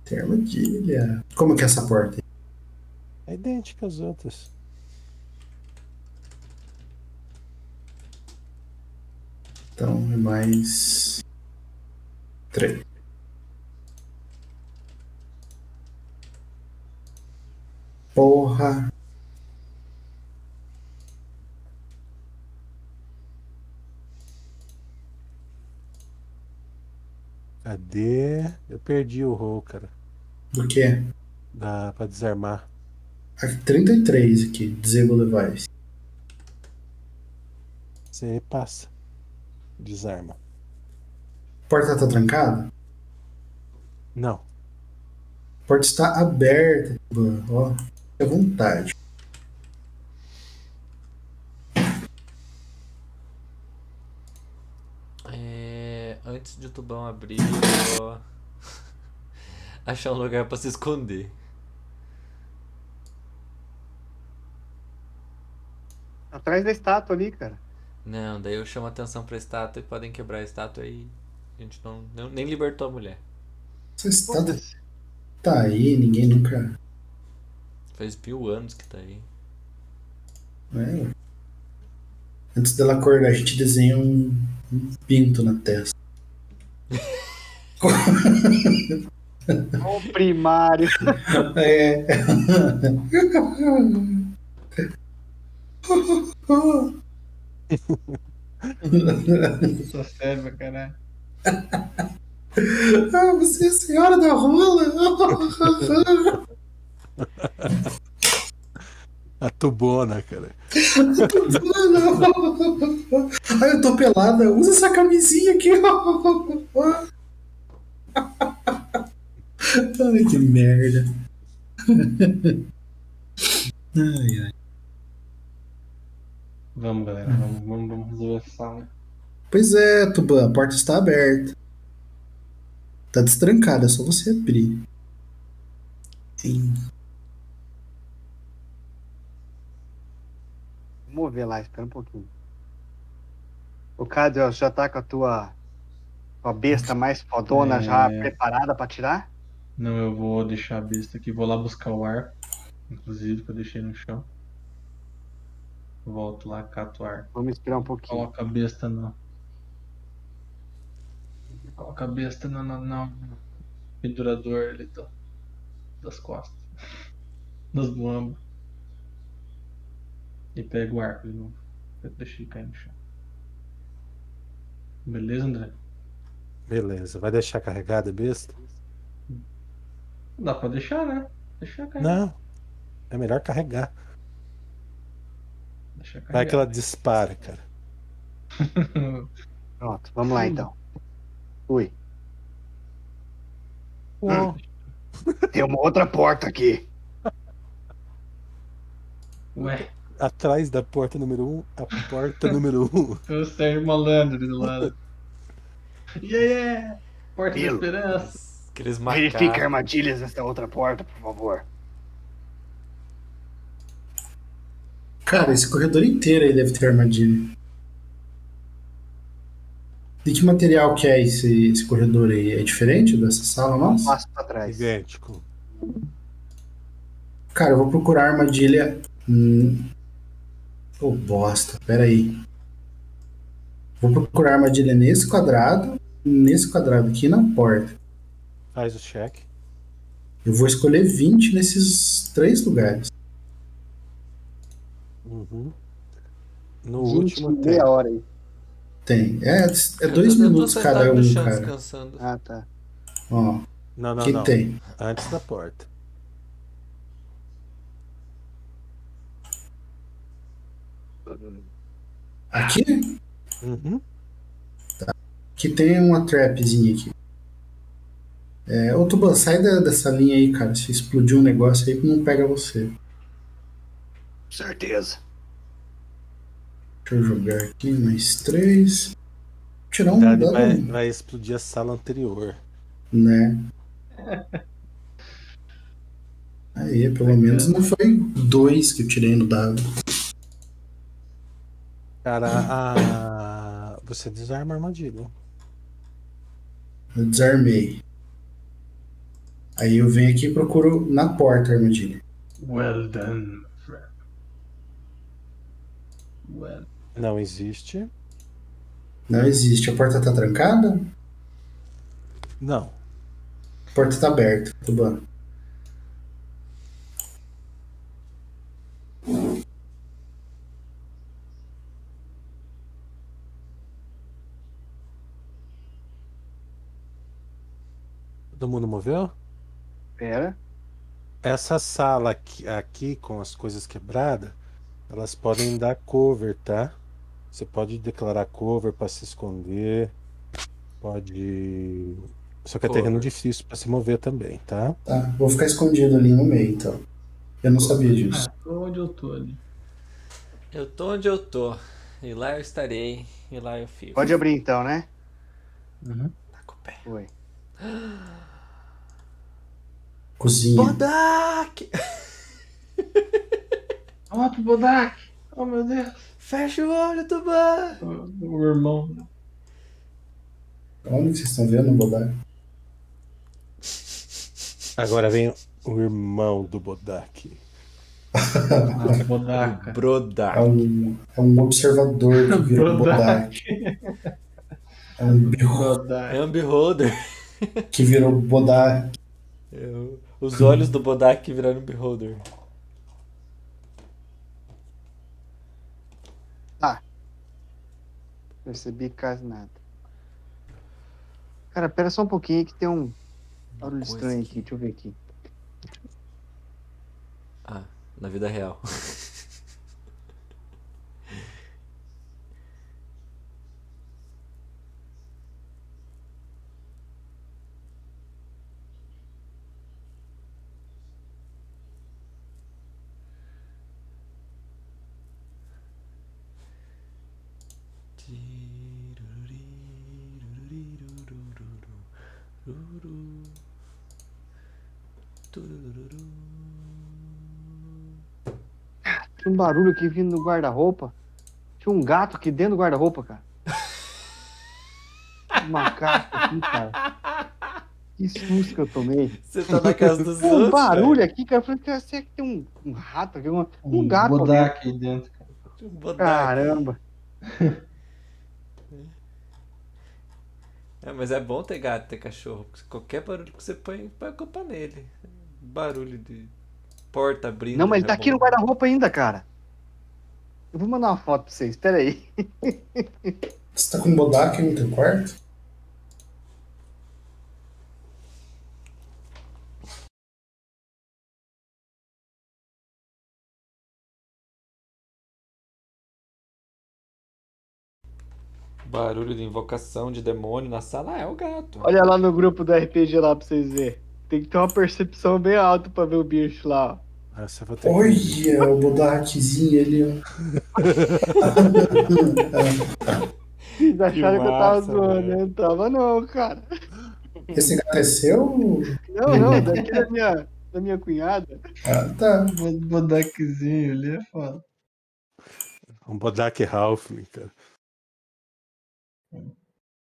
tem armadilha. Como que é essa porta aí? É idêntica às outras. Então, é mais. 3. Porra. Cadê? Eu perdi o roll, cara. Do quê? Dá pra desarmar. é Aqui, 33 aqui, disable device. Você passa. Desarma. A porta tá trancada? Não. A porta está aberta. Ivan, Ó, fique à vontade. É, antes de o tubão abrir, eu vou achar um lugar pra se esconder. Atrás da estátua ali, cara. Não, daí eu chamo atenção pra estátua e podem quebrar a estátua e a gente não, não- nem libertou a mulher. Essa estátua tá aí, ninguém nunca. Faz mil anos que tá aí. né? Antes dela acordar, a gente desenha um, um pinto na testa. Ó o primário. É. Sua serva, caralho. Ah, você é a senhora da rola? A tubona, cara. Ai, Ah, eu tô pelada. Usa essa camisinha aqui. Ai, que merda. Ai, ai. Vamos, galera. Vamos, vamos, vamos resolver essa sala. Pois é, Tuban, a porta está aberta. Tá destrancada, é só você abrir. Sim. Vou mover lá, espera um pouquinho. O Cadel já tá com a tua, tua besta mais fodona É. já preparada pra tirar? Não, eu vou deixar a besta aqui. Vou lá buscar o arco. Inclusive, que eu deixei no chão. Volto lá, cato o arco. Vamos esperar um pouquinho. Coloca a besta na. Coloca a besta na. na, na... no Pendurador ali do... das costas. Das buambas. E pego o arco de novo. Eu deixei cair no chão. Beleza, André? Beleza. Vai deixar carregada a besta? Dá pra deixar, né? Deixar cair. Não. É melhor carregar. Deixar cair. Vai que ela dispara, cara. Pronto, vamos lá então. Ui. Uau. Tem uma outra porta aqui. Ué, Atrás da porta número 1, um, a porta número 1. Um. eu Sérgio Malandro do lado. Yeah! Porta da Esperança! Aqueles Verifica macacos. armadilhas nessa outra porta, por favor. Cara, esse corredor inteiro aí deve ter armadilha. E que material que é esse, esse corredor aí? É diferente dessa sala nossa? Ah. passo pra trás. é Idêntico. Cara, eu vou procurar a armadilha. Hum. Ô, bosta, peraí. Vou procurar a armadilha nesse quadrado, nesse quadrado aqui na porta. Faz o check. Eu vou escolher 20 nesses três lugares. Uhum. No Gente, último tem. meia hora aí. Tem. É, é Eu dois tô- eu tô minutos sentado cada no um, chão cara. descansando. Ah, tá. Ó, Não, não, que não. tem? Antes da porta. Aqui? Uhum. Que tem uma trapzinha aqui. É, ô Tuban, sai da- dessa linha aí, cara. Se explodir um negócio aí, não pega você. Certeza. Deixa eu jogar aqui mais três. Tirar um Verdade, dano, vai, vai explodir a sala anterior. né? Aí, pelo menos não foi dois que eu tirei no dado. Cara, a... você desarma a armadilha. Eu desarmei. Aí eu venho aqui e procuro na porta a armadilha. Well done, friend. Well. Não existe. Não existe. A porta tá trancada? Não. A porta tá aberta, Tuban. Todo mundo moveu? Pera. Essa sala aqui, aqui com as coisas quebradas, elas podem dar cover, tá? Você pode declarar cover pra se esconder. Pode. Só que é terreno difícil pra se mover também, tá? Tá, vou ficar escondido ali no meio, então. Eu não sabia disso. Ah, tô onde eu tô ali. Eu tô onde eu tô. E lá eu estarei. E lá eu fico. Pode abrir então, né? Uhum. Tá Oi. Cozinha. Bodak! Ó, pro Bodak! Oh, meu Deus! Fecha o olho, Tuban! O irmão. Onde que vocês estão vendo o Bodak? Agora vem o irmão do Bodak. Ah, Bodaka. É Brodak. um, é um observador que virou Bodak. Bodak. É um birro Bodak. É um beholder. que virou Bodak. É o- Os olhos do Bodak viraram um beholder. Percebi quase nada. Cara, pera só um pouquinho que tem um barulho coisa estranho aqui. aqui. Deixa eu ver aqui. Ah, na vida real. Tinha um barulho aqui vindo do guarda-roupa. Tinha um gato aqui dentro do guarda-roupa, cara. Um macaco aqui, cara. Que susto que eu tomei. Você tá na casa dos Pô, um outros? barulho velho. aqui, cara. Eu falei, cara, será que tem um, um rato aqui? Um, um Um gato aqui. Bodak aí dentro. Bodak. Ah, Caramba. É, mas é bom ter gato, ter cachorro, porque qualquer barulho que você põe, põe a culpa nele. Barulho de porta abrindo. né, Não, mas ele tá aqui no rebolando. guarda-roupa ainda, cara. Eu vou mandar uma foto pra vocês, pera aí. Você tá com Bodak aí no teu quarto? Barulho de invocação de demônio na sala. Ah, é o gato. Olha lá no grupo do RPG lá pra vocês verem. Tem que ter uma percepção bem alta pra ver o bicho lá. ó. Ah, você vai ter que- Olha, o Bodakzinho é um- ali. ó. Vocês acharam que, eu tava massa, zoando, velho. né? Não tava não, cara. Esse gato é seu? Não, não, daqui da minha, da minha cunhada. Ah, tá. Bo- Bodakzinho ali é foda. Um Bodak Ralph, cara.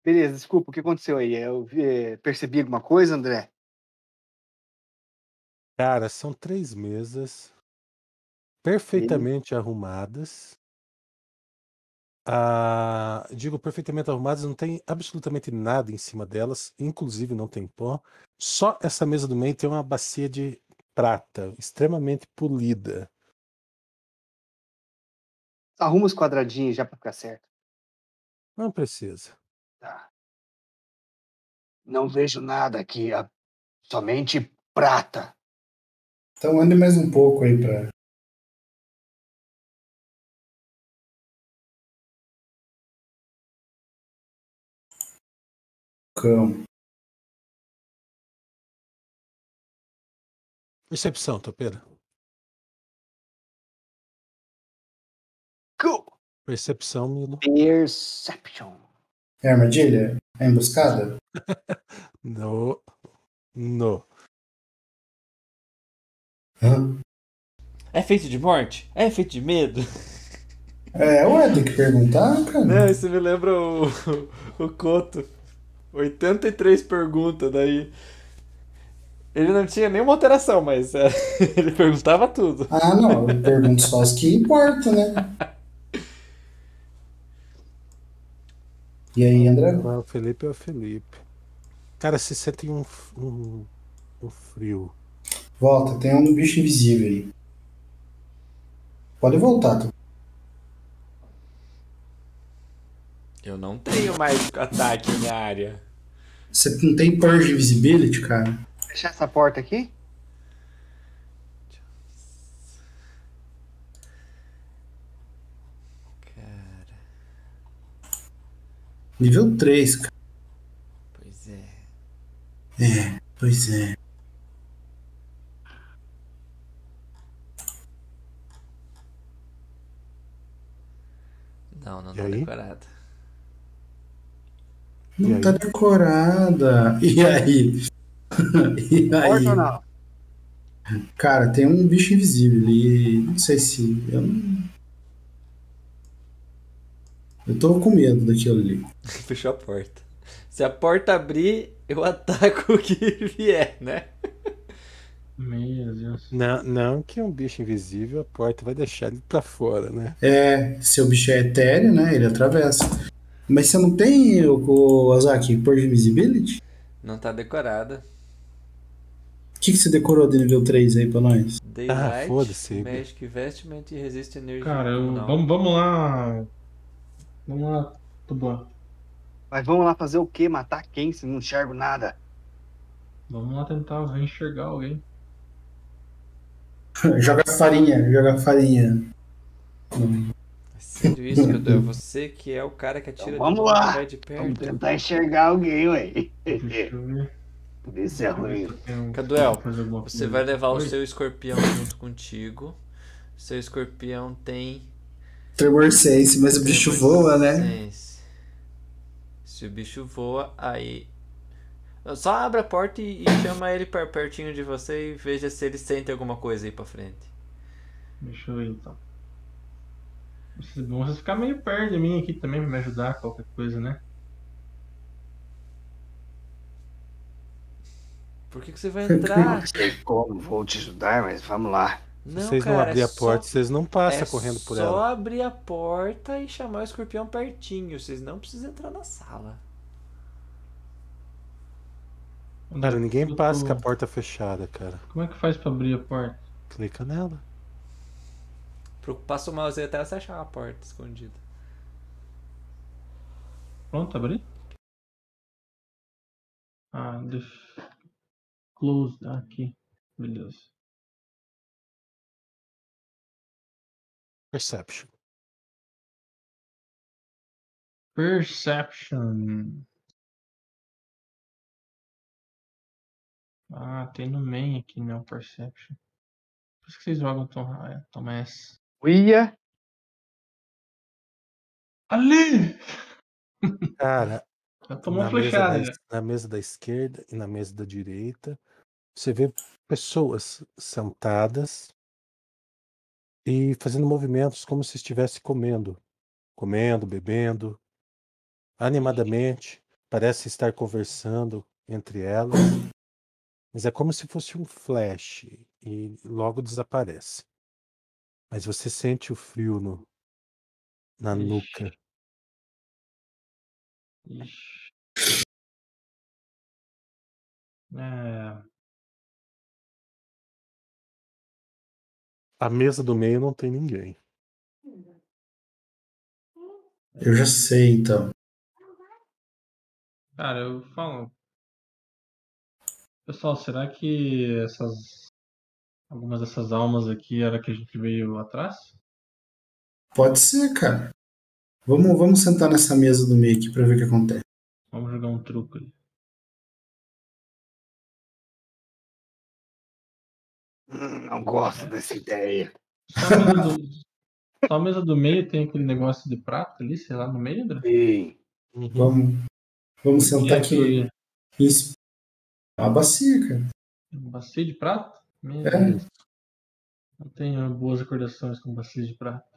Beleza, desculpa, o que aconteceu aí? Eu eh, percebi alguma coisa, André? Cara, são três mesas perfeitamente arrumadas. Ah, digo perfeitamente arrumadas, não tem absolutamente nada em cima delas, inclusive não tem pó. Só essa mesa do meio tem uma bacia de prata, extremamente polida. Arruma os quadradinhos já pra ficar certo. Tá. Não precisa. Não vejo nada aqui, a- somente prata. Então ande mais um pouco aí pra. Cão. Percepção, Topeira. Percepção, Milo. Perception. É armadilha? É emboscada? No. No. É feito de morte? É feito de medo? É, ué, tem que perguntar, cara. Não, É, isso me lembra o, o Coto. 83 perguntas, daí. Ele não tinha nenhuma alteração, mas é, ele perguntava tudo. Ah, não, eu pergunto só as que importam, né? E aí, André? O Felipe é o Felipe. Cara, se sente um, f- um, um frio. Volta, tem um bicho invisível aí. Pode voltar, tá? Eu não tenho mais ataque em minha área. Você não tem Purge Invisibility, cara? Fechar essa porta aqui? Nível 3, cara. Pois é. É, pois é. Não, não E tá aí? decorado. Não tá decorada. E aí? E aí? Cara, tem um bicho invisível e não sei se. Eu, não- eu tô com medo daquilo ali. Fechou a porta. Se a porta abrir, eu ataco o que vier, né? Meu Deus. Não, não que um bicho invisível, a porta vai deixar ele pra fora, né? É, se o bicho é etéreo, né? Ele atravessa. Mas você não tem, o, o Azaki, por invisibility? Não tá decorada. O que, que você decorou de nível 3 aí pra nós? Daylight, foda-se. Magic Vestment e Resist Energy. Cara, eu- Não. vamos, vamos lá. Vamos lá, Tuban. Mas vamos lá fazer o quê? Matar quem se não enxergo nada? Vamos lá tentar enxergar alguém. joga farinha, joga farinha. Sendo isso, meu Deus, você que é o cara que atira Então, vamos de lá. vai de perto. Vamos tentar enxergar alguém, ué. Isso é ruim. um- Caduel, você vai levar o seu escorpião junto contigo. Seu escorpião tem. Tremor Sense, mas É o bicho voa, né? Sense. Se o bicho voa, aí. Só abre a porta e, e chama ele pra pertinho de você e veja se ele sente alguma coisa aí pra frente. Deixa eu ver então. Vocês vão vocês ficar meio perto de mim aqui também pra me ajudar, qualquer coisa, né? Por que, que você vai entrar? Não sei como vou te ajudar, mas vamos lá. Não, vocês não cara, abrirem é a porta, vocês não passam é correndo por só ela. abrir a porta e chamar o escorpião pertinho. Vocês não precisam entrar na sala. Cara, ninguém Eu passa tô- com a porta fechada, cara. Como é que faz pra abrir a porta? Clica nela. Pro- Passa o mouse aí até você achar uma porta escondida. Pronto, abri? Ah, deixa. Close ah, aqui. Beleza. Perception. Perception. Ah, tem no main aqui, né? O Perception. Por isso que vocês jogam tão raio. Toma essa. Uia. Ali! Cara, tomou na uma flechada, Mesa né? da, na mesa da esquerda e na mesa da direita, você vê pessoas sentadas e fazendo movimentos como se estivesse comendo, comendo, bebendo, animadamente. Parece estar conversando entre elas, mas é como se fosse um flash e logo desaparece. Mas você sente o frio no, na nuca. É, A mesa do meio não tem ninguém. Eu já sei, então. Cara, eu falo. Pessoal, será que essas. Algumas dessas almas aqui era que a gente veio atrás? Pode ser, cara. Vamos, vamos sentar nessa mesa do meio aqui pra ver o que acontece. Vamos jogar um truco aí. Hum, não gosto dessa ideia. Só a mesa do, só a mesa do meio tem aquele negócio de prata ali, sei lá, no meio, André? Sim. Vamos, vamos sentar tá aqui. Isso. A bacia, cara. Bacia de prata? Meu É. Deus. Não tenho boas recordações com bacia de prata.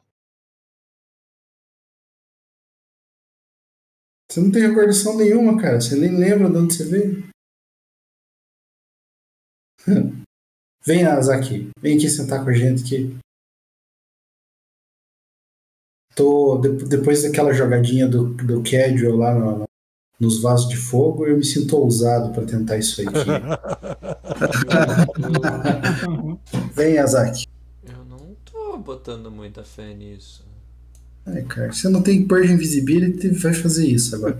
Você não tem recordação nenhuma, cara. Você nem lembra de onde você veio. Vem, Azaki. Vem aqui sentar com a gente que. Tô, de- depois daquela jogadinha do, do Cadwell lá no- no- nos vasos de fogo, eu me sinto ousado pra tentar isso aí. Vem, Azaki. Não tô botando muita fé nisso. Ai, cara, você não tem Purge Invisibility, vai fazer isso agora.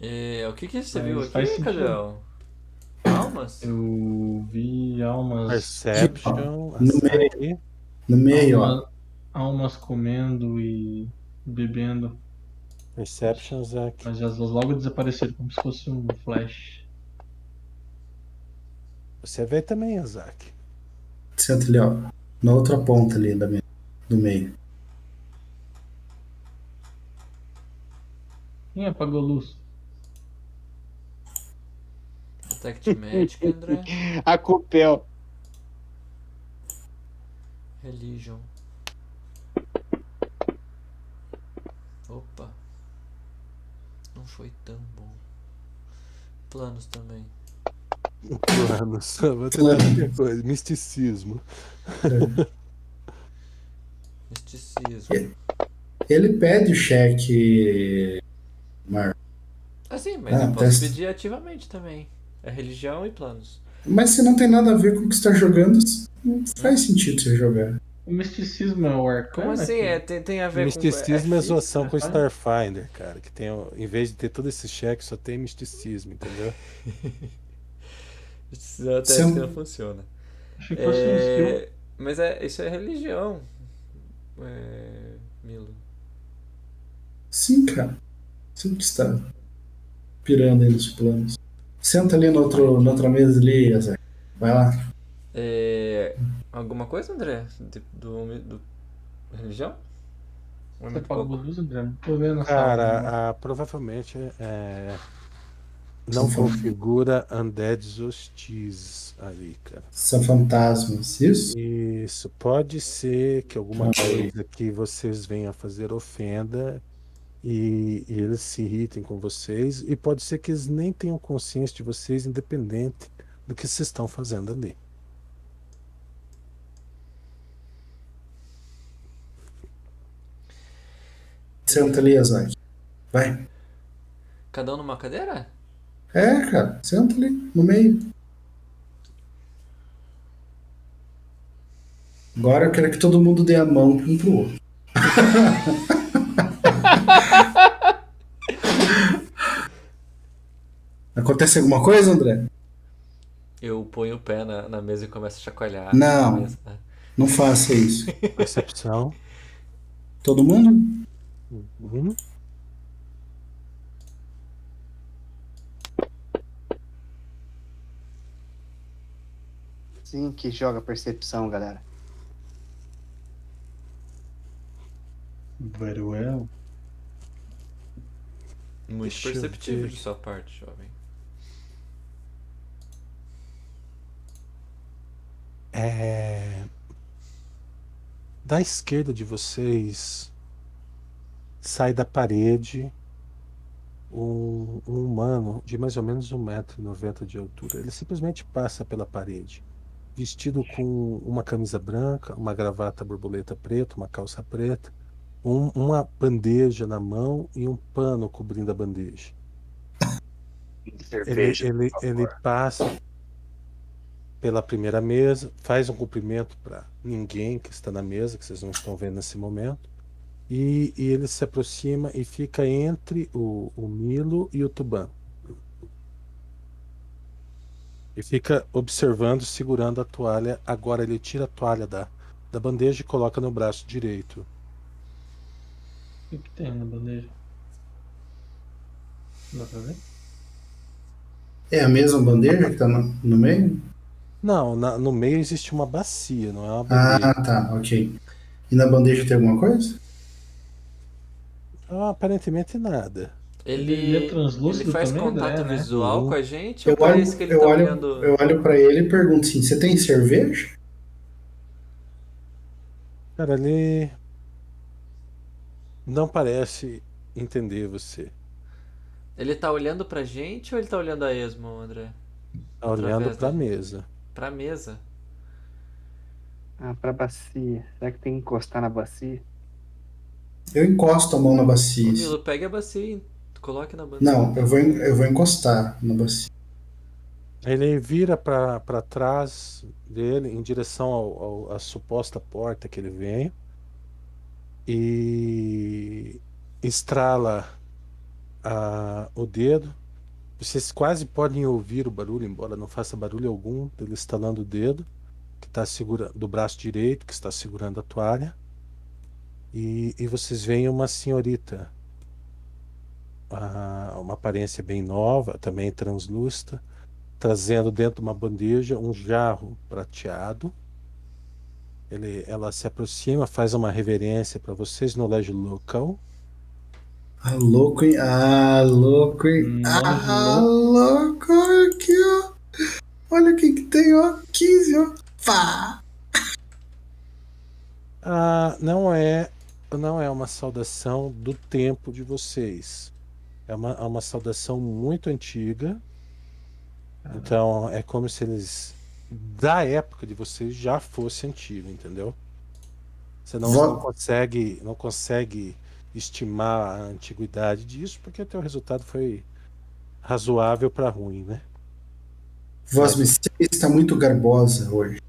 É, o que que você Mas viu aqui, faz sentido. Cadel? Almas? Eu vi almas. Perception, No meio. No meio, ó. Alma- Almas comendo e bebendo. Perceptions aqui. Mas elas logo desapareceram, como se fosse um flash. Você vê também, Azak. Senta ali, ó. Na outra ponta ali da minha, do meio. Quem apagou a luz? Detect Magic, André. A Copel. Religion. Opa. Não foi tão bom. Planos também. Planos. Vou tentar qualquer coisa. Misticismo. É. Misticismo. Ele pede o cheque. Mar. Assim, mas Ah, eu posso tá. pedir ativamente também. É religião e planos. Mas se não tem nada a ver com o que você tá jogando, não faz sentido você jogar. O misticismo é o arcano? Como assim? É, tem, tem a ver Ah, Misticismo com... é zoação com é- Starfinder, cara. Que tem, o- em vez de ter todo esse cheque, só tem misticismo, entendeu? Misticismo até São- que não funciona. Achei que fosse um É, skill. Mas é, isso é religião, é, Milo. Sim, cara. Você não está pirando aí nos planos. Senta ali na outra, na outra mesa ali, Zé. Vai lá. É, alguma coisa, André? De- Do, do, religião? Ou é Você muito apagou pouco? a luz, André? Não tô vendo né? a sala. Cara, a- provavelmente é, não configura undeads hostis ali, cara. São fantasmas, isso? Isso. Pode ser que alguma Ah. coisa que vocês venham fazer ofenda e, e eles se irritem com vocês. E pode ser que eles nem tenham consciência de vocês, independente do que vocês estão fazendo ali. Senta ali, Azai. Vai. Cada um numa cadeira? É, cara. Senta ali, no meio. Agora eu quero que todo mundo dê a mão um pro outro. Acontece alguma coisa, André? Eu ponho o pé na, na mesa e começo a chacoalhar. né? Não. a mesa. Não faça isso. Percepção. Todo mundo? Uhum. Sim, que joga percepção, galera. Very well. Muito Deixa eu perceptivo ver. de sua parte, jovem. É... Da esquerda de vocês sai da parede um, um humano de mais ou menos 1,90m de altura. Ele simplesmente passa pela parede, vestido com uma camisa branca, uma gravata borboleta preta, uma calça preta, um- uma bandeja na mão e um pano cobrindo a bandeja. Ele, Cerveja. ele, ele passa pela primeira mesa, faz um cumprimento para ninguém que está na mesa, que vocês não estão vendo nesse momento, e, e ele se aproxima e fica entre o, o Milo e o Tuban. E fica observando, segurando a toalha. Agora ele tira a toalha da, da bandeja e coloca no braço direito. O que, que tem na bandeja? Dá pra ver? É a mesma bandeja que tá no, no meio? Não, na- no meio existe uma bacia, não é uma bandeja. Ah, tá, ok. E na bandeja tem alguma coisa? Ah, aparentemente nada. Ele, é translúcido ele faz também, contato né, né? visual com a gente? Eu ou olho, parece que ele eu tá olho, olhando. eu olho pra ele e pergunto assim: você tem cerveja? Cara, ele não parece entender você. Ele tá olhando pra gente ou ele tá olhando a esmo, André? Tá olhando Através pra mesa. Pra mesa. Ah, pra bacia. Será que tem que encostar na bacia? Eu encosto a mão na bacia. assim. Milo, pegue a bacia e coloque na bandeja. Não, eu vou, en- eu vou encostar na bacia. Ele vira pra pra trás dele, em direção ao, ao- à suposta porta que ele veio, e estrala a- o dedo. Vocês quase podem ouvir o barulho, embora não faça barulho algum, dele estalando o dedo, que está segura, do braço direito, que está segurando a toalha. E, e vocês veem uma senhorita, ah, uma aparência bem nova, também translúcida, trazendo dentro de uma bandeja um jarro prateado. Ele, ela se aproxima, faz uma reverência para vocês no lejo local. Ah, louco, hein? Ah, louco, Hum, hein? Ah, louco, olha aqui, ó. Olha o que que tem, ó. 15, ó. Pá! Ah, não é, não é uma saudação do tempo de vocês. É uma, é uma saudação muito antiga. Então é como se eles da época de vocês já fosse antigo, entendeu? Você não, Vo- não consegue, não consegue estimar a antiguidade disso porque até o resultado foi razoável para ruim, né? Voz mestiça está muito garbosa hoje.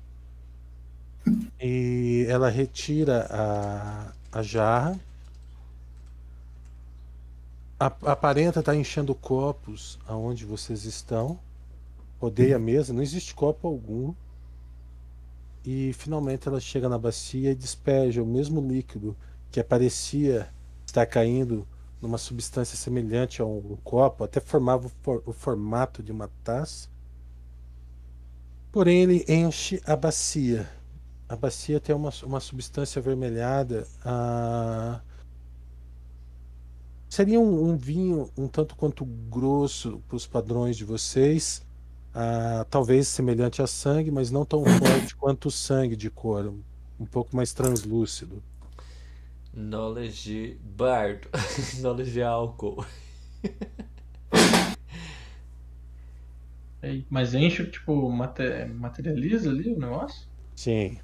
E ela retira a, a jarra. A, aparenta estar enchendo copos aonde vocês estão. Rodeia a mesa, não existe copo algum. E finalmente ela chega na bacia e despeja o mesmo líquido que aparecia estar caindo numa substância semelhante a um copo, até formava o, for- o formato de uma taça. Porém, ele enche a bacia. A bacia tem uma, uma substância avermelhada. ah, Seria um, um vinho um tanto quanto grosso para os padrões de vocês. ah, talvez semelhante a sangue, mas não tão forte quanto o sangue de cor. um- Um pouco mais translúcido. Knowledge bardo. Knowledge álcool. Aí, Mas enche, tipo, mate- materializa ali o negócio? Sim.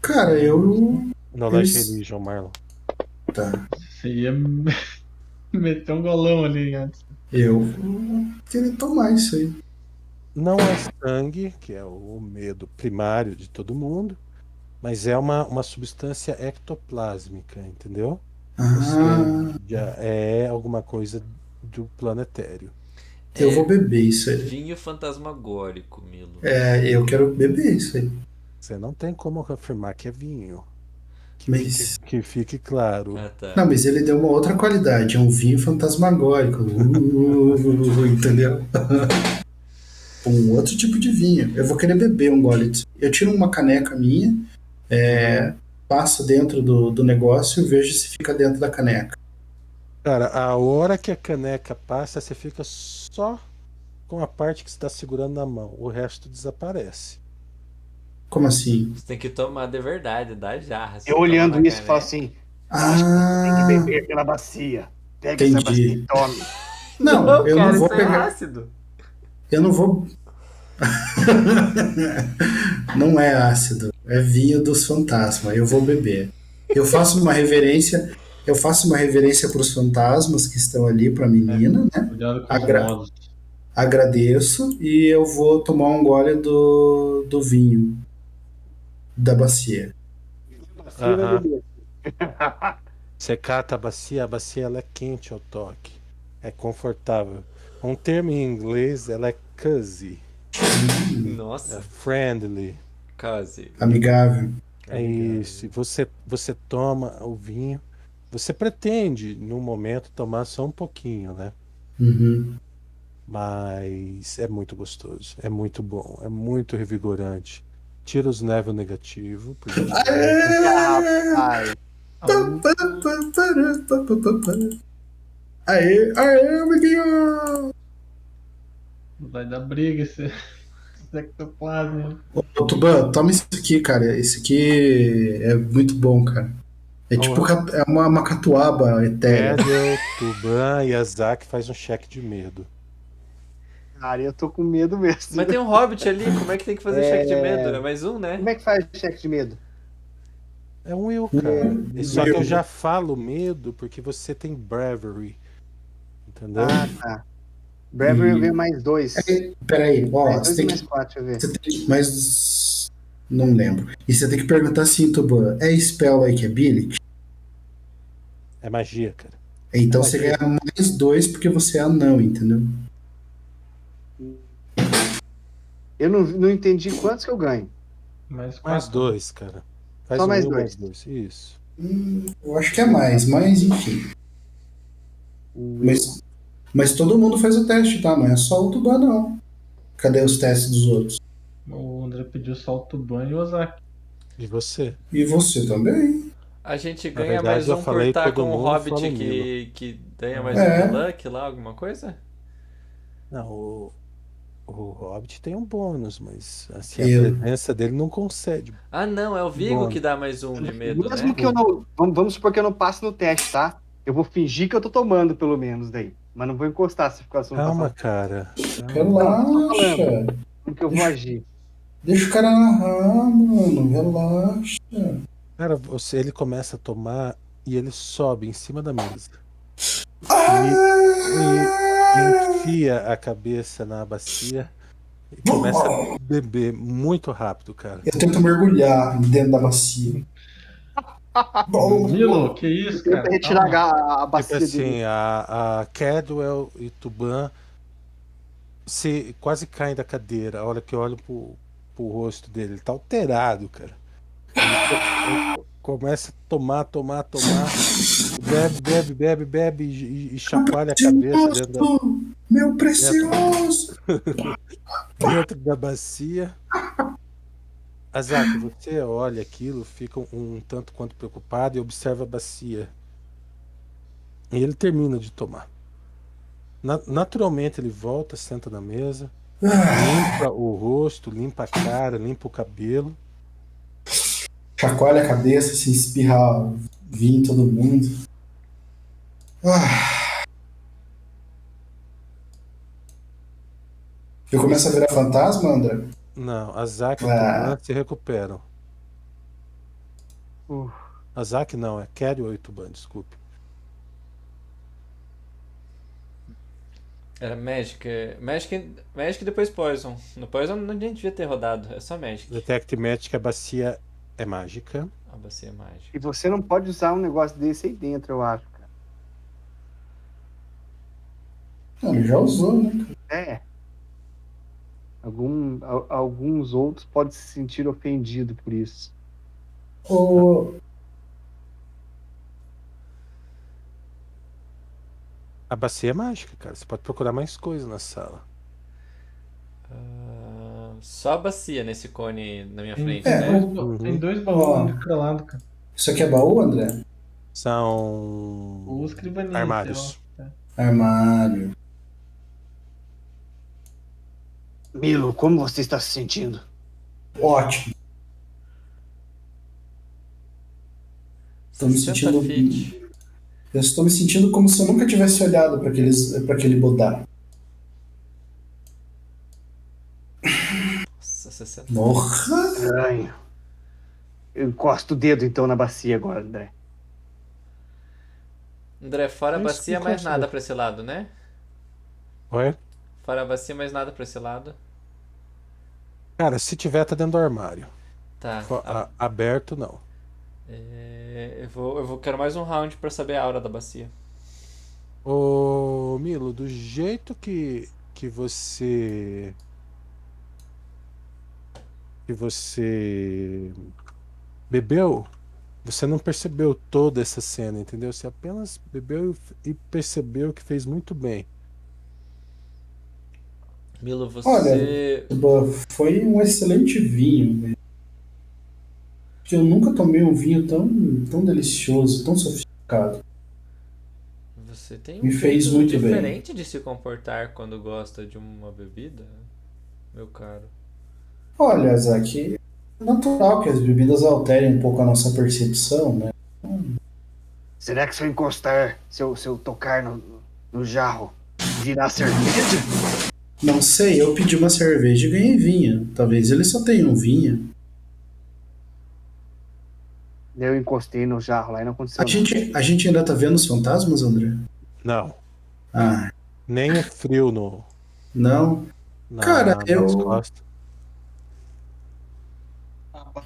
Cara, eu. Knowledge Isso. religion, Marlon. Tá. Você ia meter um golão ali antes. Eu queria tomar isso aí. Não é sangue, que é o medo primário de todo mundo, mas é uma, uma substância ectoplásmica, entendeu? Ou Ah, seja, já é alguma coisa do planetário. Eu vou beber isso aí. Vinho fantasmagórico, Milo. É, eu quero beber isso aí. Você não tem como afirmar que é vinho. Que, Mas- fique, que fique claro. Ah, tá. Não, mas ele deu uma outra qualidade, é um vinho fantasmagórico. Uh, entendeu? um outro tipo de vinho. Eu vou querer beber um gole. disso. Eu tiro uma caneca minha, é, passo dentro do, do negócio e vejo se fica dentro da caneca. Cara, a hora que a caneca passa, você fica tá só com a parte que você está segurando na mão. O resto desaparece. Como assim? Você tem que tomar de verdade, da jarra. você Eu toma olhando na isso, eu falo assim: Ah, tem que beber pela bacia. Pega essa bacia Entendi. e tome. Não, Não, eu cara, não vou isso é pegar. ácido. Eu não vou. não é ácido, é vinho dos fantasmas. Eu vou beber. Eu faço uma reverência, eu faço uma reverência para os fantasmas que estão ali para a menina, né? Cuidado com Agra- os modos. Agradeço e eu vou tomar um gole do, do vinho da bacia. Aham. Você cata a bacia, a bacia ela é quente ao toque. É confortável. Um termo em inglês, ela é cozy. É Nossa, friendly. quase. Amigável. É isso. E Você, você toma o vinho. Você pretende, num momento, tomar só um pouquinho, né? Uhum. Mas é muito gostoso. É muito bom. É muito revigorante. Tira os névoas negativo. por gentileza. Ah, é? Rapaz, Ah. Aê, aê, amiguinho! Vai dar briga esse esse ectoplasma. Ô, Tuban, toma isso aqui, cara. Isso aqui é muito bom, cara. É tipo ca- é uma, uma catuaba etérea. Edel, É, Tuban e Azak faz um cheque de medo. cara, eu tô com medo mesmo. Mas tem um hobbit ali, como é que tem que fazer É. cheque de medo? É mais um, né? Como é que faz cheque de medo? É um eu, cara. Hum, Só que eu. eu já falo medo porque você tem bravery. Entendeu? Ah, tá. Bravery eu Hum. ganho mais dois. É, Peraí, É, ó, mais você dois tem e mais que. quatro, deixa eu ver. Você tem que mas. Não lembro. E você tem que perguntar assim, Tuban, é spell like ability? É magia, cara. Então você ganha mais dois porque você é anão, entendeu? Eu não, não entendi quantos que eu ganho. Mais Mais quatro. dois, cara. Faz Só um mais eu, dois. mais dois. Isso. Hum, eu acho que é mais, mas enfim. Mas, mas todo mundo faz o teste, tá? Não é só o Tuban, não. Cadê os testes dos outros? O André pediu só o Tuban e o Ozaki. E você? E você também. A gente Na ganha verdade, mais eu um por falei estar todo com o mundo, Hobbit fala o que, que ganha mais É. um de luck lá, alguma coisa? Não, o, o Hobbit tem um bônus, mas assim, a Eu. presença dele não concede. Ah, não, é o Vigo Bom. que dá mais um de medo, Mesmo né? que eu não. Vamos, vamos supor que eu não passe no teste, tá? Eu vou fingir que eu tô tomando, pelo menos, daí. Mas não vou encostar se ficar tá só Calma, cara. Relaxa. Porque eu vou agir. Deixa o cara narrar, mano. Relaxa. Cara, você, ele começa a tomar e ele sobe em cima da mesa. E enfia a cabeça na bacia e começa a beber muito rápido, cara. Eu tento mergulhar dentro da bacia. Bom, Milo, que isso, cara? Tenta retirar Calma. a, a Tipo bacia dele. assim, a, a Cadwell e Tuban se quase caem da cadeira a hora que eu olho pro, pro rosto dele. Ele tá alterado, cara. Ele co- começa a tomar, tomar, tomar. Bebe, bebe, bebe, bebe e, e- e chacoalha a cabeça dentro da, meu precioso. dentro da bacia. Azak, você olha aquilo, fica um, um tanto quanto preocupado e observa a bacia. E ele termina de tomar. Na- naturalmente ele volta, senta na mesa, Ah, limpa o rosto, limpa a cara, limpa o cabelo. Chacoalha a cabeça, se espirra vinho em todo mundo. Ah. Eu começo a virar fantasma, André? Não, Azak e Ah. Tuban se recuperam. Uh. Azak não, é Kerry ou Tuban, desculpe. Era Magic. é, Magic, Magic e depois Poison. No Poison não nem devia ter rodado, é só Magic. Detect Magic, a bacia é mágica. A bacia é mágica. E você não pode usar um negócio desse aí dentro, eu acho, cara. Não, ele já usou, né? É. Algum, al- alguns outros podem se sentir ofendidos por isso. Ô, A bacia é mágica, cara. Você pode procurar mais coisas na sala. Ah, só a bacia nesse cone na Hum. minha frente, É. Tem, né? dois, tem dois baús um de cada lado, cara. isso aqui é baú, André? São Ou escrivaninha. armários. Armário. Milo, como você está se sentindo? Ótimo. Tô me sentindo. Eu estou me sentindo como se eu nunca tivesse olhado para aqueles para aquele bodá. Nossa, 60. Morra! Estranho. Eu encosto o dedo então na bacia agora, André. André, fora a Mas bacia, que mais coisa. nada pra esse lado, né? Oi? Fora a bacia, mais nada pra esse lado. Cara, se tiver, tá dentro do armário. Tá. Fo- a- aberto, não. É, eu vou, eu vou, quero mais um round pra saber a aura da bacia. Ô, Milo, do jeito que, que você. que você. bebeu, você não percebeu toda essa cena, entendeu? Você apenas bebeu e e percebeu que fez muito bem. Milo, você. Olha, Tuba, foi um excelente vinho. velho. Porque eu nunca tomei um vinho tão, tão delicioso, tão sofisticado. Você tem um Me fez jeito muito bem. diferente de se comportar quando gosta de uma bebida, meu caro. Olha, Zack, é natural que as bebidas alterem um pouco a nossa percepção, né? Será que se eu encostar, se eu, se eu tocar no, no jarro, virar cerveja? Não sei, eu pedi uma cerveja e ganhei vinho. Talvez ele só tenha um vinho. Eu encostei no jarro lá e não aconteceu A gente, a gente ainda tá vendo os fantasmas, André? Não. Ah. Nem é frio no. Não. na- Cara, nas eu- costas.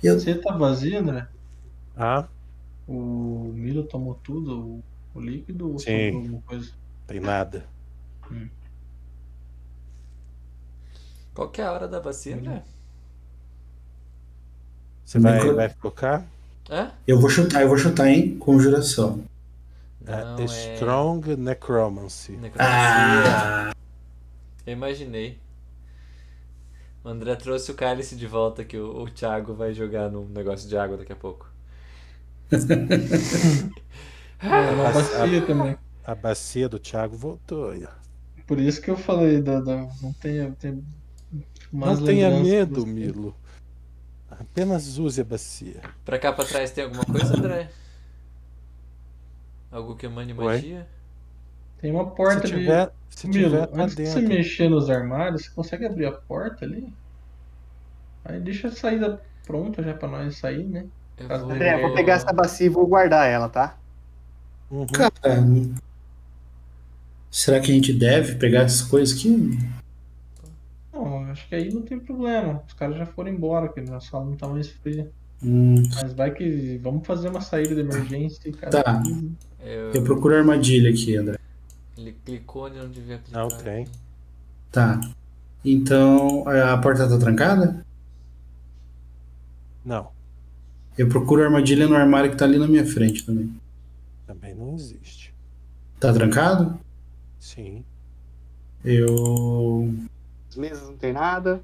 Você tá vazio, André? Ah, O Milo tomou tudo, o, o líquido ou Sim. sobrou alguma coisa? tem nada. Qual que é a hora da Hum. bacia, né? Você vai, Micro- vai colocar? Hã? Eu vou chutar, eu vou chutar em conjuração. É, Não, é- Strong Necromancy. Necromancia. Eu imaginei. O André trouxe o cálice de volta que o, o Thiago vai jogar num negócio de água daqui a pouco. É uma A- bacia a- também. A bacia do Thiago voltou aí. ó. Por isso que eu falei da. da- não tenha. tenha mais Não tenha lembrança medo, dos- Milo. Apenas use a bacia. Pra cá pra trás tem alguma coisa, André? Algo que mande Ué? magia? Tem uma porta Se ali. tiver- se Milo, tiver, tá antes de você dentro. mexer nos armários, você consegue abrir a porta ali? Aí deixa a saída pronta já pra nós sair, né? Caso dê André, eu vou merda. pegar essa bacia e vou guardar ela, tá? Uhum. Cara, será que a gente deve pegar essas coisas aqui? Não, eu acho que aí não tem problema. Os caras já foram embora, porque a sala não tá mais fria. Hum, Mas vai que vamos fazer uma saída de emergência e cara. Tá. Eu, eu procuro a armadilha aqui, André. Ele clicou onde não devia clicar. Não tem. Tá. Então, a porta tá trancada? Não, Eu procuro a armadilha no armário que tá ali na minha frente também. também não existe. Tá trancado? Sim. Eu. As mesas não tem nada.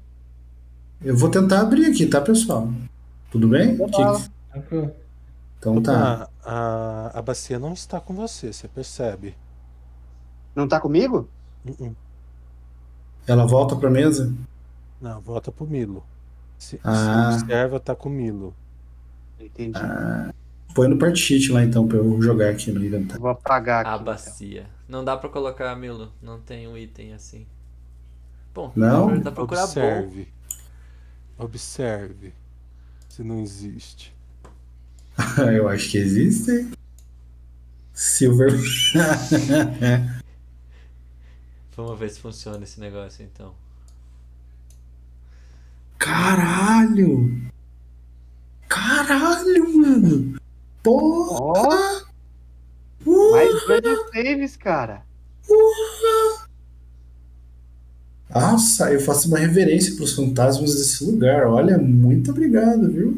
Eu vou tentar abrir aqui, tá, pessoal? Tudo bem? Vamos Que- lá. Tranquilo. Então tá. Ah, a, a bacia não está com você, você percebe? Não tá comigo? Uh -uh. Ela volta pra mesa? Não, volta pro Milo. Se, se Ah. observa, tá com o Milo. Entendi. Põe no part sheet lá então pra eu jogar aqui no inventário. Vou então. apagar A aqui. então. bacia. Não dá pra colocar, Milo. Não tem um item assim. Bom, Não? dá pra procurar bom. Observe. Observe. Se não existe. eu acho que existe. Silver. Vamos ver se funciona esse negócio então. Caralho! Caralho, mano! Porra! Ó, Porra! mais dois de saves, cara. Nossa, eu faço uma reverência pros fantasmas desse lugar. Olha, muito obrigado, viu?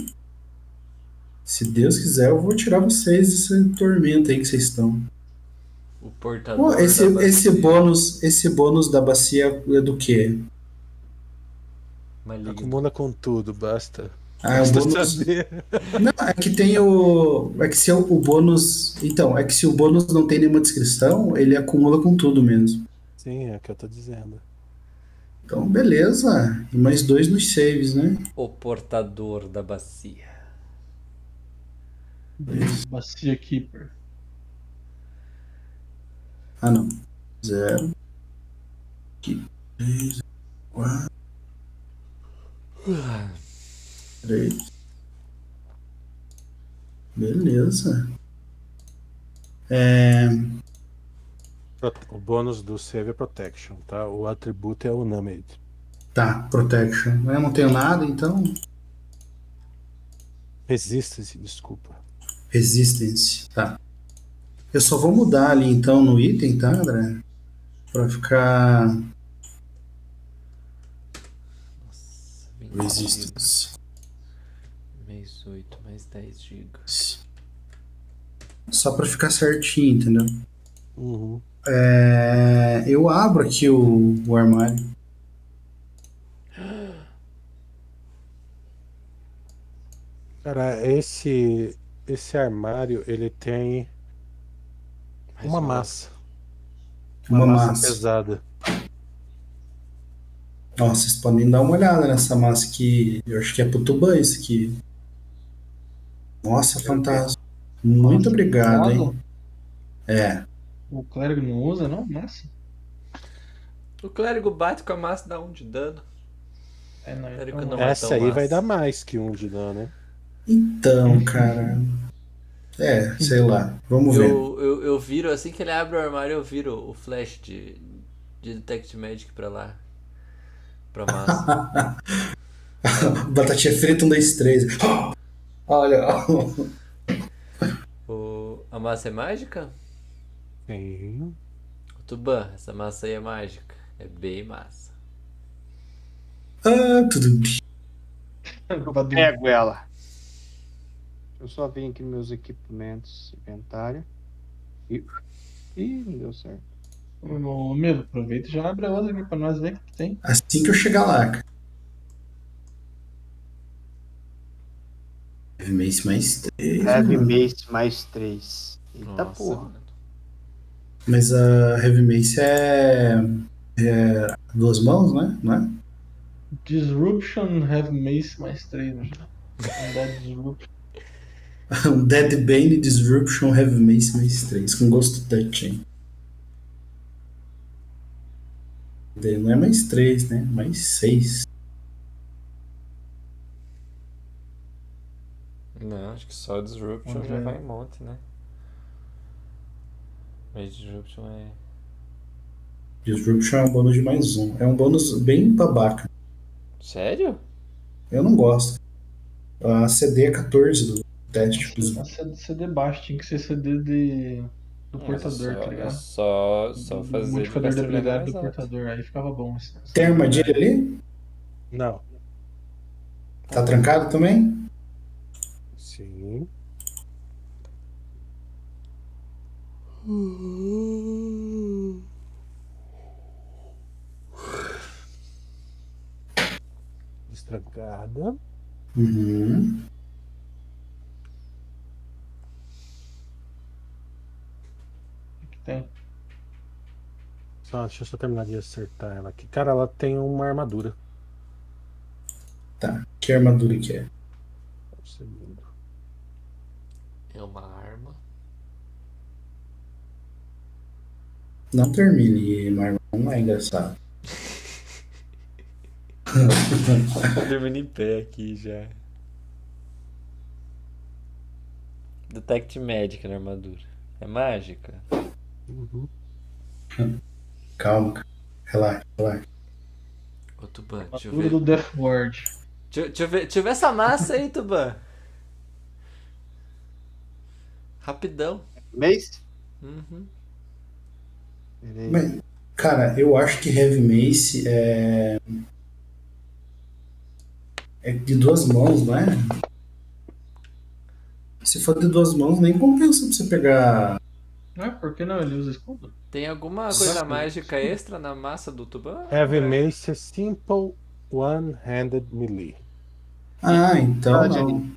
Se Deus quiser, eu vou tirar vocês dessa tormenta aí que vocês estão. O portador. Pô, esse, da é esse bacia bônus, esse bônus da bacia é do quê? maligno. Acumula com tudo, basta. Ah, é um basta bônus. saber. Não, é que tem o. É que se o, o bônus. Então, é que se o bônus não tem nenhuma descrição, ele acumula com tudo mesmo. Sim, é o que eu tô dizendo. Então, beleza. E mais dois nos saves, né? O portador da bacia. Bacia Keeper. Ah, não. Zero. Aqui. Três. Quatro. Três. Beleza. É... Pro- O bônus do save é protection, tá? O atributo é o Named. Tá, protection. Eu não tenho nada, então. Resistance, desculpa. Resistance, tá. Eu só vou mudar ali então no item, tá, André? Pra ficar. Resistance. Mais 8, mais 10 gigas. Só pra ficar certinho, entendeu? Uhum. É, eu abro aqui o, o armário. Cara, esse, esse armário, ele tem uma massa. Uma massa. pesada. Nossa, vocês podem dar uma olhada nessa massa aqui. Eu acho que é pro Tuban isso aqui. Nossa, fantasma. Muito obrigado, hein? É. O clérigo não usa, não? Massa. O clérigo bate com a massa e dá um de dano. É, não, clérigo não é Essa tão aí massa. vai dar mais que um de dano, né? Então, cara. É, sei lá. Vamos ver. Eu, eu, eu viro, assim que ele abre o armário, eu viro o flash de, de Detect Magic pra lá. Pra massa. Batatinha frita, um, dois, três. Olha. o, a massa é mágica? Sim. O Tuban, essa massa aí é mágica. É bem massa. Ah, tudo bem. Eu pego ela. Deixa eu só vir aqui nos meus equipamentos, inventário. E... Ih, não deu certo. Ô, Milo, aproveita e já abre a outra aqui pra nós ver o que tem. Assim que eu chegar lá, cara. Heavy Mace mais três. Heavy mano. Mace mais 3. Eita Tá porra. Mas a Heavy Mace é. é duas mãos, né? Não é? Disruption Heavy Mace mais 3. Undead Disruption. Um Dead Bane Disruption Heavy Mace mais 3, com gosto touch, hein? Daí não é mais 3, né? Mais 6. Não, acho que só Disruption Onde já é? vai em monte, né? Mas Disruption é. Disruption é um bônus de mais 1. É um bônus bem babaca. Sério? Eu não gosto. A CD é 14 do teste. A CD, CD baixo, tinha que ser CD de, do Nossa, portador, só- tá ligado? Só, só Do fazer. modificador de gastar habilidade do mais alto. portador, aí ficava bom. Assim. Tem armadilha ali? Não. Tá trancado também? Sim. Destrancada. Uhum. Tem. Só, deixa eu só terminar de acertar ela aqui. Cara, ela tem uma armadura. Tá. Que armadura que é? Um segundo. É uma arma. Não termine, Marlon. Não é engraçado. Tô dormindo em pé aqui já. Detect Magic na armadura. É mágica? Calma, cara. Relaxa, relaxa. Ô Tuban, deixa eu Tudo ver. do Death Ward. Deixa, deixa eu ver, deixa eu ver essa massa aí, Tuban. Rapidão. Mace? Uhum. Mas, cara, eu acho que Heavy Mace é. É de duas mãos, não é? Se for de duas mãos, nem compensa pra você pegar. Ah, por que não? Ele usa escudo? Tem alguma coisa mágica extra na massa do Tuban? Heavy Mace é Simple One-Handed Melee. Ah, então não.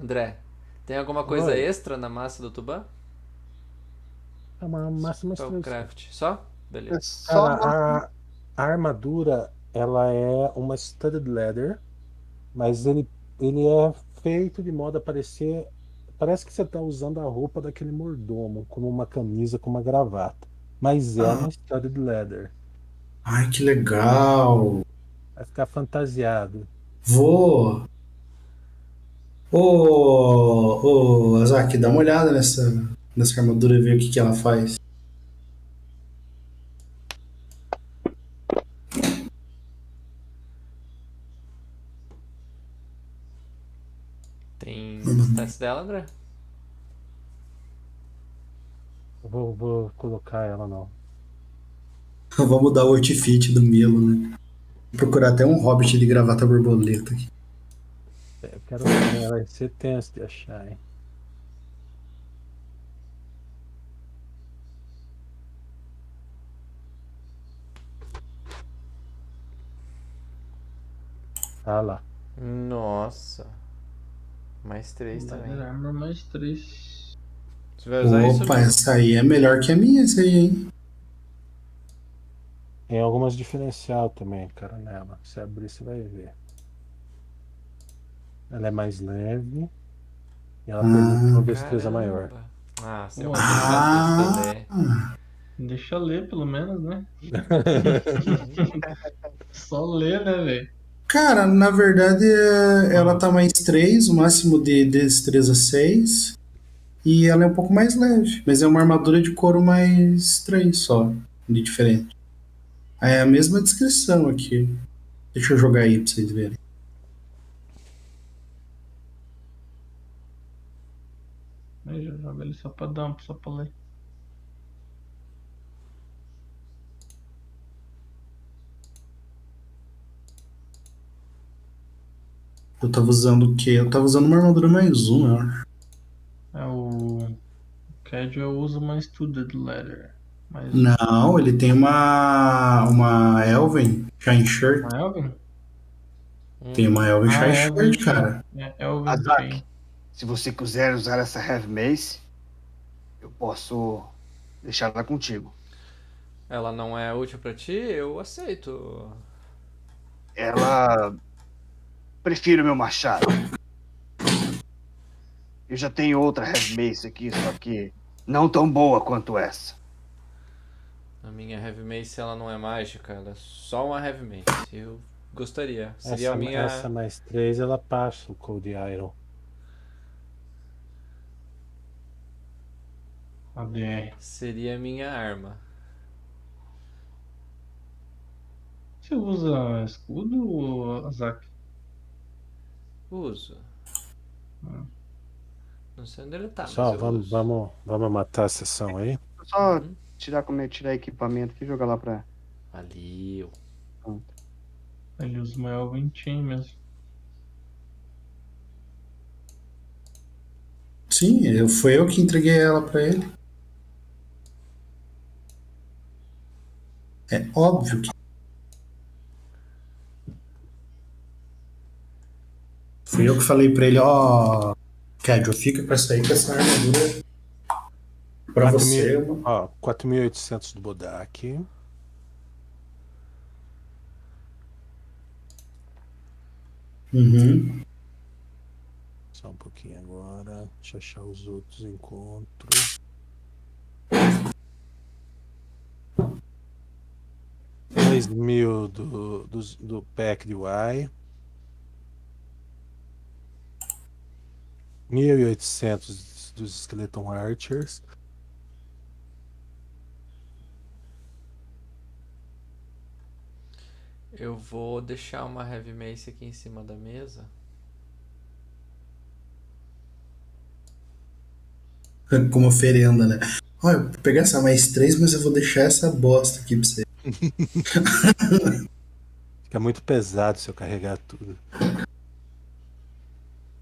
André, tem alguma coisa Oi. extra na massa do Tuban? É uma massa mais Só o craft. Só? É Beleza. Cara, a, a armadura ela é uma studded leather, mas ele, ele é feito de modo a parecer Parece que você tá usando a roupa daquele mordomo, como uma camisa com uma gravata. Mas é Ah. uma história de leather. Ai, que legal. Vai ficar fantasiado. Vou. Ô, ô, Azaki, dá uma olhada nessa, nessa armadura e ver o que, que ela faz. É. Tem stats dela, André? Vou, vou colocar ela não. Vou mudar o outfit do Milo, né? Vou procurar até um hobbit de gravata borboleta aqui. É, Eu quero ver, ela vai ser tenso de achar, hein? Ah lá. Nossa. Mais três também. Leather Armor mais 3. Você vai usar isso? Opa, essa aí é melhor que a minha, essa aí, hein? Tem algumas diferencial também, cara, nela. Se abrir, você vai ver. Ela é mais leve e ela permite uma destreza maior. Ah, seu Deixa eu ler, pelo menos, né? Só ler, né, velho? Cara, na verdade, é- ela tá mais 3, o máximo de destreza 6. E ela é um pouco mais leve, mas é uma armadura de couro mais 3 só, de diferente. É a mesma descrição aqui. Deixa eu jogar aí pra vocês verem. Mas eu jogo ele só pra dar, um- só pra ler. Eu tava usando o quê? Eu tava usando uma armadura mais 1, eu acho. É o. Casual usa mais tudo de leather. Mas... Não, ele tem uma. Uma Elven Shine Shirt. Uma Elven? Tem uma Elven Ah, Shine Elven Shirt, cara. É, Elven Azak, se você quiser usar essa Heavy Mace, eu posso deixar ela contigo. Ela não é útil pra ti? Eu aceito. Ela. Prefiro meu machado. Eu já tenho outra Heavy Mace aqui, só que não tão boa quanto essa. A minha Heavy Mace, ela não é mágica, ela é só uma Heavy Mace. Eu gostaria. Seria essa, a minha... essa mais 3 ela passa o Cold Iron. é ADR. Seria a minha arma. Você usa escudo ou Azak? Uso. Não sei onde ele tá, mas Pessoal, eu vamos, vamos, vamos matar a sessão aí. Só tirar como é tirar equipamento aqui e jogar lá pra. Valeu. Ele usa uma Elven Chain mesmo. Sim, eu, foi eu que entreguei ela pra ele. É óbvio que. Fui eu que falei pra ele, ó. Cadjo, fica com essa aí, com essa armadura. Pra Quatro você. mil- Ó, 4.800 do Bodak. Uhum. Só um pouquinho agora. Deixa eu achar os outros encontros. Dois mil do, do, do pack de Y. 1.800 dos Skeleton Archers. Eu vou deixar uma Heavy Mace aqui em cima da mesa. Uhum. Como oferenda, né? Olha, eu vou pegar essa mais três, mas eu vou deixar essa bosta aqui pra você. Fica é muito pesado se eu carregar tudo.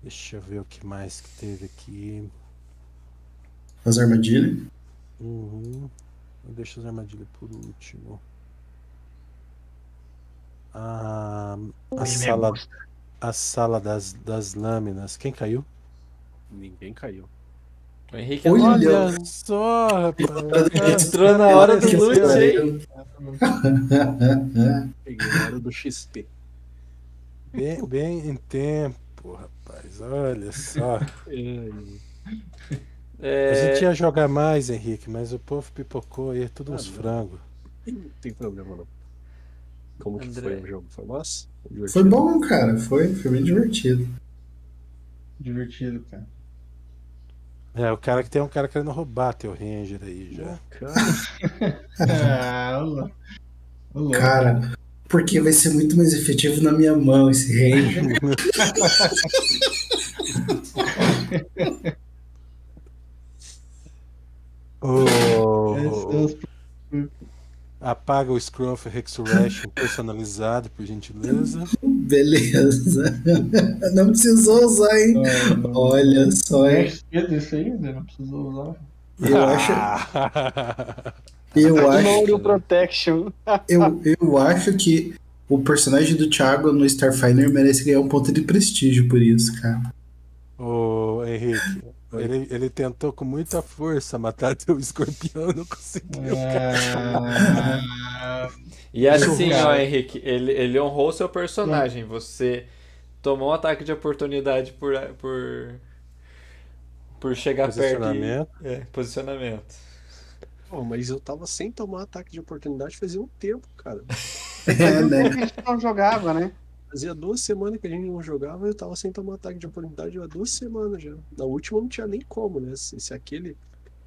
Deixa eu ver o que mais que teve aqui. As armadilhas. Uhum. Eu deixo as armadilhas por último. A, a sala, a sala das, das lâminas. Quem caiu? Ninguém caiu. O Henrique Olha só, rapaz. Entrou na hora do loot, hein? Peguei na hora do XP. Bem, bem em tempo, rapaz. Olha só. Ai, A gente ia jogar mais, Henrique, mas o povo pipocou aí, é tudo uns Ah, não. frangos. Não tem problema, não. Como que André. foi o jogo? Foi massa? Foi bom, cara. Foi, foi bem divertido. Divertido, cara. É, o cara que tem um cara querendo roubar teu Ranger aí já. Ah, olá. Olá. Cara, porque vai ser muito mais efetivo na minha mão esse ranger. é Oh. Apaga o Scrum for Hexuration personalizado, por gentileza. Beleza. Não precisou usar, hein? Olha só, É hein? cedo isso aí, Zé, não precisou usar. Eu acho. Ah. tá Eu acho. Protection. Eu, eu acho que o personagem do Thiago no Starfinder merece ganhar um ponto de prestígio por isso, cara. Ô, Henrique, ele, ele tentou com muita força matar teu escorpião, não conseguiu, É, cara. E é assim, Isso, ó, cara. Henrique, ele, ele honrou seu personagem. Você tomou um ataque de oportunidade por. por, por Tá chegar Posicionamento. perto. e- É, posicionamento. Pô, mas eu tava sem tomar ataque de oportunidade fazia um tempo, cara. É, né? A gente não jogava, né? Fazia duas semanas que a gente não jogava e eu tava sem tomar ataque de oportunidade há duas semanas já. Na última não tinha nem como, né? Se, se aquele.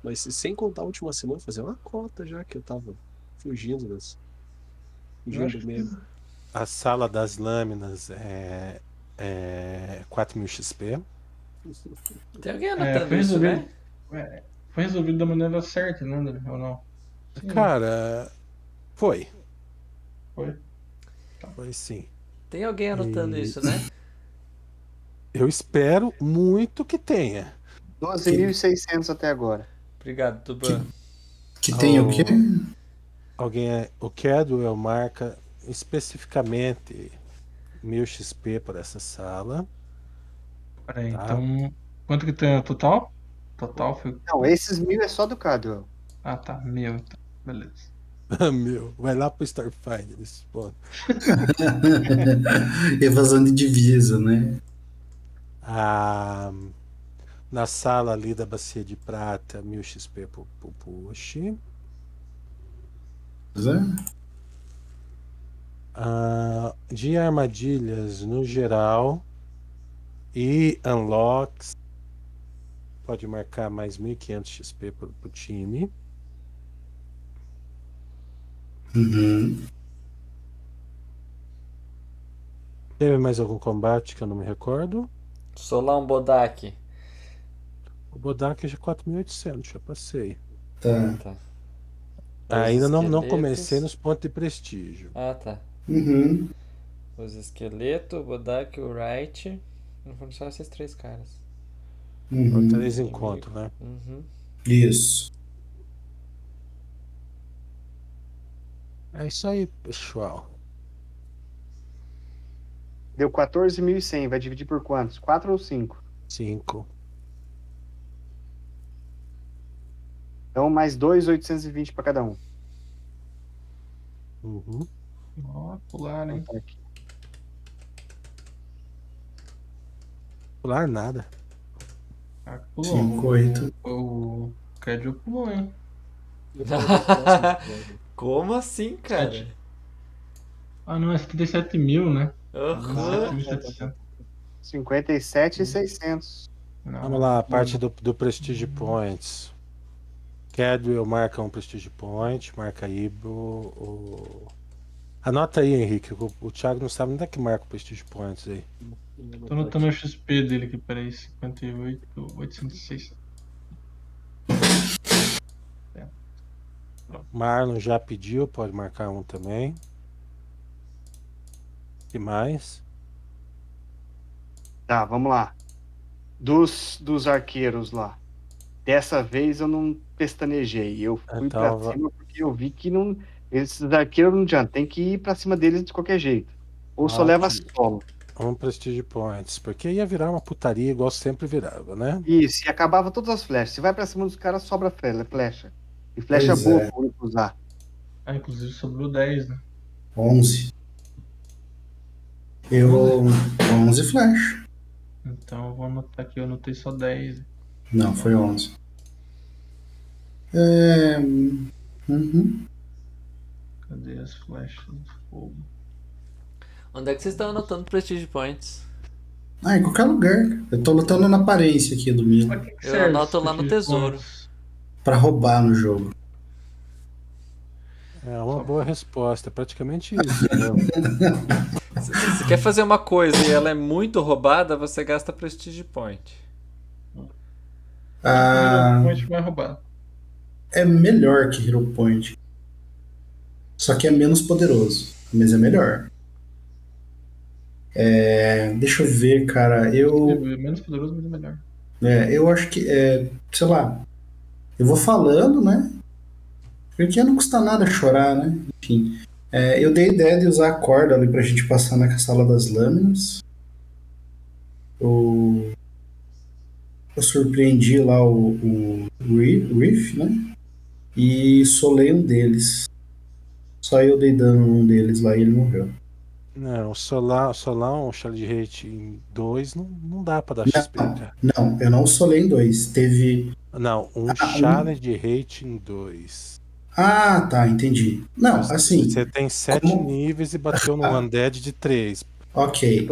Mas se- sem contar a última semana, fazia uma cota já que eu tava fugindo das. acho Fugindo que- mesmo. A sala das lâminas é, é 4000 XP. Tem alguém É, anotando foi isso, resolvido. né? é, Foi resolvido da maneira certa, né, André? Ou não? Cara, foi. Foi. Foi sim. Tem alguém anotando E- isso, né? Eu espero muito que tenha. 12.600 até agora. Obrigado, Tuban. Que tem o quê? Alguém é, o Cadwell marca especificamente 1000 XP por essa sala. Peraí, Tá. então. Quanto que tem o total? Total foi. Não, esses mil é só do Cadu. Ah, tá. Meu, então. Beleza. Meu, vai lá pro Starfinder nesse ponto. Evasão de divisa, né? Ah, na sala ali da bacia de prata, 1000 XP pro, pro push. Zé? Ah, de armadilhas no geral e unlocks. Pode marcar mais 1500 XP pro, pro time. Uhum. Teve mais algum combate que eu não me recordo? Solão Bodak. O Bodak já é 4800, já passei. Tá. tá. É. Ainda não, não esqueletos. comecei nos pontos de prestígio. Ah, tá. Uhum. Os esqueletos, o Bodak, o Wright. Não foram só esses três caras. Hum, Foram Três encontros, né? Uhum. Isso. É isso aí, pessoal. Deu 14.100, vai dividir por quantos? 4 ou 5? 5. Então mais 2.820 pra cada um. Uhum. Ó, pular, Então, hein? tá Pular nada. Ah, pulou. Cinco, oito. O Cadio pulou, hein? Como assim, cara? Ah, não, é 77 mil, né? Aham. 57.600. Ah, Vamos lá, a parte do, do Prestige Points. Cadwell marca um Prestige Point, marca aí o. o- Anota aí, Henrique. O, o Thiago não sabe onde é que marca o Prestige Points aí. Tô notando o XP dele aqui, peraí. 58, 806. Marlon já pediu, pode marcar um também. E mais? Tá, vamos lá. Dos, dos arqueiros lá. Dessa vez eu não pestanejei. Eu fui Então, pra va- cima porque eu vi que não. Esses arqueiros não adianta. Tem que ir pra cima deles de qualquer jeito. Ou só Ah, leva sim. solo. Um Prestige Points, porque ia virar uma putaria igual sempre virava, né? Isso, e acabava todas as flechas. Se vai pra cima dos caras, sobra fle- flecha. E flecha Pois boa é. pra único usar. Ah, inclusive sobrou 10, né? 11. Eu. 11 flash. Então eu vou anotar aqui, eu anotei só 10. Não, foi 11. É... Uhum. Cadê as flechas do fogo? Onde é que vocês estão anotando Prestige Points? Ah, em qualquer lugar. Eu tô lutando na aparência aqui do Milo. Eu anoto lá no tesouro. Pra roubar no jogo. É uma boa resposta, é praticamente isso. né? Se se quer fazer uma coisa e ela é muito roubada, você gasta Prestige Point. Ah, Onde vai roubar? é melhor que Hero Point. Só que é menos poderoso. Mas é melhor. É, deixa eu ver, cara. Eu, É menos poderoso, mas é melhor. é, eu acho que. É, sei lá. Eu vou falando, né? Porque não custa nada chorar, né? Enfim. É, eu dei a ideia de usar a corda ali pra gente passar na sala das lâminas. Eu, eu surpreendi lá o, o Ri- Riff, né? E solei um deles. Só eu dei dano num deles lá e ele morreu. Não, solar, solar um Charlie de Hate em 2 não, não dá pra dar XP, cara. Não, eu não solei em dois. Teve. Não, um Ah, um. Charlie de Hate em 2. Ah, tá, entendi. Não, assim. Você tem 7 níveis e bateu Ah. no Undead de 3. Ok.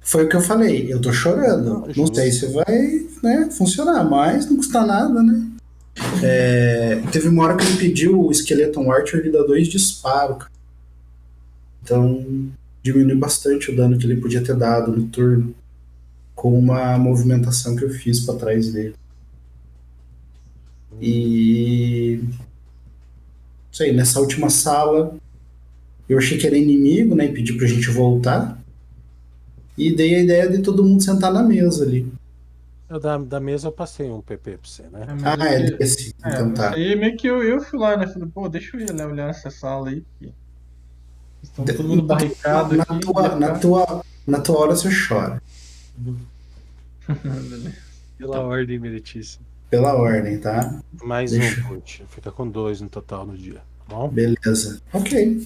Foi o que eu falei. Eu tô chorando. Não, sei se vai né, funcionar, mas não custa nada, né? É, teve uma hora que ele pediu o Skeleton Archer, ele dá dois disparos, cara. Então diminui bastante o dano que ele podia ter dado no turno com uma movimentação que eu fiz pra trás dele. E. Não sei, nessa última sala eu achei que era inimigo, né? E pedi pra gente voltar. E dei a ideia de todo mundo sentar na mesa ali. Eu da, da mesa eu passei um PP pra você, né? mas Ah, é ele- desse. É, Então tá. Aí meio que eu, eu fui lá, né? Falei, pô, deixa eu ir lá olhar essa sala aí. porque Estão todo mundo barricado na, aqui. tá. tua, na, tua, na tua hora você chora. Pela ordem, meritíssimo. Pela ordem, tá? Então. Mais Deixa. um put. Fica com dois no total no dia, tá bom? Beleza. Ok.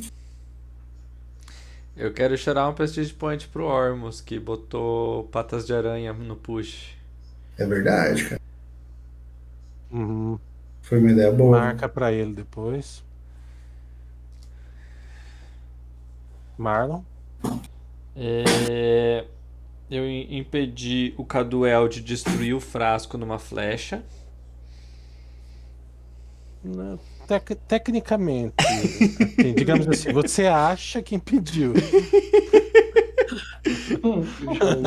Eu quero chorar um Prestige Point pro Ormus, que botou patas de aranha no push. É verdade, cara. Uhum. Foi uma ideia boa. Marca pra ele depois. Marlon? É, Eu im- impedi o Caduel de destruir o frasco numa flecha. Não, Né, tec- tecnicamente, assim, digamos assim, você acha que impediu. Já,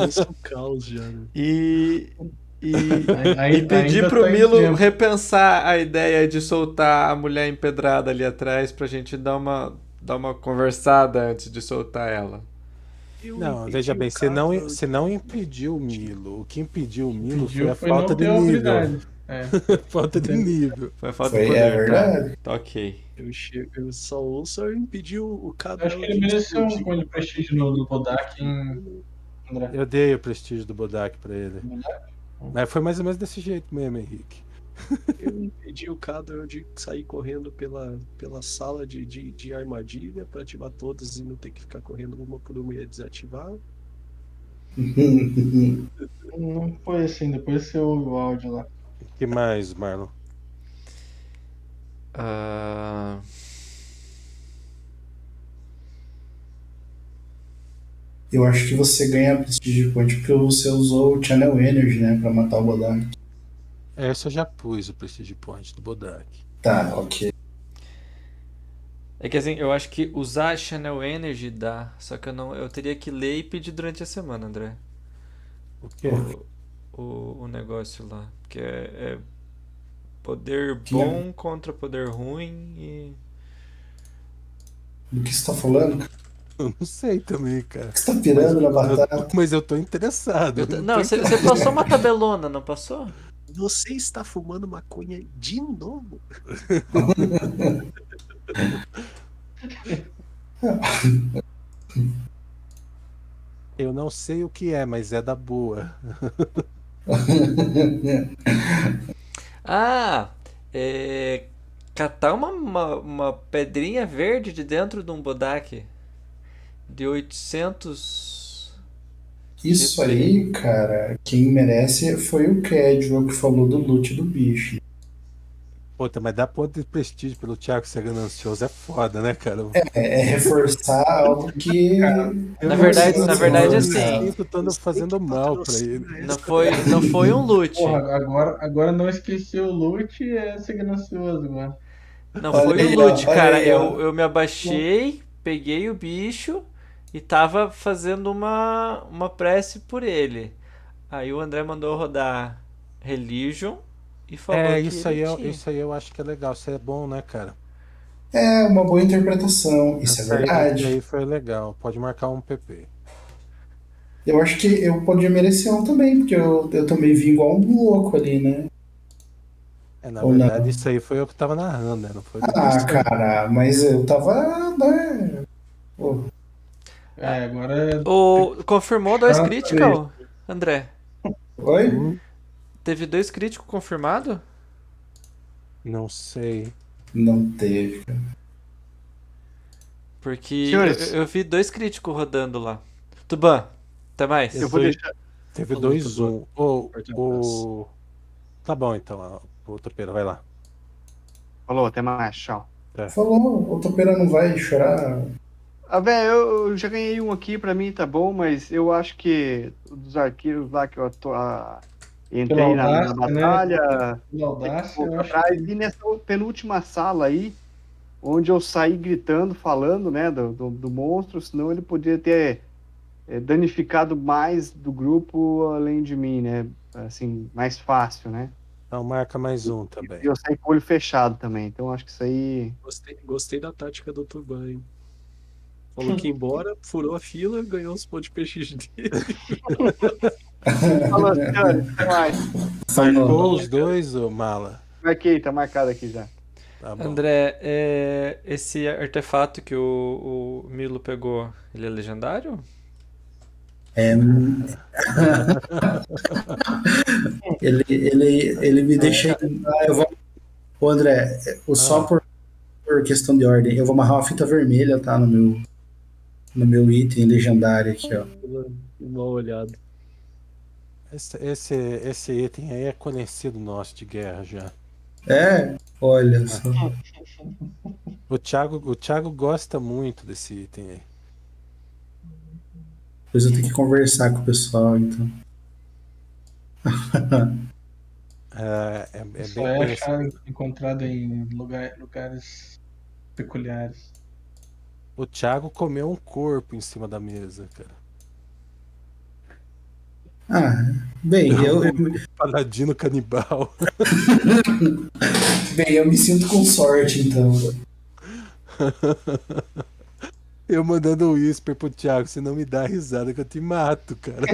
isso é um caos já, né? E. E, Ai- e pedi ainda pro tá em Milo tempo. repensar a ideia de soltar a mulher empedrada ali atrás pra gente dar uma, dar uma conversada antes de soltar ela. Não, veja bem, você não, você não impediu o Milo. O que impediu o Milo Impediu foi a foi não falta ter de nível. habilidade. É. falta de nível. Foi a falta Foi, de poder, é tá? verdade. Tá ok. Eu, chego, eu só ouço eu impedir o, o cara. Acho que ele mereceu um coelho prestígio no, no Bodak em. André. Eu dei o prestígio do Bodak pra ele. Né? Mas foi mais ou menos desse jeito mesmo, Henrique. Eu impedi o Cadwell de sair correndo pela, pela sala de, de, de armadilha pra ativar todas e não ter que ficar correndo uma por uma e desativar. Não foi assim, depois você ouve o áudio lá. O que mais, Marlon? Ah, Eu acho que você ganha prestige point porque você usou o Channel Energy, né? Pra matar o Bodak. Essa É, eu já pus o Prestige Point do Bodak. Tá, ok. É que assim, eu acho que usar a Channel Energy dá, só que eu não, eu teria que ler e pedir durante a semana, André. O que? O, o negócio lá, que é, é poder bom contra poder ruim e Do que você tá falando? cara? Eu não sei também, cara. Você tá pirando na batata? Mas eu tô interessado. eu Não, tô você, você interessado. passou uma tabelona, não passou? Você está fumando maconha de novo? Eu não sei o que é, mas é da boa. Ah, é, catar uma, uma, uma pedrinha verde de dentro de um bodak de 800 Isso aí, cara, quem merece foi o Cadwell que falou do loot do bicho. Puta, mas dá ponto de prestígio pelo Thiago ser ganancioso é foda, né, cara? É, é reforçar algo que. Na verdade, na verdade, assim. Eu tô fazendo mal pra ele. Não foi, não foi um loot. Porra, agora, agora não esqueci o loot é ser ganancioso, mano. Não foi um loot, cara. Eu, eu me abaixei, peguei o bicho e tava fazendo uma, uma prece por ele. Aí o André mandou rodar Religion e falou É, que isso aí, ele eu, tinha. isso aí eu acho que é legal. Isso aí é bom, né, cara? É uma boa interpretação, Tá isso é Essa verdade. aí foi legal. Pode marcar um PP. Eu acho que eu podia merecer um também, porque eu, eu também vim igual um louco ali, né? É, na Ou não. verdade, isso aí foi eu que tava narrando, né? Não foi Ah, cara, mas eu tava. Né? Pô, É, agora é. O, confirmou dois Chato critical, André? Oi? Teve dois críticos confirmado? Não sei. Não teve, cara. Porque Senhores. eu, eu vi dois críticos rodando lá. Tuban, até mais. Teve dois- Teve dois um. Ô, ô, Tá bom, então. ó, Ô, Topeira, vai lá. Falou, até mais, tchau. É. Falou, o Topeira não vai chorar. Ah, velho, eu eu já ganhei um aqui, pra mim tá bom, mas eu acho que dos arquivos lá que eu ato- a- entrei na, Pela na audácia, né? batalha, Pela audácia, tem que voltar eu acho É atrás, e nessa penúltima sala aí, onde eu saí gritando, falando, né, do, do, do monstro, senão ele podia ter eh, danificado mais do grupo além de mim, né? Assim, mais fácil, né? Então marca mais um também. E eu saí com o olho fechado também, então acho que isso aí. Gostei, gostei da tática do Turban, hein? Falou que ia embora, furou a fila, ganhou os pontos de peixe dele. Falou, senhores, até mais. Marcou os dois, ô mala. Marquei, tá marcado aqui já. Tá bom. André, é, esse artefato que o, o Milo pegou, ele é legendário? É. ele, ele, ele me deixa. Ah, Eu vou... Ô, André, eu só por, por questão de ordem, eu vou amarrar uma fita vermelha, tá? No meu, no meu item legendário aqui, ó. Mal olhado. Esse, esse, esse item aí é conhecido nosso de guerra já. É? Olha só. O Thiago, o Thiago gosta muito desse item aí. Depois eu tenho que conversar com o pessoal, então. É, é- é bem Só é conhecido. achado, encontrado em lugar- lugares peculiares. O Thiago comeu um corpo em cima da mesa, cara. Ah, bem, eu, eu- Paladino canibal. bem, eu me sinto com sorte, então. Eu mandando um whisper pro Thiago, se não me dá risada que eu te mato, cara.